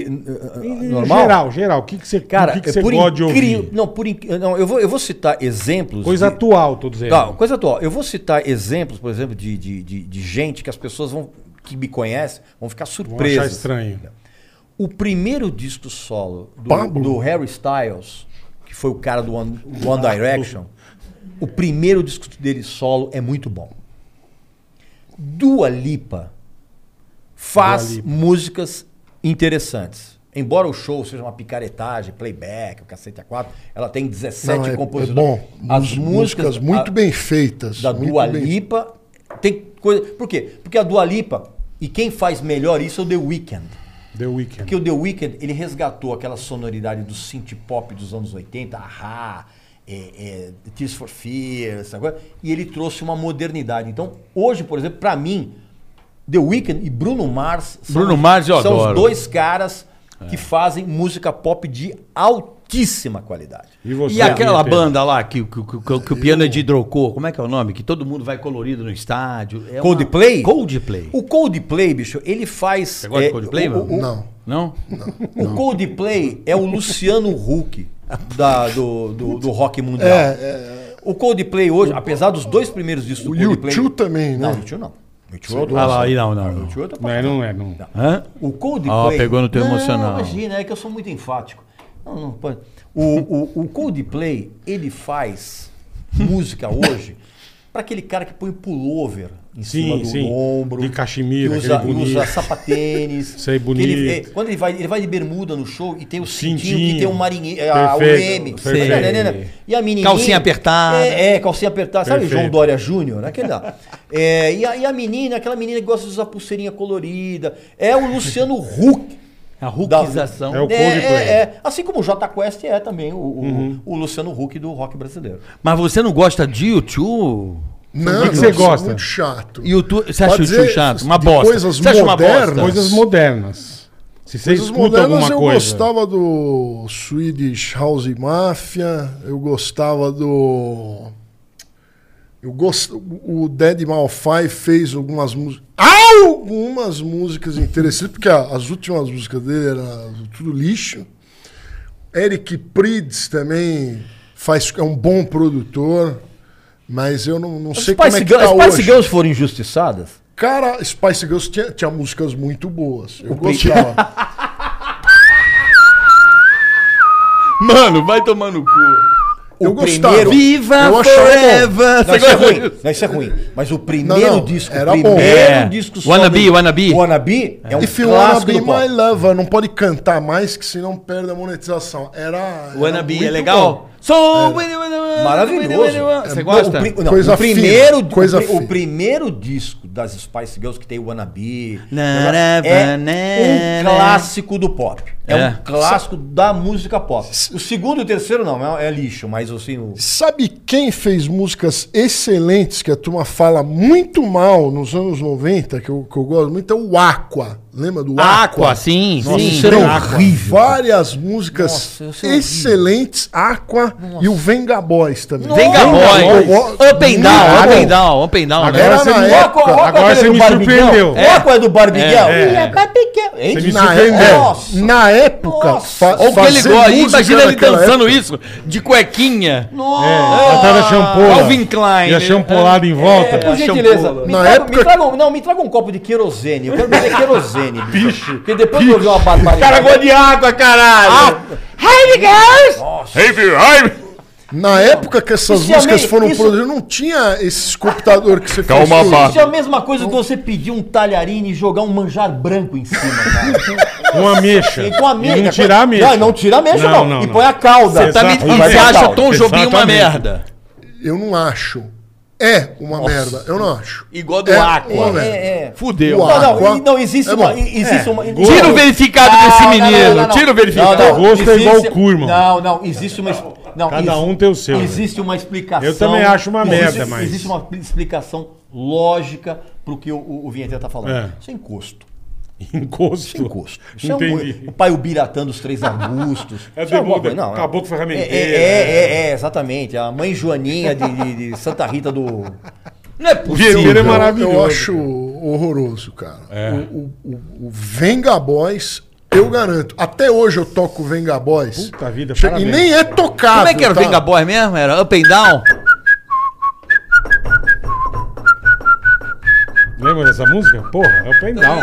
Speaker 6: eh,
Speaker 3: Em
Speaker 6: normal.
Speaker 3: Geral, geral. O que, que você,
Speaker 6: Cara,
Speaker 3: o que que
Speaker 6: é
Speaker 3: você
Speaker 6: por
Speaker 3: gosta de
Speaker 6: incrível.
Speaker 3: ouvir?
Speaker 6: Não, por inc- não, eu vou, eu vou citar exemplos.
Speaker 3: Coisa
Speaker 6: de-
Speaker 3: atual, tô dizendo.
Speaker 6: Tá, coisa atual. Eu vou citar exemplos, por exemplo, de, de, de, de gente que as pessoas vão, que me conhecem vão ficar
Speaker 3: Vou achar
Speaker 6: surpresas.
Speaker 3: estranho.
Speaker 6: o primeiro disco solo do,
Speaker 7: Pablo?
Speaker 6: do Harry Styles, que foi o cara do One, do One Direction, o primeiro disco dele solo é muito bom. Dua Lipa faz
Speaker 3: Dua Lipa.
Speaker 6: músicas interessantes. Embora o show seja uma picaretagem, playback, o cacete a quatro, ela tem 17
Speaker 7: Não, é, é
Speaker 6: compositores.
Speaker 7: bom. As músicas muito
Speaker 6: a-
Speaker 7: bem feitas.
Speaker 6: da
Speaker 7: muito
Speaker 6: Dua
Speaker 7: bem-
Speaker 6: Lipa. Tem coisa. Por quê? Porque a Dua Lipa, e quem faz melhor isso é o The Weeknd.
Speaker 3: The Weeknd.
Speaker 6: Porque o The Weeknd, ele resgatou aquela sonoridade do synth pop dos anos 80, ahá, é, é, Tears for Fears, essa coisa, e ele trouxe uma modernidade. Então, hoje, por exemplo, pra mim, The Weeknd e Bruno Mars são,
Speaker 4: Bruno Mars eu
Speaker 6: são os
Speaker 4: adoro. É.
Speaker 6: dois caras que fazem música pop de altíssima qualidade.
Speaker 3: E, você,
Speaker 4: E aquela
Speaker 3: Pedro?
Speaker 4: banda lá que, que, que- que- que o piano é de hidrocor, como é que é o nome? Que todo mundo vai colorido no estádio. É uma-
Speaker 6: Coldplay?
Speaker 4: Coldplay.
Speaker 6: O Coldplay, bicho, ele faz... Você
Speaker 4: gosta de Coldplay,
Speaker 6: o,
Speaker 4: mano?
Speaker 6: o,
Speaker 7: Não.
Speaker 4: Não?
Speaker 6: O Coldplay é o Luciano Huck da- do, do, do rock mundial.
Speaker 7: É,
Speaker 6: O Coldplay hoje, apesar dos dois primeiros discos
Speaker 7: O
Speaker 6: do Coldplay...
Speaker 7: U2 também, né?
Speaker 6: Não, o U2 não. O U2 é outro
Speaker 4: Ah lá,
Speaker 6: assunto.
Speaker 4: aí não, não,
Speaker 6: Ah,
Speaker 4: não.
Speaker 6: O U2 é outra
Speaker 3: Não, é,
Speaker 6: parada.
Speaker 3: não é, não.
Speaker 4: Hã?
Speaker 6: O Coldplay...
Speaker 4: Ah, pegou no teu
Speaker 6: Não,
Speaker 4: emocional.
Speaker 6: imagina, é que eu sou muito enfático. Não, não pode. O, o, o Coldplay, ele faz música hoje para aquele cara que põe pullover em
Speaker 3: Sim,
Speaker 6: cima do,
Speaker 3: sim.
Speaker 6: do ombro.
Speaker 3: De cachemira,
Speaker 6: que usa,
Speaker 3: aquele bonito.
Speaker 6: usa sapatênis.
Speaker 3: Isso aí,
Speaker 6: que ele-
Speaker 3: bonito.
Speaker 6: é, quando ele vai, ele vai de bermuda no show e tem o cintinho,
Speaker 3: Cintinho.
Speaker 6: que tem o marinheiro, a
Speaker 3: Perfeito,
Speaker 6: UM.
Speaker 3: perfeito.
Speaker 6: Tá entendendo? E a menininha...
Speaker 4: Calcinha apertada.
Speaker 6: É, é, calcinha apertada. Sabe o João
Speaker 3: Perfeito.
Speaker 6: Dória Júnior? né? Aquele lá. É, e, a, e a menina, aquela menina que gosta de usar pulseirinha colorida. É o Luciano Huck.
Speaker 4: A rookização.
Speaker 3: É o
Speaker 6: É,
Speaker 3: Coldplay.
Speaker 6: é, é. Assim como o Jota Quest é também o, o-
Speaker 7: Uhum.
Speaker 6: o Luciano Huck do rock brasileiro.
Speaker 4: Mas você não gosta de YouTube?
Speaker 7: Não,
Speaker 3: O que que você
Speaker 7: não, isso é
Speaker 3: gosta?
Speaker 7: Muito chato.
Speaker 4: YouTube, você acha
Speaker 7: Pode
Speaker 4: o YouTube
Speaker 7: ser
Speaker 4: chato?
Speaker 7: de
Speaker 4: Uma bosta.
Speaker 7: coisas
Speaker 4: você acha uma bosta?
Speaker 7: modernas.
Speaker 3: Coisas modernas. Se você
Speaker 7: Coisas
Speaker 3: escuta
Speaker 7: modernas
Speaker 3: alguma
Speaker 7: eu
Speaker 3: coisa.
Speaker 7: gostava do Swedish House Mafia, eu gostava do. Eu gosto. O Dead Malfai fez algumas músicas. Algumas músicas interessantes, porque a- as últimas músicas dele eram tudo lixo. Eric Prids também faz, é um bom produtor, mas eu não, não sei como é que tá
Speaker 6: Girls-
Speaker 7: hoje.
Speaker 6: Girls foram injustiçadas?
Speaker 7: Cara, Spice Girls tinha, tinha músicas muito boas. Eu gostava.
Speaker 4: Mano, vai tomar no cu.
Speaker 7: Eu
Speaker 6: O
Speaker 7: gostava.
Speaker 6: primeiro-
Speaker 4: Viva
Speaker 7: Eu achava
Speaker 4: Forever!
Speaker 6: Não,
Speaker 4: Você
Speaker 6: isso é
Speaker 4: gosta
Speaker 6: ruim.
Speaker 4: disso?
Speaker 6: Não, isso é ruim. Mas o primeiro
Speaker 7: Não, não,
Speaker 6: disco,
Speaker 7: era
Speaker 6: o
Speaker 7: bom.
Speaker 6: primeiro
Speaker 4: É.
Speaker 6: disco
Speaker 4: Wannabe,
Speaker 6: do-
Speaker 4: Wannabe.
Speaker 6: Wannabe é, um
Speaker 7: If you wanna
Speaker 6: clássico
Speaker 7: be
Speaker 6: do pop.
Speaker 7: my lover, não pode cantar mais, que senão perde a monetização. Era. era
Speaker 4: Wannabe, é
Speaker 7: muito
Speaker 4: legal? É.
Speaker 7: bom.
Speaker 4: Sou...
Speaker 6: Maravilhoso.
Speaker 4: Você
Speaker 6: É, Não,
Speaker 4: gosta?
Speaker 6: o, pri- não,
Speaker 7: Coisa
Speaker 6: o primeiro,
Speaker 7: fina, coisa
Speaker 6: o, pri-
Speaker 7: fina.
Speaker 6: o primeiro disco das Spice Girls que tem o Wannabe é um
Speaker 4: Naravanara.
Speaker 6: clássico do pop. É,
Speaker 4: É.
Speaker 6: um clássico da música pop. O segundo e o terceiro não, é, é lixo, mas assim... O...
Speaker 7: Sabe quem fez músicas excelentes que a turma fala muito mal nos anos 90, que eu, que eu gosto muito? É o Aqua. Lembra do
Speaker 4: Aqua, sim, sim.
Speaker 7: Eram
Speaker 3: Não, Aqua.
Speaker 7: várias músicas excelentes. Aqua e o Venga Boys também.
Speaker 4: Venga
Speaker 7: Boys.
Speaker 4: Boys. Up and down, up and down, up and down.
Speaker 7: Agora
Speaker 4: né?
Speaker 7: você me-
Speaker 6: Ó, qual- ó, qual
Speaker 3: agora
Speaker 6: aquele
Speaker 3: você
Speaker 6: do
Speaker 3: me
Speaker 6: Barbiguel?
Speaker 3: surpreendeu.
Speaker 6: Ó, qual é do Barbiguel? Ih, é Barbiguel. Hein?
Speaker 3: Você me
Speaker 7: Na,
Speaker 3: surpreendeu.
Speaker 7: é, na época, fa
Speaker 4: Ou que ele
Speaker 7: fazer
Speaker 4: gosta.
Speaker 7: música
Speaker 4: Imagina ele
Speaker 7: naquela
Speaker 4: dançando isso de cuequinha.
Speaker 6: Ah,
Speaker 3: É, tava champola.
Speaker 4: Alvin Klein.
Speaker 3: E a champolada em volta.
Speaker 6: né? É, por
Speaker 4: a
Speaker 6: gentileza,
Speaker 4: champola.
Speaker 6: me,
Speaker 7: Na
Speaker 6: traga,
Speaker 7: época-
Speaker 6: me traga um, não, me traga um copo de querosene. Eu quero beber querosene, bicho. Porque depois eu vi uma barbaridade.
Speaker 4: de água, caralho.
Speaker 7: Na época que essas
Speaker 6: Isso é
Speaker 7: músicas
Speaker 6: meio-
Speaker 7: foram
Speaker 6: isso-
Speaker 7: produzidas, não tinha esses computador que você
Speaker 10: Calma,
Speaker 7: fez. hoje.
Speaker 10: pá.
Speaker 6: Isso é a mesma coisa que você pedir um talharine e jogar um manjar branco em cima, cara.
Speaker 3: Com ameixa.
Speaker 6: é. E com a meia.
Speaker 3: E não tirar a ameixa.
Speaker 6: Não, não tira a mecha,
Speaker 3: Não,
Speaker 6: não.
Speaker 3: não,
Speaker 6: e
Speaker 3: não.
Speaker 6: põe a cauda.
Speaker 3: Cê tá me-
Speaker 6: E
Speaker 3: e
Speaker 6: vai
Speaker 3: cê
Speaker 6: pra
Speaker 3: acha
Speaker 6: cauda.
Speaker 3: Tom Jobim uma
Speaker 4: merda.
Speaker 7: Eu não acho. É uma merda. Eu não acho.
Speaker 4: Igual do
Speaker 7: É
Speaker 4: Aqua.
Speaker 7: uma merda.
Speaker 6: É, é.
Speaker 4: Fudeu.
Speaker 7: Uau.
Speaker 6: Não, não,
Speaker 7: Aqua.
Speaker 6: e- não, existe
Speaker 7: É
Speaker 6: uma.
Speaker 7: bom.
Speaker 6: e- Existe uma.
Speaker 4: Tira o verificado desse menino. Tira o verificado.
Speaker 6: verificado.
Speaker 3: Gosto é igual cu, irmão.
Speaker 6: Não, não, existe uma. es- Não,
Speaker 3: Cada
Speaker 6: exi-
Speaker 3: um tem o seu, né?
Speaker 6: Existe uma explicação.
Speaker 3: Eu também acho uma
Speaker 6: existe-
Speaker 3: merda, mas-
Speaker 6: Existe uma explicação lógica pro que o, o, o Vinheta tá falando.
Speaker 3: É.
Speaker 6: Isso é encosto. Isso é
Speaker 3: Encosto.
Speaker 6: encosto. Isso é um-
Speaker 3: Entendi.
Speaker 6: o pai o biratando os três arbustos.
Speaker 3: É
Speaker 6: Isso alguma
Speaker 3: bermuda,
Speaker 6: coisa, não,
Speaker 3: caboclo
Speaker 6: é-
Speaker 3: ferramenteiro.
Speaker 6: É, é, é, é, exatamente. A mãe Joaninha de, de- de Santa Rita do.
Speaker 4: Não é
Speaker 3: Vieira
Speaker 4: É.
Speaker 3: é
Speaker 4: possível.
Speaker 3: maravilhoso.
Speaker 7: Eu acho horroroso, cara. O, o- o- o Venga Boys, eu garanto. Até hoje eu toco Venga Boys.
Speaker 3: Puta vida,
Speaker 7: Che- E
Speaker 3: parabéns.
Speaker 7: nem é tocado.
Speaker 4: Como é que era o
Speaker 7: tá?
Speaker 4: Venga Boy mesmo? Era up and down?
Speaker 3: Lembra dessa música? Porra, é o pendal.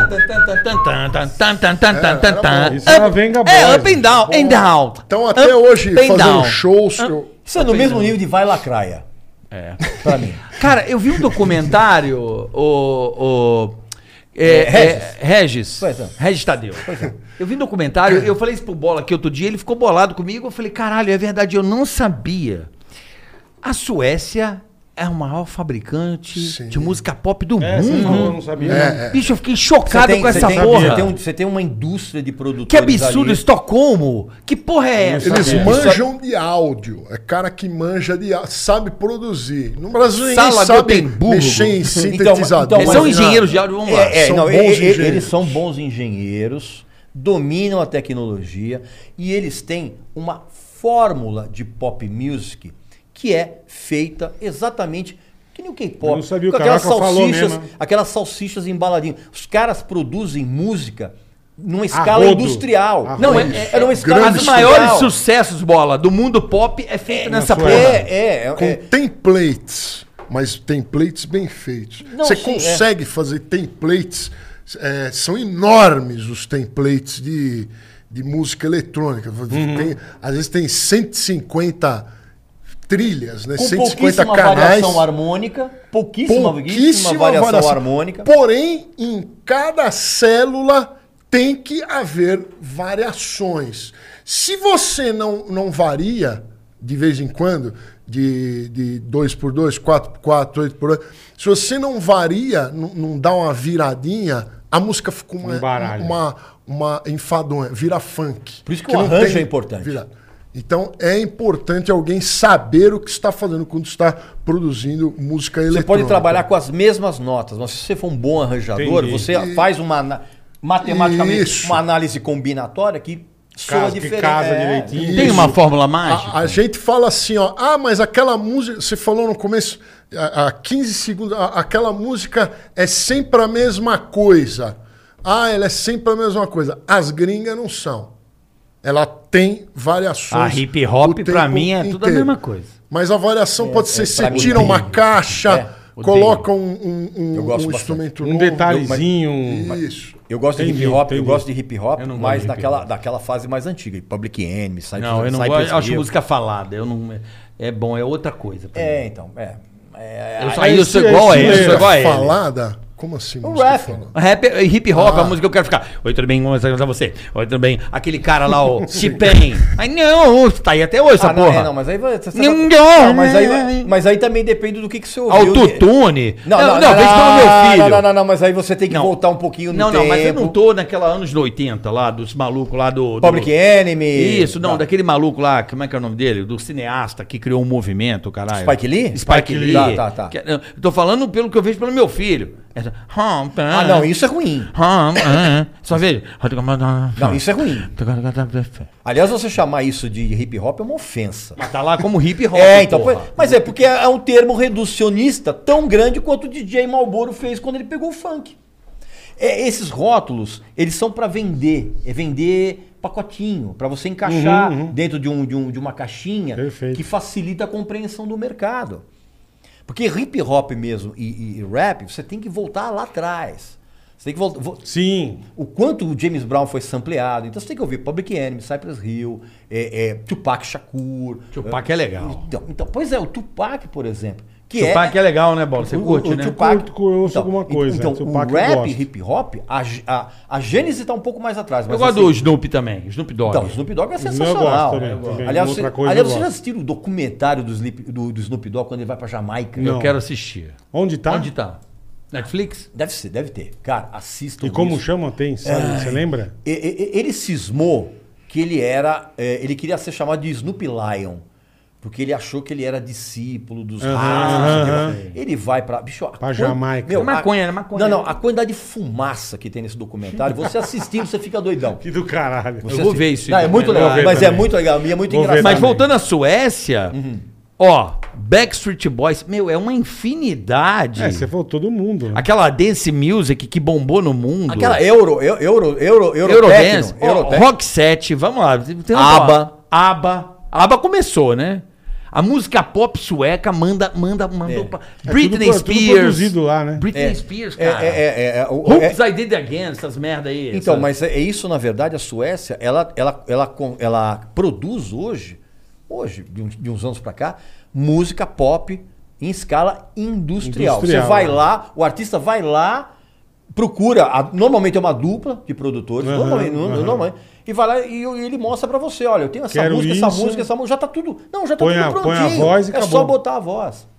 Speaker 3: Isso era
Speaker 4: Up-
Speaker 3: Venga Boy.
Speaker 4: É, up and down, and down.
Speaker 7: Então até
Speaker 4: Up
Speaker 7: hoje,
Speaker 4: and
Speaker 7: fazendo
Speaker 4: down.
Speaker 7: shows. eu-
Speaker 6: Isso é no mesmo nível de Vai Lacraia. É. Pra mim.
Speaker 4: Cara, eu vi um documentário, o. o é,
Speaker 6: Regis.
Speaker 4: é, Regis.
Speaker 6: Pois é.
Speaker 4: Regis Tadeu. Eu vi um documentário, eu falei isso pro Bola aqui outro dia, ele ficou bolado comigo. Eu falei, caralho, é verdade, eu não sabia. A Suécia é o maior fabricante
Speaker 7: Sim.
Speaker 4: de música pop do
Speaker 3: É, você
Speaker 4: mundo.
Speaker 3: falou, eu não sabia.
Speaker 7: É, é.
Speaker 4: Bicho, eu fiquei
Speaker 6: Você
Speaker 4: chocado
Speaker 6: tem,
Speaker 4: com
Speaker 6: você
Speaker 4: essa
Speaker 6: tem-
Speaker 4: porra.
Speaker 6: Você tem, um- você tem uma indústria de produtores
Speaker 4: Que absurdo,
Speaker 6: ali.
Speaker 4: Estocolmo! Que porra é essa?
Speaker 7: Eles
Speaker 3: Sabia.
Speaker 7: manjam de áudio. É cara que manja de áudio. Sabe produzir. No Brasil ninguém
Speaker 4: Sala
Speaker 7: sabe
Speaker 4: Gotemburgo.
Speaker 7: mexer em
Speaker 6: Então,
Speaker 7: sintetizador.
Speaker 6: então,
Speaker 4: Eles
Speaker 6: mas-
Speaker 4: são engenheiros de áudio, vamos lá.
Speaker 6: É, é,
Speaker 7: São
Speaker 6: não,
Speaker 7: bons
Speaker 6: e- e-
Speaker 7: engenheiros.
Speaker 6: Eles são bons engenheiros, dominam a tecnologia e eles têm uma fórmula de pop music que é feita exatamente que nem o
Speaker 3: Eu
Speaker 6: K-pop.
Speaker 3: não sabia, o
Speaker 6: com aquelas
Speaker 3: Caraca falou
Speaker 6: salsichas,
Speaker 3: mesmo, né?
Speaker 6: aquelas salsichas embaladinhas. Os caras produzem música numa escala
Speaker 3: rodo.
Speaker 6: industrial.
Speaker 3: A
Speaker 6: Não, é,
Speaker 3: rodo.
Speaker 6: é- era uma escala
Speaker 7: Grande
Speaker 4: um Os
Speaker 6: industrial.
Speaker 4: maiores sucessos, bola, do mundo pop é feito nessa
Speaker 3: na
Speaker 4: porra.
Speaker 3: Suécia.
Speaker 6: É, é, é,
Speaker 7: Com
Speaker 6: é.
Speaker 7: templates, mas templates bem feitos.
Speaker 6: Não,
Speaker 7: Você
Speaker 6: sim, é.
Speaker 7: consegue fazer templates, é, são enormes os templates de, de música eletrônica. Uhum. Tem- às vezes tem 150 trilhas, né?
Speaker 6: com
Speaker 7: 150
Speaker 6: pouquíssima
Speaker 7: canais.
Speaker 6: variação harmônica, pouquíssima,
Speaker 7: Pouquíssima
Speaker 6: variação,
Speaker 7: variação.
Speaker 6: harmônica.
Speaker 7: Porém, em cada célula tem que haver variações. Se você não, não varia de vez em quando, de, de 2 por 2, 4 por 4, 8 por 8, se você não varia, não, não dá uma viradinha, a música fica uma,
Speaker 3: Embaralha.
Speaker 7: uma, uma enfadonha, vira funk.
Speaker 6: Por isso que o
Speaker 7: não
Speaker 6: arranjo é importante.
Speaker 7: Então é importante alguém saber o que está fazendo quando está produzindo música
Speaker 6: Você
Speaker 7: eletrônica.
Speaker 6: pode trabalhar com as mesmas notas, mas se você for um bom arranjador,
Speaker 3: Entendi.
Speaker 6: você faz uma ana- matematicamente
Speaker 7: Isso.
Speaker 6: uma análise combinatória que soa
Speaker 3: Casa- que
Speaker 6: diferente.
Speaker 3: casa
Speaker 6: É.
Speaker 3: direitinho.
Speaker 4: Tem
Speaker 7: Isso.
Speaker 4: uma fórmula mágica?
Speaker 7: A, a gente fala assim, ó. Ah, mas aquela música. Você falou no começo, há há 15 segundos, a- aquela música é sempre a mesma coisa. Ah, ela é sempre a mesma coisa. As gringas não são. Ela tem variações.
Speaker 4: A hip hop,
Speaker 7: o tempo
Speaker 4: pra mim, é tudo a mesma coisa. É,
Speaker 7: Mas a variação pode ser: você
Speaker 6: pra mim,
Speaker 7: tira uma
Speaker 6: odeio.
Speaker 7: caixa,
Speaker 6: É,
Speaker 7: coloca um, um, um-
Speaker 6: Eu gosto
Speaker 7: um
Speaker 6: bastante.
Speaker 7: instrumento
Speaker 3: Um
Speaker 7: novo.
Speaker 3: detalhezinho. um-
Speaker 7: Isso.
Speaker 6: Eu gosto
Speaker 3: Entendi,
Speaker 6: de hip hop, eu
Speaker 3: entendi.
Speaker 6: gosto de hip hop,
Speaker 3: Eu não gosto
Speaker 6: mas
Speaker 3: de hip
Speaker 6: naquela
Speaker 3: hop.
Speaker 6: daquela fase mais antiga, Public Enemy, Cypress
Speaker 4: Não, eu não gosto.
Speaker 6: Cypress
Speaker 4: Eu acho
Speaker 6: Hill.
Speaker 4: música falada. Eu não. É bom, é outra coisa. pra mim.
Speaker 6: É, então, é. É,
Speaker 4: Eu sou-
Speaker 6: aí-
Speaker 4: aí eu sou igual a ele,
Speaker 7: é
Speaker 4: eu sou é igual a ele. Um
Speaker 7: falada? Como assim?
Speaker 6: o
Speaker 7: música
Speaker 6: rap. Ah,
Speaker 7: falada?
Speaker 4: Rap, é hip hop, a música que eu quero ficar. Oi, tudo bem? Vamos apresentar você. Oi, tudo bem? Aquele cara lá, o Chipen. Ai, não, tá aí até hoje essa
Speaker 6: Ah, não,
Speaker 4: porra.
Speaker 6: é, não, mas aí vai- você- você-
Speaker 4: Ninguém- é, né?
Speaker 6: Não, mas aí vai- mas aí também depende do que que você
Speaker 4: Ah,
Speaker 6: ouviu. né?
Speaker 4: Autotune.
Speaker 6: Não, não, não,
Speaker 4: veja pelo tá meu filho.
Speaker 6: Não, não, não, não, mas aí você tem que
Speaker 4: Não.
Speaker 6: voltar um pouquinho no
Speaker 4: Não,
Speaker 6: tempo.
Speaker 4: não, mas eu não tô naquela anos 80 lá, dos malucos lá do. do-
Speaker 6: Public Enemy.
Speaker 4: Isso, não,
Speaker 6: Tá.
Speaker 4: daquele maluco lá, como é que é o nome dele? Do cineasta que criou um movimento, caralho.
Speaker 6: Spike Lee?
Speaker 4: Spike Lee.
Speaker 6: Tá, tá, tá.
Speaker 4: Que- eu tô falando pelo que eu vejo pelo meu filho. É "Hum,
Speaker 10: Essa...
Speaker 6: Ah,
Speaker 4: né?
Speaker 6: não, isso é ruim.
Speaker 10: Só vejo.
Speaker 6: Não, isso é ruim. Aliás, você chamar isso de hip hop é uma ofensa.
Speaker 4: Mas tá lá como hip hop.
Speaker 6: É, então foi.
Speaker 4: porra.
Speaker 6: Mas é porque é um termo reducionista tão grande quanto o DJ Malboro fez quando ele pegou o funk. É, esses rótulos, eles são pra vender. É vender pacotinho, pra você encaixar
Speaker 3: Uhum, uhum.
Speaker 6: dentro de, um- de um- de uma caixinha
Speaker 3: Perfeito.
Speaker 6: que facilita a compreensão do mercado. Porque hip hop mesmo e, e- e rap, você tem que voltar lá atrás. Você tem que voltar. vo-
Speaker 3: Sim.
Speaker 6: o quanto o James Brown foi sampleado. Então você tem que ouvir Public Enemy, Cypress Hill, é, é, Tupac Shakur.
Speaker 4: Tupac é legal.
Speaker 6: Então, então, pois é, o Tupac, por exemplo. Que
Speaker 4: Tupac é legal, né, Bola? Você
Speaker 6: o-
Speaker 4: curte,
Speaker 6: o
Speaker 4: né?
Speaker 6: Tupac-
Speaker 3: Curto, curto, eu ouço alguma coisa,
Speaker 6: Então,
Speaker 3: Tupac
Speaker 6: o
Speaker 3: eu
Speaker 6: rap,
Speaker 3: gosto.
Speaker 6: hip hop, a, a, a gênese está um pouco mais atrás.
Speaker 4: Eu
Speaker 6: mas
Speaker 4: gosto
Speaker 6: assim-
Speaker 4: do Snoop também, Snoop Dogg.
Speaker 6: Então, o Snoop Dogg é
Speaker 3: gosto
Speaker 6: sensacional.
Speaker 3: também, também.
Speaker 6: Aliás,
Speaker 3: Outra
Speaker 6: você,
Speaker 3: coisa
Speaker 6: aliás,
Speaker 3: eu
Speaker 6: vocês
Speaker 3: gosto.
Speaker 6: assistiram o documentário do, Slip- do- do Snoop Dogg quando ele vai pra Jamaica?
Speaker 3: Não.
Speaker 4: Eu quero assistir.
Speaker 3: Onde tá?
Speaker 4: Onde tá? Netflix?
Speaker 6: Deve ser, deve ter. Cara, assistam
Speaker 3: E como
Speaker 6: isso.
Speaker 3: chama? Tem, sabe? Você lembra?
Speaker 6: E- e- e- Ele cismou que ele era. eh, Ele queria ser chamado de Snoop Lion. Porque ele achou que ele era discípulo dos
Speaker 3: Aham,
Speaker 6: ratos.
Speaker 3: aham.
Speaker 6: entendeu? Ele vai pra. Bicho, a quan-
Speaker 3: Jamaica.
Speaker 6: Meu,
Speaker 10: Maconha,
Speaker 6: a-
Speaker 10: né? Maconha.
Speaker 6: Não, não. A quantidade de fumaça que tem nesse documentário, você assistindo, você fica doidão.
Speaker 3: Que do caralho.
Speaker 6: Você
Speaker 4: vou
Speaker 6: assi-
Speaker 4: ver isso
Speaker 6: Não,
Speaker 4: aí
Speaker 6: é muito
Speaker 4: também.
Speaker 6: legal.
Speaker 3: então. Vou ver
Speaker 6: Mas é
Speaker 3: também.
Speaker 6: muito legal. E é muito
Speaker 3: Vou ver
Speaker 6: engraçado.
Speaker 4: Tá, Mas
Speaker 3: Também.
Speaker 4: voltando à Suécia,
Speaker 3: Uhum.
Speaker 4: ó, Backstreet Boys, meu, é uma infinidade.
Speaker 3: É, você falou todo mundo. né?
Speaker 4: Aquela dance music que bombou no mundo.
Speaker 6: Aquela euro, eu- euro, euro, euro,
Speaker 4: Eurodance,
Speaker 6: techno,
Speaker 4: ó,
Speaker 6: euro techno.
Speaker 4: Rock 7, vamos lá. Tem uma
Speaker 6: ABBA.
Speaker 4: palavra. ABBA. ABBA começou, né? A música pop sueca manda, manda, mandou. pra-
Speaker 3: É
Speaker 4: Britney
Speaker 3: tudo pro- tudo
Speaker 4: Spears.
Speaker 3: produzido lá, né?
Speaker 4: Britney
Speaker 6: É.
Speaker 4: Spears,
Speaker 6: É,
Speaker 4: cara.
Speaker 6: é, é, é, o- é-
Speaker 4: Hoops I Did It Again, essas merda aí.
Speaker 6: Então,
Speaker 4: essa-
Speaker 6: mas é é isso, na verdade, a Suécia, ela, ela, ela, con- ela produz hoje, hoje, de uns, de uns anos pra cá, música pop em escala industrial.
Speaker 3: Industrial,
Speaker 6: Você vai
Speaker 3: né?
Speaker 6: lá, o artista vai lá, procura, a- normalmente é uma dupla de produtores,
Speaker 3: Aham,
Speaker 6: normalmente, no-
Speaker 3: aham.
Speaker 6: normalmente, e vai lá e, e ele mostra pra você, olha, eu tenho essa
Speaker 3: Quero
Speaker 6: música, essa
Speaker 3: isso.
Speaker 6: música, essa música, já tá tudo, não, já tá
Speaker 3: Põe
Speaker 6: tudo
Speaker 3: a- põe a
Speaker 6: prontinho.
Speaker 3: voz e
Speaker 6: é só
Speaker 3: acabou.
Speaker 6: botar a voz.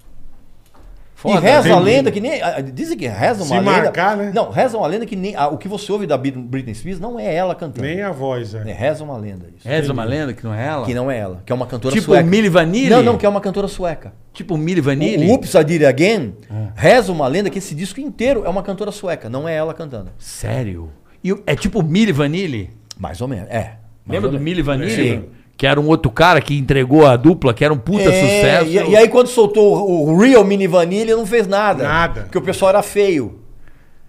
Speaker 4: Foda,
Speaker 6: e reza a
Speaker 3: entendi.
Speaker 6: lenda que nem. ah, Dizem que reza uma
Speaker 3: Se
Speaker 6: lenda.
Speaker 3: marcar, né?
Speaker 6: Não, reza uma lenda que nem. ah, o que você ouve da Britney Spears não é ela cantando.
Speaker 3: Nem a voz, é.
Speaker 6: É, reza uma lenda isso.
Speaker 4: Reza uma lenda que não é ela?
Speaker 6: Que não é ela, que é uma cantora
Speaker 4: Tipo
Speaker 6: sueca.
Speaker 4: Milli Vanilli?
Speaker 6: Não, não, que é uma cantora sueca.
Speaker 4: Tipo Milli Ah.
Speaker 6: O
Speaker 4: Vanilli?
Speaker 6: o Oops, I Did It Again, reza uma lenda que esse disco inteiro é uma cantora sueca, não é ela cantando.
Speaker 4: Sério? E o- é tipo Milli Vanilli?
Speaker 6: Mais ou menos, é. Mais
Speaker 4: Lembra
Speaker 6: ou
Speaker 4: do
Speaker 6: menos.
Speaker 4: Milli Vanilli?
Speaker 6: Sim.
Speaker 4: Que era um outro cara que entregou a dupla, que era um puta
Speaker 6: É,
Speaker 4: sucesso.
Speaker 6: E, e aí quando soltou o, o Real Mini Vanilla, não fez nada.
Speaker 3: Nada.
Speaker 6: Porque o pessoal era feio.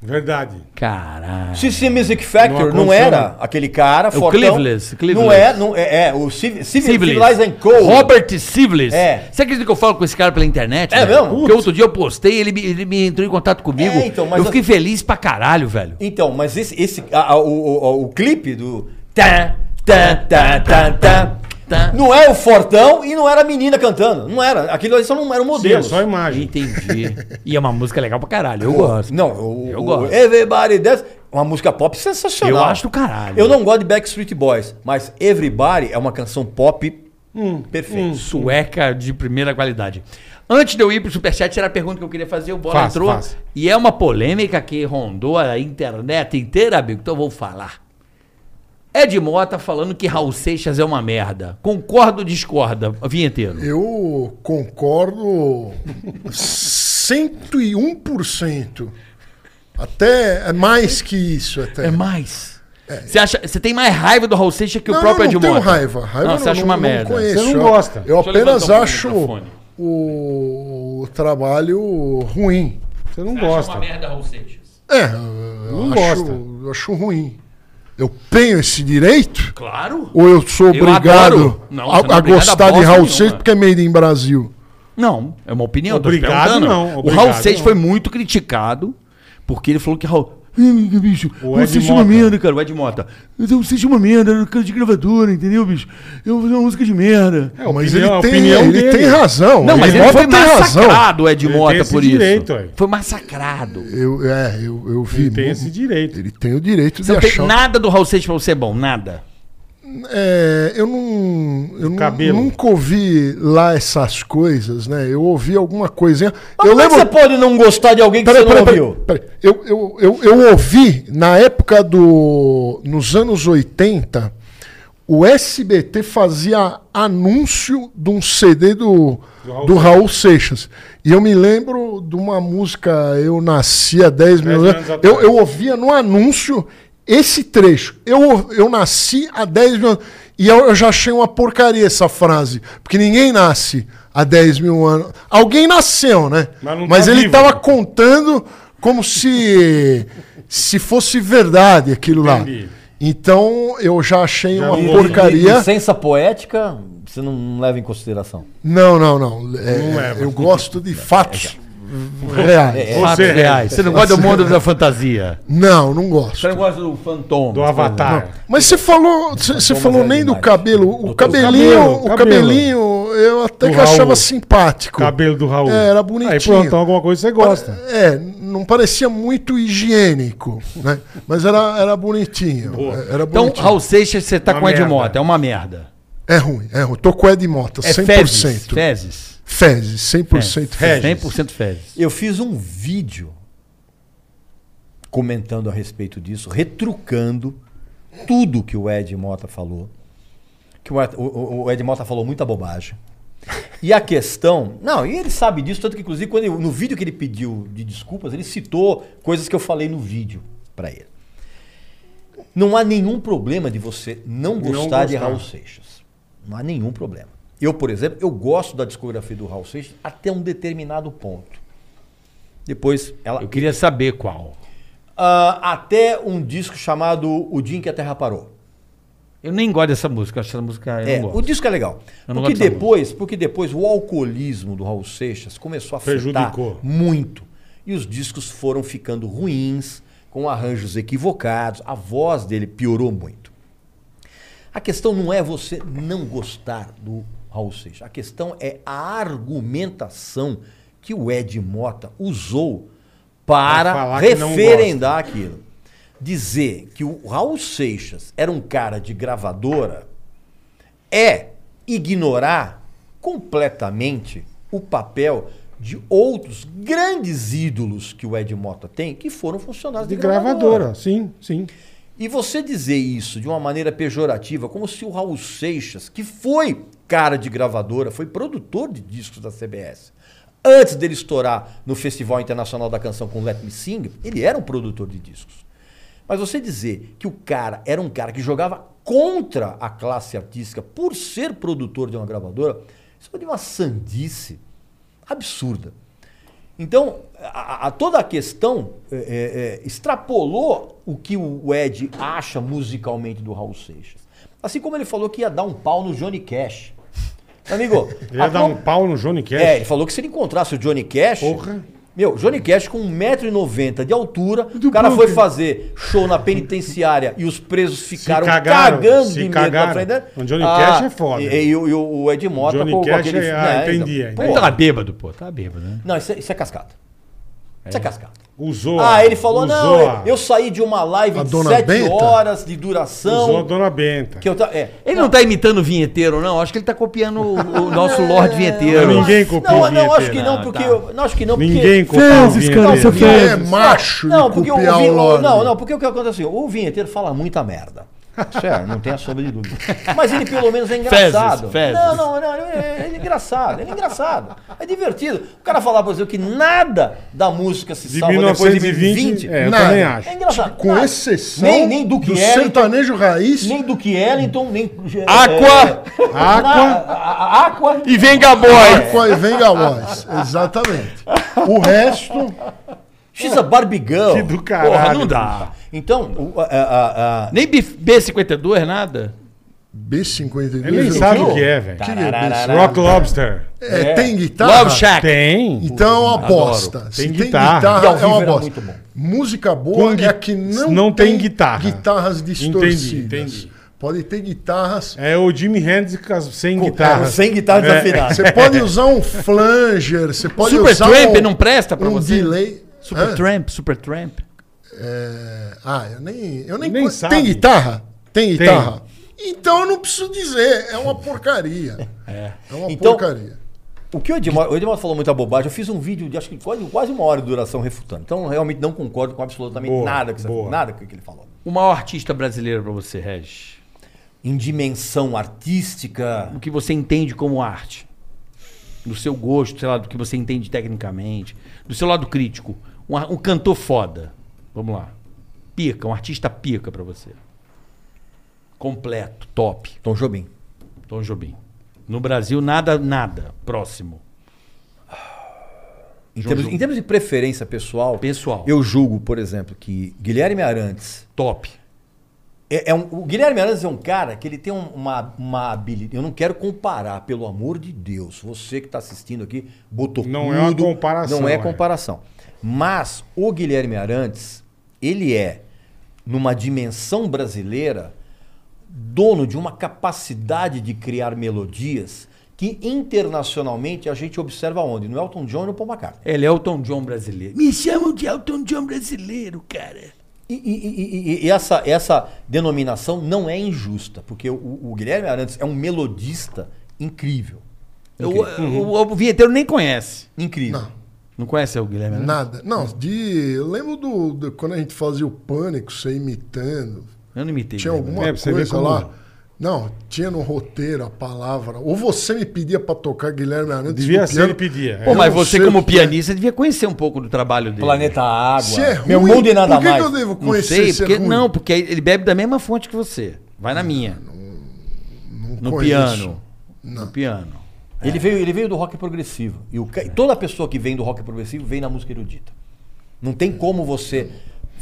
Speaker 3: Verdade.
Speaker 4: Caralho.
Speaker 6: CC Music Factor
Speaker 3: Não
Speaker 6: não,
Speaker 3: aconteceu,
Speaker 6: era aquele cara, o
Speaker 4: É Cleveless, Cleveless.
Speaker 6: Não é, não é, é o Civ- Civ-
Speaker 4: Siblis.
Speaker 6: Civilized and Co.
Speaker 4: Robert Siblis.
Speaker 6: É.
Speaker 4: Você acredita que eu falo com esse cara pela internet?
Speaker 6: É
Speaker 4: velho?
Speaker 6: mesmo?
Speaker 4: Porque outro dia eu postei, ele me, ele me entrou em contato comigo.
Speaker 6: É, então, mas eu-
Speaker 4: eu fiquei feliz pra caralho, velho.
Speaker 6: Então, mas esse, esse a- a- o, o- o clipe do
Speaker 4: Tá, tá, tá, tá, tá, tá.
Speaker 6: Não é o Fortão e não era a menina cantando. Não era. Aquilo ali só não era um
Speaker 3: Sim,
Speaker 6: modelo.
Speaker 3: é só imagem.
Speaker 4: Entendi. e é uma música legal pra caralho, eu gosto.
Speaker 6: Não, o,
Speaker 4: Eu
Speaker 6: o
Speaker 4: gosto.
Speaker 6: Everybody Dance. Uma música pop sensacional.
Speaker 4: Eu acho do caralho.
Speaker 6: Eu não gosto de Backstreet Boys, mas Everybody é uma canção pop
Speaker 4: Hum,
Speaker 6: perfeita.
Speaker 4: Sueca de primeira qualidade. Antes de eu ir pro Superchat, era a pergunta que eu queria fazer, o Bola
Speaker 3: Faça,
Speaker 4: entrou.
Speaker 3: faça.
Speaker 4: E é uma polêmica que rondou a internet inteira, amigo, então eu vou falar. Ed Mota falando que Raul Seixas é uma merda. Concordo ou discorda, vinheteiro?
Speaker 7: Eu concordo 101%. Até é mais que isso, até.
Speaker 4: É mais. Você acha, você tem mais raiva do Raul Seixas que
Speaker 7: Não,
Speaker 4: o próprio
Speaker 7: não,
Speaker 4: Ed
Speaker 7: não tenho
Speaker 4: Mota?
Speaker 7: raiva. Raiva
Speaker 4: Não,
Speaker 7: não,
Speaker 4: você acha uma merda.
Speaker 7: conheço.
Speaker 3: Você não
Speaker 7: Eu-
Speaker 3: gosta.
Speaker 7: Eu
Speaker 4: Deixa eu levantar um
Speaker 7: apenas
Speaker 4: pouquinho o
Speaker 7: acho
Speaker 4: microfone.
Speaker 7: o trabalho ruim.
Speaker 3: Você não
Speaker 4: Você acha
Speaker 3: gosta.
Speaker 4: uma merda Raul Seixas?
Speaker 7: É, eu
Speaker 3: Não
Speaker 7: acho,
Speaker 3: gosta.
Speaker 7: eu acho ruim. Eu tenho esse direito?
Speaker 4: Claro.
Speaker 7: Ou eu sou
Speaker 4: Eu
Speaker 7: obrigado
Speaker 4: adoro. Não,
Speaker 7: a,
Speaker 4: você não é obrigado
Speaker 7: a
Speaker 4: a
Speaker 7: gostar de
Speaker 4: bosta
Speaker 7: Raul
Speaker 4: nenhuma.
Speaker 7: Seixas porque é made in Brasil?
Speaker 4: Não, é uma opinião. eu tô te
Speaker 3: Obrigado,
Speaker 4: perguntando.
Speaker 3: não,
Speaker 4: o
Speaker 3: obrigado,
Speaker 4: Raul Seixas
Speaker 3: não.
Speaker 4: foi muito criticado porque ele falou que Raul. Ih, que bicho,
Speaker 3: O
Speaker 4: o Raul
Speaker 3: Ed
Speaker 4: Seixas é uma
Speaker 3: Mota.
Speaker 4: merda, cara, o Ed Mota. Mas Eu Seixas é uma merda, era cara de gravadora, entendeu, bicho? Eu vou fazer uma música de merda.
Speaker 3: É,
Speaker 7: Mas
Speaker 3: opinião-
Speaker 7: ele, tem,
Speaker 3: opinião
Speaker 7: ele
Speaker 3: dele.
Speaker 7: tem razão.
Speaker 4: Não, mas
Speaker 7: Ed
Speaker 4: ele
Speaker 7: Mota
Speaker 4: foi massacrado, o Ed
Speaker 3: Ele tem
Speaker 4: Mota,
Speaker 3: esse
Speaker 4: por
Speaker 3: direito,
Speaker 4: isso.
Speaker 3: ué.
Speaker 4: Foi massacrado.
Speaker 7: Eu, é, eu, eu vi.
Speaker 3: Ele tem esse direito.
Speaker 7: Ele tem o direito
Speaker 4: Você
Speaker 7: de
Speaker 4: não
Speaker 7: achar.
Speaker 4: tem nada do Raul Seixas pra você bom, nada.
Speaker 7: É, eu não. Eu
Speaker 3: cabelo.
Speaker 7: nu- nunca ouvi lá essas coisas, né? Eu ouvi alguma coisinha.
Speaker 6: Mas como é
Speaker 7: eu
Speaker 6: que
Speaker 7: lembro.
Speaker 6: você pode não gostar de alguém que
Speaker 7: Peraí,
Speaker 6: você não
Speaker 7: peraí, peraí,
Speaker 6: ouviu?
Speaker 7: peraí. Eu, eu, eu, eu ouvi na época do. Nos anos 80, o SBT fazia anúncio de um CD do,
Speaker 3: Do Raul
Speaker 7: do Raul Seixas. E eu me lembro de uma música, eu nasci há 10
Speaker 3: Dez
Speaker 7: mil anos.
Speaker 3: anos atrás.
Speaker 7: Eu, eu ouvia no anúncio esse trecho. Eu, eu nasci há 10 mil anos. E eu, eu já achei uma porcaria essa frase. Porque ninguém nasce há 10 mil anos. Alguém nasceu, né?
Speaker 3: Mas não
Speaker 7: Mas,
Speaker 3: tá
Speaker 7: ele
Speaker 3: vivo.
Speaker 7: estava contando como se, se fosse verdade aquilo lá.
Speaker 3: Entendi.
Speaker 7: Então eu já achei
Speaker 3: Já
Speaker 7: uma
Speaker 3: me-
Speaker 7: porcaria.
Speaker 6: Licença poética, você não leva em consideração.
Speaker 7: Não, não, não. É,
Speaker 3: Não é, mas-
Speaker 7: eu gosto de fatos reais.
Speaker 3: Você é
Speaker 4: reais. Você não gosta do mundo da fantasia.
Speaker 7: Não, não gosto.
Speaker 4: Você não gosta do Phantom.
Speaker 3: do Avatar.
Speaker 7: Mas você falou, você você falou nem do cabelo. O cabelinho,
Speaker 3: Cabelo,
Speaker 7: o cabelinho, eu até
Speaker 3: Do
Speaker 7: que achava
Speaker 3: Raul.
Speaker 7: simpático.
Speaker 3: Cabelo do Raul.
Speaker 7: É, era bonitinho.
Speaker 3: Aí pronto, então alguma coisa você gosta.
Speaker 7: É, não parecia muito higiênico, né? Mas era, era bonitinho. Era
Speaker 4: Então,
Speaker 7: bonitinho.
Speaker 4: Raul Seixas, você tá
Speaker 3: Uma
Speaker 4: com Ed
Speaker 3: merda.
Speaker 4: Mota, é uma merda.
Speaker 7: É ruim, é ruim. Tô com Ed Mota,
Speaker 4: É
Speaker 7: 100%.
Speaker 4: fezes. Fezes. É.
Speaker 7: Fezes, 100% fezes.
Speaker 4: 100% fezes.
Speaker 6: Eu fiz um vídeo comentando a respeito disso, retrucando tudo que o Ed Mota falou. Que o Ed, o- o- o Ed Mota falou muita bobagem. E a questão. Não, e ele sabe disso, tanto que, inclusive, quando ele- no vídeo que ele pediu de desculpas, ele citou coisas que eu falei no vídeo pra ele. Não há nenhum problema de você não gostar, de
Speaker 3: gostar.
Speaker 6: Raul Seixas. Não há nenhum problema. Eu, por exemplo, eu gosto da discografia do Raul Seixas até um determinado ponto. Depois ela.
Speaker 4: Eu queria saber qual.
Speaker 6: Ah, até um disco chamado O Dia em que a Terra Parou.
Speaker 4: Eu nem gosto dessa música, eu acho essa música. Eu
Speaker 6: É,
Speaker 4: não
Speaker 6: o
Speaker 4: gosto.
Speaker 6: disco é legal.
Speaker 4: Eu não
Speaker 6: Porque
Speaker 4: gosto dessa
Speaker 6: depois, porque depois o alcoolismo do Raul Seixas começou a afetar
Speaker 3: Prejudicou.
Speaker 6: muito. E os discos foram ficando ruins, com arranjos equivocados, a voz dele piorou muito. A questão não é você não gostar do Raul Seixas. A questão é a argumentação que o Ed Mota usou
Speaker 3: Pra
Speaker 6: para
Speaker 3: falar que não
Speaker 6: referendar aquilo. Dizer que o Raul Seixas era um cara de gravadora é ignorar completamente o papel de outros grandes ídolos que o Ed Mota tem, que foram funcionários
Speaker 3: De gravadora, sim, sim.
Speaker 6: e você dizer isso de uma maneira pejorativa, como se o Raul Seixas, que foi cara de gravadora, foi produtor de discos da CBS, antes dele estourar no Festival Internacional da Canção com Let Me Sing, ele era um produtor de discos. Mas você dizer que o cara era um cara que jogava contra a classe artística por ser produtor de uma gravadora, isso é de uma sandice absurda. Então, a, a- a- toda a questão é, é, é, extrapolou o que o Ed acha musicalmente do Raul Seixas. Assim como ele falou que ia dar um pau no Johnny Cash. Amigo,
Speaker 3: Ele ia
Speaker 6: a
Speaker 3: dar
Speaker 6: com-
Speaker 3: um pau no Johnny Cash.
Speaker 6: Ah, É, ele falou que se ele encontrasse o Johnny Cash.
Speaker 3: Porra.
Speaker 6: Meu, Johnny Cash com 1,90m de altura,
Speaker 3: Do
Speaker 6: o cara foi
Speaker 3: Brooklyn.
Speaker 6: fazer show na penitenciária e os presos ficaram
Speaker 3: cagaram,
Speaker 6: cagando
Speaker 3: se
Speaker 6: de medo
Speaker 3: cagaram.
Speaker 6: na frente dele. Ah,
Speaker 3: O Johnny Cash é foda.
Speaker 6: E, e, o- e o Ed Mota
Speaker 3: Johnny
Speaker 6: com,
Speaker 3: Cash
Speaker 6: com aquele.
Speaker 3: é- ah,
Speaker 6: né,
Speaker 3: entendi,
Speaker 6: então,
Speaker 3: entendi.
Speaker 6: pô,
Speaker 4: Ele tá bêbado, pô. Tá bêbado, né?
Speaker 6: não, isso é, isso é cascata. Isso é cascata.
Speaker 3: Usou.
Speaker 6: Ah, ele falou,
Speaker 3: usou
Speaker 6: não,
Speaker 3: a-
Speaker 6: eu- eu saí de uma live
Speaker 7: A
Speaker 6: de
Speaker 7: Dona
Speaker 6: 7
Speaker 7: Benta?
Speaker 6: horas de
Speaker 3: Usou a
Speaker 6: duração.
Speaker 3: Dona Benta.
Speaker 6: Que eu ta- é.
Speaker 4: Ele não tá imitando o vinheteiro, não. Acho que ele tá copiando o, o nosso Lorde Vinheteiro.
Speaker 3: Ninguém copiou
Speaker 6: Não,
Speaker 3: o
Speaker 6: não, acho
Speaker 3: vinheteiro.
Speaker 6: que não,
Speaker 4: Ah,
Speaker 6: porque.
Speaker 4: tá.
Speaker 6: eu- não, acho que não, porque.
Speaker 3: Ninguém copiou o
Speaker 9: Fezes,
Speaker 3: vinheteiro.
Speaker 9: cara, seu
Speaker 7: Quem é
Speaker 9: Fezes.
Speaker 7: macho
Speaker 6: Não,
Speaker 7: de
Speaker 6: porque o,
Speaker 7: copiar
Speaker 6: vin-
Speaker 7: o
Speaker 6: o-
Speaker 7: Lorde?
Speaker 6: não, não, porque o que acontece é assim, o vinheteiro fala muita merda. Sério, não tem a sombra de dúvida. Mas ele pelo menos é engraçado.
Speaker 4: Fezes, fezes.
Speaker 6: Não, não, não, é, é engraçado, ele é engraçado. É divertido. O cara falar, por exemplo, que nada da música se
Speaker 3: De
Speaker 6: salva
Speaker 3: 1920.
Speaker 6: depois de 1920.
Speaker 3: É, eu
Speaker 7: Nada.
Speaker 3: também acho.
Speaker 6: É engraçado.
Speaker 7: Com
Speaker 6: nada.
Speaker 7: exceção
Speaker 6: nem, nem do que é,
Speaker 7: sertanejo raiz,
Speaker 6: Nem do que Ellington, nem.
Speaker 4: Aqua!
Speaker 6: É,
Speaker 3: Ah,
Speaker 6: na- a- a- Aqua!
Speaker 4: E vem Gaboy!
Speaker 7: Aqua e Venga Voz. Exatamente. O resto,
Speaker 6: She's a Barbie Girl.
Speaker 3: Que do caralho.
Speaker 4: Porra, não dá.
Speaker 6: Então, o- a- a- a-
Speaker 4: Nem B- B52, nada?
Speaker 7: B52.
Speaker 3: Ele nem
Speaker 7: eu-
Speaker 3: sabe o que é, velho.
Speaker 7: que é isso?
Speaker 3: Rock Lobster.
Speaker 7: É, tem guitarra?
Speaker 4: Love Shack.
Speaker 3: Tem.
Speaker 7: Então é uma aposta. Se
Speaker 3: Tem
Speaker 7: tem
Speaker 3: guitarra.
Speaker 7: guitarra,
Speaker 6: E ao
Speaker 7: é
Speaker 6: vivo
Speaker 7: uma
Speaker 6: era
Speaker 7: aposta.
Speaker 6: muito bom.
Speaker 7: Música boa
Speaker 3: Com
Speaker 7: é a
Speaker 3: gui-
Speaker 7: que não,
Speaker 3: não tem guitarra.
Speaker 7: guitarras distorcidas.
Speaker 3: entendi.
Speaker 7: Pode ter guitarras.
Speaker 3: É o Jimi Hendrix com as- sem guitarra.
Speaker 6: é, Sem guitarra desafinada.
Speaker 7: Você pode usar um flanger, você pode
Speaker 4: Super
Speaker 7: usar
Speaker 4: Tramp
Speaker 7: um,
Speaker 4: não presta pra
Speaker 7: um
Speaker 4: você?
Speaker 7: delay. Hã?
Speaker 4: Super Tramp, Super Tramp.
Speaker 7: É, Ah, eu nem. Eu nem,
Speaker 3: Nem
Speaker 7: co-
Speaker 3: sabe.
Speaker 7: Tem guitarra? Tem guitarra. Então eu não preciso dizer. É uma porcaria. É, uma
Speaker 6: Então-
Speaker 7: porcaria.
Speaker 6: O que o Edmar, o Edmar falou muita bobagem. Eu fiz um vídeo de acho que quase, quase uma hora de duração refutando. Então, eu realmente não concordo com absolutamente
Speaker 3: Boa,
Speaker 6: nada que, você-
Speaker 3: boa.
Speaker 6: nada que ele falou.
Speaker 4: O maior artista brasileiro pra você, Regis?
Speaker 6: em dimensão artística.
Speaker 4: o que você entende como arte. Do seu gosto, sei lá, do que você entende tecnicamente. Do seu lado crítico. Um, ar- um cantor foda. Vamos lá. Pica, um artista pica pra você. Completo, top.
Speaker 6: Tom Jobim.
Speaker 4: Tom Jobim. No Brasil, nada, nada. Próximo.
Speaker 6: Em termos, em termos de preferência pessoal,
Speaker 4: Pessoal.
Speaker 6: eu julgo, por exemplo, que Guilherme Arantes
Speaker 4: Top.
Speaker 6: É, é um- o Guilherme Arantes é um cara que ele tem um- uma, uma habilidade. Eu não quero comparar, pelo amor de Deus. Você que está assistindo aqui, botou
Speaker 3: Não
Speaker 6: tudo,
Speaker 3: é uma comparação,
Speaker 6: Não
Speaker 3: é.
Speaker 6: é comparação. Mas o Guilherme Arantes, ele é, numa dimensão brasileira, dono de uma capacidade de criar melodias que internacionalmente a gente observa onde? No Elton John e no Paul McCartney.
Speaker 4: Ele é o Tom John brasileiro. Me chamam de Elton John brasileiro, cara.
Speaker 6: E, e- e- e- e essa, essa denominação não é injusta, porque o, o Guilherme Arantes é um melodista incrível.
Speaker 4: Eu-
Speaker 6: Incrível.
Speaker 7: Uhum.
Speaker 4: O, o, o vinheteiro nem conhece.
Speaker 6: incrível.
Speaker 7: Não.
Speaker 4: Não conhece o Guilherme? né?
Speaker 7: Nada. Não, de. Eu lembro do, do- quando a gente fazia o pânico, você imitando.
Speaker 4: Eu não imitei.
Speaker 7: Tinha
Speaker 4: Guilherme.
Speaker 7: alguma
Speaker 3: É, pra você ver
Speaker 7: coisa
Speaker 3: como-
Speaker 7: lá. Não, tinha no roteiro a palavra. Ou você me pedia pra tocar Guilherme Arantes.
Speaker 3: Devia
Speaker 7: no
Speaker 3: ser, ele
Speaker 7: piano.
Speaker 3: pedia. é.
Speaker 4: Pô, mas
Speaker 7: Eu não
Speaker 4: você,
Speaker 7: sei
Speaker 4: como
Speaker 7: o que é.
Speaker 4: pianista, devia conhecer um pouco do trabalho dele.
Speaker 6: Planeta Água.
Speaker 7: Se é ruim,
Speaker 6: meu mundo e nada
Speaker 7: por que
Speaker 6: mais.
Speaker 7: que eu devo
Speaker 4: Não
Speaker 7: conhecer
Speaker 4: sei,
Speaker 7: se é
Speaker 4: porque,
Speaker 7: ruim?
Speaker 4: não, porque ele bebe da mesma fonte que você. Vai na minha. no
Speaker 7: conheço.
Speaker 4: piano.
Speaker 7: Não.
Speaker 4: No piano.
Speaker 6: Ele, veio, ele veio do rock progressivo. E o
Speaker 7: É.
Speaker 6: ca- toda pessoa que vem do rock progressivo vem na música erudita. Não tem como você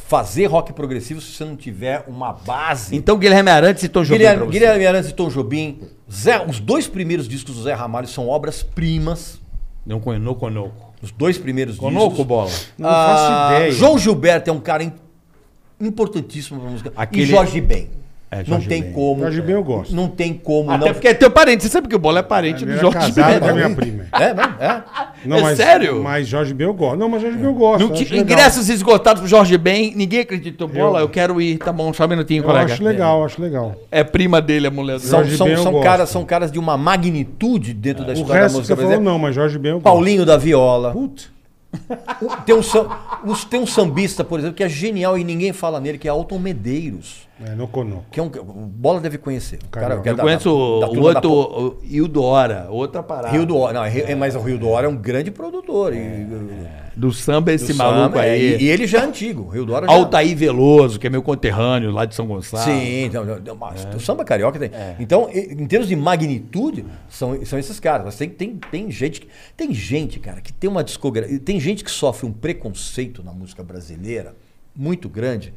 Speaker 6: fazer rock progressivo se você não tiver uma base.
Speaker 4: Então, Guilherme Arantes e Tom Jobim pra
Speaker 6: Guilherme,
Speaker 4: você.
Speaker 6: Guilherme Arantes e Tom Jobim. Zé- os dois primeiros discos do Zé Ramalho são obras-primas.
Speaker 4: Não conheço, não conoco.
Speaker 6: Os dois primeiros
Speaker 4: Conoco,
Speaker 6: discos.
Speaker 4: bola.
Speaker 3: Não faço
Speaker 6: Ah,
Speaker 3: ideia.
Speaker 6: João Gilberto é um cara im- importantíssimo pra música.
Speaker 4: Aquele-
Speaker 6: E Jorge Ben.
Speaker 4: É, Jorge
Speaker 6: não tem
Speaker 4: Ben.
Speaker 6: como.
Speaker 3: Jorge Ben eu gosto.
Speaker 6: Não tem como
Speaker 4: Até
Speaker 6: não.
Speaker 4: porque é teu parente. Você sabe que o bola é parente
Speaker 3: Ele
Speaker 4: do
Speaker 3: era
Speaker 4: Jorge
Speaker 3: casado
Speaker 4: Ben.
Speaker 3: com a minha prima.
Speaker 6: É, né? É.
Speaker 3: Não,
Speaker 4: É
Speaker 3: mas,
Speaker 4: sério?
Speaker 3: Mas Jorge Ben eu gosto. Não, mas Jorge Ben eu gosto.
Speaker 4: Não
Speaker 3: eu
Speaker 4: ti-
Speaker 3: acho legal.
Speaker 4: ingressos esgotados pro Jorge Ben. Ninguém acreditou. Bola, eu, quero ir. Tá bom, só um minutinho,
Speaker 3: Eu
Speaker 4: colega.
Speaker 3: acho legal, acho legal.
Speaker 4: É prima dele, a mulher do
Speaker 6: São,
Speaker 3: Jorge
Speaker 6: são-
Speaker 3: Ben eu
Speaker 6: são
Speaker 3: gosto.
Speaker 6: caras, são caras de uma magnitude dentro da
Speaker 3: O
Speaker 6: história da
Speaker 3: resto que
Speaker 6: música
Speaker 3: você falou,
Speaker 6: brasileira.
Speaker 3: não, mas Jorge Ben eu gosto.
Speaker 6: Paulinho da Viola.
Speaker 3: Puta.
Speaker 6: O- Tem um, sam- os- tem um sambista, por exemplo, que é genial e ninguém fala nele, que é Alton Medeiros.
Speaker 3: É, no Conoco.
Speaker 6: Que é um, o Bola deve conhecer. O
Speaker 3: Caramba.
Speaker 6: que é
Speaker 4: Eu
Speaker 6: da-
Speaker 4: conheço
Speaker 6: da
Speaker 4: o, o
Speaker 6: turma da
Speaker 4: outro, o Hildo Hora, outra parada.
Speaker 6: Rio do Ouro. Não, é Rio- é, mas o Rio do Ouro é um grande produtor. e-
Speaker 4: Do samba, É. esse
Speaker 6: do
Speaker 4: maluco
Speaker 6: samba, é,
Speaker 4: aí.
Speaker 6: e, e ele já é antigo. o Rio do Ouro já
Speaker 4: Altair Veloso, que é meu conterrâneo lá de São Gonçalo.
Speaker 6: Sim, então, então, mas o samba carioca tem.
Speaker 4: É.
Speaker 6: Então, e- em termos de magnitude, são, são esses caras. Mas tem, tem, tem gente que. Tem gente, cara, que tem uma discografia. Tem gente que sofre um preconceito na música brasileira muito grande.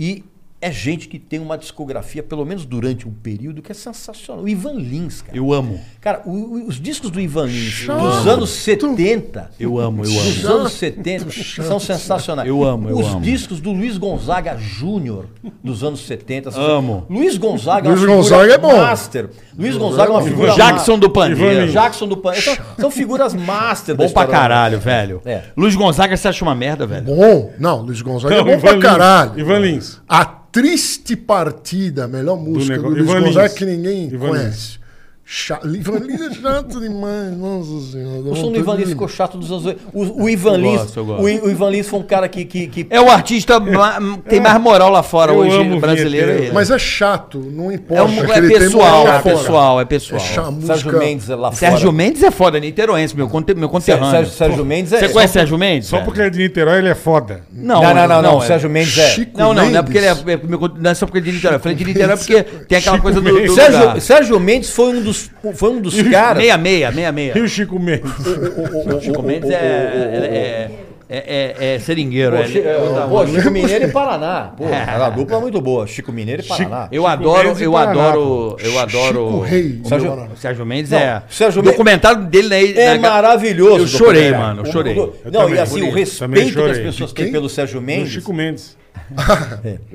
Speaker 6: E é gente que tem uma discografia, pelo menos durante um período, que é sensacional. O Ivan Lins, cara.
Speaker 4: Eu amo.
Speaker 6: Cara, o- o- os discos do Ivan Lins dos anos 70.
Speaker 4: Eu amo, eu
Speaker 6: Dos
Speaker 4: amo.
Speaker 6: anos 70 são sensacionais.
Speaker 4: Eu amo, eu
Speaker 6: Os
Speaker 4: amo.
Speaker 6: discos do Luiz Gonzaga Júnior dos anos 70. são-
Speaker 4: Amo.
Speaker 6: Luiz Gonzaga
Speaker 7: Luiz
Speaker 6: é uma figura
Speaker 7: Gonzaga é bom.
Speaker 6: master. Luiz Gonzaga é uma figura
Speaker 4: Jackson do
Speaker 3: Ivan
Speaker 4: Pandeiro.
Speaker 3: Lins.
Speaker 4: Já-
Speaker 6: Jackson do Pan. Então, são figuras master. da
Speaker 4: Bom pra
Speaker 6: história da-
Speaker 4: caralho, velho.
Speaker 6: É.
Speaker 4: Luiz Gonzaga, você acha uma merda, velho?
Speaker 7: Bom. Não, Luiz Gonzaga
Speaker 3: Não,
Speaker 7: é bom pra
Speaker 3: Lins.
Speaker 7: caralho.
Speaker 3: Ivan Lins.
Speaker 7: A Triste Partida, a melhor música do,
Speaker 3: negócio.
Speaker 7: Luiz
Speaker 3: Ivan
Speaker 7: Gonzaga
Speaker 3: Lins.
Speaker 7: que ninguém
Speaker 3: Ivan
Speaker 7: conhece. Cha... Ivan Lins é chato demais, nossa senhora. dá
Speaker 6: O som do
Speaker 4: um
Speaker 7: vontade
Speaker 6: Ivan
Speaker 7: de-
Speaker 6: Lins ficou chato dos anos 80. O, o Ivan
Speaker 4: Eu
Speaker 6: Lins,
Speaker 4: gosto, eu gosto.
Speaker 6: o, I- o Ivan Lins foi um cara que. que, que-
Speaker 4: É o artista ma- tem mais moral lá fora
Speaker 3: Eu
Speaker 4: hoje,
Speaker 3: amo o
Speaker 4: brasileiro. é
Speaker 3: vinheteiro.
Speaker 4: ele.
Speaker 7: Mas é chato, não importa.
Speaker 4: é, um- é
Speaker 7: aquele tema
Speaker 4: pessoal, é
Speaker 7: chato.
Speaker 4: pessoal, é
Speaker 7: É
Speaker 4: pessoal.
Speaker 7: chato,
Speaker 6: Sérgio
Speaker 7: música-
Speaker 6: Mendes é lá
Speaker 4: Sérgio
Speaker 6: fora.
Speaker 4: Mendes é foda, niteroense, meu, conte, meu conterrâneo.
Speaker 6: Sérgio, Sérgio Mendes é.
Speaker 4: Você conhece Sérgio Mendes?
Speaker 3: Só
Speaker 4: velho?
Speaker 3: porque ele é de Niterói, ele é foda.
Speaker 4: Não,
Speaker 6: Não, não, não. não,
Speaker 4: é-
Speaker 6: Sérgio Mendes é.
Speaker 7: Chico
Speaker 4: Não, não, não é porque ele é,
Speaker 7: Mendes.
Speaker 4: é meu con- não é só porque ele é de Niterói. Eu falei de Niterói porque tem aquela coisa do, do lugar.
Speaker 6: Sérgio, Sérgio Mendes foi um dos, foi um dos caras.
Speaker 4: Meia, meia, meia, meia.
Speaker 3: E o Chico Mendes?
Speaker 4: É. Chico Mendes é, é, é, é, é, é seringueiro.
Speaker 6: Pô,
Speaker 4: é-
Speaker 6: Chi-
Speaker 4: é-
Speaker 6: é, pô, Chico Mineiro e Paraná. Pô, era uma dupla é muito boa. Chico Mineiro e Paraná.
Speaker 4: eu adoro,
Speaker 3: Mendes e
Speaker 4: eu
Speaker 3: Paraná,
Speaker 4: adoro, eu adoro.
Speaker 7: Chico Rei.
Speaker 4: O
Speaker 6: Sérgio-
Speaker 4: meu- o Sérgio Mendes
Speaker 6: Não,
Speaker 4: é.
Speaker 6: Sérgio
Speaker 4: o
Speaker 6: Men-
Speaker 4: documentário dele na,
Speaker 6: É
Speaker 4: na-
Speaker 6: maravilhoso.
Speaker 4: Eu chorei,
Speaker 6: documentário.
Speaker 4: mano, eu
Speaker 6: O-
Speaker 4: chorei.
Speaker 6: o-
Speaker 3: Eu
Speaker 6: não,
Speaker 3: também,
Speaker 6: e assim, o
Speaker 3: bonito. Também
Speaker 6: respeito que as
Speaker 3: chorei.
Speaker 6: pessoas
Speaker 7: De
Speaker 6: têm
Speaker 7: quem?
Speaker 6: pelo Sérgio
Speaker 3: O
Speaker 6: Mendes.
Speaker 3: Chico Mendes.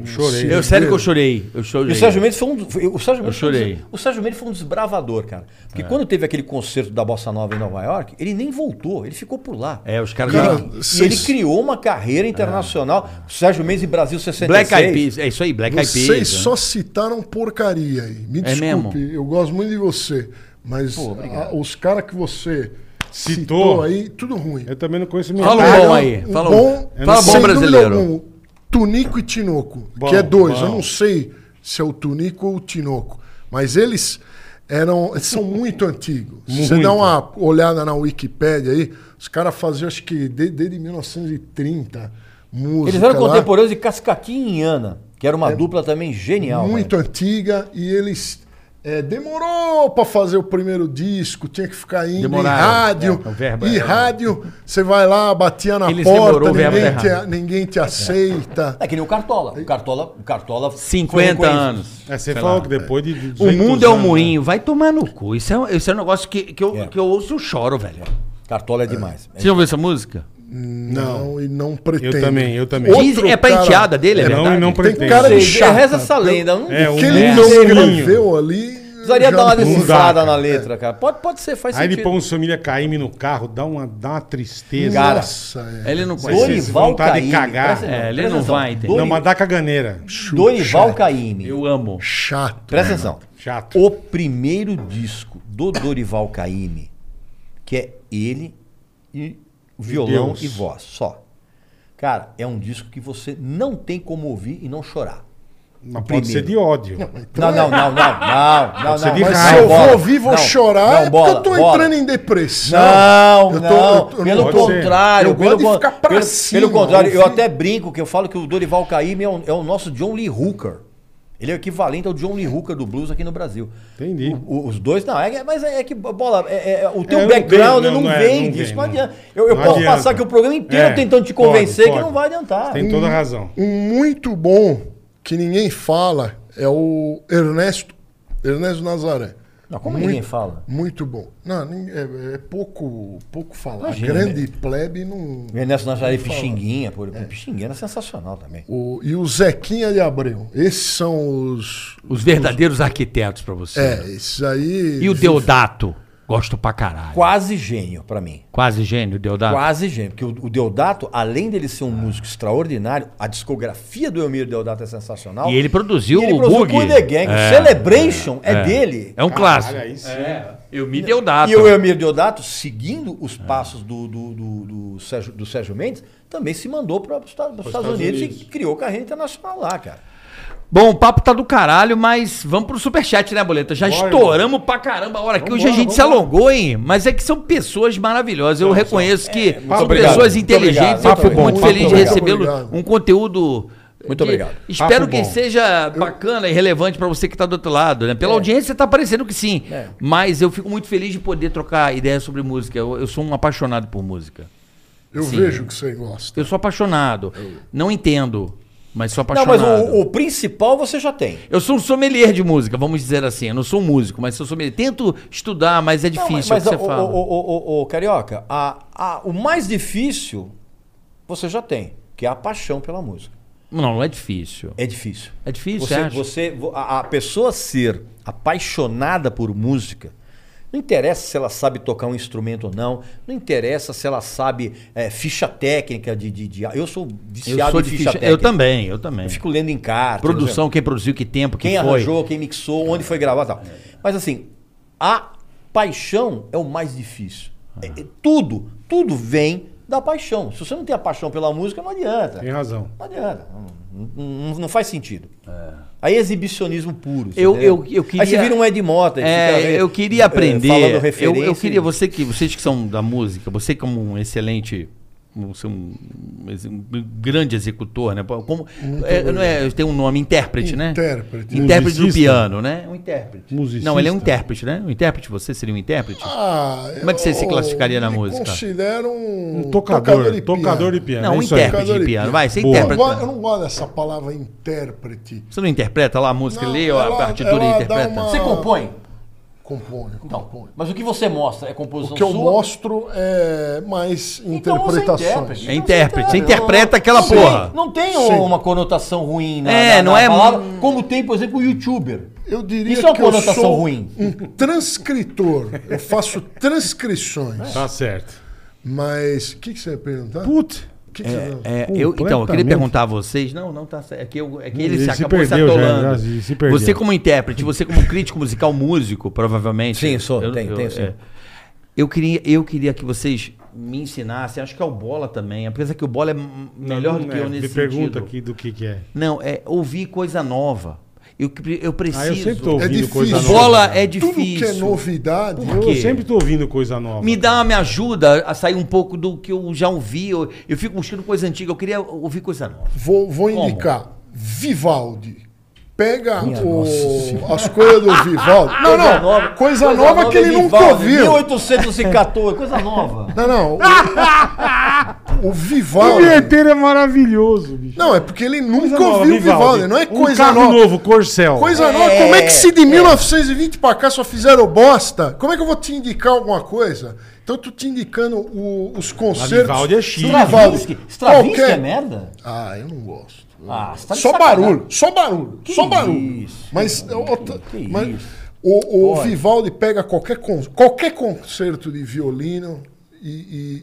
Speaker 7: Chorei.
Speaker 4: Eu sério que eu chorei. Eu chorei.
Speaker 6: E o Sérgio Mendes foi um. do- foi- O Sérgio Mendes foi um
Speaker 4: chorei. É.
Speaker 6: des- o Sérgio Mendes foi um desbravador, cara. Porque quando teve aquele concerto da Bossa Nova em Nova York, ele nem voltou, ele ficou por lá.
Speaker 4: É, os caras.
Speaker 7: Cara,
Speaker 6: E
Speaker 7: vocês-
Speaker 6: ele criou uma carreira internacional. Sérgio Mendes e Brasil 66.
Speaker 4: É. Black Eyed Peas. É isso aí, Black Eyed Peas.
Speaker 7: Vocês
Speaker 4: né?
Speaker 7: só citaram porcaria aí. Me
Speaker 4: É
Speaker 7: desculpe,
Speaker 4: mesmo?
Speaker 7: eu gosto muito de você. Mas ah, os caras que você citou.
Speaker 3: Citou
Speaker 7: aí, tudo ruim.
Speaker 3: Eu também não conheço
Speaker 4: Fala
Speaker 3: Niterói.
Speaker 4: um
Speaker 7: Cara,
Speaker 4: bom aí.
Speaker 7: um
Speaker 4: Fala,
Speaker 7: bom-
Speaker 4: um, fala bom
Speaker 7: sem
Speaker 4: brasileiro.
Speaker 7: dúvida alguma, um Tunico e Tinoco,
Speaker 3: Bom,
Speaker 7: que é dois.
Speaker 3: bom.
Speaker 7: Eu não sei se é o Tunico ou o Tinoco. Mas eles eram, eles são muito antigos. Se você
Speaker 3: Muito.
Speaker 7: dá uma olhada na Wikipédia aí, os caras faziam, acho que de- desde 1930, música.
Speaker 6: Eles eram
Speaker 7: lá.
Speaker 6: contemporâneos de Cascatinha e Ana, que era
Speaker 4: É.
Speaker 6: uma dupla também genial.
Speaker 7: muito antiga e eles é, demorou para fazer o primeiro disco, tinha que ficar indo
Speaker 8: Demoraram,
Speaker 7: em rádio.
Speaker 8: é, o verbo
Speaker 7: e
Speaker 8: era-
Speaker 7: rádio, você vai lá, batia na
Speaker 4: Eles
Speaker 7: porta,
Speaker 4: demorou, o verbo
Speaker 7: ninguém
Speaker 4: tá
Speaker 7: te, ninguém te aceita.
Speaker 6: É que nem o Cartola. O Cartola, o Cartola
Speaker 4: 50 anos.
Speaker 3: É, você
Speaker 4: Sei
Speaker 3: falou
Speaker 4: lá.
Speaker 3: que né? depois de. 200
Speaker 4: O mundo é um
Speaker 3: anos,
Speaker 4: moinho, vai tomar no cu. Isso é, um- isso é um negócio que, que, eu,
Speaker 6: É.
Speaker 4: que eu ouço eu choro, velho.
Speaker 6: Cartola é demais.
Speaker 10: Você já ouviu essa música?
Speaker 7: Não, e não pretendo.
Speaker 3: Eu também, eu também.
Speaker 7: Outro
Speaker 4: Diz, é pra
Speaker 7: cara-
Speaker 4: enteada dele, é,
Speaker 3: né? Não,
Speaker 4: verdade?
Speaker 3: e não
Speaker 7: Tem
Speaker 3: pretendo.
Speaker 7: cara
Speaker 6: Sei,
Speaker 7: de chata.
Speaker 6: reza essa lenda. eu Não
Speaker 3: É, um
Speaker 7: Que ele não
Speaker 3: mocinho.
Speaker 7: escreveu ali.
Speaker 6: precisaria
Speaker 7: já
Speaker 6: dar uma
Speaker 7: não-
Speaker 6: decifrada
Speaker 3: dá,
Speaker 6: na
Speaker 3: cara.
Speaker 6: letra, cara. Pode, pode ser, faz
Speaker 3: Aí ele
Speaker 6: sentido.
Speaker 3: põe uns família KM no carro, dá uma, dá uma tristeza.
Speaker 6: Cara,
Speaker 7: Nossa, é.
Speaker 10: Ele não
Speaker 3: Mas
Speaker 10: conhece.
Speaker 3: vocês
Speaker 6: Dorival
Speaker 3: vontade de
Speaker 6: Caymmi.
Speaker 3: cagar.
Speaker 6: presta atenção,
Speaker 10: É, ele
Speaker 6: presta
Speaker 10: não
Speaker 6: atenção.
Speaker 10: vai entender.
Speaker 6: Dori-
Speaker 3: Não, mas dá caganeira.
Speaker 6: Dorival Caymmi.
Speaker 10: Eu amo.
Speaker 7: Chato.
Speaker 6: Presta atenção.
Speaker 3: Chato.
Speaker 6: O primeiro disco do Dorival Caymmi, que é ele e violão
Speaker 3: Deus.
Speaker 6: e voz, só. Cara, é um disco que você não tem como ouvir e não chorar.
Speaker 3: Mas
Speaker 6: O
Speaker 3: pode ser
Speaker 6: primeiro.
Speaker 3: de ódio.
Speaker 6: Não, não, não, não, não, não,
Speaker 3: Você
Speaker 6: não.
Speaker 3: de
Speaker 7: Mas
Speaker 3: raiva.
Speaker 7: se eu
Speaker 6: Bola,
Speaker 7: vou ouvir, vou
Speaker 6: não,
Speaker 7: chorar,
Speaker 6: não,
Speaker 7: é porque
Speaker 6: bola,
Speaker 7: eu tô
Speaker 6: bola.
Speaker 7: entrando em depressão.
Speaker 6: Não,
Speaker 7: Eu tô-
Speaker 6: não.
Speaker 7: eu tô- eu
Speaker 6: pelo
Speaker 7: não-
Speaker 3: gosto de-
Speaker 6: contrário.
Speaker 7: eu
Speaker 6: pelo,
Speaker 7: gosto de
Speaker 6: con-
Speaker 7: ficar pra
Speaker 6: pelo-
Speaker 7: cima,
Speaker 6: pelo contrário, eu
Speaker 7: ouvir.
Speaker 6: até brinco que eu falo que o Dorival Caymmi é, o- é o nosso John Lee Hooker. Ele é o equivalente ao John Lee Hooker do blues aqui no Brasil.
Speaker 3: Entendi.
Speaker 6: O- o- os dois, não, é, é- mas é, é que, bola, é- é- o teu
Speaker 3: É, eu não
Speaker 6: background
Speaker 3: tenho,
Speaker 6: não,
Speaker 3: não, não é,
Speaker 6: vem
Speaker 3: não
Speaker 6: disso,
Speaker 3: vem,
Speaker 6: não
Speaker 3: não.
Speaker 6: adianta. Eu, eu
Speaker 3: Não
Speaker 6: posso
Speaker 3: adianta.
Speaker 6: passar aqui o programa inteiro
Speaker 3: É,
Speaker 6: tentando te
Speaker 3: pode,
Speaker 6: convencer
Speaker 3: pode.
Speaker 6: que não vai adiantar.
Speaker 3: Tem toda a razão.
Speaker 7: Um muito bom que ninguém fala é o Ernesto, Ernesto Nazaré.
Speaker 6: Não, como
Speaker 7: Muito-
Speaker 6: ninguém fala?
Speaker 7: Muito bom. Não, ninguém- é, é pouco, pouco falar.
Speaker 6: Imagina, né?
Speaker 7: Grande plebe não.
Speaker 6: O Ernesto Nazaré Pixinguinha, por
Speaker 7: É.
Speaker 6: exemplo. Pixinguinha era sensacional também.
Speaker 7: O- e o Zequinha de Abreu. Esses são os.
Speaker 4: Os verdadeiros arquitetos pra você. né?
Speaker 7: É, esses aí.
Speaker 4: E o Deodato? Gosto pra caralho.
Speaker 6: Quase gênio pra mim.
Speaker 4: Quase gênio, Deodato.
Speaker 6: Quase gênio. Porque o, o Deodato, além dele ser um músico extraordinário, a discografia do Elmiro Deodato é sensacional.
Speaker 4: E ele produziu
Speaker 6: E ele
Speaker 4: o
Speaker 6: produziu
Speaker 4: Boogie.
Speaker 6: Cool The Gang.
Speaker 4: É.
Speaker 6: Celebration é, dele.
Speaker 4: É um clássico. É.
Speaker 3: Caralho, aí sim.
Speaker 4: Eu me Deodato.
Speaker 6: E o Elmir Deodato, seguindo os passos do, do, do, do Sérgio, do Sérgio Mendes, também se mandou para os Estados,
Speaker 3: Estados
Speaker 6: Unidos,
Speaker 3: Unidos.
Speaker 6: e criou carreira internacional lá, cara.
Speaker 4: Bom, o papo tá do caralho, mas vamos pro superchat, né, Boleta? Já
Speaker 3: Bora,
Speaker 4: estouramos pra caramba a hora aqui. Hoje a gente se alongou, hein? Mas é que são pessoas maravilhosas. Eu reconheço que são
Speaker 6: obrigado.
Speaker 4: pessoas
Speaker 6: É, Muito
Speaker 4: inteligentes.
Speaker 6: obrigado.
Speaker 4: Eu
Speaker 6: Papo
Speaker 4: fico
Speaker 6: bom,
Speaker 4: muito
Speaker 7: papo
Speaker 4: feliz de
Speaker 7: obrigado.
Speaker 4: recebê-lo.
Speaker 7: Obrigado.
Speaker 4: Um conteúdo.
Speaker 6: Muito
Speaker 4: que
Speaker 6: obrigado.
Speaker 4: Espero
Speaker 3: Papo
Speaker 4: que
Speaker 3: bom.
Speaker 4: seja bacana e relevante pra você que tá do outro lado, né? Pela audiência tá parecendo que sim.
Speaker 6: É.
Speaker 4: Mas eu fico muito feliz de poder trocar ideias sobre música. Eu, eu sou um apaixonado por música.
Speaker 7: Eu vejo que você gosta.
Speaker 4: Eu sou apaixonado. Não entendo, mas sou
Speaker 6: Não,
Speaker 4: apaixonado.
Speaker 6: mas o, o principal você já tem.
Speaker 4: Eu sou um sommelier de música, vamos dizer assim. Eu não sou um músico, mas sou sommelier. Tento estudar, mas é
Speaker 6: Não,
Speaker 4: difícil,
Speaker 6: mas mas
Speaker 4: é o que
Speaker 6: o,
Speaker 4: você fala.
Speaker 6: o, o, o- o Carioca, a- a- o mais difícil você já tem, que é a paixão pela música.
Speaker 4: Não, não é difícil.
Speaker 6: É difícil.
Speaker 4: É difícil, você
Speaker 6: Você,
Speaker 4: acha?
Speaker 6: você, vo- a, a pessoa ser apaixonada por música, não interessa se ela sabe tocar um instrumento ou não, não interessa se ela sabe eh, ficha técnica de, de, de- Eu sou viciado
Speaker 4: Eu sou
Speaker 6: em
Speaker 4: de
Speaker 6: ficha,
Speaker 4: ficha...
Speaker 6: técnica.
Speaker 4: Eu também, eu também.
Speaker 6: Eu fico lendo em carta.
Speaker 4: Produção, quem produziu, que tempo, que
Speaker 6: Quem
Speaker 4: foi. É.
Speaker 6: arranjou, quem mixou, onde foi gravar e tal. Mas assim, a paixão é o mais difícil. É- é tudo, tudo vem da paixão. Se você não tem a paixão pela música, não adianta.
Speaker 3: Tem razão.
Speaker 6: Não adianta. Não, não- não faz sentido. Aí é exibicionismo puro.
Speaker 4: Eu-
Speaker 6: entendeu?
Speaker 4: eu- eu queria-
Speaker 6: Aí você vira um Ed Mota. e fica,
Speaker 4: É,
Speaker 6: eh,
Speaker 4: eu
Speaker 6: eh,
Speaker 4: queria aprender.
Speaker 6: falando
Speaker 4: eu,
Speaker 6: referência.
Speaker 4: eu queria você que vocês que são da música, você como um excelente, um, você é um, um grande executor, né? Como é, não é, tem um nome intérprete, né?
Speaker 7: Intérprete.
Speaker 4: Intérprete do
Speaker 3: Musicista.
Speaker 4: piano, né? Um intérprete.
Speaker 3: Musicista.
Speaker 4: Não, ele é um intérprete, né? Um intérprete, você seria um intérprete?
Speaker 7: Ah,
Speaker 4: Como é que você se
Speaker 7: eu
Speaker 4: classificaria na
Speaker 7: me
Speaker 4: música?
Speaker 7: considero um,
Speaker 3: Um tocador, tocador de
Speaker 7: piano.
Speaker 3: piano.
Speaker 4: não, um
Speaker 3: é isso aí.
Speaker 4: intérprete de
Speaker 7: Cadê?
Speaker 4: piano. Vai, você
Speaker 3: Boa.
Speaker 7: Eu não,
Speaker 4: interpreta.
Speaker 7: gosto, eu não gosto dessa palavra intérprete.
Speaker 4: Você não interpreta lá a música,
Speaker 7: Não,
Speaker 4: lê ó, a
Speaker 7: ela-
Speaker 4: partitura e
Speaker 7: ela dá
Speaker 4: interpreta?
Speaker 7: uma-
Speaker 6: Você compõe?
Speaker 7: Compõe, compõe.
Speaker 6: Mas o que você mostra? É composição
Speaker 7: O que eu
Speaker 6: Então, sua?
Speaker 7: mostro é mais
Speaker 6: Então você
Speaker 7: interpretações.
Speaker 4: É intérprete, você interpreta aquela
Speaker 6: não
Speaker 4: é porra.
Speaker 6: Tem, não tem
Speaker 7: Sim.
Speaker 6: uma conotação ruim na,
Speaker 4: É,
Speaker 6: na-
Speaker 4: não
Speaker 6: na
Speaker 4: é
Speaker 6: palavra,
Speaker 4: mu-
Speaker 6: como tem, por exemplo, o youtuber.
Speaker 7: Eu diria
Speaker 6: Isso é uma
Speaker 7: que eu
Speaker 6: conotação
Speaker 7: sou
Speaker 6: ruim.
Speaker 7: um transcritor. Eu faço transcrições.
Speaker 3: Tá certo.
Speaker 7: Mas o que, que você ia perguntar?
Speaker 3: Putz.
Speaker 7: O que que você-
Speaker 4: É, eu, então, eu queria
Speaker 3: Completamente.
Speaker 4: perguntar a vocês. Não, não tá certo. É que, eu- é que ele,
Speaker 3: Ele
Speaker 4: se
Speaker 3: se
Speaker 4: acabou se
Speaker 3: perdeu já,
Speaker 4: atolando.
Speaker 3: já se perdeu.
Speaker 4: Você, como intérprete, você, como crítico musical, músico, provavelmente.
Speaker 6: Sim, sou,
Speaker 4: Eu,
Speaker 6: tem-
Speaker 4: eu,
Speaker 6: tem, sim.
Speaker 4: é. eu, queria, eu queria que vocês me ensinassem. Acho que é o Bola também. Apesar que o Bola é m- melhor do que eu nesse
Speaker 3: Me pergunta
Speaker 4: sentido.
Speaker 3: aqui do que que é.
Speaker 4: Não, é ouvir coisa nova.
Speaker 8: Eu, pre- eu preciso.
Speaker 3: Ah, eu sempre tô ouvindo
Speaker 7: É difícil.
Speaker 3: coisa nova.
Speaker 8: Bola é
Speaker 7: Tudo que é
Speaker 8: difícil.
Speaker 7: novidade,
Speaker 8: Por
Speaker 7: eu-
Speaker 8: quê?
Speaker 3: Eu sempre tô ouvindo coisa nova.
Speaker 8: Me dá uma me ajuda a sair um pouco do que eu já ouvi. Eu, eu fico buscando coisa antiga. Eu queria ouvir coisa nova.
Speaker 7: vou, vou indicar. Vivaldi. Pega o- as coisas do Vivaldi. Não, não. Coisa, nova, que
Speaker 4: é
Speaker 7: ele nunca
Speaker 6: Vivaldi,
Speaker 7: ouviu.
Speaker 6: 1814, coisa nova.
Speaker 7: Não, não. O, o Vivaldi.
Speaker 3: é maravilhoso, bicho.
Speaker 7: Não, é porque ele nunca
Speaker 3: Coisa nova,
Speaker 7: ouviu o Vivaldi. Não é
Speaker 3: um
Speaker 7: coisa
Speaker 3: carro
Speaker 7: nova.
Speaker 3: novo, Corcel.
Speaker 7: Coisa nova. Como é que se de 1920 pra cá só fizeram bosta? Como é que eu vou te indicar alguma coisa? Então eu tô te indicando o- os concertos.
Speaker 3: Vivaldi é chique.
Speaker 7: do Vivaldi.
Speaker 6: Stravinsky, Stravinsky é
Speaker 7: Qualquer-
Speaker 6: merda?
Speaker 7: Ah, eu não gosto.
Speaker 6: Ah, você tá de
Speaker 7: só
Speaker 6: sacanagem.
Speaker 7: barulho, só barulho, só barulho.
Speaker 6: isso?
Speaker 7: Mas, ô, tá-
Speaker 6: que
Speaker 7: mas
Speaker 6: isso?
Speaker 7: o, o Vivaldi pega qualquer, con- qualquer concerto de violino e,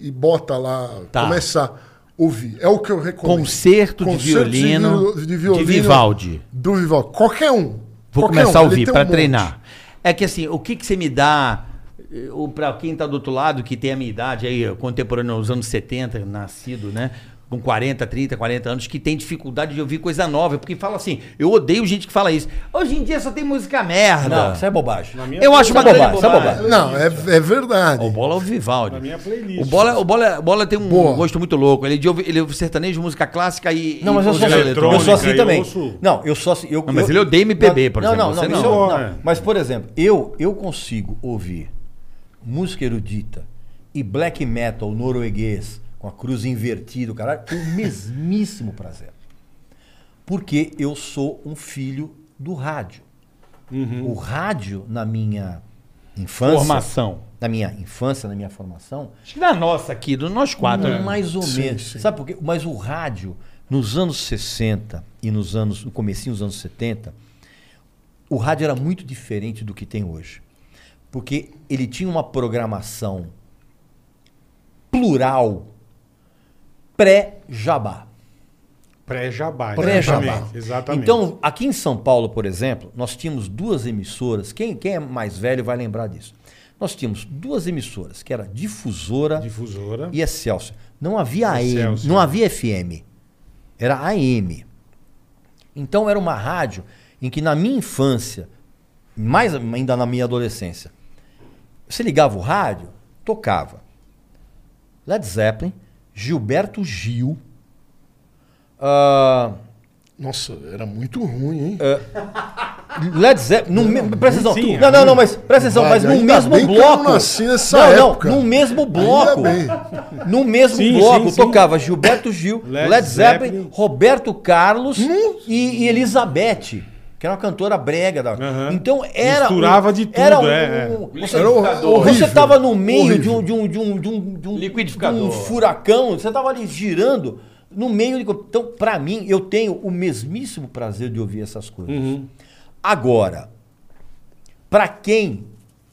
Speaker 7: e- e bota lá, começa a ouvir. É o que eu recomendo.
Speaker 4: Tá. Concerto de violino
Speaker 7: vi-
Speaker 4: de Vivaldi.
Speaker 7: Do Vivaldi, qualquer um.
Speaker 4: Vou
Speaker 7: Qualquer
Speaker 4: começar a
Speaker 7: um, ele
Speaker 4: ouvir
Speaker 7: tem um
Speaker 4: pra
Speaker 7: monte.
Speaker 4: treinar.
Speaker 8: É que assim, o que, que você me dá, eh, ou pra quem tá do outro lado, que tem a minha idade aí, contemporâneo aos anos 70, nascido, né? Com 40, 30, 40 anos, que tem dificuldade de ouvir coisa nova. Porque fala assim, eu odeio gente que fala isso. Hoje em dia só tem música merda.
Speaker 6: Não, isso é bobagem.
Speaker 8: eu acho uma
Speaker 6: Isso é
Speaker 8: grande
Speaker 6: bobagem, isso é
Speaker 8: bobagem.
Speaker 6: bobagem.
Speaker 7: Não, é, é verdade.
Speaker 8: O Bola é o Vivaldi.
Speaker 3: Na minha playlist.
Speaker 8: O Bola, o Bola, o Bola tem um
Speaker 7: Boa.
Speaker 8: gosto muito louco. Ele, de ouve- ele ouve sertanejo, música clássica e.
Speaker 6: Não, mas
Speaker 8: e
Speaker 6: eu sou,
Speaker 8: música
Speaker 6: assim, eu sou assim
Speaker 3: eu
Speaker 6: também.
Speaker 3: ouço-
Speaker 6: Não, eu sou assim. Eu,
Speaker 8: mas
Speaker 6: eu-
Speaker 8: ele odeia MPB, por
Speaker 6: não,
Speaker 8: exemplo,
Speaker 6: Não, não,
Speaker 8: você
Speaker 6: isso
Speaker 8: não.
Speaker 6: eu-
Speaker 3: Não, é.
Speaker 6: Mas, por exemplo, eu, eu consigo ouvir música erudita e black metal norueguês com a cruz invertida, o caralho, com o mesmíssimo prazer. Porque eu sou um filho do rádio. O rádio, na minha infância.
Speaker 4: Formação.
Speaker 6: Na minha infância, na minha formação,
Speaker 4: Acho que na nossa aqui, do nós quatro. né?
Speaker 6: mais ou
Speaker 7: Sim,
Speaker 6: menos.
Speaker 7: sim.
Speaker 6: Sabe por quê? Mas o rádio, nos anos 60 e nos anos, no comecinho dos anos 70, o rádio era muito diferente do que tem hoje. Porque ele tinha uma programação plural pré-jabá.
Speaker 3: Pré-jabá.
Speaker 6: Pré-jabá.
Speaker 3: exatamente, Exatamente.
Speaker 6: Então, aqui em São Paulo, por exemplo, nós tínhamos duas emissoras. Quem, quem é mais velho vai lembrar disso. Nós tínhamos duas emissoras, que era Difusora
Speaker 3: Difusora.
Speaker 6: e Excelsior. Não havia AM,
Speaker 3: Excelsior.
Speaker 6: não havia FM. Era AM. Então era uma rádio em que na minha infância, mais ainda na minha adolescência, você ligava o rádio, tocava Led Zeppelin, Gilberto Gil, ah,
Speaker 7: Nossa, era muito ruim, hein?
Speaker 4: É,
Speaker 6: Led Zeppelin, no me... presta atenção.
Speaker 3: sim,
Speaker 6: não,
Speaker 3: é.
Speaker 6: não, não, mas presta atenção,
Speaker 7: Vai,
Speaker 6: mas no
Speaker 7: ainda
Speaker 6: mesmo
Speaker 7: bem que eu
Speaker 6: bloco.
Speaker 7: não nasci nessa época.
Speaker 6: no mesmo bloco.
Speaker 7: bem.
Speaker 6: No mesmo
Speaker 3: Sim,
Speaker 6: bloco
Speaker 3: sim, sim.
Speaker 6: tocava Gilberto Gil,
Speaker 3: Led
Speaker 6: Led, Zeppelin,
Speaker 3: Zeppelin.
Speaker 6: Roberto Carlos
Speaker 7: Hum?
Speaker 6: e, e Elizabeth. Que era uma cantora brega. Da...
Speaker 3: Aham.
Speaker 6: Então era.
Speaker 3: Misturava de tudo,
Speaker 6: era um-
Speaker 3: é, é.
Speaker 6: um-
Speaker 7: Era hor-
Speaker 6: Você
Speaker 7: horrível,
Speaker 6: estava no meio
Speaker 7: horrível.
Speaker 6: de um, de um, de um, de um, de um
Speaker 4: Liquidificador.
Speaker 6: de um furacão, você estava ali girando no meio de. Então, para mim, eu tenho o mesmíssimo prazer de ouvir essas coisas. Agora, para quem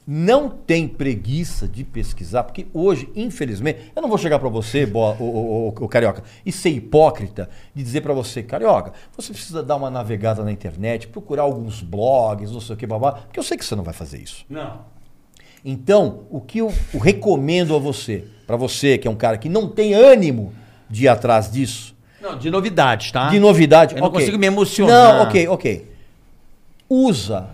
Speaker 6: não tem preguiça de pesquisar, porque hoje, infelizmente, eu não vou chegar para você, boa, o, carioca, e ser hipócrita de dizer para você, carioca, você precisa dar uma navegada na internet, procurar alguns blogs, não sei o que, babá, porque eu sei que você não vai fazer isso.
Speaker 4: Não.
Speaker 6: Então, o que eu eu recomendo a você, para você que é um cara que não tem ânimo de ir atrás disso,
Speaker 4: Não, de novidades, tá?
Speaker 6: de novidade,
Speaker 4: Eu não
Speaker 6: ok.
Speaker 4: consigo me emocionar.
Speaker 6: Não, ok, ok. Usa.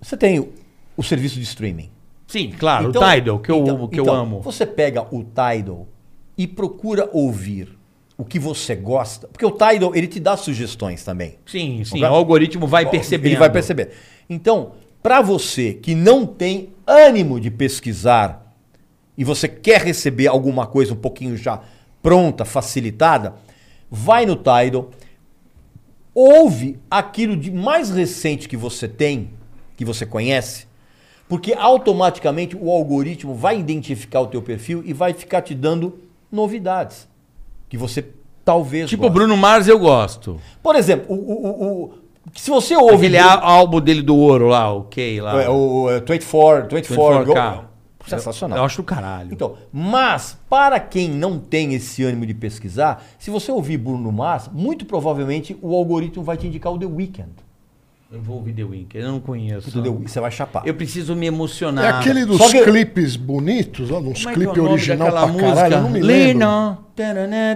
Speaker 6: Você tem o, o serviço de streaming.
Speaker 4: Sim, claro, Ah, o Tidal, que eu,
Speaker 6: então-
Speaker 4: que eu
Speaker 6: então,
Speaker 4: amo.
Speaker 6: Você pega o Tidal e procura ouvir o que você gosta, porque o Tidal ele te dá sugestões também.
Speaker 4: Sim, sim,
Speaker 6: Lugar-
Speaker 4: o algoritmo vai percebendo.
Speaker 6: Ele vai perceber. Então, para você que não tem ânimo de pesquisar e você quer receber alguma coisa um pouquinho já pronta, facilitada, vai no Tidal, ouve aquilo de mais recente que você tem, que você conhece, porque automaticamente o algoritmo vai identificar o teu perfil e vai ficar te dando novidades que você talvez
Speaker 4: Tipo o
Speaker 6: goste.
Speaker 4: Bruno Mars eu gosto.
Speaker 6: Por exemplo, o, o- o- o- se você ouve
Speaker 4: Aquele
Speaker 6: Bruno-
Speaker 4: á- álbum dele do ouro lá, o Kay lá.
Speaker 6: é, o é, 24, 24,
Speaker 4: 24K.
Speaker 6: go-
Speaker 4: Eu
Speaker 6: Sensacional.
Speaker 4: acho do caralho.
Speaker 6: Então, mas para quem não tem esse ânimo de
Speaker 4: Tá.
Speaker 6: pesquisar, se você ouvir Bruno Mars, muito provavelmente o algoritmo vai te indicar o The Weeknd.
Speaker 4: Eu vou ouvir The Wink, eu não conheço.
Speaker 6: Entendeu? E Você vai chapar.
Speaker 4: Eu preciso me
Speaker 7: É
Speaker 4: emocionar.
Speaker 7: aquele dos
Speaker 6: Só que-
Speaker 7: clipes bonitos, ó,
Speaker 4: Como
Speaker 7: uns
Speaker 4: é que é o
Speaker 7: clipes
Speaker 4: nome
Speaker 7: original pra
Speaker 4: daquela
Speaker 7: caralho, eu não me lembro.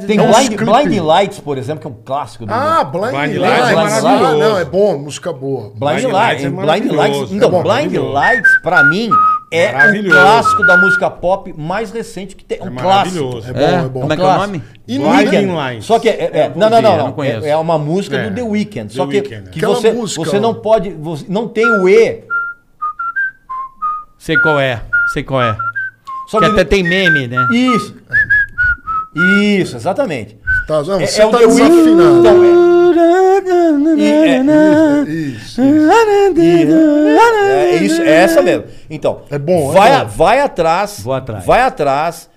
Speaker 6: Tem
Speaker 7: É uns
Speaker 6: Blind,
Speaker 7: clipe.
Speaker 6: Blind Lights, por exemplo, que é um clássico. do-
Speaker 7: Ah, Blind,
Speaker 3: Blind
Speaker 7: Lights.
Speaker 6: Lights é
Speaker 7: ah,
Speaker 6: maravilhoso.
Speaker 7: não, é bom, música boa.
Speaker 6: Blind,
Speaker 3: Blind
Speaker 6: Lights.
Speaker 3: Lights é
Speaker 6: Blind Lights.
Speaker 3: maravilhoso,
Speaker 6: Então,
Speaker 3: é bom,
Speaker 6: Blind
Speaker 3: maravilhoso.
Speaker 6: Lights, pra mim, é um
Speaker 3: Maravilhoso.
Speaker 6: clássico da música pop mais recente que tem.
Speaker 3: É
Speaker 6: Um clássico.
Speaker 3: maravilhoso.
Speaker 7: É
Speaker 3: É
Speaker 7: bom,
Speaker 4: É?
Speaker 7: é, bom.
Speaker 4: Como é que é o
Speaker 6: Clássico.
Speaker 4: nome?
Speaker 7: E no
Speaker 3: Blind
Speaker 6: Weeknd.
Speaker 3: Lights.
Speaker 6: Só que é, é- é- não, não,
Speaker 4: vi,
Speaker 6: não,
Speaker 4: eu não
Speaker 6: não.
Speaker 4: conheço.
Speaker 6: É, é uma música
Speaker 3: É,
Speaker 6: do The Weeknd. Só
Speaker 3: The
Speaker 6: que,
Speaker 3: Weeknd, é.
Speaker 6: que
Speaker 7: Aquela
Speaker 6: você,
Speaker 7: música,
Speaker 6: você
Speaker 7: ó.
Speaker 6: não pode, você não tem o E.
Speaker 4: Sei qual é, sei qual é.
Speaker 6: Só
Speaker 4: Que
Speaker 6: que,
Speaker 4: até tem meme, né?
Speaker 6: isso, isso, exatamente.
Speaker 7: Tá, não,
Speaker 6: É-
Speaker 7: você
Speaker 6: é o
Speaker 7: tá
Speaker 6: The Weeknd.
Speaker 7: desafinado.
Speaker 6: Então, é. E é-
Speaker 7: Isso, isso.
Speaker 6: É isso, é essa mesmo. Então,
Speaker 7: É bom, é
Speaker 6: vai, a-
Speaker 7: bom.
Speaker 6: vai atrás,
Speaker 4: Vou atrás.
Speaker 6: vai atrás.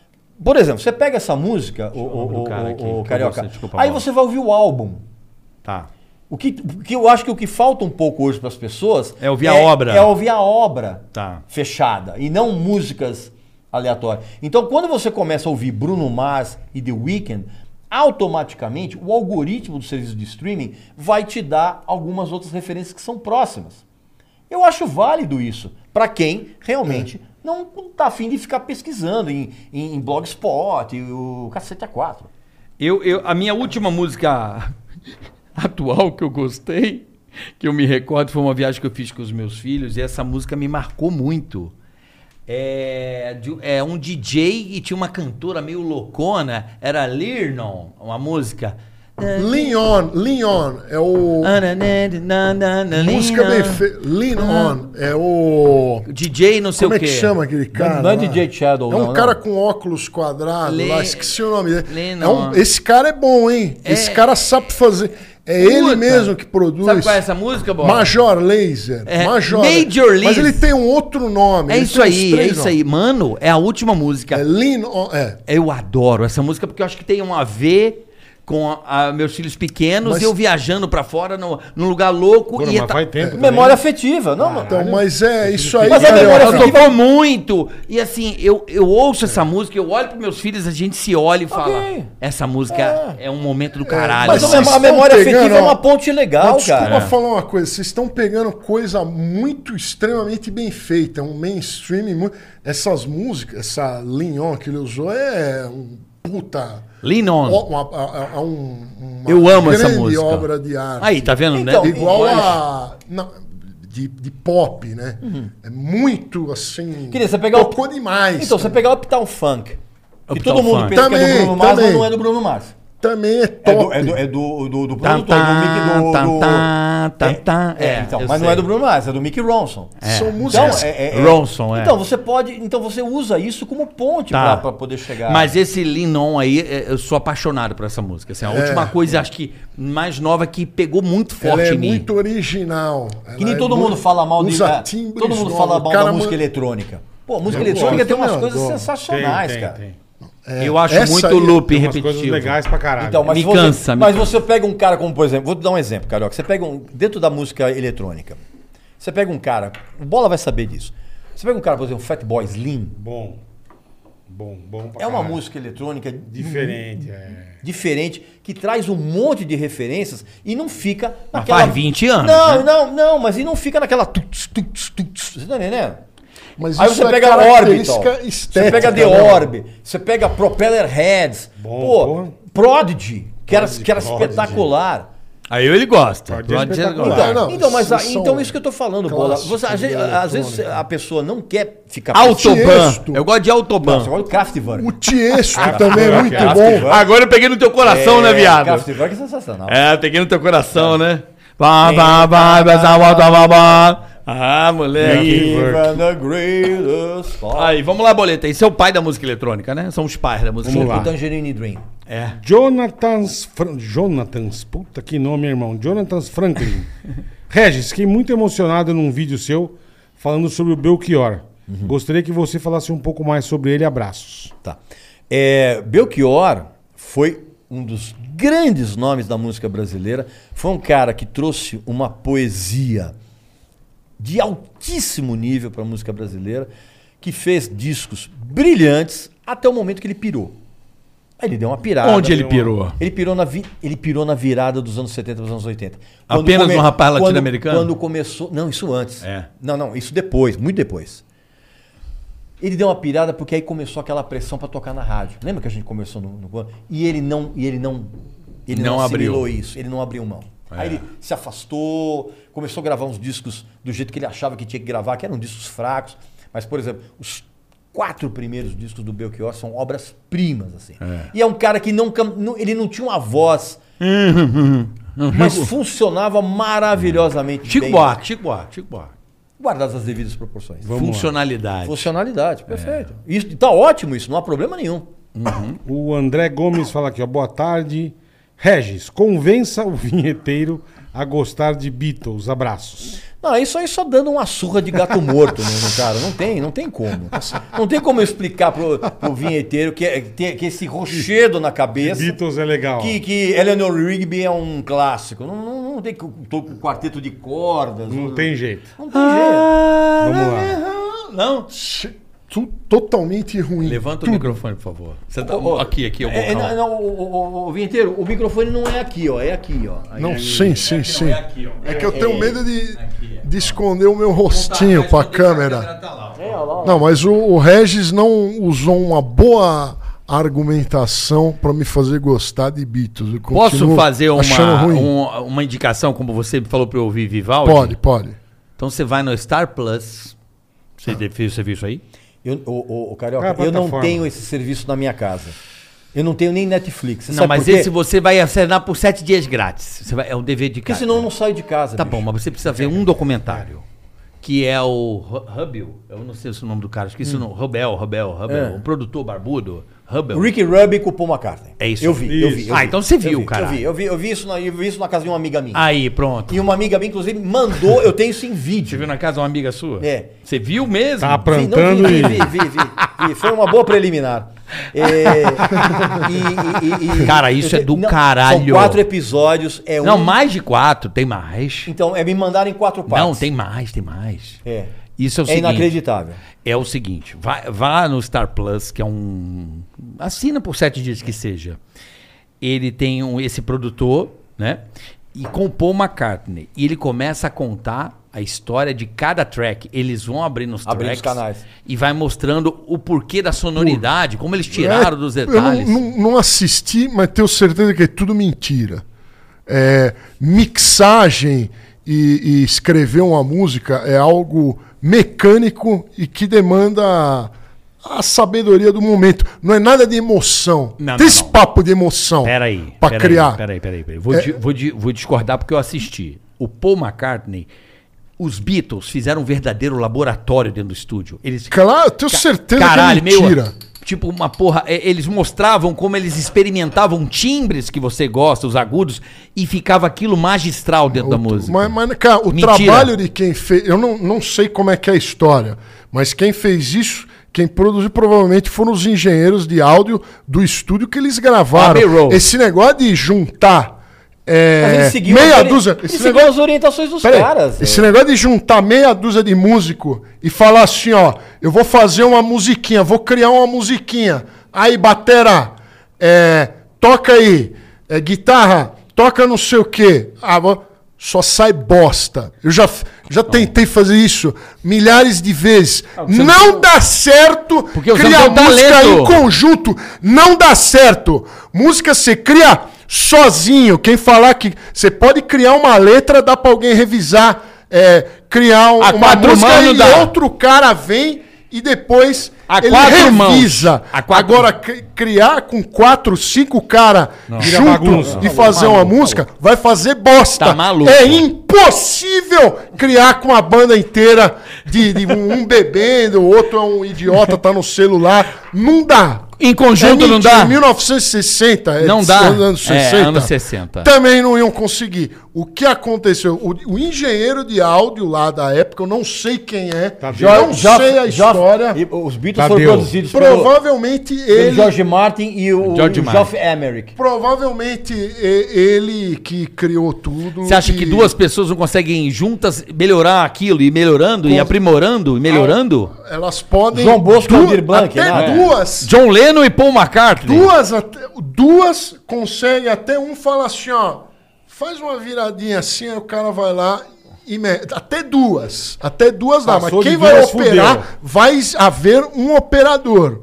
Speaker 6: Por exemplo, você pega essa música, o,
Speaker 4: nome do
Speaker 6: o,
Speaker 4: cara aqui, que eu
Speaker 6: carioca,
Speaker 4: gosto, desculpa,
Speaker 6: aí
Speaker 4: Bola.
Speaker 6: você vai ouvir o álbum.
Speaker 4: Tá.
Speaker 6: O que, o que eu acho que o que falta um pouco hoje para as pessoas
Speaker 4: É ouvir a obra.
Speaker 6: É ouvir a obra
Speaker 4: Tá.
Speaker 6: fechada e não músicas aleatórias. Então, quando você começa a ouvir Bruno Mars e The Weeknd, automaticamente o algoritmo do serviço de streaming vai te dar algumas outras referências que são próximas. Eu acho válido isso para quem
Speaker 4: É.
Speaker 6: realmente não tá afim de ficar pesquisando em, em, em blogspot e o cacete A4.
Speaker 10: Eu, eu, a minha última música atual que eu gostei, que eu me recordo, foi uma viagem que eu fiz com os meus filhos e essa música me marcou muito. É, de- é um DJ e tinha uma cantora meio loucona, era Lirnon, uma música.
Speaker 7: Lean On, Lean On é o...
Speaker 4: Ah,
Speaker 7: Música bem feita. Lean On é o...
Speaker 10: DJ não sei
Speaker 7: Como
Speaker 10: o
Speaker 7: é
Speaker 10: quê.
Speaker 7: que chama aquele cara?
Speaker 6: não é
Speaker 7: lá?
Speaker 6: DJ Shadow,
Speaker 7: É um
Speaker 6: não,
Speaker 7: cara
Speaker 6: não.
Speaker 7: com óculos quadrados
Speaker 10: Le-
Speaker 7: lá, esqueci o nome dele.
Speaker 10: Lennon.
Speaker 7: É um- esse cara é bom, hein? Esse cara sabe fazer. É ele
Speaker 10: Puta.
Speaker 7: mesmo que produz.
Speaker 10: Sabe qual é essa música, Bola?
Speaker 7: Major Laser.
Speaker 10: É,
Speaker 7: Major
Speaker 10: Major
Speaker 7: Mas
Speaker 10: Laser.
Speaker 7: ele tem um outro nome.
Speaker 10: É
Speaker 7: ele
Speaker 10: isso
Speaker 7: tem uns
Speaker 10: aí, é
Speaker 7: três
Speaker 10: isso
Speaker 7: nomes.
Speaker 10: aí. Mano, é a última música.
Speaker 7: É Lean On. É.
Speaker 10: Eu adoro essa música porque eu acho que tem um a ver com a- a meus filhos pequenos
Speaker 7: Mas-
Speaker 10: e eu viajando pra fora no, num lugar louco
Speaker 3: Porra,
Speaker 10: e
Speaker 3: mas
Speaker 10: tá-
Speaker 3: faz tempo também.
Speaker 6: Memória afetiva,
Speaker 4: Ah,
Speaker 6: não, mano?
Speaker 7: Então, mas é isso aí.
Speaker 6: Mas a
Speaker 7: cara,
Speaker 6: memória
Speaker 7: ó,
Speaker 10: ela
Speaker 6: afetiva-
Speaker 10: tocou muito. E assim, eu, eu ouço essa música, eu olho pros meus filhos, a gente se olha e fala:
Speaker 6: Ok.
Speaker 10: essa música é, um momento do caralho.
Speaker 6: Mas
Speaker 10: assim."
Speaker 7: Mas
Speaker 6: a
Speaker 7: vocês
Speaker 6: mem- a
Speaker 7: estão
Speaker 6: memória afetiva
Speaker 7: pegando,
Speaker 6: é
Speaker 7: ó.
Speaker 6: uma ponte legal,
Speaker 7: Mas desculpa
Speaker 6: cara.
Speaker 7: falar uma coisa, vocês estão pegando coisa muito extremamente bem feita, um mainstream. mu- Essas músicas, essa Lignon que ele usou é um puta.
Speaker 4: Linon.
Speaker 7: ó, Uma, a- a- um- uma
Speaker 4: Eu amo essa
Speaker 7: grande
Speaker 4: música.
Speaker 7: obra de arte.
Speaker 4: Aí, tá vendo,
Speaker 6: Então,
Speaker 4: né?
Speaker 7: Igual
Speaker 6: Olha.
Speaker 7: a. não, de, de pop, né? É muito assim.
Speaker 6: Uhum. Queria você pegar
Speaker 7: tocou
Speaker 6: o...
Speaker 7: demais.
Speaker 6: Então, você pegar o Uptown Funk, que
Speaker 4: Uptown
Speaker 6: todo mundo
Speaker 4: É Funk.
Speaker 6: pensa que é do
Speaker 7: Também,
Speaker 6: Bruno Mars, mas
Speaker 7: também.
Speaker 6: não é do Bruno Mars.
Speaker 7: Também é
Speaker 6: É
Speaker 7: top.
Speaker 6: do, é do, é do, do, do
Speaker 4: Tam,
Speaker 6: produtor, é do Mick... Do,
Speaker 4: tam,
Speaker 6: do-
Speaker 4: tam, tam, tam.
Speaker 6: É,
Speaker 4: É,
Speaker 6: então,
Speaker 4: eu
Speaker 6: mas não é
Speaker 4: sei.
Speaker 6: do Bruno Mars, é do Mick Ronson.
Speaker 7: São
Speaker 6: Então,
Speaker 7: músicas.
Speaker 6: é,
Speaker 4: Ronson, é.
Speaker 6: Então, você pode... Então, você usa isso como ponte
Speaker 4: Tá.
Speaker 6: pra, pra poder chegar...
Speaker 4: Mas esse Linon aí, é, eu sou apaixonado por essa música. Assim, a última coisa, acho que mais nova que pegou muito
Speaker 7: Ela
Speaker 4: forte
Speaker 7: é
Speaker 4: em mim.
Speaker 7: muito original.
Speaker 6: Que nem
Speaker 7: Ela é
Speaker 6: todo
Speaker 7: muito-
Speaker 6: mundo fala mal de.
Speaker 7: usa
Speaker 6: é,
Speaker 7: timbres
Speaker 6: Todo mundo
Speaker 7: novos.
Speaker 6: fala mal
Speaker 7: Cara,
Speaker 6: da
Speaker 7: man-
Speaker 6: música eletrônica. Pô, a música
Speaker 7: Eu
Speaker 6: eletrônica
Speaker 7: gosto,
Speaker 6: tem umas
Speaker 7: eu
Speaker 6: coisas
Speaker 7: adoro.
Speaker 6: sensacionais, cara. é.
Speaker 4: Eu acho
Speaker 7: É. Essa
Speaker 4: muito
Speaker 7: aí-
Speaker 4: loop
Speaker 3: Tem umas coisas
Speaker 4: repetitivo.
Speaker 3: legais pra caralho.
Speaker 6: Então, mas
Speaker 4: Me
Speaker 6: você,
Speaker 4: cansa, me
Speaker 6: mas você pega um cara como, por exemplo, vou te dar um exemplo, Carioca. Você pega um. Dentro da música eletrônica, você pega um cara. O Bola vai saber disso. Você pega um cara, por exemplo, Fatboy Slim.
Speaker 3: Bom. Bom, bom pra
Speaker 6: É uma
Speaker 3: caralho.
Speaker 6: música eletrônica
Speaker 3: Diferente, é.
Speaker 6: diferente, que traz um monte de referências e não fica
Speaker 4: Mas faz 20 anos,
Speaker 6: Não,
Speaker 4: né?
Speaker 6: não, não, mas e não fica naquela. tuts, tuts, tuts. Você tá entendendo?
Speaker 7: Mas
Speaker 6: Aí
Speaker 7: isso
Speaker 6: você
Speaker 7: é
Speaker 6: pega a Orbital,
Speaker 7: característica
Speaker 6: você
Speaker 7: estética,
Speaker 6: pega The
Speaker 7: né?
Speaker 6: Orb, você pega Propeller Heads,
Speaker 3: Bom,
Speaker 6: pô,
Speaker 3: bom.
Speaker 6: Prodigy, que era, que era
Speaker 3: Prodigy.
Speaker 6: espetacular.
Speaker 4: Aí ele gosta.
Speaker 3: Pode ser
Speaker 4: Roger
Speaker 3: espetacular.
Speaker 4: gosta.
Speaker 6: Então,
Speaker 7: Ah, não,
Speaker 6: então, mas
Speaker 7: isso
Speaker 6: a-
Speaker 7: são
Speaker 6: então isso que eu tô falando, Bola. Você, a
Speaker 7: clássicos
Speaker 6: gente-
Speaker 7: de
Speaker 6: às
Speaker 7: eletrônica.
Speaker 6: vezes a pessoa não quer ficar...
Speaker 4: Autoban.
Speaker 7: Tiesto.
Speaker 4: Eu gosto de Autoban.
Speaker 6: Você olha o Kraftwerk.
Speaker 7: O Tiesto também é muito
Speaker 6: Kraftwerk.
Speaker 7: bom.
Speaker 4: Agora eu peguei no teu coração, né, viado?
Speaker 6: Kraftwerk é sensacional.
Speaker 4: É, peguei no teu coração, né? Vá, vá, vá, vá, vá, vá, vá, vá, vá. Ah, moleque.
Speaker 6: Even the greatest star.
Speaker 4: Aí, vamos lá, boleta. Esse é o pai da música eletrônica, né? São os pais da música
Speaker 3: Vamos
Speaker 6: O
Speaker 3: lá.
Speaker 4: eletrônica.
Speaker 6: Tangerine Dream.
Speaker 7: É.
Speaker 3: Jonathans, Fran- Jonathans, puta que nome, irmão. Jonathans Franklin. Regis, fiquei muito emocionado num vídeo seu falando sobre o Belchior. Gostaria que você falasse um pouco mais sobre ele. Abraços.
Speaker 6: Tá. É, Belchior foi um dos grandes nomes da música brasileira. Foi um cara que trouxe uma poesia de altíssimo nível para a música brasileira, que fez discos brilhantes até o momento que ele pirou. Aí ele deu uma pirada.
Speaker 4: Onde ele
Speaker 6: deu uma-
Speaker 4: pirou?
Speaker 6: Ele pirou, na vi- ele pirou na virada dos anos 70 para os anos 80. Quando
Speaker 4: Apenas um rapaz
Speaker 6: quando-
Speaker 4: latino-americano?
Speaker 6: Quando começou. Não, isso antes.
Speaker 4: É.
Speaker 6: Não, não, isso depois, muito depois. Ele deu uma pirada porque aí começou aquela pressão para tocar na rádio. Lembra que a gente começou no, no- e ele não e ele não ele não,
Speaker 4: Não
Speaker 6: assimilou
Speaker 4: abriu.
Speaker 6: isso, ele não abriu mão. Aí ele se afastou, começou a gravar uns discos do jeito que ele achava que tinha que gravar, que eram discos fracos, mas por exemplo, os quatro primeiros discos do Belchior são obras primas assim. E é um cara que não cam- não- ele não tinha uma voz mas funcionava maravilhosamente
Speaker 11: Chico
Speaker 6: bem,
Speaker 11: Buarque, Chico Buarque, Chico Buarque.
Speaker 6: guardadas as devidas proporções.
Speaker 11: Funcionalidade.
Speaker 6: Funcionalidade, perfeito. Isso tá ótimo isso, não há problema nenhum.
Speaker 3: O André Gomes fala aqui, ó. Boa tarde. Regis, convença o vinheteiro a gostar de Beatles. Abraços.
Speaker 6: Não, isso aí só dando uma surra de gato morto mesmo, cara. Não tem, não tem como. Não tem como eu explicar pro, pro vinheteiro que, é- que tem- que esse rochedo na cabeça.
Speaker 3: Beatles é legal.
Speaker 6: Que, que Eleanor Rigby é um clássico. Não, não, não tem que- tô com quarteto de cordas.
Speaker 3: Não tem jeito.
Speaker 6: Não tem jeito.
Speaker 3: Vamos lá.
Speaker 4: Não?
Speaker 7: Tu- Totalmente ruim.
Speaker 4: Levanta o microfone, por favor. Você tá,
Speaker 6: Ô, ô,
Speaker 4: aqui, aqui, eu vou.
Speaker 6: É, é, não, não, o, o- o- o vinheteiro, o microfone não é aqui, ó. É aqui, ó. Aí-
Speaker 7: Não, sim, sim, sim. É que eu tenho medo de, de esconder o meu
Speaker 11: Tinho
Speaker 7: rostinho pra câmera.
Speaker 4: tá
Speaker 7: Não, mas o, o Regis não usou uma boa argumentação pra me fazer gostar de Beatles. Eu
Speaker 4: Posso
Speaker 7: continuo
Speaker 4: fazer uma,
Speaker 7: achando ruim.
Speaker 4: um- uma indicação, como você falou pra eu ouvir Vivaldi?
Speaker 7: Pode, pode.
Speaker 4: Então você vai no Star Plus.
Speaker 6: Ah.
Speaker 4: Você, fez, você viu isso aí?
Speaker 6: Eu, o, o,
Speaker 3: É
Speaker 6: Carioca,
Speaker 3: a
Speaker 6: eu não
Speaker 3: plataforma.
Speaker 6: tenho esse serviço na minha casa. Eu não tenho nem Netflix. Você
Speaker 4: Não,
Speaker 6: sabe
Speaker 4: mas
Speaker 6: por quê?
Speaker 4: esse você vai assinar por sete dias grátis. Você vai- é um dever de
Speaker 6: Porque
Speaker 4: casa.
Speaker 6: senão eu não saio de casa.
Speaker 4: Tá
Speaker 6: bicho.
Speaker 4: bom, mas você precisa ver um documentário. Que é o Hu- Hubel. Eu não sei se é o nome do cara, esqueci o nome. Hubel, Hubel, Hubel.
Speaker 6: Hum. É.
Speaker 4: Um produtor barbudo. Hubel.
Speaker 6: O Ricky Rubin com o Paul McCartney.
Speaker 4: É isso.
Speaker 6: Eu vi, eu vi.
Speaker 3: Isso.
Speaker 6: eu
Speaker 4: Ah,
Speaker 6: vi.
Speaker 4: então você
Speaker 6: Eu
Speaker 4: viu,
Speaker 6: vi,
Speaker 4: cara.
Speaker 6: Eu vi, eu vi, eu vi isso na, eu vi isso na casa de uma amiga minha.
Speaker 4: Aí, pronto.
Speaker 6: E um uma amiga minha, inclusive, mandou, eu tenho isso em
Speaker 4: Você
Speaker 6: vídeo.
Speaker 4: viu na casa de uma amiga sua?
Speaker 6: É.
Speaker 4: Você viu mesmo?
Speaker 3: Tá
Speaker 6: Vi,
Speaker 3: plantando
Speaker 6: vi,
Speaker 3: e...
Speaker 6: vi, vi, vi, vi. Foi uma boa preliminar. É, e- e- e- e-
Speaker 4: Cara, isso
Speaker 6: eu
Speaker 4: é do
Speaker 6: São
Speaker 4: caralho.
Speaker 6: quatro episódios, é
Speaker 4: Não,
Speaker 6: um.
Speaker 4: mais de quatro, tem mais.
Speaker 6: Então, é me mandaram em quatro partes.
Speaker 4: Não, tem mais, tem mais.
Speaker 6: É.
Speaker 4: Isso é o
Speaker 6: É
Speaker 4: seguinte.
Speaker 6: inacreditável.
Speaker 4: É o seguinte, vá, vá no Star Plus, que é um. Assina por sete dias que seja. Ele tem um, esse produtor, né? E com o Paul McCartney. E ele começa a contar a história de cada track. Eles vão abrindo os
Speaker 6: Abrindo os
Speaker 4: tracks
Speaker 6: canais.
Speaker 4: e vai mostrando o porquê da sonoridade, como eles tiraram
Speaker 7: É,
Speaker 4: dos detalhes.
Speaker 7: Eu não, não- não assisti, mas tenho certeza que é tudo mentira. É, mixagem e, e escrever uma música é algo mecânico e que demanda a sabedoria do momento. Não é nada de emoção.
Speaker 4: Não,
Speaker 7: Tem
Speaker 4: não,
Speaker 7: esse
Speaker 4: não.
Speaker 7: papo de emoção
Speaker 4: Peraí.
Speaker 7: pra
Speaker 4: peraí,
Speaker 7: criar.
Speaker 4: Peraí, peraí, peraí. Vou,
Speaker 7: É-
Speaker 4: di- vou di- vou discordar porque eu assisti. O Paul McCartney, os Beatles fizeram um verdadeiro laboratório dentro do estúdio. Eles
Speaker 7: Claro, eu tenho certeza
Speaker 4: Caralho,
Speaker 7: que é mentira.
Speaker 4: meio. Tipo, uma porra. é, Eles mostravam como eles experimentavam timbres que você gosta, os agudos, e ficava aquilo magistral dentro da música.
Speaker 7: Mas, mas, cara, o
Speaker 4: Mentira.
Speaker 7: trabalho de quem fez. Eu não, não sei como é que é a história, mas quem fez isso, quem produziu, provavelmente foram os engenheiros de áudio do estúdio que eles gravaram.
Speaker 4: Abbey Road.
Speaker 7: Esse negócio de juntar. é,
Speaker 6: Mas ele seguiu
Speaker 7: meia
Speaker 6: as ori-
Speaker 7: dúzia.
Speaker 6: ele
Speaker 7: Esse
Speaker 6: seguiu
Speaker 7: negócio,
Speaker 6: as orientações dos
Speaker 7: peraí,
Speaker 6: caras. é.
Speaker 7: esse negócio de juntar meia dúzia de músico e falar assim, ó, eu vou fazer uma musiquinha, vou criar uma musiquinha. Aí, batera, é, toca aí, é, guitarra, toca não sei o quê. Ah, vo- só sai bosta. Eu já, f- já tentei fazer isso milhares de vezes.
Speaker 4: Ah,
Speaker 7: Não, dá certo
Speaker 4: Porque você
Speaker 7: criar
Speaker 4: não tem
Speaker 7: música
Speaker 4: talento.
Speaker 7: em conjunto. Não dá certo. Música você cria sozinho. Quem falar que você pode criar uma letra, dá pra alguém revisar, é, criar um-
Speaker 4: A
Speaker 7: uma
Speaker 4: quatro
Speaker 7: música
Speaker 4: mãos
Speaker 7: e
Speaker 4: dá.
Speaker 7: outro cara vem e depois
Speaker 4: A
Speaker 7: ele
Speaker 4: quatro mãos.
Speaker 7: revisa.
Speaker 4: A quatro-
Speaker 7: Agora cri- criar com quatro, cinco cara
Speaker 3: Vira
Speaker 7: junto
Speaker 3: bagunça.
Speaker 7: e fazer uma música vai fazer bosta.
Speaker 4: Tá maluco.
Speaker 7: É impossível criar com a banda inteira de, de um um bebendo, o outro é um idiota, tá no celular. Não dá.
Speaker 4: Em conjunto
Speaker 7: É
Speaker 4: não
Speaker 7: mentira,
Speaker 4: dá?
Speaker 7: 1960. é
Speaker 4: Não
Speaker 7: de-
Speaker 4: dá.
Speaker 7: Anos
Speaker 4: É,
Speaker 7: 60,
Speaker 4: anos 60.
Speaker 7: Também não iam conseguir. o que aconteceu? O, o engenheiro de áudio lá da época, eu não sei quem é,
Speaker 3: Tadeu.
Speaker 7: eu não sei a
Speaker 6: já-
Speaker 7: história.
Speaker 6: e os Beatles foram
Speaker 3: Tadeu.
Speaker 6: produzidos pelo,
Speaker 7: provavelmente
Speaker 6: pelo
Speaker 7: ele.
Speaker 6: George Martin e o,
Speaker 10: George
Speaker 6: o
Speaker 10: Martin.
Speaker 6: Geoff Emerick.
Speaker 7: Provavelmente e- ele que criou tudo.
Speaker 4: Você acha que
Speaker 7: e-
Speaker 4: duas pessoas não conseguem juntas melhorar aquilo e melhorando e aprimorando e melhorando?
Speaker 7: Elas podem.
Speaker 6: João
Speaker 3: é
Speaker 6: Bosco e
Speaker 3: um
Speaker 7: du-
Speaker 6: Aldir Blanc,
Speaker 7: até
Speaker 6: né?
Speaker 7: duas.
Speaker 4: John Lennon e Paul McCartney.
Speaker 7: Duas, até- duas consegue até um fala assim, ó. Faz uma viradinha assim, aí o cara vai lá e me- até duas, até duas dá, mas
Speaker 3: Passou de
Speaker 7: quem vai
Speaker 3: duas,
Speaker 7: operar
Speaker 3: fudeu.
Speaker 7: vai haver um operador,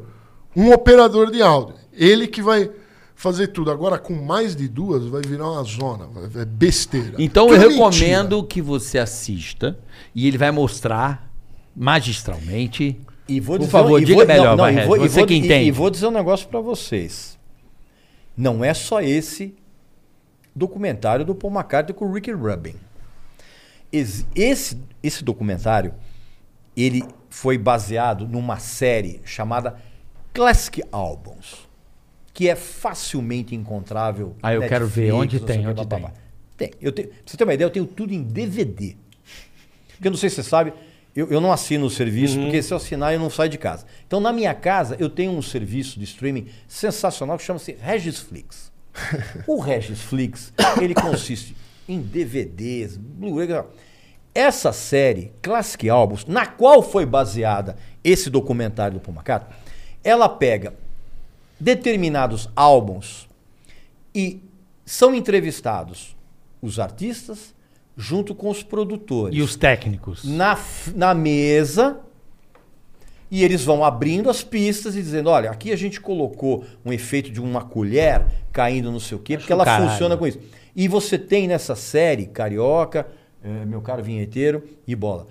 Speaker 7: um operador de áudio. Ele que vai fazer tudo. Agora com mais de duas vai virar uma zona, vai- é besteira.
Speaker 6: Tá.
Speaker 4: Então eu
Speaker 6: é
Speaker 7: Tudo é
Speaker 4: recomendo
Speaker 7: mentira.
Speaker 4: que você assista e ele vai mostrar magistralmente.
Speaker 6: E vou
Speaker 4: Por
Speaker 6: um-
Speaker 4: favor,
Speaker 6: e
Speaker 4: diga melhor, vai,
Speaker 6: e
Speaker 4: Regis,
Speaker 6: vou- e
Speaker 4: você
Speaker 6: vou-
Speaker 4: que
Speaker 6: e-
Speaker 4: entende.
Speaker 6: E vou dizer um negócio pra vocês. Não é só esse documentário do Paul McCartney com o Ricky Rubin. Ex- Esse, esse documentário, ele foi baseado numa série chamada Classic Albums, que é facilmente encontrável.
Speaker 4: Ah, eu quero ver. Onde
Speaker 6: não sei
Speaker 4: tem,
Speaker 6: o que,
Speaker 4: onde
Speaker 6: blá, blá, blá. Tem. Eu tenho, pra você ter uma ideia, eu tenho tudo em DVD. Porque eu não sei se você sabe, eu, eu não assino o serviço, porque se eu assinar eu não saio de casa. Então, na minha casa, eu tenho um serviço de streaming sensacional que chama-se Regisflix. O Regisflix, ele consiste em DVDs, Blu-ray. blá. Essa série, Classic Albums, na qual foi baseada esse documentário do Paul McCartney, ela pega determinados álbuns e são entrevistados os artistas junto com os produtores
Speaker 4: E os técnicos.
Speaker 6: na, f- na mesa e eles vão abrindo as pistas e dizendo: olha, aqui a gente colocou um efeito de uma colher caindo não sei o quê, porque ela
Speaker 4: é um caralho.
Speaker 6: funciona com isso. E você tem nessa série, Carioca, eh, meu caro vinheteiro e bola.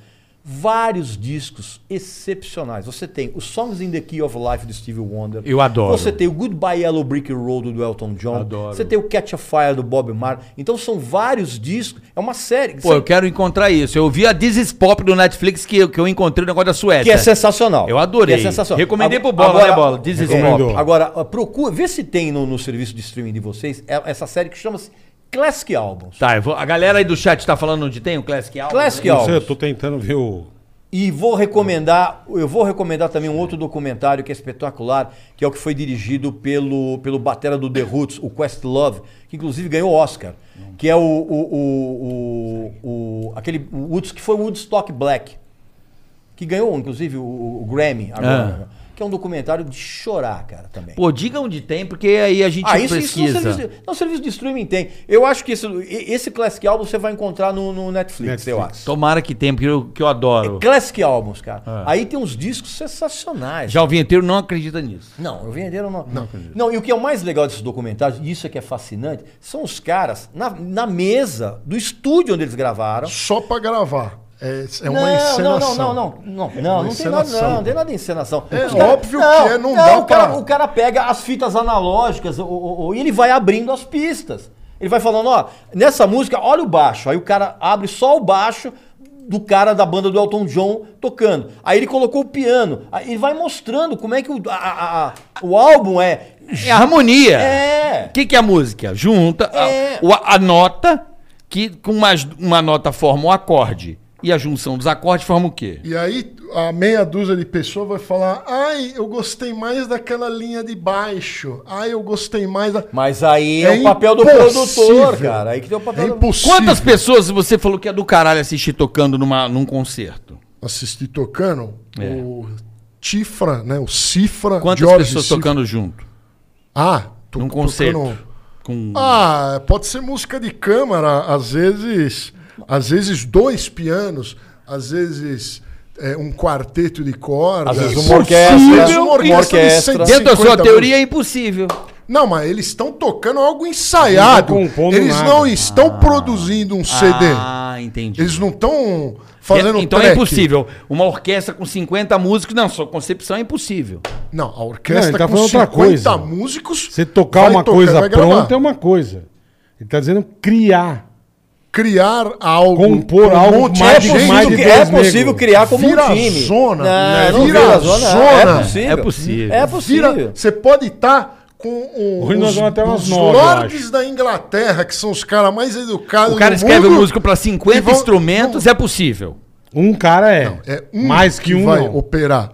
Speaker 6: Vários discos excepcionais. Você tem o Songs in the Key of Life do Stevie Wonder.
Speaker 4: Eu adoro.
Speaker 6: Você tem o Goodbye Yellow Brick Road do Elton John.
Speaker 4: Adoro.
Speaker 6: Você tem o Catch a Fire do Bob Marley. Então são vários discos. É uma série.
Speaker 4: Pô, eu quero encontrar isso. Eu vi a This is Pop do Netflix que, eu- que eu encontrei o negócio da Suécia.
Speaker 6: Que é sensacional.
Speaker 4: Eu adorei.
Speaker 6: Que é sensacional.
Speaker 4: Recomendei pro
Speaker 6: Ag-
Speaker 4: Bola, né, Bola? This is
Speaker 3: Recomendou.
Speaker 4: Pop.
Speaker 6: Agora, ó, procura, vê se tem no, no serviço de streaming de vocês é- essa série que chama-se Classic Albums.
Speaker 4: Tá, eu vou- a galera aí do chat tá falando onde tem o Classic Album.
Speaker 6: Classic
Speaker 3: Não sei, eu
Speaker 6: Albums.
Speaker 3: tô tentando ver o.
Speaker 6: E vou recomendar, eu vou recomendar também um outro documentário que é espetacular, que é o que foi dirigido pelo, pelo batera do The Roots, o Questlove, que inclusive ganhou Oscar, que é o, o, o, o, o- aquele o Woods que foi o Woodstock Black, que ganhou inclusive o, o Grammy
Speaker 4: Ah.
Speaker 6: agora, que é um documentário de chorar, cara, também.
Speaker 4: Pô, diga onde tem, porque aí a gente
Speaker 6: Ah, isso, isso no,
Speaker 4: tipo pesquisa.
Speaker 6: serviço de, no serviço de streaming tem. Eu acho que isso- e- esse Classic Album você vai encontrar no, no Netflix,
Speaker 3: Netflix.
Speaker 6: eu acho. É
Speaker 4: Tomara que tenha, porque eu, que eu adoro.
Speaker 6: Classic Albums, cara. Aí tem uns discos sensacionais.
Speaker 4: Já o vinheteiro não acredita nisso.
Speaker 6: Não, eu venderam não. Não, e o que é o mais legal desses documentários, e isso é que é fascinante, são os caras na, na mesa do estúdio onde eles gravaram.
Speaker 7: Só pra gravar. É, é
Speaker 6: não,
Speaker 7: uma encenação.
Speaker 6: Não, não, não, não, não, não, não tem nada,
Speaker 7: encenação.
Speaker 6: não, não tem nada de É encenação.
Speaker 7: É
Speaker 6: Os cara-
Speaker 7: óbvio que é, não dá
Speaker 6: o cara,
Speaker 7: pra-
Speaker 6: o cara pega as fitas analógicas o- o- o- e ele vai abrindo as pistas. Ele vai falando, ó, nessa música, olha o baixo. Aí o cara abre só o baixo do cara da banda do Elton John tocando. Aí ele colocou o piano. Aí ele vai mostrando como é que o, a- a- a- o álbum é...
Speaker 4: É a harmonia.
Speaker 6: É.
Speaker 4: O que, que é a música? Junta a-
Speaker 6: É.
Speaker 4: o- a, nota, que com uma, uma nota forma um acorde. E a junção dos acordes forma o quê?
Speaker 7: E aí a meia dúzia de pessoas vai falar: ai, eu gostei mais daquela linha de baixo. Ai, eu gostei mais da.
Speaker 6: Mas aí é, o papel do
Speaker 7: impossível.
Speaker 6: produtor, cara. Aí que tem o papel
Speaker 7: É
Speaker 6: do...
Speaker 7: impossível.
Speaker 4: Quantas pessoas você falou que é do caralho assistir tocando numa, num concerto?
Speaker 7: Assisti tocando
Speaker 4: É.
Speaker 7: o Tifra, né? O Cifra.
Speaker 4: Quantas
Speaker 7: Jorge
Speaker 4: pessoas
Speaker 7: Cifra.
Speaker 4: tocando junto?
Speaker 7: Ah, to-
Speaker 4: Num concerto.
Speaker 7: tocando-
Speaker 4: Com...
Speaker 7: Ah, pode ser música de câmara, às vezes, às vezes dois pianos, às vezes é, um quarteto de cordas, um
Speaker 6: Às vezes
Speaker 7: Às
Speaker 6: uma orquestra,
Speaker 7: vezes uma orquestra de
Speaker 6: orquestra.
Speaker 7: 150
Speaker 4: Dentro da sua
Speaker 7: músicas.
Speaker 4: teoria é impossível.
Speaker 7: Não, mas eles estão tocando algo ensaiado.
Speaker 3: Não estão compondo
Speaker 7: Eles
Speaker 3: nada. Ah.
Speaker 7: não estão produzindo um CD.
Speaker 4: Ah, entendi.
Speaker 7: Eles não estão fazendo
Speaker 4: É- então é
Speaker 7: track.
Speaker 4: impossível. Uma orquestra com 50 músicos, não, sua concepção é impossível.
Speaker 7: Não, a
Speaker 3: Não,
Speaker 7: orquestra
Speaker 3: ele tá
Speaker 7: com
Speaker 3: falando outra
Speaker 7: 50
Speaker 3: coisa.
Speaker 7: músicos.
Speaker 3: Você tocar
Speaker 7: vai
Speaker 3: uma coisa
Speaker 7: vai gravar.
Speaker 3: pronta é uma coisa. Ele tá dizendo criar.
Speaker 7: Criar algo.
Speaker 3: Compor
Speaker 7: com
Speaker 3: algo
Speaker 7: monte
Speaker 3: mais
Speaker 7: de
Speaker 3: de- mais de
Speaker 6: que-
Speaker 3: dois
Speaker 6: é possível
Speaker 3: negros.
Speaker 6: criar como
Speaker 7: Vira
Speaker 6: um time.
Speaker 7: zona,
Speaker 6: não,
Speaker 7: né?
Speaker 6: não
Speaker 7: Vira
Speaker 6: vira, zona. não.
Speaker 7: zona.
Speaker 6: É possível.
Speaker 4: É possível.
Speaker 6: É
Speaker 7: Vira-
Speaker 6: possível.
Speaker 7: Você pode estar com o-
Speaker 3: Hoje nós
Speaker 7: os,
Speaker 3: vamos até umas
Speaker 7: os
Speaker 3: nove, eu
Speaker 7: lords da Inglaterra, que são os caras mais educados
Speaker 10: O cara escreve
Speaker 7: mundo.
Speaker 10: música pra 50
Speaker 7: e vão-
Speaker 10: instrumentos, é possível.
Speaker 3: Um cara é.
Speaker 7: Não, é um
Speaker 3: mais que, um.
Speaker 7: vai
Speaker 3: não.
Speaker 7: operar.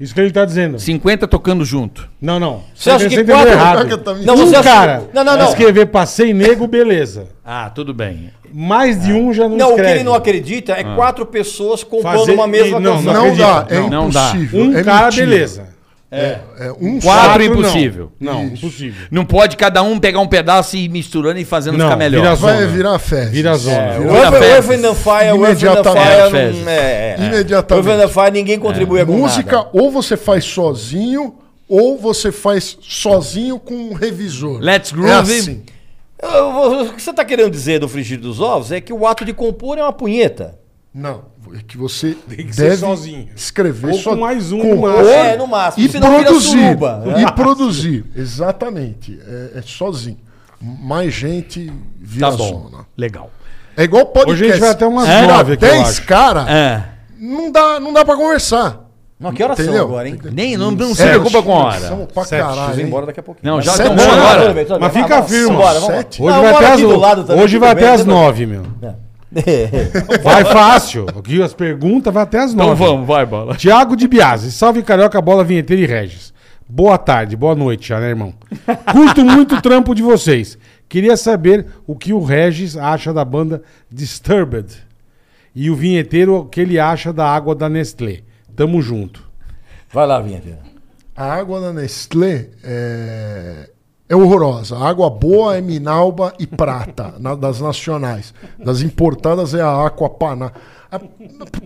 Speaker 3: Isso que ele tá dizendo.
Speaker 10: 50 tocando junto.
Speaker 3: Não, não.
Speaker 6: Você acha que
Speaker 3: entendeu
Speaker 6: quatro-
Speaker 7: Caraca, tá
Speaker 3: errado.
Speaker 7: me-
Speaker 6: Não,
Speaker 3: um
Speaker 6: você acha-
Speaker 3: cara.
Speaker 6: Não, não,
Speaker 3: vai
Speaker 6: não.
Speaker 3: escrever passei nego, beleza.
Speaker 10: Ah, tudo bem.
Speaker 3: Mais de um já não,
Speaker 6: Não, o que
Speaker 3: escreve.
Speaker 6: ele não acredita é quatro pessoas compondo
Speaker 3: Fazer-
Speaker 6: uma mesma
Speaker 3: não,
Speaker 6: canção.
Speaker 7: Não,
Speaker 3: acredito.
Speaker 7: dá, é
Speaker 10: Não dá.
Speaker 7: impossível.
Speaker 3: Um
Speaker 7: é
Speaker 3: cara,
Speaker 7: mentira.
Speaker 3: beleza.
Speaker 7: É, um
Speaker 10: Quatro,
Speaker 7: só.
Speaker 3: não.
Speaker 10: impossível.
Speaker 3: Não, impossível.
Speaker 10: Não pode cada um pegar um pedaço e ir misturando e fazendo
Speaker 3: Não,
Speaker 10: ficar melhor.
Speaker 3: vira só.
Speaker 7: Vai
Speaker 3: zona.
Speaker 7: virar festa.
Speaker 3: Vira zona.
Speaker 6: O
Speaker 7: Vira...
Speaker 10: Vira
Speaker 6: Earth-
Speaker 10: fezes.
Speaker 6: Earth, É. and Fire, o Earth and
Speaker 7: Imediatamente.
Speaker 6: Fire.
Speaker 10: Fezes.
Speaker 6: não- É, é.
Speaker 7: Imediatamente.
Speaker 6: O Earth and Fire ninguém contribui com
Speaker 7: Música
Speaker 6: nada.
Speaker 7: ou você faz sozinho, ou você faz sozinho com um revisor.
Speaker 10: Let's
Speaker 7: É
Speaker 10: groove.
Speaker 7: assim.
Speaker 6: Eu vou- O que você está querendo dizer do frigir dos ovos é que o ato de compor é uma punheta.
Speaker 7: Não, é que você
Speaker 3: que ser
Speaker 7: deve
Speaker 3: sozinho.
Speaker 7: escrever
Speaker 3: Ou com
Speaker 7: só
Speaker 3: mais um,
Speaker 7: com-
Speaker 3: no máximo.
Speaker 6: Ou é, no máximo.
Speaker 7: e
Speaker 6: senão
Speaker 7: produzir.
Speaker 6: vira suruba. né?
Speaker 7: E produzir, exatamente. É, é sozinho. Mais gente vira né?
Speaker 10: Tá bom.
Speaker 7: zona.
Speaker 10: Legal.
Speaker 7: É igual podcast.
Speaker 3: Hoje a gente vai até umas
Speaker 7: Se
Speaker 3: nove
Speaker 7: dá
Speaker 3: aqui, eu
Speaker 7: 10
Speaker 3: acho.
Speaker 7: caras,
Speaker 10: É.
Speaker 7: não, dá, não dá pra conversar.
Speaker 6: Não, que horas
Speaker 7: Entendeu?
Speaker 6: são agora, hein?
Speaker 10: Nem, não, não se
Speaker 7: Sete,
Speaker 10: preocupa com a hora.
Speaker 7: É, são pra
Speaker 3: Sete,
Speaker 7: caralho,
Speaker 6: Vamos
Speaker 7: hein?
Speaker 6: embora daqui a pouquinho. Tá
Speaker 10: Não, já
Speaker 7: Sete,
Speaker 10: estão
Speaker 7: não,
Speaker 10: agora.
Speaker 6: tudo bem, tudo bem.
Speaker 3: Mas fica
Speaker 6: Ah, vamos
Speaker 3: firme,
Speaker 6: embora, vamos
Speaker 7: sete.
Speaker 6: lá.
Speaker 3: Hoje
Speaker 6: Não,
Speaker 3: vai
Speaker 6: uma
Speaker 3: até
Speaker 6: aqui
Speaker 3: às,
Speaker 6: do lado também,
Speaker 3: hoje
Speaker 6: tudo
Speaker 3: vai
Speaker 6: bem,
Speaker 3: até às
Speaker 6: tudo bem.
Speaker 3: nove, meu.
Speaker 6: É.
Speaker 3: Vai fácil. Aqui as perguntas vai até às nove.
Speaker 10: Então vamos, vai, bola.
Speaker 3: Tiago de Biase, salve Carioca, bola vinheteira e Regis. Boa tarde, boa noite já, né, irmão? Curto muito o trampo de vocês. Queria saber o que o Regis acha da banda Disturbed e o vinheteiro o que ele acha da água da Nestlé. Tamo junto.
Speaker 6: Vai lá, Vinha.
Speaker 7: A água da Nestlé é, é horrorosa. A água boa é Minalba e Prata, na- das nacionais. Das importadas é a Aquapaná. A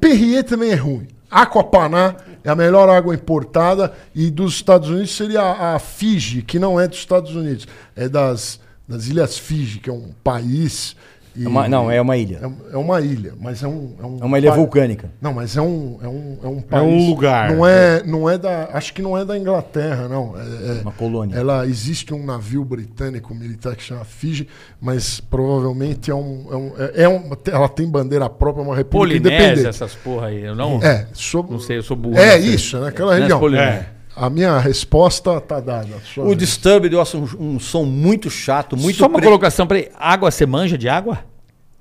Speaker 7: Perrier também é ruim. Aquapaná é a melhor água importada e dos Estados Unidos seria a, a Fiji, que não é dos Estados Unidos, é das, das Ilhas Fiji, que é um país. e-
Speaker 6: não, é uma ilha.
Speaker 7: é, é uma ilha, mas é um. É, um
Speaker 6: É uma ilha
Speaker 7: pa-
Speaker 6: vulcânica.
Speaker 7: Não, mas é um, é um, é um
Speaker 3: É
Speaker 7: país.
Speaker 3: um lugar.
Speaker 7: Não é, não é da. Acho que não é da Inglaterra, não. É, é-
Speaker 6: Uma colônia.
Speaker 7: Ela existe um navio britânico militar que chama Fiji, mas provavelmente é um. É um, é- é um- ela tem bandeira própria, é uma república
Speaker 10: Polinésia,
Speaker 7: independente.
Speaker 10: essas porra aí. Eu não,
Speaker 7: É, sobre,
Speaker 10: não sei, eu sou burro.
Speaker 7: É
Speaker 10: né?
Speaker 7: isso, né? Aquela
Speaker 10: Né,
Speaker 7: região.
Speaker 10: Polinésia.
Speaker 7: A minha resposta tá dada. Sua
Speaker 6: O
Speaker 7: vez.
Speaker 6: Disturbed eu acho um, um som muito chato, muito
Speaker 10: Só uma
Speaker 6: pre-
Speaker 10: colocação pra ele. Água, você manja de água?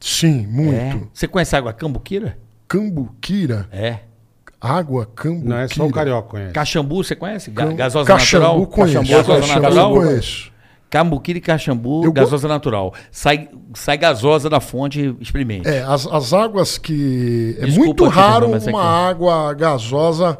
Speaker 7: Sim, muito.
Speaker 10: É. Você conhece a água cambuquira?
Speaker 7: Cambuquira,
Speaker 10: É.
Speaker 7: água cambuquira.
Speaker 3: Não é só o Carioca conhece.
Speaker 10: Caxambu, você conhece? Ga-
Speaker 7: Cam-
Speaker 10: Gasosa
Speaker 7: Caxambu
Speaker 10: natural.
Speaker 7: conheço.
Speaker 10: Gasosa
Speaker 6: Caxambu
Speaker 10: natural.
Speaker 7: Caxambu conheço.
Speaker 10: Cambuquira e caxambu,
Speaker 7: Eu go-
Speaker 10: gasosa natural. Sai, sai gasosa da fonte, experimente.
Speaker 7: É, as, as águas que. É
Speaker 10: Desculpa
Speaker 7: muito
Speaker 10: aqui,
Speaker 7: raro
Speaker 10: mas é que-
Speaker 7: uma água gasosa.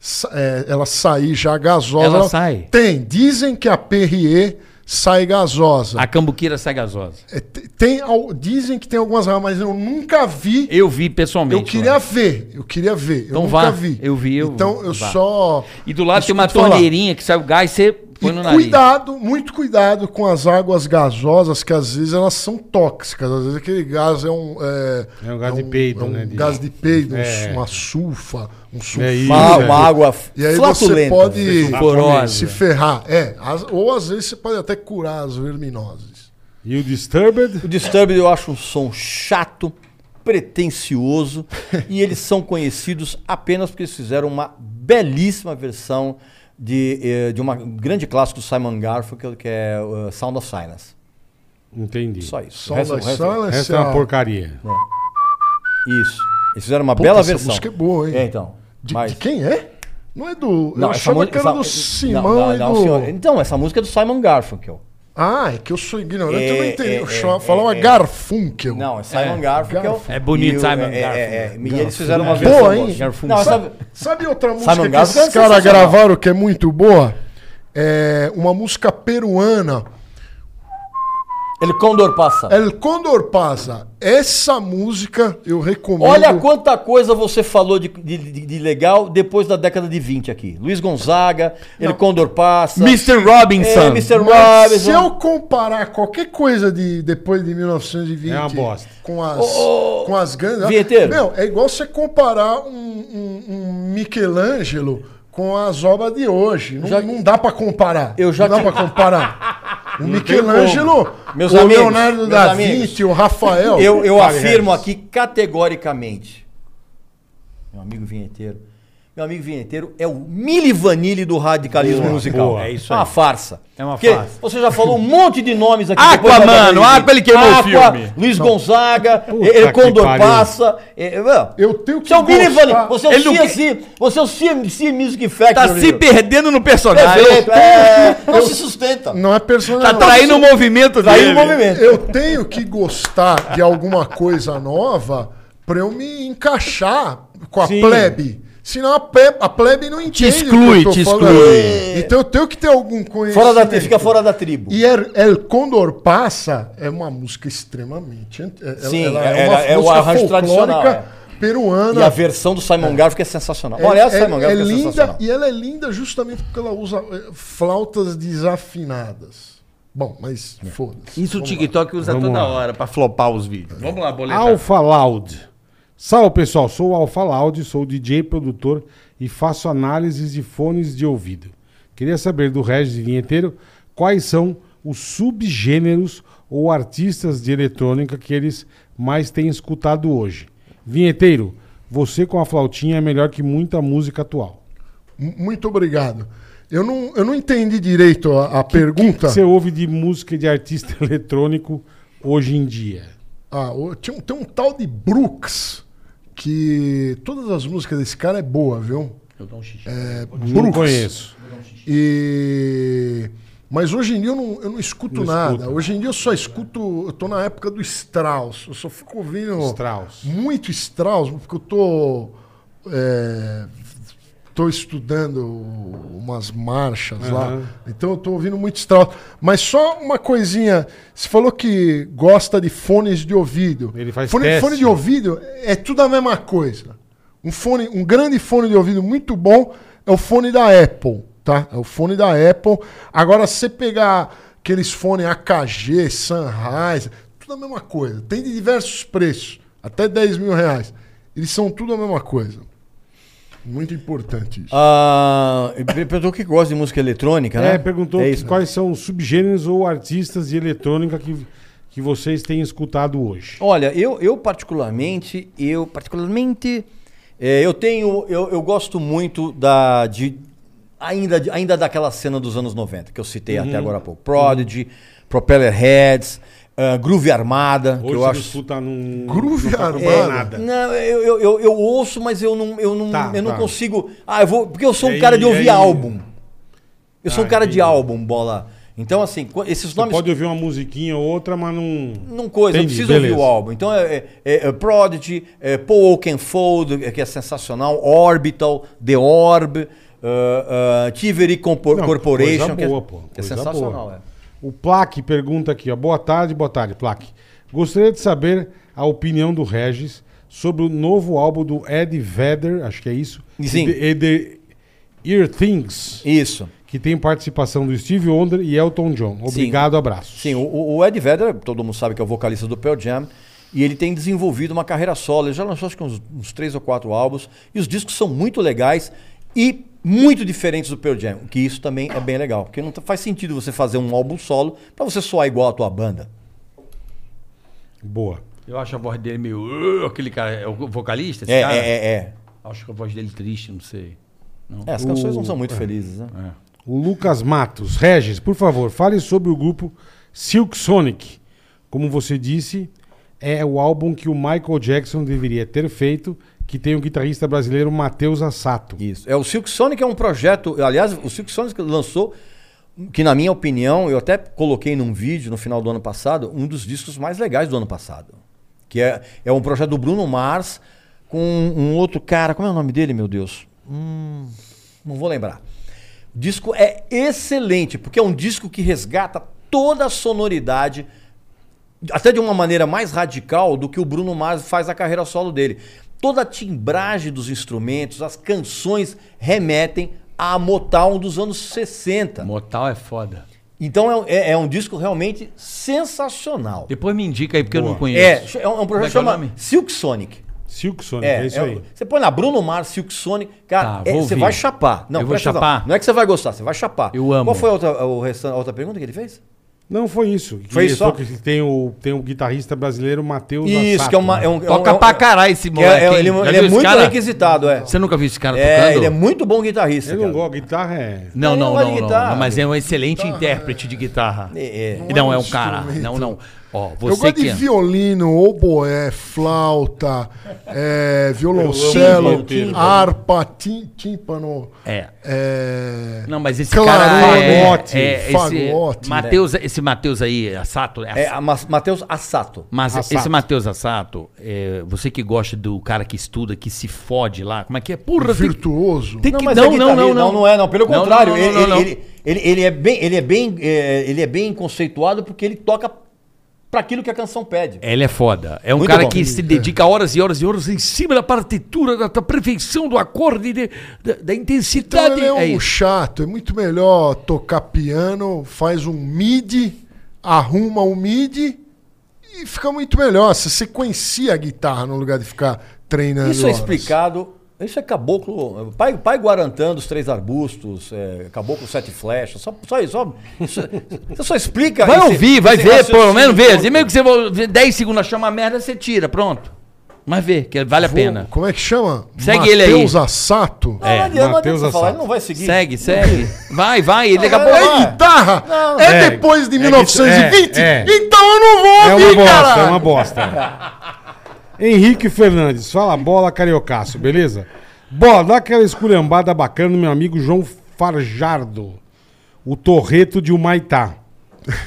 Speaker 7: sa- é, ela sair já gasosa.
Speaker 10: Ela sai?
Speaker 7: Tem. Dizem que a Perrier sai gasosa.
Speaker 10: A cambuquira sai gasosa.
Speaker 7: É, te- tem, al- dizem que tem algumas águas, mas eu nunca vi.
Speaker 10: Eu vi pessoalmente.
Speaker 7: Eu queria
Speaker 10: lá.
Speaker 7: ver. Eu queria ver. eu
Speaker 10: Então
Speaker 7: nunca
Speaker 10: vá,
Speaker 7: vi.
Speaker 10: eu vi, eu-
Speaker 7: então eu
Speaker 10: vá.
Speaker 7: só.
Speaker 10: E do lado tem uma
Speaker 7: escuto falar.
Speaker 10: torneirinha que sai o gás e você põe no
Speaker 7: E
Speaker 10: nariz.
Speaker 7: cuidado, muito cuidado com as águas gasosas, que às vezes elas são tóxicas. Às vezes aquele gás é um. É,
Speaker 3: É um gás de peido,
Speaker 7: é um
Speaker 3: né, de-
Speaker 7: gás de peido, um
Speaker 3: É.
Speaker 7: su- uma sulfa, um
Speaker 3: É isso,
Speaker 6: uma,
Speaker 3: velho.
Speaker 7: sulfato.
Speaker 6: uma água
Speaker 7: e aí
Speaker 6: flatulenta. né?
Speaker 7: você pode
Speaker 10: Forosa.
Speaker 7: se ferrar. É, as- ou às vezes você pode até curar as verminoses.
Speaker 3: E o Disturbed?
Speaker 6: O Disturbed eu acho um som chato, pretencioso, e eles são conhecidos apenas porque eles fizeram uma belíssima versão de, eh, de uma grande clássico do Simon Garfunkel, que é uh, Sound of Silence.
Speaker 3: Entendi.
Speaker 6: Só isso. O
Speaker 7: Sound
Speaker 6: resto-
Speaker 7: of
Speaker 6: o resto-
Speaker 7: Silence
Speaker 3: Essa é uma porcaria.
Speaker 6: Isso. Eles fizeram uma
Speaker 7: Puta,
Speaker 6: bela
Speaker 7: essa
Speaker 6: versão.
Speaker 7: música é boa, hein?
Speaker 6: É, então.
Speaker 7: De,
Speaker 6: Mas-
Speaker 7: de quem é? Não é do. eu
Speaker 6: Não, essa
Speaker 7: achava
Speaker 6: música-
Speaker 7: que era
Speaker 6: essa-
Speaker 7: do
Speaker 6: não,
Speaker 7: Simão
Speaker 6: não, não,
Speaker 7: e do.
Speaker 6: senhor. Então, essa música é do Simon Garfunkel.
Speaker 7: Ah, é que eu sou ignorante, eu não
Speaker 6: É,
Speaker 7: entendi.
Speaker 6: é,
Speaker 7: eu
Speaker 6: é,
Speaker 7: chama-
Speaker 6: é,
Speaker 7: falava
Speaker 6: é.
Speaker 7: Garfunkel.
Speaker 6: Não, é Simon Garfunkel.
Speaker 7: Garfunkel.
Speaker 10: É bonito,
Speaker 6: E o-
Speaker 10: Simon
Speaker 6: é, é,
Speaker 10: Garfunkel.
Speaker 6: é, é, e eles fizeram uma
Speaker 7: Garfunkel.
Speaker 6: versão.
Speaker 7: Boa, hein?
Speaker 6: Garfunkel. Não, essa-
Speaker 7: Sabe outra música
Speaker 6: Simon
Speaker 7: que
Speaker 6: Garfunkel
Speaker 7: esses
Speaker 6: é
Speaker 7: caras
Speaker 6: sensacional.
Speaker 7: gravaram que é muito boa? É uma música peruana,
Speaker 6: Ele Condor passa.
Speaker 7: El Condor Pasa. Essa música eu recomendo.
Speaker 6: Olha quanta coisa você falou de, de- de- de legal depois da década de 20 aqui. Luiz Gonzaga, El Condor Passa.
Speaker 10: Mr. Robinson.
Speaker 6: É, Mr.
Speaker 7: Mas se eu
Speaker 6: Robinson.
Speaker 7: comparar qualquer coisa de depois de 1920
Speaker 3: É uma bosta.
Speaker 7: com as com as grandes,
Speaker 6: Vinheteiro.
Speaker 7: meu, é igual você comparar um, um- um Michelangelo com as obras de hoje. Não, não dá pra comparar.
Speaker 6: Eu já
Speaker 7: não dá
Speaker 6: te-
Speaker 7: pra comparar. O
Speaker 3: tem
Speaker 7: Michelangelo,
Speaker 6: Meus
Speaker 7: o
Speaker 6: amigos,
Speaker 7: Leonardo
Speaker 6: meus
Speaker 7: da
Speaker 6: amigos.
Speaker 7: Vinci, o Rafael.
Speaker 6: Eu, eu
Speaker 3: Fale,
Speaker 6: afirmo
Speaker 3: Regis.
Speaker 6: aqui categoricamente, meu amigo vinheteiro, meu amigo vinheteiro, é o Mili Vanille do radicalismo
Speaker 3: Boa,
Speaker 6: musical.
Speaker 3: boa.
Speaker 6: É isso aí. Uma farsa.
Speaker 10: É uma
Speaker 6: Porque
Speaker 10: farsa.
Speaker 6: Você já falou um monte de nomes aqui.
Speaker 10: Aqua,
Speaker 6: depois vai dar
Speaker 10: mano,
Speaker 6: uma
Speaker 10: Aqua, ele queimou o filme.
Speaker 6: Luiz Gonzaga,
Speaker 3: Puta
Speaker 6: eh,
Speaker 3: que
Speaker 6: eh, Condor
Speaker 3: pariu.
Speaker 6: Passa. eh, eh, mano,
Speaker 7: Eu tenho que
Speaker 6: Você é o Mili
Speaker 7: gostar.
Speaker 6: Vanille, você é
Speaker 10: Ele
Speaker 6: o
Speaker 10: não
Speaker 6: CSI, você é o CSI Music Factory.
Speaker 10: Tá se Ah, perdendo no personagem.
Speaker 6: Perfeito, é, não se sustenta.
Speaker 7: Não é personal.
Speaker 10: Tá traindo o movimento
Speaker 6: Daí
Speaker 10: dele.
Speaker 6: o movimento.
Speaker 7: Eu tenho que gostar de alguma coisa nova pra eu me encaixar com a
Speaker 3: Sim.
Speaker 7: plebe. Senão a plebe, a plebe não entende. o que
Speaker 10: exclui,
Speaker 7: eu tô
Speaker 10: te
Speaker 7: falando.
Speaker 10: exclui.
Speaker 7: Então eu tenho que ter algum conhecimento.
Speaker 6: Fora da, tri- fica fora da tribo.
Speaker 7: E El, El Condor Passa é uma música extremamente. ant- é-
Speaker 6: Sim,
Speaker 7: ela
Speaker 6: é-
Speaker 7: uma
Speaker 6: é- é o
Speaker 7: música
Speaker 6: arranjo
Speaker 7: folclórica
Speaker 6: tradicional, é.
Speaker 7: Peruana.
Speaker 6: E a versão do Simon Garfunkel é sensacional.
Speaker 7: É-
Speaker 6: Olha, essa
Speaker 7: é-
Speaker 6: Simon
Speaker 7: é
Speaker 6: Garfunkel é,
Speaker 7: linda
Speaker 6: sensacional.
Speaker 7: e ela é linda justamente porque ela usa eh, flautas desafinadas. Bom, mas
Speaker 6: É.
Speaker 7: foda-se.
Speaker 8: Isso o TikTok usa
Speaker 3: Vamos
Speaker 8: toda
Speaker 3: lá.
Speaker 8: hora pra flopar os vídeos.
Speaker 10: Vamos lá,
Speaker 4: tá.
Speaker 10: boleta.
Speaker 3: Alfa Loud. Salve pessoal, sou o Alfa Loud, sou DJ, produtor e faço análises de fones de ouvido. Queria saber do Regis Vinheteiro quais são os subgêneros ou artistas de eletrônica que eles mais têm escutado hoje. Vinheteiro, você com a flautinha é melhor que muita música atual.
Speaker 7: M- Muito obrigado. Eu não, eu não entendi direito a, a
Speaker 3: O que
Speaker 7: pergunta.
Speaker 3: você ouve de música e de artista eletrônico hoje em dia?
Speaker 7: Ah, o- tinha um- tem um tal de Brooks que todas as músicas desse cara é boa, viu? É,
Speaker 3: Não
Speaker 7: Brooks.
Speaker 3: conheço.
Speaker 7: E... Mas hoje em dia eu não, eu não
Speaker 3: Não
Speaker 7: escuto nada.
Speaker 3: escuta.
Speaker 7: Hoje em dia eu só escuto. Eu tô na época do Strauss. Eu só fico ouvindo.
Speaker 3: Strauss.
Speaker 7: Muito Strauss, porque eu tô. é, tô estudando umas marchas lá.
Speaker 3: Aham.
Speaker 7: Então eu tô ouvindo muito Strauss. Mas só uma coisinha. Você falou que gosta de fones de ouvido.
Speaker 3: Ele faz
Speaker 7: fone,
Speaker 3: teste.
Speaker 7: fone de ouvido é tudo a mesma coisa. Um, fone, um grande fone de ouvido muito bom é o fone da Apple, tá? É o fone da Apple. Agora, se você pegar aqueles fones AKG, Sunrise, tudo a mesma coisa. Tem de diversos preços, até 10 mil reais. Eles são tudo a mesma coisa. Muito importante isso.
Speaker 6: Ah, ele perguntou que gosta de música eletrônica, né?
Speaker 3: É, perguntou
Speaker 6: É
Speaker 3: que-
Speaker 6: isso, né?
Speaker 3: quais são os subgêneros ou artistas de eletrônica que, que vocês têm escutado hoje.
Speaker 6: Olha, eu, eu particularmente, eu particularmente, é, eu tenho, eu, eu gosto muito da de ainda de- ainda daquela cena dos anos 90 que eu citei
Speaker 7: Uhum.
Speaker 6: até agora há pouco. Prodigy, Propeller Heads, ah, Groove Armada, que
Speaker 3: Hoje é
Speaker 6: eu
Speaker 3: você
Speaker 6: acho
Speaker 3: escuta num.
Speaker 7: Groove
Speaker 3: não tá
Speaker 7: Armada.
Speaker 3: acompanhando nada.
Speaker 6: Não, eu, eu, eu, eu ouço, mas eu não, eu não,
Speaker 3: Tá,
Speaker 6: eu não
Speaker 3: tá.
Speaker 6: consigo. Ah, eu vou. Porque eu sou um
Speaker 3: E aí-
Speaker 6: cara de ouvir
Speaker 3: e aí-
Speaker 6: álbum. Eu sou um
Speaker 3: Ah,
Speaker 6: cara de
Speaker 3: entendi.
Speaker 6: álbum, bola. Então, assim, co- esses
Speaker 3: Você
Speaker 6: nomes. Hum.
Speaker 3: pode ouvir uma musiquinha ou outra, mas não.
Speaker 6: Não coisa,
Speaker 3: Entendi,
Speaker 6: eu preciso ouvir o
Speaker 3: beleza.
Speaker 6: álbum. Então é, é- é- é Prodigy, é Paul Oakenfold, é, que é sensacional, Orbital, The Orb, ah, ah, Tivery Compor-
Speaker 3: Não,
Speaker 6: Corporation.
Speaker 3: coisa
Speaker 6: que é-
Speaker 3: boa, pô,
Speaker 6: que é
Speaker 3: coisa
Speaker 6: sensacional,
Speaker 3: boa.
Speaker 6: é.
Speaker 3: O Plaque pergunta aqui, ó. Boa tarde, boa tarde, Plaque. Gostaria de saber a opinião do Regis sobre o novo álbum do Ed Vedder, acho que é isso.
Speaker 6: Sim.
Speaker 3: E The, e the Ear Things,
Speaker 6: é. Isso.
Speaker 3: que tem participação do Steve Wonder e Elton John. Obrigado, abraço.
Speaker 6: Sim, o, o Ed Vedder, todo mundo sabe que é o vocalista do Pearl Jam, e ele tem desenvolvido uma carreira solo. Ele já lançou acho que uns, uns três ou quatro álbuns, e os discos são muito legais e muito diferentes do Pearl Jam, o que isso também é bem legal, porque não t- faz sentido você fazer um álbum solo pra você soar igual à tua banda.
Speaker 3: Boa.
Speaker 4: Eu acho a voz dele meio. "Ugh", Aquele cara. É o vocalista? Esse
Speaker 6: É,
Speaker 4: cara?
Speaker 6: é, é, é.
Speaker 4: Acho que a voz dele triste, não sei.
Speaker 6: É, as canções não são muito felizes, né?
Speaker 3: O Lucas Matos. Regis, por favor, fale sobre o grupo Silk Sonic. Como você disse, é o álbum que o Michael Jackson deveria ter feito, que tem o guitarrista brasileiro Matheus Assato.
Speaker 6: Isso. É, o Silk Sonic é um projeto. Aliás, o Silk Sonic lançou, que na minha opinião, eu até coloquei num vídeo no final do ano passado, um dos discos mais legais do ano passado. Que é, é um projeto do Bruno Mars com um outro cara. Como é o nome dele, meu Deus? Hum, não vou lembrar. O disco é excelente, porque é um disco que resgata toda a sonoridade até de uma maneira mais radical do que o Bruno Mars faz a carreira solo dele. Toda a timbragem dos instrumentos, as canções remetem à Motown dos anos 60.
Speaker 4: Motal é foda.
Speaker 6: Então é um- é, é um disco realmente sensacional.
Speaker 4: Depois me indica aí, porque eu não
Speaker 6: É,
Speaker 4: conheço.
Speaker 6: é um é um
Speaker 4: Como é
Speaker 6: projeto
Speaker 4: que é o
Speaker 6: chamado
Speaker 4: nome?
Speaker 6: Silk Sonic.
Speaker 3: Silk Sonic, é,
Speaker 6: É,
Speaker 3: isso
Speaker 6: é-
Speaker 3: aí.
Speaker 6: Você põe na Bruno Mars, Silk Sonic, cara,
Speaker 4: Tá,
Speaker 6: é,
Speaker 4: vou
Speaker 6: você
Speaker 4: ouvir.
Speaker 6: vai chapar. Não,
Speaker 4: Eu vou
Speaker 6: presta
Speaker 4: chapar?
Speaker 6: atenção. Não é que você vai gostar, você vai chapar.
Speaker 4: Eu amo.
Speaker 6: Qual foi a outra, o restan- a outra pergunta que ele fez?
Speaker 3: Não foi isso.
Speaker 6: Foi
Speaker 3: Que-
Speaker 6: só-
Speaker 3: que tem o tem o guitarrista brasileiro Matheus
Speaker 6: Isso,
Speaker 3: Assato,
Speaker 6: que é, uma,
Speaker 3: né?
Speaker 6: é um. é
Speaker 10: Toca
Speaker 6: um- é um-
Speaker 10: pra caralho esse
Speaker 6: que é-
Speaker 10: moleque.
Speaker 6: é- ele
Speaker 10: hein? Já
Speaker 6: ele
Speaker 10: viu
Speaker 6: é
Speaker 10: esse
Speaker 6: muito
Speaker 10: cara?
Speaker 6: requisitado, é.
Speaker 10: Você nunca viu esse cara
Speaker 6: É,
Speaker 10: tocando? um
Speaker 6: ele é muito bom guitarrista.
Speaker 3: Eu não
Speaker 6: cara.
Speaker 3: gosto, guitarra é.
Speaker 10: Não,
Speaker 6: Ele
Speaker 10: não,
Speaker 6: gosta de
Speaker 10: não, não,
Speaker 6: guitarra.
Speaker 10: não, Mas é um excelente intérprete de guitarra.
Speaker 6: É, é.
Speaker 10: E não, é um
Speaker 7: um
Speaker 10: cara.
Speaker 7: instrumento.
Speaker 10: Não, não. Ó,
Speaker 7: Eu
Speaker 10: você
Speaker 7: gosto
Speaker 10: que. é.
Speaker 7: de violino, oboé, flauta,
Speaker 3: Eu
Speaker 7: é,
Speaker 3: amo
Speaker 7: violoncelo,
Speaker 3: tímpano.
Speaker 7: harpa, tim- tímpano.
Speaker 10: É.
Speaker 7: é,
Speaker 10: Não, mas esse
Speaker 7: Clarone,
Speaker 10: cara é,
Speaker 3: Fagote,
Speaker 10: é, esse
Speaker 7: fagote.
Speaker 10: Mateus, esse Matheus aí, Assato, é,
Speaker 6: né? É,
Speaker 10: Assato.
Speaker 6: a Mas- Matheus Assato.
Speaker 10: mas
Speaker 3: Assato.
Speaker 10: esse Matheus Assato, é, você que gosta do cara que estuda, que se fode lá, como é que é? Porra, tem-
Speaker 7: virtuoso.
Speaker 10: tem,
Speaker 6: Não,
Speaker 10: que
Speaker 6: mas
Speaker 10: não,
Speaker 6: é
Speaker 10: não, não,
Speaker 6: guitarrista. não, não é, não. Pelo
Speaker 10: Não, não,
Speaker 6: contrário,
Speaker 10: não,
Speaker 6: ele-
Speaker 10: não, não.
Speaker 6: ele- ele- ele ele é bem, ele é bem, é, ele é bem conceituado porque ele toca pra aquilo que a canção pede.
Speaker 10: Ele é foda. É um
Speaker 6: Muito
Speaker 10: cara
Speaker 6: bom.
Speaker 10: que se dedica horas e horas e horas em cima da partitura, da, da perfeição, do acorde, de- da, da
Speaker 7: Então
Speaker 10: intensidade.
Speaker 7: ele é um
Speaker 10: É isso.
Speaker 7: chato, é muito melhor tocar piano, faz um MIDI, arruma um MIDI e fica muito melhor. Você sequencia a guitarra no lugar de ficar treinando.
Speaker 6: Isso é
Speaker 7: horas.
Speaker 6: explicado. Isso é caboclo. Pai, pai Guarantando, os três arbustos, é, caboclo sete flechas. Só, só, só, isso, você só explica.
Speaker 10: Vai
Speaker 6: esse-
Speaker 10: ouvir, vai
Speaker 6: esse
Speaker 10: ver, pelo
Speaker 6: raciocínio
Speaker 10: menos ver.
Speaker 6: todo.
Speaker 10: E mesmo que você vá ver 10 segundos achar uma merda, você tira, pronto. Mas vê, que vale a
Speaker 7: Vou-
Speaker 10: pena.
Speaker 7: Como é que chama?
Speaker 10: Segue ele aí. É.
Speaker 7: Mateus Assato.
Speaker 6: Não, não adianta, não adianta
Speaker 3: Mateus
Speaker 6: você falar,
Speaker 3: Assato.
Speaker 6: ele não vai seguir.
Speaker 10: Segue, segue. Vai, vai. Ele
Speaker 6: Não,
Speaker 10: acabou.
Speaker 6: vai,
Speaker 7: É
Speaker 6: vai.
Speaker 7: guitarra?
Speaker 6: Não.
Speaker 7: É,
Speaker 3: É,
Speaker 7: depois de
Speaker 3: é
Speaker 7: 1920?
Speaker 3: guita- é, é.
Speaker 7: Então eu não vou
Speaker 3: É uma
Speaker 7: ouvir,
Speaker 3: bosta,
Speaker 7: cara.
Speaker 3: é uma bosta. Henrique Fernandes, fala bola cariocaço, beleza? Bola, dá aquela esculhambada bacana no meu amigo João Farjardo, o torreto de Humaitá,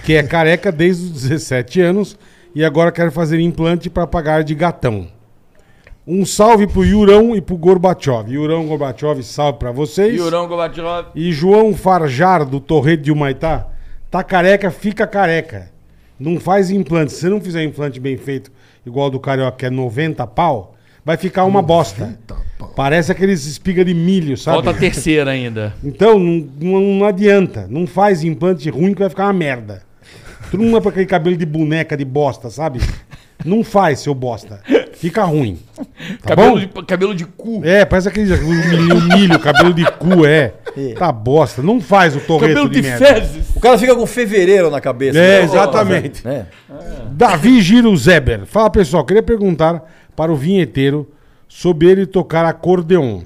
Speaker 3: que é careca desde os 17 anos e agora quer fazer implante para pagar de gatão. Um salve pro Yurão e pro Gorbachev. Yurão Gorbachev, salve pra vocês.
Speaker 10: Yurão Gorbachev.
Speaker 3: E João Farjardo, Torredo de Humaitá, tá careca, fica careca. Não faz implante. Se não fizer implante bem feito, igual ao do carioca, que é 90 pau, vai ficar uma bosta.
Speaker 7: pau.
Speaker 3: Parece aqueles espiga de milho, sabe?
Speaker 10: Falta Tá a terceira ainda.
Speaker 3: Então, não, não- não adianta. Não faz implante ruim que vai ficar uma merda. Tu não é pra aquele cabelo de boneca de bosta, sabe? Não faz, seu bosta. Fica ruim. Tá bom?
Speaker 10: cabelo, de, cabelo de cu.
Speaker 3: É, parece aquele o milho, o milho, cabelo de cu, é. Tá bosta. Não faz o torreto
Speaker 10: cabelo
Speaker 3: de,
Speaker 10: de,
Speaker 3: merda.
Speaker 10: fezes.
Speaker 6: O cara fica com fevereiro na cabeça.
Speaker 3: É,
Speaker 6: Né?
Speaker 3: exatamente.
Speaker 6: Né?
Speaker 3: Davi Giro Zeber. Fala, pessoal. Queria perguntar para o vinheteiro sobre ele tocar acordeon.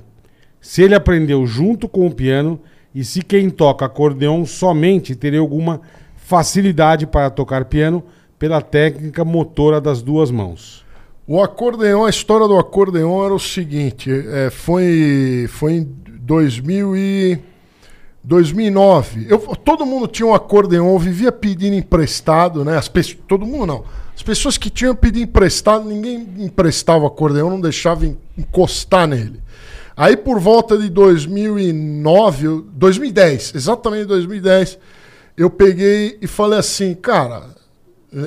Speaker 3: Se ele aprendeu junto com o piano e se quem toca acordeon somente teria alguma facilidade para tocar piano pela técnica motora das duas mãos.
Speaker 7: O acordeon, a história do acordeon era o seguinte, é, foi, foi em 2000 e 2009. Eu, todo mundo tinha um acordeon, eu vivia pedindo emprestado, né? As pessoas, todo mundo não. As pessoas que tinham pedido emprestado, ninguém emprestava o acordeon, não deixava en- encostar nele. Aí por volta de 2009, eu- 2010, exatamente 2010, eu peguei e falei assim, cara,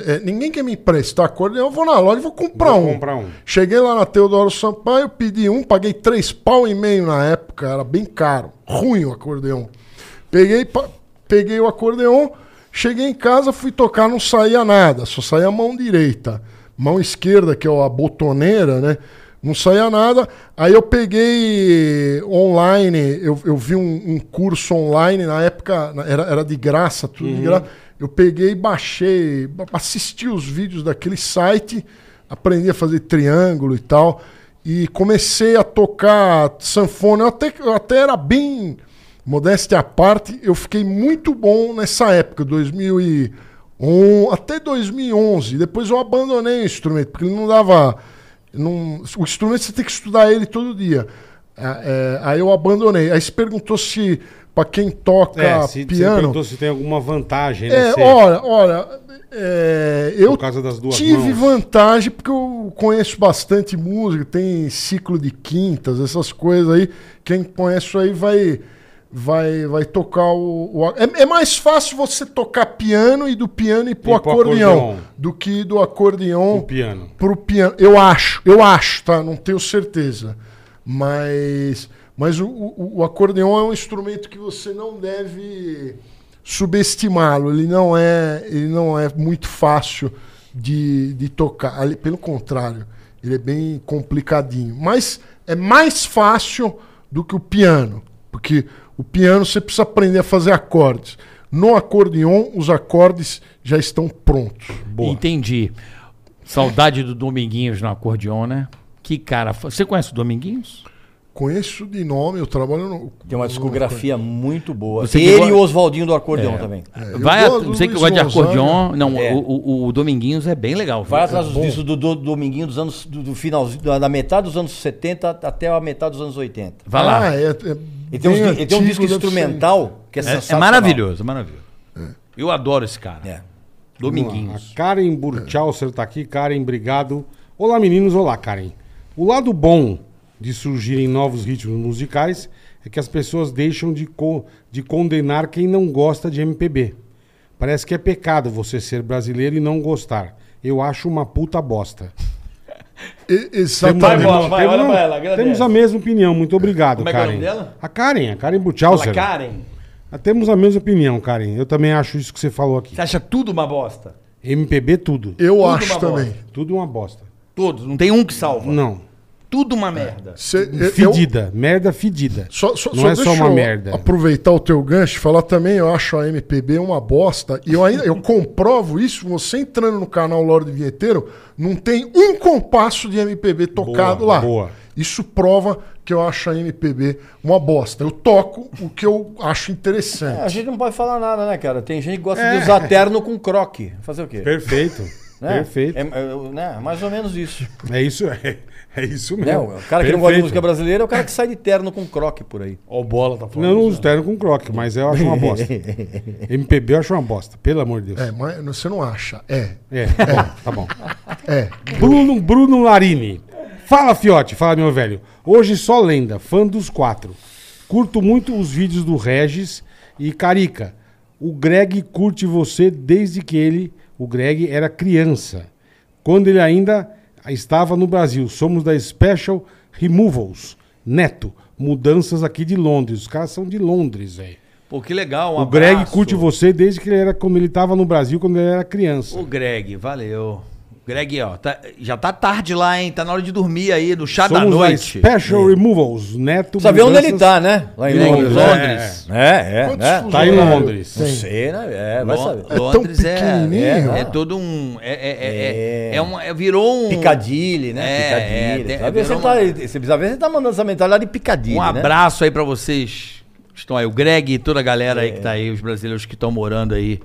Speaker 7: é, ninguém quer me emprestar acordeon, eu vou na loja e vou comprar
Speaker 3: Vou
Speaker 7: um.
Speaker 3: comprar um.
Speaker 7: Cheguei lá na Teodoro Sampaio, pedi um, paguei três pau e meio na época, era bem caro, ruim o acordeon. Peguei, pa- peguei o acordeon, cheguei em casa, fui tocar, não saía nada, só saía a mão direita. Mão esquerda, que é a botoneira, né? Não saía nada. Aí eu peguei online, eu, eu vi um, um curso online, na época na- era, era de graça, tudo de graça. Eu peguei e baixei, ba- assisti os vídeos daquele site, aprendi a fazer triângulo e tal. E comecei a tocar sanfona. Eu até, eu até era bem. Modéstia à parte, eu fiquei muito bom nessa época, 2001 até 2011. Depois eu abandonei o instrumento, porque ele não dava. não- o instrumento você tem que estudar ele todo dia. Ah, é, aí eu abandonei. Aí se perguntou se, para quem toca
Speaker 3: É, se, você me
Speaker 7: piano.
Speaker 3: perguntou se tem alguma vantagem, né?
Speaker 7: É,
Speaker 3: ser-
Speaker 7: olha, olha, é, eu
Speaker 3: Por causa das duas
Speaker 7: tive
Speaker 3: mãos.
Speaker 7: vantagem porque eu conheço bastante música, tem ciclo de quintas, essas coisas aí. Quem conhece isso aí vai vai vai tocar o, o- é, é mais fácil você tocar piano e do piano ir pro,
Speaker 3: E pro
Speaker 7: acordeon,
Speaker 3: acordeon.
Speaker 7: do que do acordeon
Speaker 3: O piano.
Speaker 7: pro piano. Eu acho, eu acho, tá? Não tenho certeza. Mas, mas o, o, o acordeon é um instrumento que você não deve subestimá-lo. Ele não é, ele não é muito fácil de, de tocar. Ali, pelo contrário, ele é bem complicadinho. Mas é mais fácil do que o piano, porque o piano você precisa aprender a fazer acordes. No acordeon, os acordes já estão prontos.
Speaker 3: Boa.
Speaker 10: Entendi. Saudade do Dominguinhos no acordeon, né? Que cara. fo- Você conhece o Dominguinhos?
Speaker 7: Conheço de nome, eu trabalho no.
Speaker 6: Tem uma discografia muito boa.
Speaker 10: Você É.
Speaker 6: Ele
Speaker 10: pegou-
Speaker 6: e o Oswaldinho do acordeão também.
Speaker 7: eu
Speaker 10: Vai, a-
Speaker 7: gosto do
Speaker 10: sei que
Speaker 7: Luiz
Speaker 10: gosta de
Speaker 7: Gonzaga.
Speaker 10: acordeon. Não,
Speaker 6: É.
Speaker 10: o, o- o Dominguinhos é bem legal. viu?
Speaker 6: Vai atrás dos discos do, do Dominguinho dos anos do, do finalzinho, da, da metade dos anos 70 até a metade dos anos 80.
Speaker 10: Vai lá.
Speaker 7: Ah, é, é
Speaker 6: Ele tem, uns
Speaker 7: bem
Speaker 6: di- ele tem um
Speaker 7: antigo,
Speaker 6: disco
Speaker 7: deve ser.
Speaker 6: instrumental que é,
Speaker 4: É, é
Speaker 6: sensacional.
Speaker 4: maravilhoso, é maravilhoso. Eu adoro esse cara.
Speaker 6: É.
Speaker 4: Dominguinhos.
Speaker 3: A Karen Burchauser tá aqui. Karen, obrigado. Olá, meninos. Olá, Karen. O lado bom de surgirem novos ritmos musicais é que as pessoas deixam de, co- de condenar quem não gosta de MPB. Parece que é pecado você ser brasileiro e não gostar. Eu acho uma puta bosta.
Speaker 7: E-
Speaker 3: Vai,
Speaker 7: Exatamente.
Speaker 3: bola,
Speaker 10: vai, olha
Speaker 3: Temos-
Speaker 10: pra ela, agradece.
Speaker 3: Temos a mesma opinião, muito obrigado,
Speaker 10: Como é que é o
Speaker 3: Karen.
Speaker 10: nome dela?
Speaker 3: A Karen, a Karen Burchauser.
Speaker 10: Fala, Karen.
Speaker 3: Temos a mesma opinião, Karen. Eu também acho isso que você falou aqui.
Speaker 10: Você acha tudo uma bosta?
Speaker 3: MPB tudo.
Speaker 7: Eu
Speaker 10: uma
Speaker 7: acho
Speaker 10: bola.
Speaker 7: também.
Speaker 3: Tudo uma bosta.
Speaker 10: Todos. Não tem um que salva.
Speaker 3: Não.
Speaker 10: Tudo uma merda.
Speaker 4: É.
Speaker 7: Cê- eu- eu-
Speaker 3: Fedida. Merda fedida.
Speaker 7: Só, só,
Speaker 3: Um Não
Speaker 7: só
Speaker 3: é só
Speaker 7: deixa
Speaker 3: uma
Speaker 7: eu
Speaker 3: merda.
Speaker 7: aproveitar o teu gancho e falar também, eu acho a MPB uma bosta. E eu ainda eu comprovo isso, você entrando no canal Lorde Vinheteiro, não tem um compasso de MPB tocado
Speaker 3: Boa,
Speaker 7: lá.
Speaker 3: boa.
Speaker 7: Isso prova que eu acho a MPB uma bosta. Eu toco o que eu
Speaker 6: É,
Speaker 7: acho
Speaker 6: A
Speaker 7: interessante.
Speaker 6: gente não pode falar nada, né, cara? Tem gente que gosta de usar terno com croque. Fazer o quê?
Speaker 3: Perfeito.
Speaker 6: Né?
Speaker 3: Perfeito.
Speaker 6: É,
Speaker 3: É,
Speaker 6: é, né? Mais ou menos isso.
Speaker 3: isso, é, é isso
Speaker 6: né?
Speaker 3: mesmo.
Speaker 6: O cara que não gosta de
Speaker 3: Perfeito.
Speaker 6: música brasileira é o cara que sai de terno com croque por aí.
Speaker 10: Ó, o bola tá
Speaker 3: Não, eu não uso terno com croque, mas eu acho uma bosta. MPB eu acho uma bosta, pelo amor de Deus.
Speaker 7: É, mas você não acha. É,
Speaker 3: É, bom, tá bom.
Speaker 7: é.
Speaker 3: Bruno, Bruno Larini. Fala, Fiote. Fala, meu velho. Hoje só lenda, fã dos quatro. Curto muito os vídeos do Regis e Carica. O Greg curte você desde que ele, o Greg, era criança. Quando ele ainda estava no Brasil. Somos da Special Removals. Neto, mudanças aqui de Londres. Os caras são de Londres, velho.
Speaker 4: Pô, que legal. Um
Speaker 3: o Greg
Speaker 4: abraço.
Speaker 3: curte você desde que ele era, quando ele estava no Brasil, quando ele era criança.
Speaker 4: O Greg, valeu. Greg, ó, tá- já tá tarde lá, hein? Tá na hora de dormir aí, no chá da
Speaker 3: da
Speaker 4: noite.
Speaker 3: Special Removals. Neto,
Speaker 6: Precisa ver onde ele
Speaker 3: mudanças-
Speaker 6: tá, né? Lá em
Speaker 4: Greg,
Speaker 6: Londres.
Speaker 4: Londres.
Speaker 6: É, é.
Speaker 7: Quantos
Speaker 6: Né?
Speaker 7: fusos
Speaker 3: Tá em
Speaker 7: horários
Speaker 3: Londres.
Speaker 6: Não
Speaker 7: tem?
Speaker 6: sei, né? É, vai
Speaker 4: Lon-
Speaker 6: saber.
Speaker 4: Londres é,
Speaker 7: pequenininho.
Speaker 4: é, é todo um. É, é, é, é,
Speaker 6: É.
Speaker 4: é um- é- virou um.
Speaker 6: Picadilly, né?
Speaker 4: É,
Speaker 6: Picadilly.
Speaker 4: é, tem-
Speaker 6: Às vezes
Speaker 4: virou
Speaker 6: você, tá, você precisa ver se você tá mandando essa mentalidade de Picadilly,
Speaker 4: Um
Speaker 6: né?
Speaker 4: abraço aí pra vocês. que Estão aí, o Greg e toda a galera
Speaker 10: É.
Speaker 4: aí que tá aí, os brasileiros que estão morando aí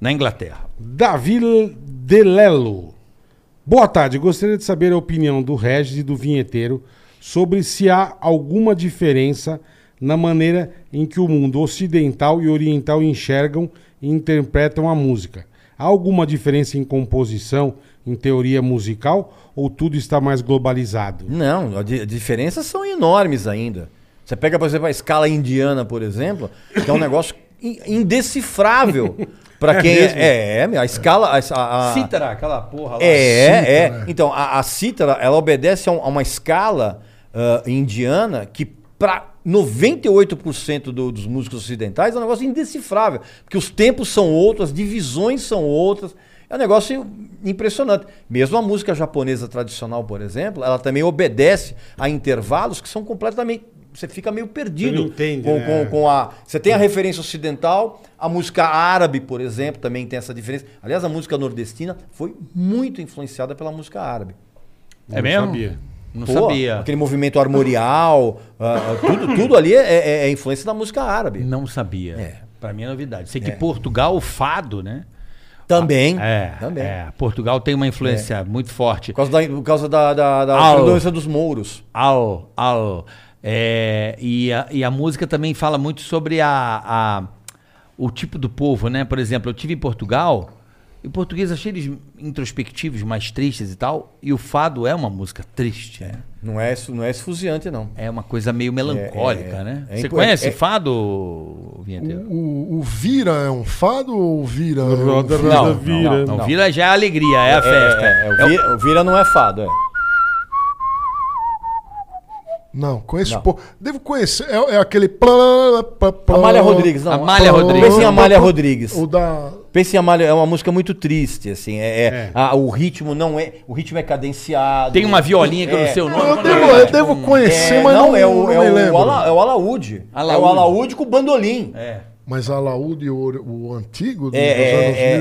Speaker 4: na Inglaterra.
Speaker 3: Davi Delelo. Boa tarde, gostaria de saber a opinião do Regis e do vinheteiro sobre se há alguma diferença na maneira em que o mundo ocidental e oriental enxergam e interpretam a música. Há alguma diferença em composição, em teoria musical, ou tudo está mais globalizado?
Speaker 6: Não, as diferenças são enormes ainda. Você pega, por exemplo, a escala indiana, por exemplo, que é um negócio in- indecifrável para quem
Speaker 3: mesmo?
Speaker 6: é, é, a escala a,
Speaker 10: Ah.
Speaker 6: a- a-
Speaker 4: Cítara, aquela porra lá.
Speaker 6: é, é. Então, a, a cítara, ela obedece a, um- a uma escala ah, indiana que para 98% do- dos músicos ocidentais é um negócio indecifrável, porque os tempos são outros, as divisões são outras. É um negócio impressionante. Mesmo a música japonesa tradicional, por exemplo, ela também obedece a intervalos que são completamente você fica meio perdido
Speaker 3: não entende,
Speaker 6: com,
Speaker 3: né?
Speaker 6: com- com com a. Você tem a referência ocidental, a música árabe, por exemplo, também tem essa diferença. Aliás, a música nordestina foi muito influenciada pela música árabe.
Speaker 10: É mesmo?
Speaker 3: Sabia.
Speaker 4: Não
Speaker 6: Pô,
Speaker 4: sabia.
Speaker 6: Aquele movimento armorial, ah, ah, tudo, tudo ali é, é- é influência da música árabe.
Speaker 4: Não sabia.
Speaker 6: É.
Speaker 4: Pra mim é novidade. Sei que Portugal, o fado, né?
Speaker 6: Também.
Speaker 4: É,
Speaker 6: também. É.
Speaker 4: é. Portugal tem uma influência muito forte.
Speaker 6: Por causa da, por causa da, da, da
Speaker 4: Au.
Speaker 6: influência dos mouros.
Speaker 4: Al, al. É, e, a, e a música também fala muito sobre a, a- o tipo do povo, né? Por exemplo, eu tive em Portugal, e o português achei eles introspectivos, mais tristes e tal, e o fado é uma música triste, né?
Speaker 6: Não é, isso- não é esfuziante, não.
Speaker 4: É uma coisa meio melancólica,
Speaker 6: É, é,
Speaker 4: né?
Speaker 6: é
Speaker 4: Você
Speaker 6: impo-
Speaker 4: conhece
Speaker 6: é-
Speaker 4: fado, Vinheteiro?
Speaker 7: O, o Vira é um fado ou o Vira? é um
Speaker 3: Roda,
Speaker 7: fado?
Speaker 3: roda,
Speaker 4: não,
Speaker 3: vira.
Speaker 4: não, não. Vira já é a alegria, é a festa.
Speaker 6: É, é, o, vi- o vira não é fado, é.
Speaker 7: Não, conheço
Speaker 6: Não.
Speaker 7: pouco. Devo conhecer. É, é aquele. plá, pá, pá,
Speaker 6: Amália Rodrigues, não.
Speaker 4: Amália Rodrigues.
Speaker 6: Pense em Amália Rodrigues.
Speaker 7: O da.
Speaker 6: Pense em Amália, é uma música muito triste, assim. É, é-
Speaker 3: É.
Speaker 6: a- o ritmo não é. O ritmo é cadenciado.
Speaker 10: Tem uma violinha que eu não sei o
Speaker 6: É,
Speaker 10: nome.
Speaker 7: Eu
Speaker 10: mas
Speaker 7: devo,
Speaker 10: não é.
Speaker 7: eu devo conhecer, mas não,
Speaker 6: é o,
Speaker 7: não
Speaker 6: é
Speaker 7: me
Speaker 6: o
Speaker 7: lembro.
Speaker 6: Ala- é o Alaúde. É o
Speaker 4: Alaúde.
Speaker 6: Alaúde com o bandolim.
Speaker 4: É.
Speaker 7: Mas Alaúde, o, o antigo, dos
Speaker 6: É,
Speaker 7: anos
Speaker 6: é,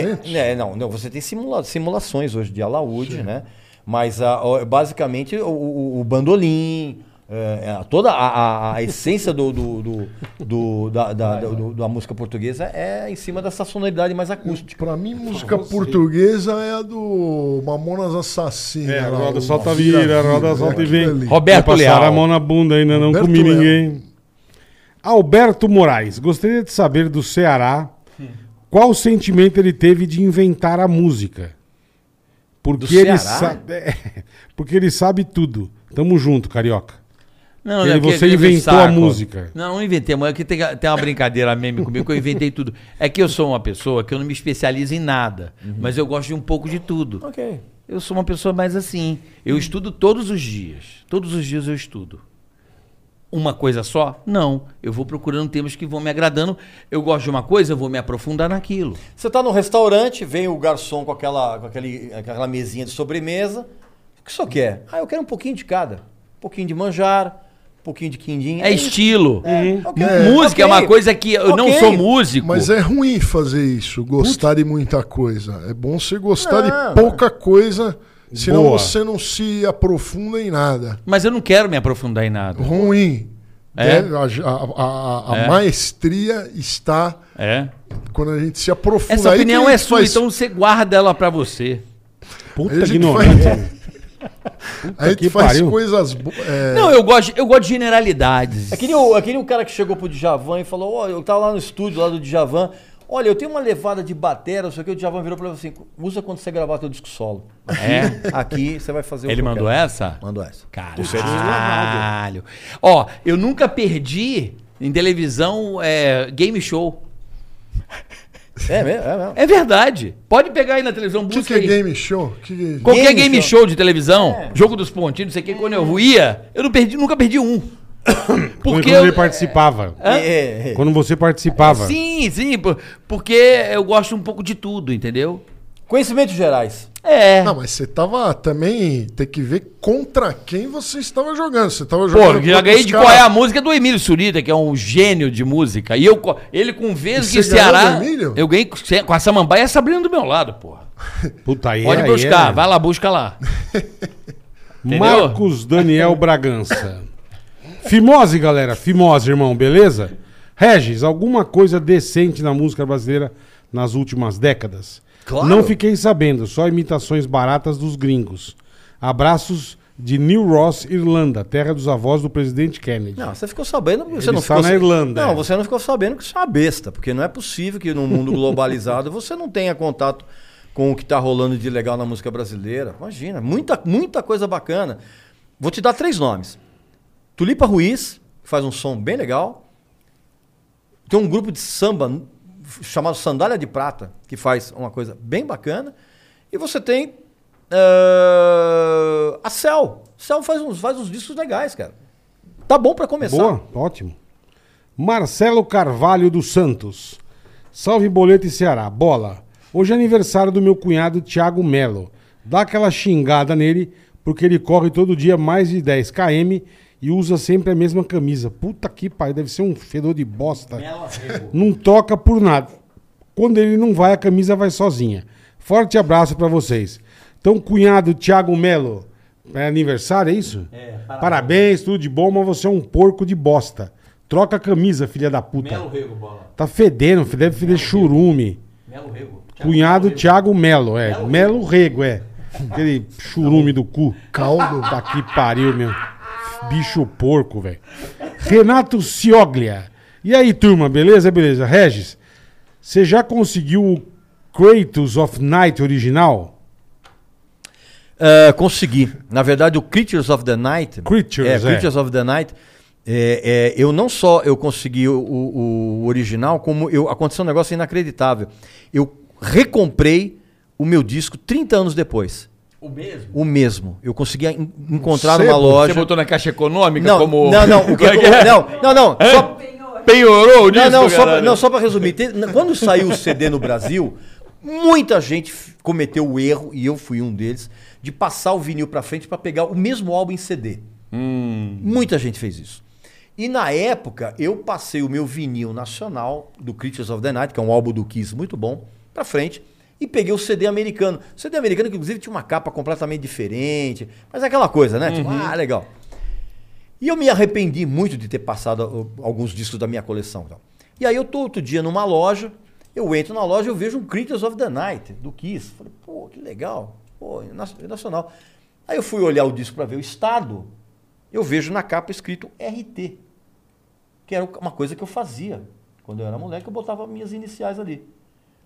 Speaker 6: é,
Speaker 7: 1700?
Speaker 6: é, é, não, não, você tem simula- simulações hoje de alaúde, né? Mas a- o- basicamente o, o- o bandolim, é, é, toda a, a- a essência do, do- do- do- da, da- da- do- da música portuguesa é em cima dessa sonoridade mais acústica.
Speaker 7: Pra mim, música portuguesa é a do Mamonas Assassina.
Speaker 3: É, a
Speaker 7: lá,
Speaker 3: roda
Speaker 7: o
Speaker 3: solta vira, a roda solta e
Speaker 7: aquilo
Speaker 3: vem.
Speaker 7: ali.
Speaker 10: Roberto
Speaker 3: Passaram
Speaker 10: Leal.
Speaker 3: a mão na bunda ainda, não
Speaker 7: Roberto
Speaker 3: comi
Speaker 7: Leal.
Speaker 3: ninguém. Alberto Moraes, gostaria de saber do Ceará qual sentimento ele teve de inventar a música. Porque,
Speaker 6: Do
Speaker 3: ele,
Speaker 6: Ceará?
Speaker 3: sa- é, porque ele sabe tudo. Tamo junto, carioca.
Speaker 4: Não,
Speaker 3: Ele-
Speaker 4: é porque
Speaker 3: você
Speaker 4: ele veio
Speaker 3: inventou a
Speaker 4: saco.
Speaker 3: música.
Speaker 4: Não, não inventei, mas é que tem, tem uma brincadeira meme comigo que eu inventei tudo. É que eu sou uma pessoa que eu não me especializo em nada, mas eu gosto de um pouco de tudo.
Speaker 6: Ok.
Speaker 4: Eu sou uma pessoa mais assim. Eu estudo todos os dias. Todos os dias eu estudo. Uma coisa só? Não. Eu vou procurando temas que vão me agradando. Eu gosto de uma coisa, eu vou me aprofundar naquilo.
Speaker 6: Você tá num restaurante, vem o garçom com aquela, com aquele- aquela mesinha de sobremesa. O que o senhor quer? Ah, eu quero um pouquinho de cada. Um pouquinho de manjar, um pouquinho de quindim.
Speaker 4: É estilo.
Speaker 6: ok.
Speaker 4: Música é uma
Speaker 6: Ok.
Speaker 4: coisa que eu não
Speaker 6: Ok.
Speaker 4: sou músico.
Speaker 7: Mas é ruim fazer isso, gostar de muita coisa. É bom você gostar
Speaker 6: Não.
Speaker 7: de pouca coisa, senão
Speaker 3: Boa.
Speaker 7: você não se aprofunda em nada.
Speaker 4: Mas eu não quero me aprofundar em nada.
Speaker 7: Ruim.
Speaker 4: É?
Speaker 7: Né? a a- a- a
Speaker 4: É.
Speaker 7: maestria está
Speaker 4: É.
Speaker 7: quando a gente se aprofunda.
Speaker 4: Essa
Speaker 7: Aí
Speaker 4: opinião
Speaker 7: que
Speaker 4: é sua,
Speaker 7: faz-
Speaker 4: então você guarda ela pra você.
Speaker 7: Aí a
Speaker 3: Puta
Speaker 7: é gente
Speaker 3: que ignorante.
Speaker 7: faz-
Speaker 3: meu. Puta
Speaker 7: Aí
Speaker 3: que
Speaker 7: tu faz
Speaker 3: pariu.
Speaker 7: coisas é, boas.
Speaker 4: Não, eu gosto, eu gosto de generalidades.
Speaker 6: É que nem o, é que nem o cara que chegou pro Djavan e falou, olha, eu tava lá no estúdio lá do Djavan, olha, eu tenho uma levada de batera, não sei o que, o Djavan virou pra ele assim, usa quando você gravar teu disco solo.
Speaker 4: É.
Speaker 6: Aqui você vai fazer o
Speaker 4: Ele
Speaker 6: que eu
Speaker 4: mandou
Speaker 6: quero."
Speaker 4: essa?
Speaker 6: Mandou essa.
Speaker 4: Caralho. Ó, eu nunca perdi em televisão é, game show.
Speaker 6: É mesmo, é mesmo.
Speaker 4: É verdade. Pode pegar aí na televisão,
Speaker 7: O que,
Speaker 4: busca
Speaker 7: que é
Speaker 4: aí.
Speaker 7: game show? Que que-
Speaker 4: Qualquer game,
Speaker 6: Game
Speaker 4: show. de televisão, jogo dos pontinhos, não sei o que, quando eu ia, eu não perdi, nunca perdi um. Porque
Speaker 3: Quando ele
Speaker 4: eu,
Speaker 3: participava.
Speaker 6: É, é, é.
Speaker 3: Quando você participava.
Speaker 4: Sim, sim, por- porque eu gosto um pouco de tudo, entendeu?
Speaker 6: Conhecimentos gerais.
Speaker 4: É.
Speaker 7: Não, mas você tava também. Tem que ver contra quem você estava jogando. Você estava
Speaker 4: Pô,
Speaker 7: jogando.
Speaker 4: eu já
Speaker 7: contra
Speaker 4: ganhei
Speaker 7: os
Speaker 4: de
Speaker 7: caras.
Speaker 4: qual é a música do Emílio Surita, que é um gênio de música. E eu, co- ele com vezes
Speaker 7: E
Speaker 6: é
Speaker 4: que
Speaker 7: você ganhou
Speaker 4: Ceará.
Speaker 7: do Emílio?
Speaker 4: Eu ganhei com Ce- com a Samambaia e a Sabrina do meu lado, porra.
Speaker 3: Puta aí.
Speaker 4: Pode
Speaker 3: aí,
Speaker 4: buscar,
Speaker 3: é.
Speaker 4: vai lá, busca lá. Entendeu?
Speaker 3: Marcos Daniel Bragança. Fimose, galera. Fimose, irmão, beleza? Regis, alguma coisa decente na música brasileira nas últimas décadas?
Speaker 6: Claro.
Speaker 3: Não fiquei sabendo, só imitações baratas dos gringos. Abraços de New Ross, Irlanda, terra dos avós do presidente Kennedy.
Speaker 6: Não, você ficou sabendo porque você
Speaker 3: Ele
Speaker 6: não
Speaker 3: está
Speaker 6: ficou
Speaker 3: na Irlanda,
Speaker 6: Não,
Speaker 3: é.
Speaker 6: você não ficou sabendo que isso é uma besta, porque não é possível que num mundo globalizado você não tenha contato com o que está rolando de legal na música brasileira. Imagina, muita, muita coisa bacana. Vou te dar três nomes. Tulipa Ruiz, que faz um som bem legal. Tem um grupo de samba chamado Sandália de Prata, que faz uma coisa bem bacana. E você tem eh, a Cel. Cel faz uns, faz uns discos legais, cara. Tá bom pra começar.
Speaker 3: Boa, ótimo. Marcelo Carvalho dos Santos. Salve Boleto e Ceará. Bola. Hoje é aniversário do meu cunhado Thiago Melo. Dá aquela xingada nele, porque ele corre todo dia mais de 10 km e usa sempre a mesma camisa. Puta que pariu, deve ser um fedor de bosta. Não toca por nada. Quando ele não vai, a camisa vai sozinha. Forte abraço pra vocês. Então, cunhado Thiago Melo, é aniversário, é isso? É. Parabéns, tudo de bom, mas você é um porco de bosta. Troca a camisa, filha da puta.
Speaker 4: Melo Rego, bola.
Speaker 3: Tá fedendo, deve feder churume.
Speaker 4: Melo Rego.
Speaker 3: Cunhado Thiago Melo, é. Melo Rego, é. Aquele churume do cu. Caldo. Tá que pariu, meu. Bicho porco, velho. Renato Cioglia. E aí, turma, beleza? Beleza. Regis, você já conseguiu o Kratos of Night original?
Speaker 6: É, consegui. Na verdade, o Creatures of the Night.
Speaker 3: Creatures, é.
Speaker 6: é. Creatures of the Night. é, é, eu não só eu consegui o, o- o original, como eu, aconteceu um negócio inacreditável. Eu recomprei o meu disco 30 anos depois.
Speaker 4: O mesmo?
Speaker 6: O mesmo. Eu consegui en- encontrar
Speaker 7: Sebo?
Speaker 6: numa
Speaker 4: Você
Speaker 6: loja.
Speaker 4: botou na caixa econômica
Speaker 6: não,
Speaker 4: como.
Speaker 6: não, não, o que-
Speaker 4: Como é que é?
Speaker 6: não, não, não, só-
Speaker 4: Penhorou o disco,
Speaker 6: não, não, só pra,
Speaker 4: caralho?
Speaker 6: não, só pra resumir. Te- na- Quando saiu o CD no Brasil, muita gente f- cometeu o erro, e eu fui um deles, de passar o vinil pra frente pra pegar o mesmo álbum em CD. Muita gente fez isso. E na época, eu passei o meu vinil nacional do Creatures of the Night, que é um álbum do Kiss muito bom, pra frente, e peguei o CD americano. O CD americano, que inclusive tinha uma capa completamente diferente, mas é aquela coisa, né? Tipo, ah, legal. E eu me arrependi muito de ter passado ó, alguns discos da minha coleção. então. E aí eu tô outro dia numa loja, eu entro na loja e eu vejo um Creatures of the Night, do Kiss. Falei, pô, que legal. Pô, na- nacional. Aí eu fui olhar o disco para ver o estado, eu vejo na capa escrito RT. Que era uma coisa que eu fazia. Quando eu era moleque, eu botava minhas iniciais ali.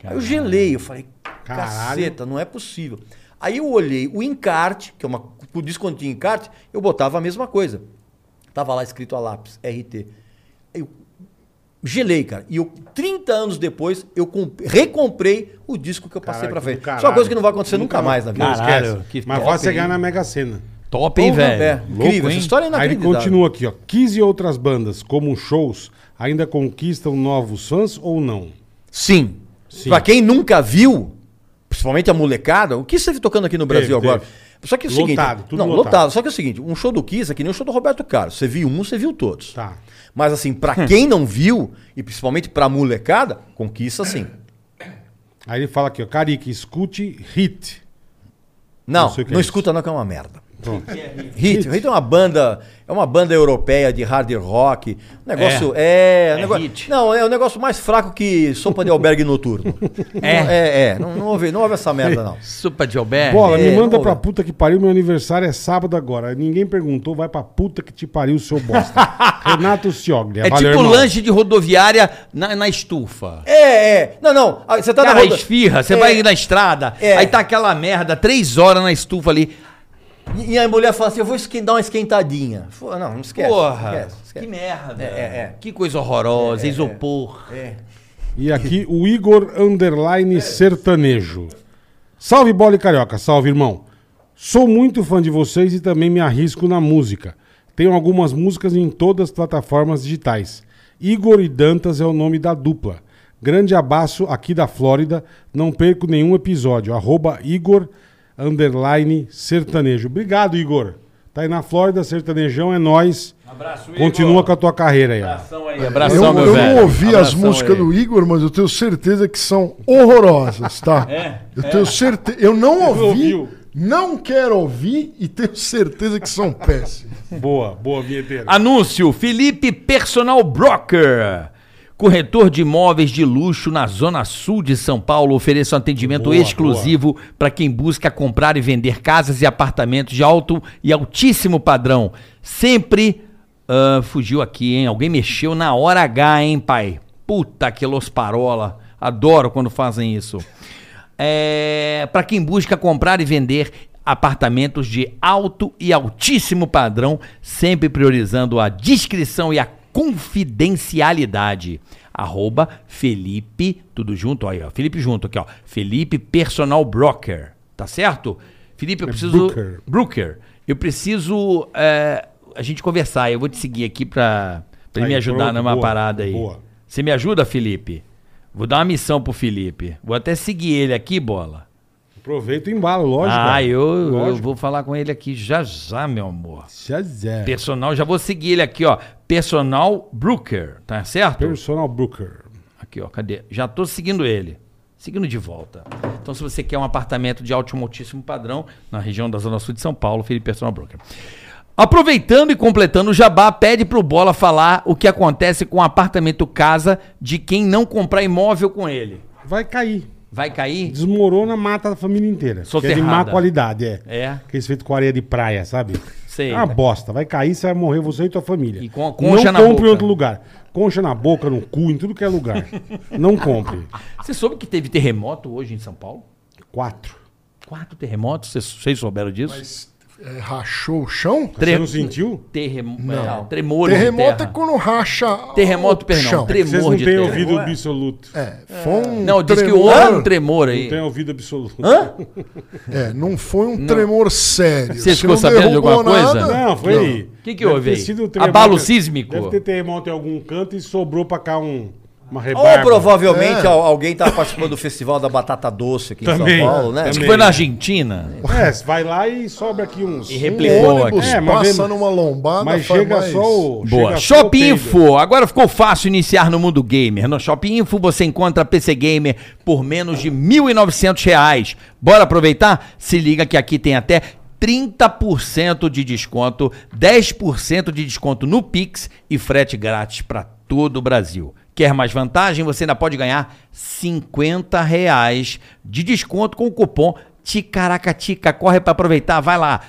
Speaker 6: Aí eu gelei, eu falei,
Speaker 3: Caralho.
Speaker 6: caceta, não é possível. Aí eu olhei o encarte, que é uma. O disco quando tinha encarte, eu botava a mesma coisa. Tava lá escrito a lápis, RT. Eu gelei, cara. E eu, 30 anos depois, eu comp- recomprei o disco que eu passei
Speaker 3: Caralho,
Speaker 6: pra
Speaker 3: que
Speaker 6: frente.
Speaker 3: do caralho.
Speaker 6: Isso é uma coisa que não vai acontecer nunca, mais na vida.
Speaker 3: Não,
Speaker 4: Caralho,
Speaker 3: esquece.
Speaker 4: que
Speaker 3: Mas
Speaker 4: top,
Speaker 3: fácil é ganhar
Speaker 4: hein?
Speaker 3: na Mega Sena.
Speaker 4: Top, hein,
Speaker 6: Porra,
Speaker 4: velho?
Speaker 6: é,
Speaker 4: Louco,
Speaker 6: Incrível,
Speaker 4: hein?
Speaker 6: essa história é
Speaker 3: Aí ele
Speaker 6: inacreditável.
Speaker 3: continua aqui, ó. 15 outras bandas, como shows, ainda conquistam novos fãs ou não?
Speaker 6: Sim.
Speaker 3: Sim.
Speaker 6: Pra quem nunca viu, principalmente a molecada, o que esteve tocando aqui no Brasil
Speaker 3: Teve,
Speaker 6: agora?
Speaker 3: teve.
Speaker 6: Só que é o
Speaker 3: Lotado,
Speaker 6: seguinte,
Speaker 3: tudo
Speaker 6: não,
Speaker 3: lotado.
Speaker 6: lotado. Só que é o seguinte, um show do Kiss é que nem o show do Roberto Carlos. Você viu um, você viu todos.
Speaker 3: Tá.
Speaker 6: Mas assim, pra quem não viu e principalmente pra molecada, assim, conquista sim.
Speaker 3: Aí ele fala aqui, ó. Carica, escute Hit.
Speaker 6: Não,
Speaker 3: Não sei o
Speaker 6: não,
Speaker 3: que é isso.
Speaker 6: escuta não que é uma merda.
Speaker 3: Pronto.
Speaker 6: Hit, Hit é uma banda, é uma banda europeia de hard rock. O negócio é, o negócio,
Speaker 4: Hit.
Speaker 6: não, é o negócio mais fraco que sopa de albergue noturno. é, é, é, não, não houve, não houve essa merda não.
Speaker 4: Supa de Albert.
Speaker 3: Bola,
Speaker 6: É,
Speaker 3: me manda
Speaker 6: vamos
Speaker 3: pra
Speaker 6: lá.
Speaker 3: puta que pariu, meu aniversário é sábado agora. Ninguém perguntou, vai pra puta que te pariu, seu bosta. Renato Cioglia.
Speaker 4: É
Speaker 3: valeu,
Speaker 4: tipo
Speaker 3: irmão.
Speaker 4: lanche de rodoviária na, na estufa.
Speaker 6: É, é. Não, não. Ah, Você tá
Speaker 4: Cara,
Speaker 6: na roda...
Speaker 4: esfirra, você
Speaker 6: É.
Speaker 4: vai na estrada,
Speaker 6: É.
Speaker 4: aí tá aquela merda, três horas na estufa ali.
Speaker 6: E e a mulher fala assim: eu vou esquen- dar uma esquentadinha. Fo- Não, não esquece.
Speaker 4: Porra,
Speaker 6: esquece, esquece.
Speaker 4: que merda.
Speaker 6: É, é, é.
Speaker 4: Que coisa horrorosa, isopor.
Speaker 3: E aqui o Igor Underline Sertanejo. Salve, Bola e Carioca. Salve, irmão. Sou muito fã de vocês e também me arrisco na música. Tenho algumas músicas em todas as plataformas digitais. Igor e Dantas é o nome da dupla. Grande abraço aqui da Flórida. Não perco nenhum episódio. Arroba Igor Underline Sertanejo. Obrigado, Igor. Tá aí na Flórida, sertanejão é nós.
Speaker 10: Abraço,
Speaker 3: Continua com a tua carreira aí. ó.
Speaker 10: Abração aí.
Speaker 7: Eu,
Speaker 10: Abração,
Speaker 7: eu
Speaker 10: meu velho.
Speaker 7: não ouvi as
Speaker 10: Abração
Speaker 7: músicas
Speaker 10: aí.
Speaker 7: do Igor, mas eu tenho certeza que são horrorosas, tá? eu tenho certeza. Eu não ouvi,
Speaker 3: É, ouviu.
Speaker 7: não quero ouvir e tenho certeza que são péssimas.
Speaker 3: Boa, boa, vinheteira.
Speaker 4: Anúncio: Felipe Personal Broker. Corretor de imóveis de luxo na Zona Sul de São Paulo oferece um atendimento
Speaker 3: Boa,
Speaker 4: exclusivo para quem busca comprar e vender casas e apartamentos de alto e altíssimo padrão. Sempre ah, fugiu aqui, hein? Alguém mexeu na hora H, hein, pai? Puta que los parola. Adoro quando fazem isso. É, para quem busca comprar e vender apartamentos de alto e altíssimo padrão, sempre priorizando a discrição e a confidencialidade. Arroba Felipe, tudo junto aí, ó. Felipe junto aqui, ó. Felipe Personal Broker, tá certo?
Speaker 3: É
Speaker 4: Felipe, eu preciso.
Speaker 3: broker.
Speaker 4: Brooker, eu preciso é, a gente conversar. Eu vou te seguir aqui pra, pra ele
Speaker 3: Aí,
Speaker 4: me ajudar
Speaker 3: pronto,
Speaker 4: numa
Speaker 3: boa,
Speaker 4: parada aí.
Speaker 3: boa.
Speaker 4: Você me ajuda, Felipe? Vou dar uma missão pro Felipe. Vou até seguir ele aqui, bola.
Speaker 3: Aproveita o embalo, lógico. é.
Speaker 4: ah, eu, eu
Speaker 3: Lógico.
Speaker 4: vou falar com ele aqui já já, meu amor.
Speaker 3: Shazam.
Speaker 4: Personal, já vou seguir ele aqui, ó. Personal Brooker, tá certo?
Speaker 3: Personal Booker.
Speaker 4: Aqui, ó, cadê? Já tô seguindo ele. Seguindo de volta. Então, se você quer um apartamento de alto e altíssimo padrão, na região da Zona Sul de São Paulo, Felipe Personal Broker. Aproveitando e completando o jabá, pede pro Bola falar o que acontece com o apartamento casa de quem não comprar imóvel com ele.
Speaker 3: Vai cair.
Speaker 4: Vai cair?
Speaker 3: Desmorona, mata a família inteira. Que é de má
Speaker 4: Soterrada.
Speaker 3: qualidade, é.
Speaker 4: É.
Speaker 3: Aqueles feitos com areia de praia, sabe?
Speaker 4: Sei.
Speaker 3: É uma bosta. Vai cair, você vai morrer, você e tua família.
Speaker 4: E com a concha
Speaker 3: Não
Speaker 4: na
Speaker 3: compre
Speaker 4: boca.
Speaker 3: em outro lugar. Concha na boca, no cu, em tudo que é lugar. Não compre.
Speaker 4: Você soube que teve terremoto hoje em São Paulo?
Speaker 3: Quatro.
Speaker 4: Quatro terremotos? Vocês- Vocês souberam disso?
Speaker 7: É, rachou o chão?
Speaker 3: Você
Speaker 4: Tre-
Speaker 3: não sentiu?
Speaker 4: Terremo... é, tremores de
Speaker 7: Terremoto é
Speaker 4: terra.
Speaker 7: quando racha. o
Speaker 4: Terremoto, perdão.
Speaker 7: chão.
Speaker 4: Tremor
Speaker 3: Vocês não
Speaker 4: de
Speaker 3: têm
Speaker 4: terra.
Speaker 3: ouvido absoluto.
Speaker 7: É, foi um
Speaker 4: Não, diz que
Speaker 7: tremor-
Speaker 4: houve um tremor
Speaker 3: Não
Speaker 4: aí.
Speaker 3: tem ouvido absoluto.
Speaker 7: É, não foi um tremor sério.
Speaker 4: Você
Speaker 7: Se
Speaker 4: ficou
Speaker 7: não
Speaker 4: sabendo de
Speaker 7: derrubou
Speaker 4: alguma coisa?
Speaker 3: Não, foi.
Speaker 4: que que
Speaker 3: Deve
Speaker 4: houve
Speaker 3: ter
Speaker 4: aí?
Speaker 3: sido o terremoto-
Speaker 4: Abalo sísmico?
Speaker 3: Deve ter terremoto em algum canto e sobrou pra cá um. Uma
Speaker 6: Ou
Speaker 3: rebarba.
Speaker 6: provavelmente
Speaker 7: É.
Speaker 6: al- alguém tá participando do Festival da Batata Doce aqui
Speaker 3: Também,
Speaker 6: em São Paulo, né?
Speaker 3: também.
Speaker 4: Foi na Argentina?
Speaker 3: É, você vai lá e sobra aqui uns. E
Speaker 7: um
Speaker 4: replicou
Speaker 7: ônibus
Speaker 3: aqui. É, mas
Speaker 7: passa
Speaker 3: vem-
Speaker 7: numa lombada,
Speaker 3: Mas
Speaker 7: faz
Speaker 3: chega
Speaker 7: mais-
Speaker 3: só o.
Speaker 4: Boa.
Speaker 3: chega só o
Speaker 4: Shop
Speaker 3: peido.
Speaker 4: Info. Agora ficou fácil iniciar no mundo gamer. No Shop Info você encontra PC Gamer por menos de R$ 1.900. reais. Bora aproveitar? Se liga que aqui tem até 30% de desconto, 10% de desconto no Pix e frete grátis para todo o Brasil. Quer mais vantagem? Você ainda pode ganhar 50 reais de desconto com o cupom TICARACATICA. Corre para aproveitar, vai lá,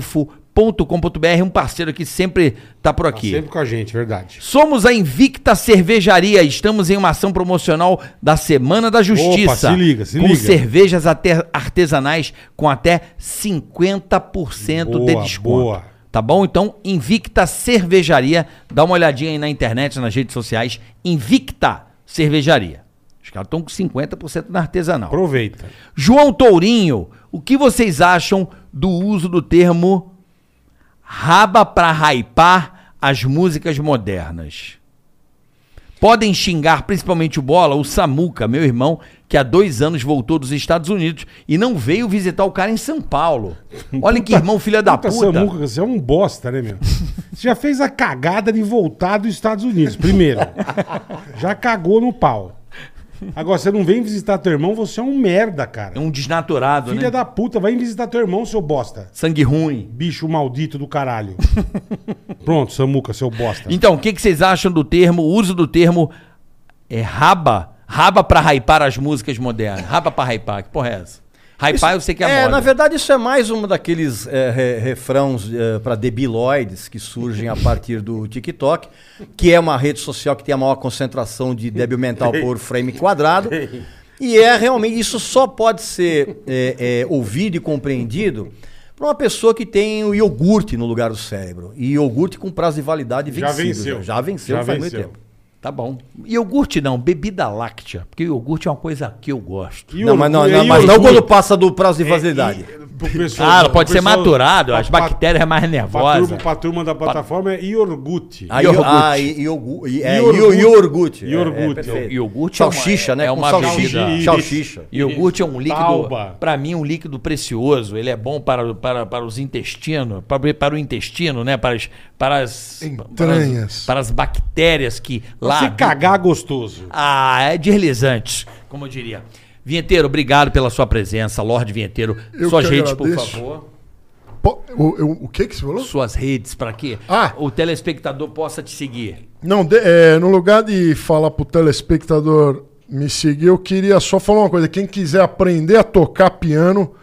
Speaker 4: shopinfo.com.br, um parceiro que sempre tá por
Speaker 3: Tá
Speaker 4: aqui.
Speaker 3: sempre com a gente, verdade.
Speaker 4: Somos a Invicta Cervejaria. Estamos em uma ação promocional da Semana da Justiça.
Speaker 3: Opa, se liga, se
Speaker 4: com
Speaker 3: liga.
Speaker 4: cervejas até artesanais com até 50% de
Speaker 3: Boa,
Speaker 4: desconto.
Speaker 3: boa.
Speaker 4: Tá bom? Então, Invicta Cervejaria. Dá uma olhadinha aí na internet, nas redes sociais. Invicta Cervejaria. Os caras estão com 50% na artesanal.
Speaker 3: Aproveita.
Speaker 4: João Tourinho, o que vocês acham do uso do termo raba pra hypar as músicas modernas? Podem xingar principalmente o Bola, o Samuca, meu irmão, que há dois anos voltou dos Estados Unidos e não veio visitar o cara em São Paulo. Olha que irmão, filha da puta.
Speaker 3: Samuca, você é um bosta, né, meu? Você já fez a cagada de voltar dos Estados Unidos, primeiro. já cagou no pau. Agora, você não vem visitar teu irmão, você é um merda, cara.
Speaker 4: É um desnaturado,
Speaker 3: Filha
Speaker 4: né?
Speaker 3: da puta, vai visitar teu irmão, seu bosta.
Speaker 4: Sangue ruim.
Speaker 3: Bicho maldito do caralho. Pronto, Samuca, seu bosta.
Speaker 4: Então, o que, que vocês acham do termo, o uso do termo é, raba? Raba pra hypar as músicas modernas. Raba pra hypar, que porra é essa? Hypar eu sei que é,
Speaker 6: É,
Speaker 4: moda.
Speaker 6: na verdade, isso é mais um daqueles é, re- refrãos para debiloides que surgem a partir do TikTok, que é uma rede social que tem a maior concentração de débil mental por frame quadrado. E é realmente, isso só pode ser é, é, ouvido e compreendido para uma pessoa que tem o iogurte no lugar do cérebro. E iogurte com prazo de validade vencido.
Speaker 3: Já venceu.
Speaker 6: Já venceu
Speaker 3: Já
Speaker 6: faz
Speaker 3: venceu.
Speaker 6: muito tempo.
Speaker 4: Tá bom. Iogurte não, bebida láctea. Porque iogurte é uma coisa que eu gosto.
Speaker 3: E
Speaker 6: Não,
Speaker 3: o-
Speaker 6: mas não,
Speaker 3: e
Speaker 6: não,
Speaker 3: aí
Speaker 6: mas
Speaker 3: o
Speaker 6: não
Speaker 3: iogurte? É,
Speaker 6: quando passa do prazo de validade.
Speaker 3: Pro pessoal-
Speaker 4: Claro, pode
Speaker 3: pro
Speaker 4: ser
Speaker 3: pessoal-
Speaker 4: maturado,
Speaker 3: pra-
Speaker 4: as bactérias é mais
Speaker 3: Pra, pra,
Speaker 4: nervosas.
Speaker 3: turma, pra turma da plataforma é iogurte.
Speaker 6: Ah,
Speaker 4: Iogurte.
Speaker 6: iogurte. Ah, i- iogu- i- é,
Speaker 3: Iogurte.
Speaker 6: io- iogurte. É,
Speaker 3: Iogurte.
Speaker 6: é perfeito.
Speaker 4: Iogurte é uma-
Speaker 6: salsicha, né?
Speaker 4: é
Speaker 6: Com
Speaker 4: uma
Speaker 6: salsicha.
Speaker 3: bebida.
Speaker 6: Salsicha.
Speaker 4: Iogurte é um líquido,
Speaker 3: Tauba.
Speaker 4: para mim, um líquido precioso. Ele é bom para, para, para os intestinos, para, para o intestino, né? Para as, para as, para
Speaker 7: Entranhas.
Speaker 4: as, para as bactérias que lá.
Speaker 3: Você
Speaker 4: habitam.
Speaker 3: cagar gostoso.
Speaker 4: Ah, é deslizante, como eu diria. Vinheteiro, obrigado pela sua presença. Lorde Vinheteiro,
Speaker 7: Eu
Speaker 4: suas
Speaker 7: que
Speaker 4: redes, por
Speaker 7: agradeço.
Speaker 4: favor.
Speaker 7: Po- O, eu- o que que você falou?
Speaker 4: Suas redes, para que
Speaker 7: Ah.
Speaker 4: o telespectador possa te seguir.
Speaker 7: Não, de- é, no lugar de falar pro telespectador me seguir, eu queria só falar uma coisa. Quem quiser aprender a tocar piano,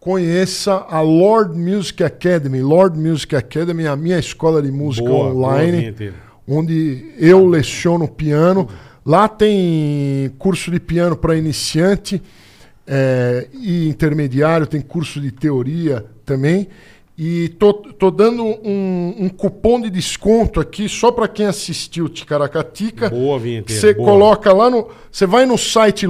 Speaker 7: conheça a Lord Music Academy. Lord Music Academy é a minha escola de música
Speaker 3: Boa, boa,
Speaker 7: online,
Speaker 3: vinheteiro.
Speaker 7: onde eu leciono piano. Lá tem curso de piano para iniciante é, e intermediário, tem curso de teoria também. E tô, tô dando um, um cupom de desconto aqui só para quem assistiu Ticaracatica.
Speaker 3: Boa, vinheteiro,
Speaker 7: Você
Speaker 3: boa.
Speaker 7: coloca lá no. Você vai no site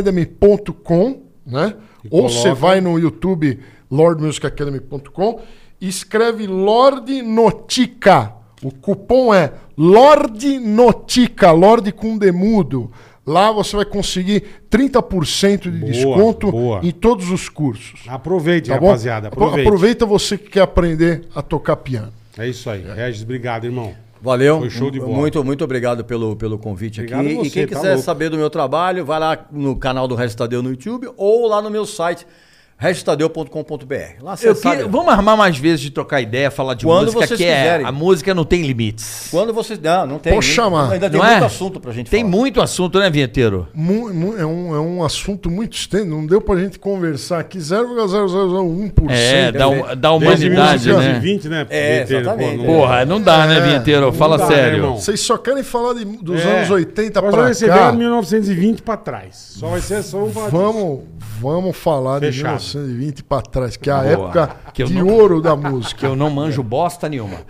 Speaker 7: lordmusicacademy.com, né?
Speaker 3: E
Speaker 7: Ou
Speaker 3: coloca-
Speaker 7: você vai no YouTube lordmusicacademy.com e escreve Lorde Notica. O cupom é Lorde Notica, Lorde com demudo. Lá você vai conseguir 30% de
Speaker 3: Boa,
Speaker 7: desconto
Speaker 3: boa.
Speaker 7: em todos os cursos.
Speaker 3: Aproveite,
Speaker 7: Tá bom?
Speaker 3: rapaziada.
Speaker 7: Apro-
Speaker 3: Aproveite.
Speaker 7: aproveita você que quer aprender a tocar piano.
Speaker 3: É isso aí. Regis, obrigado, irmão.
Speaker 6: Valeu.
Speaker 3: Foi show de bola.
Speaker 6: Muito, muito obrigado pelo, pelo convite
Speaker 3: Obrigado
Speaker 6: aqui.
Speaker 3: a você,
Speaker 6: e quem
Speaker 3: tá
Speaker 6: quiser
Speaker 3: louco.
Speaker 6: saber do meu trabalho, vai lá no canal do Restadeu no YouTube ou lá no meu site restadeu.com.br. Lá você
Speaker 4: Eu
Speaker 6: sabe.
Speaker 4: que- vamos armar mais vezes de trocar ideia, falar de
Speaker 6: Quando
Speaker 4: música,
Speaker 6: vocês
Speaker 4: que é,
Speaker 6: quiserem.
Speaker 4: a música não tem limites.
Speaker 6: Quando vocês. Não, não tem.
Speaker 7: Posso
Speaker 6: muito-
Speaker 7: chamar.
Speaker 6: Ainda tem
Speaker 4: Não
Speaker 6: muito
Speaker 4: é?
Speaker 6: assunto pra gente
Speaker 4: Tem
Speaker 6: falar.
Speaker 4: muito assunto, né, Vinheteiro?
Speaker 7: Mu- mu- é, um, é um assunto muito extenso, não deu pra gente conversar aqui. 0,0001%.
Speaker 4: É, da,
Speaker 6: perfeito.
Speaker 4: da humanidade, né?
Speaker 3: 1920, né?
Speaker 6: É,
Speaker 3: vinheteiro,
Speaker 6: exatamente.
Speaker 3: pô, não-
Speaker 4: Porra, não dá, né,
Speaker 7: É,
Speaker 4: Vinheteiro?
Speaker 3: não
Speaker 4: Fala
Speaker 3: dá, né,
Speaker 4: sério.
Speaker 3: irmão?
Speaker 7: Vocês só querem falar de- dos
Speaker 3: É.
Speaker 7: anos 80
Speaker 3: Nós
Speaker 7: pra
Speaker 3: vamos receber
Speaker 7: cá.
Speaker 3: de 1920 pra trás. Só vai ser só um
Speaker 7: Vamos, vamos falar
Speaker 3: Fechado.
Speaker 7: de 1920 pra trás, que é a
Speaker 4: Boa.
Speaker 7: época
Speaker 4: Que eu
Speaker 7: de
Speaker 4: não-
Speaker 7: ouro da música.
Speaker 4: que eu não manjo bosta nenhuma.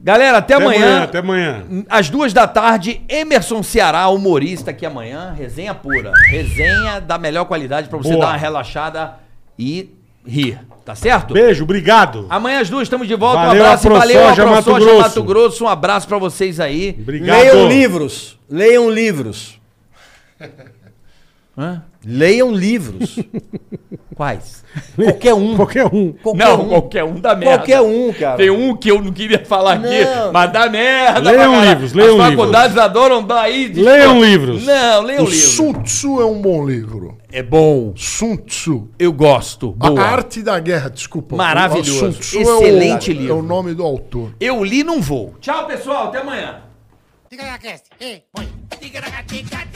Speaker 4: Galera, até,
Speaker 3: Até amanhã,
Speaker 4: amanhã.
Speaker 3: até amanhã.
Speaker 4: Às duas da tarde, Emerson Ceará, humorista aqui amanhã. Resenha pura. Resenha da melhor qualidade pra você
Speaker 3: Boa.
Speaker 4: dar uma relaxada e rir, tá certo?
Speaker 3: Beijo, obrigado.
Speaker 4: Amanhã às duas estamos de volta.
Speaker 3: Valeu,
Speaker 4: um abraço,
Speaker 3: a
Speaker 4: valeu,
Speaker 3: ProSoja,
Speaker 4: a
Speaker 3: Mato
Speaker 4: ProSoja,
Speaker 3: Grosso.
Speaker 4: Mato Grosso. Um abraço pra vocês aí.
Speaker 3: Obrigado.
Speaker 6: Leiam livros. Leiam livros. Leiam livros.
Speaker 4: Quais?
Speaker 6: Qualquer um.
Speaker 3: Qualquer um.
Speaker 6: Qualquer
Speaker 10: Não,
Speaker 6: um.
Speaker 10: qualquer um dá merda.
Speaker 6: Qualquer um, cara.
Speaker 10: Tem um que eu não queria falar aqui,
Speaker 6: Não.
Speaker 10: mas dá merda.
Speaker 3: Leiam
Speaker 10: pra caralho.
Speaker 3: um livros, leiam
Speaker 10: As
Speaker 3: livros.
Speaker 10: faculdades adoram dar aí. de-
Speaker 3: Leiam livros.
Speaker 10: Não, leiam
Speaker 7: O
Speaker 10: livros.
Speaker 7: Sun Tzu é um bom livro.
Speaker 4: É bom.
Speaker 7: Sun Tzu.
Speaker 4: Eu gosto.
Speaker 7: A
Speaker 4: Boa.
Speaker 7: Arte da Guerra, desculpa.
Speaker 4: Maravilhoso.
Speaker 7: O Sun Tzu
Speaker 4: Excelente
Speaker 7: é o,
Speaker 4: livro.
Speaker 7: É o nome do autor.
Speaker 4: Eu li, não vou.
Speaker 10: Tchau, pessoal. Até amanhã.
Speaker 2: Ticaracast, ei, põe. Ticaracatica,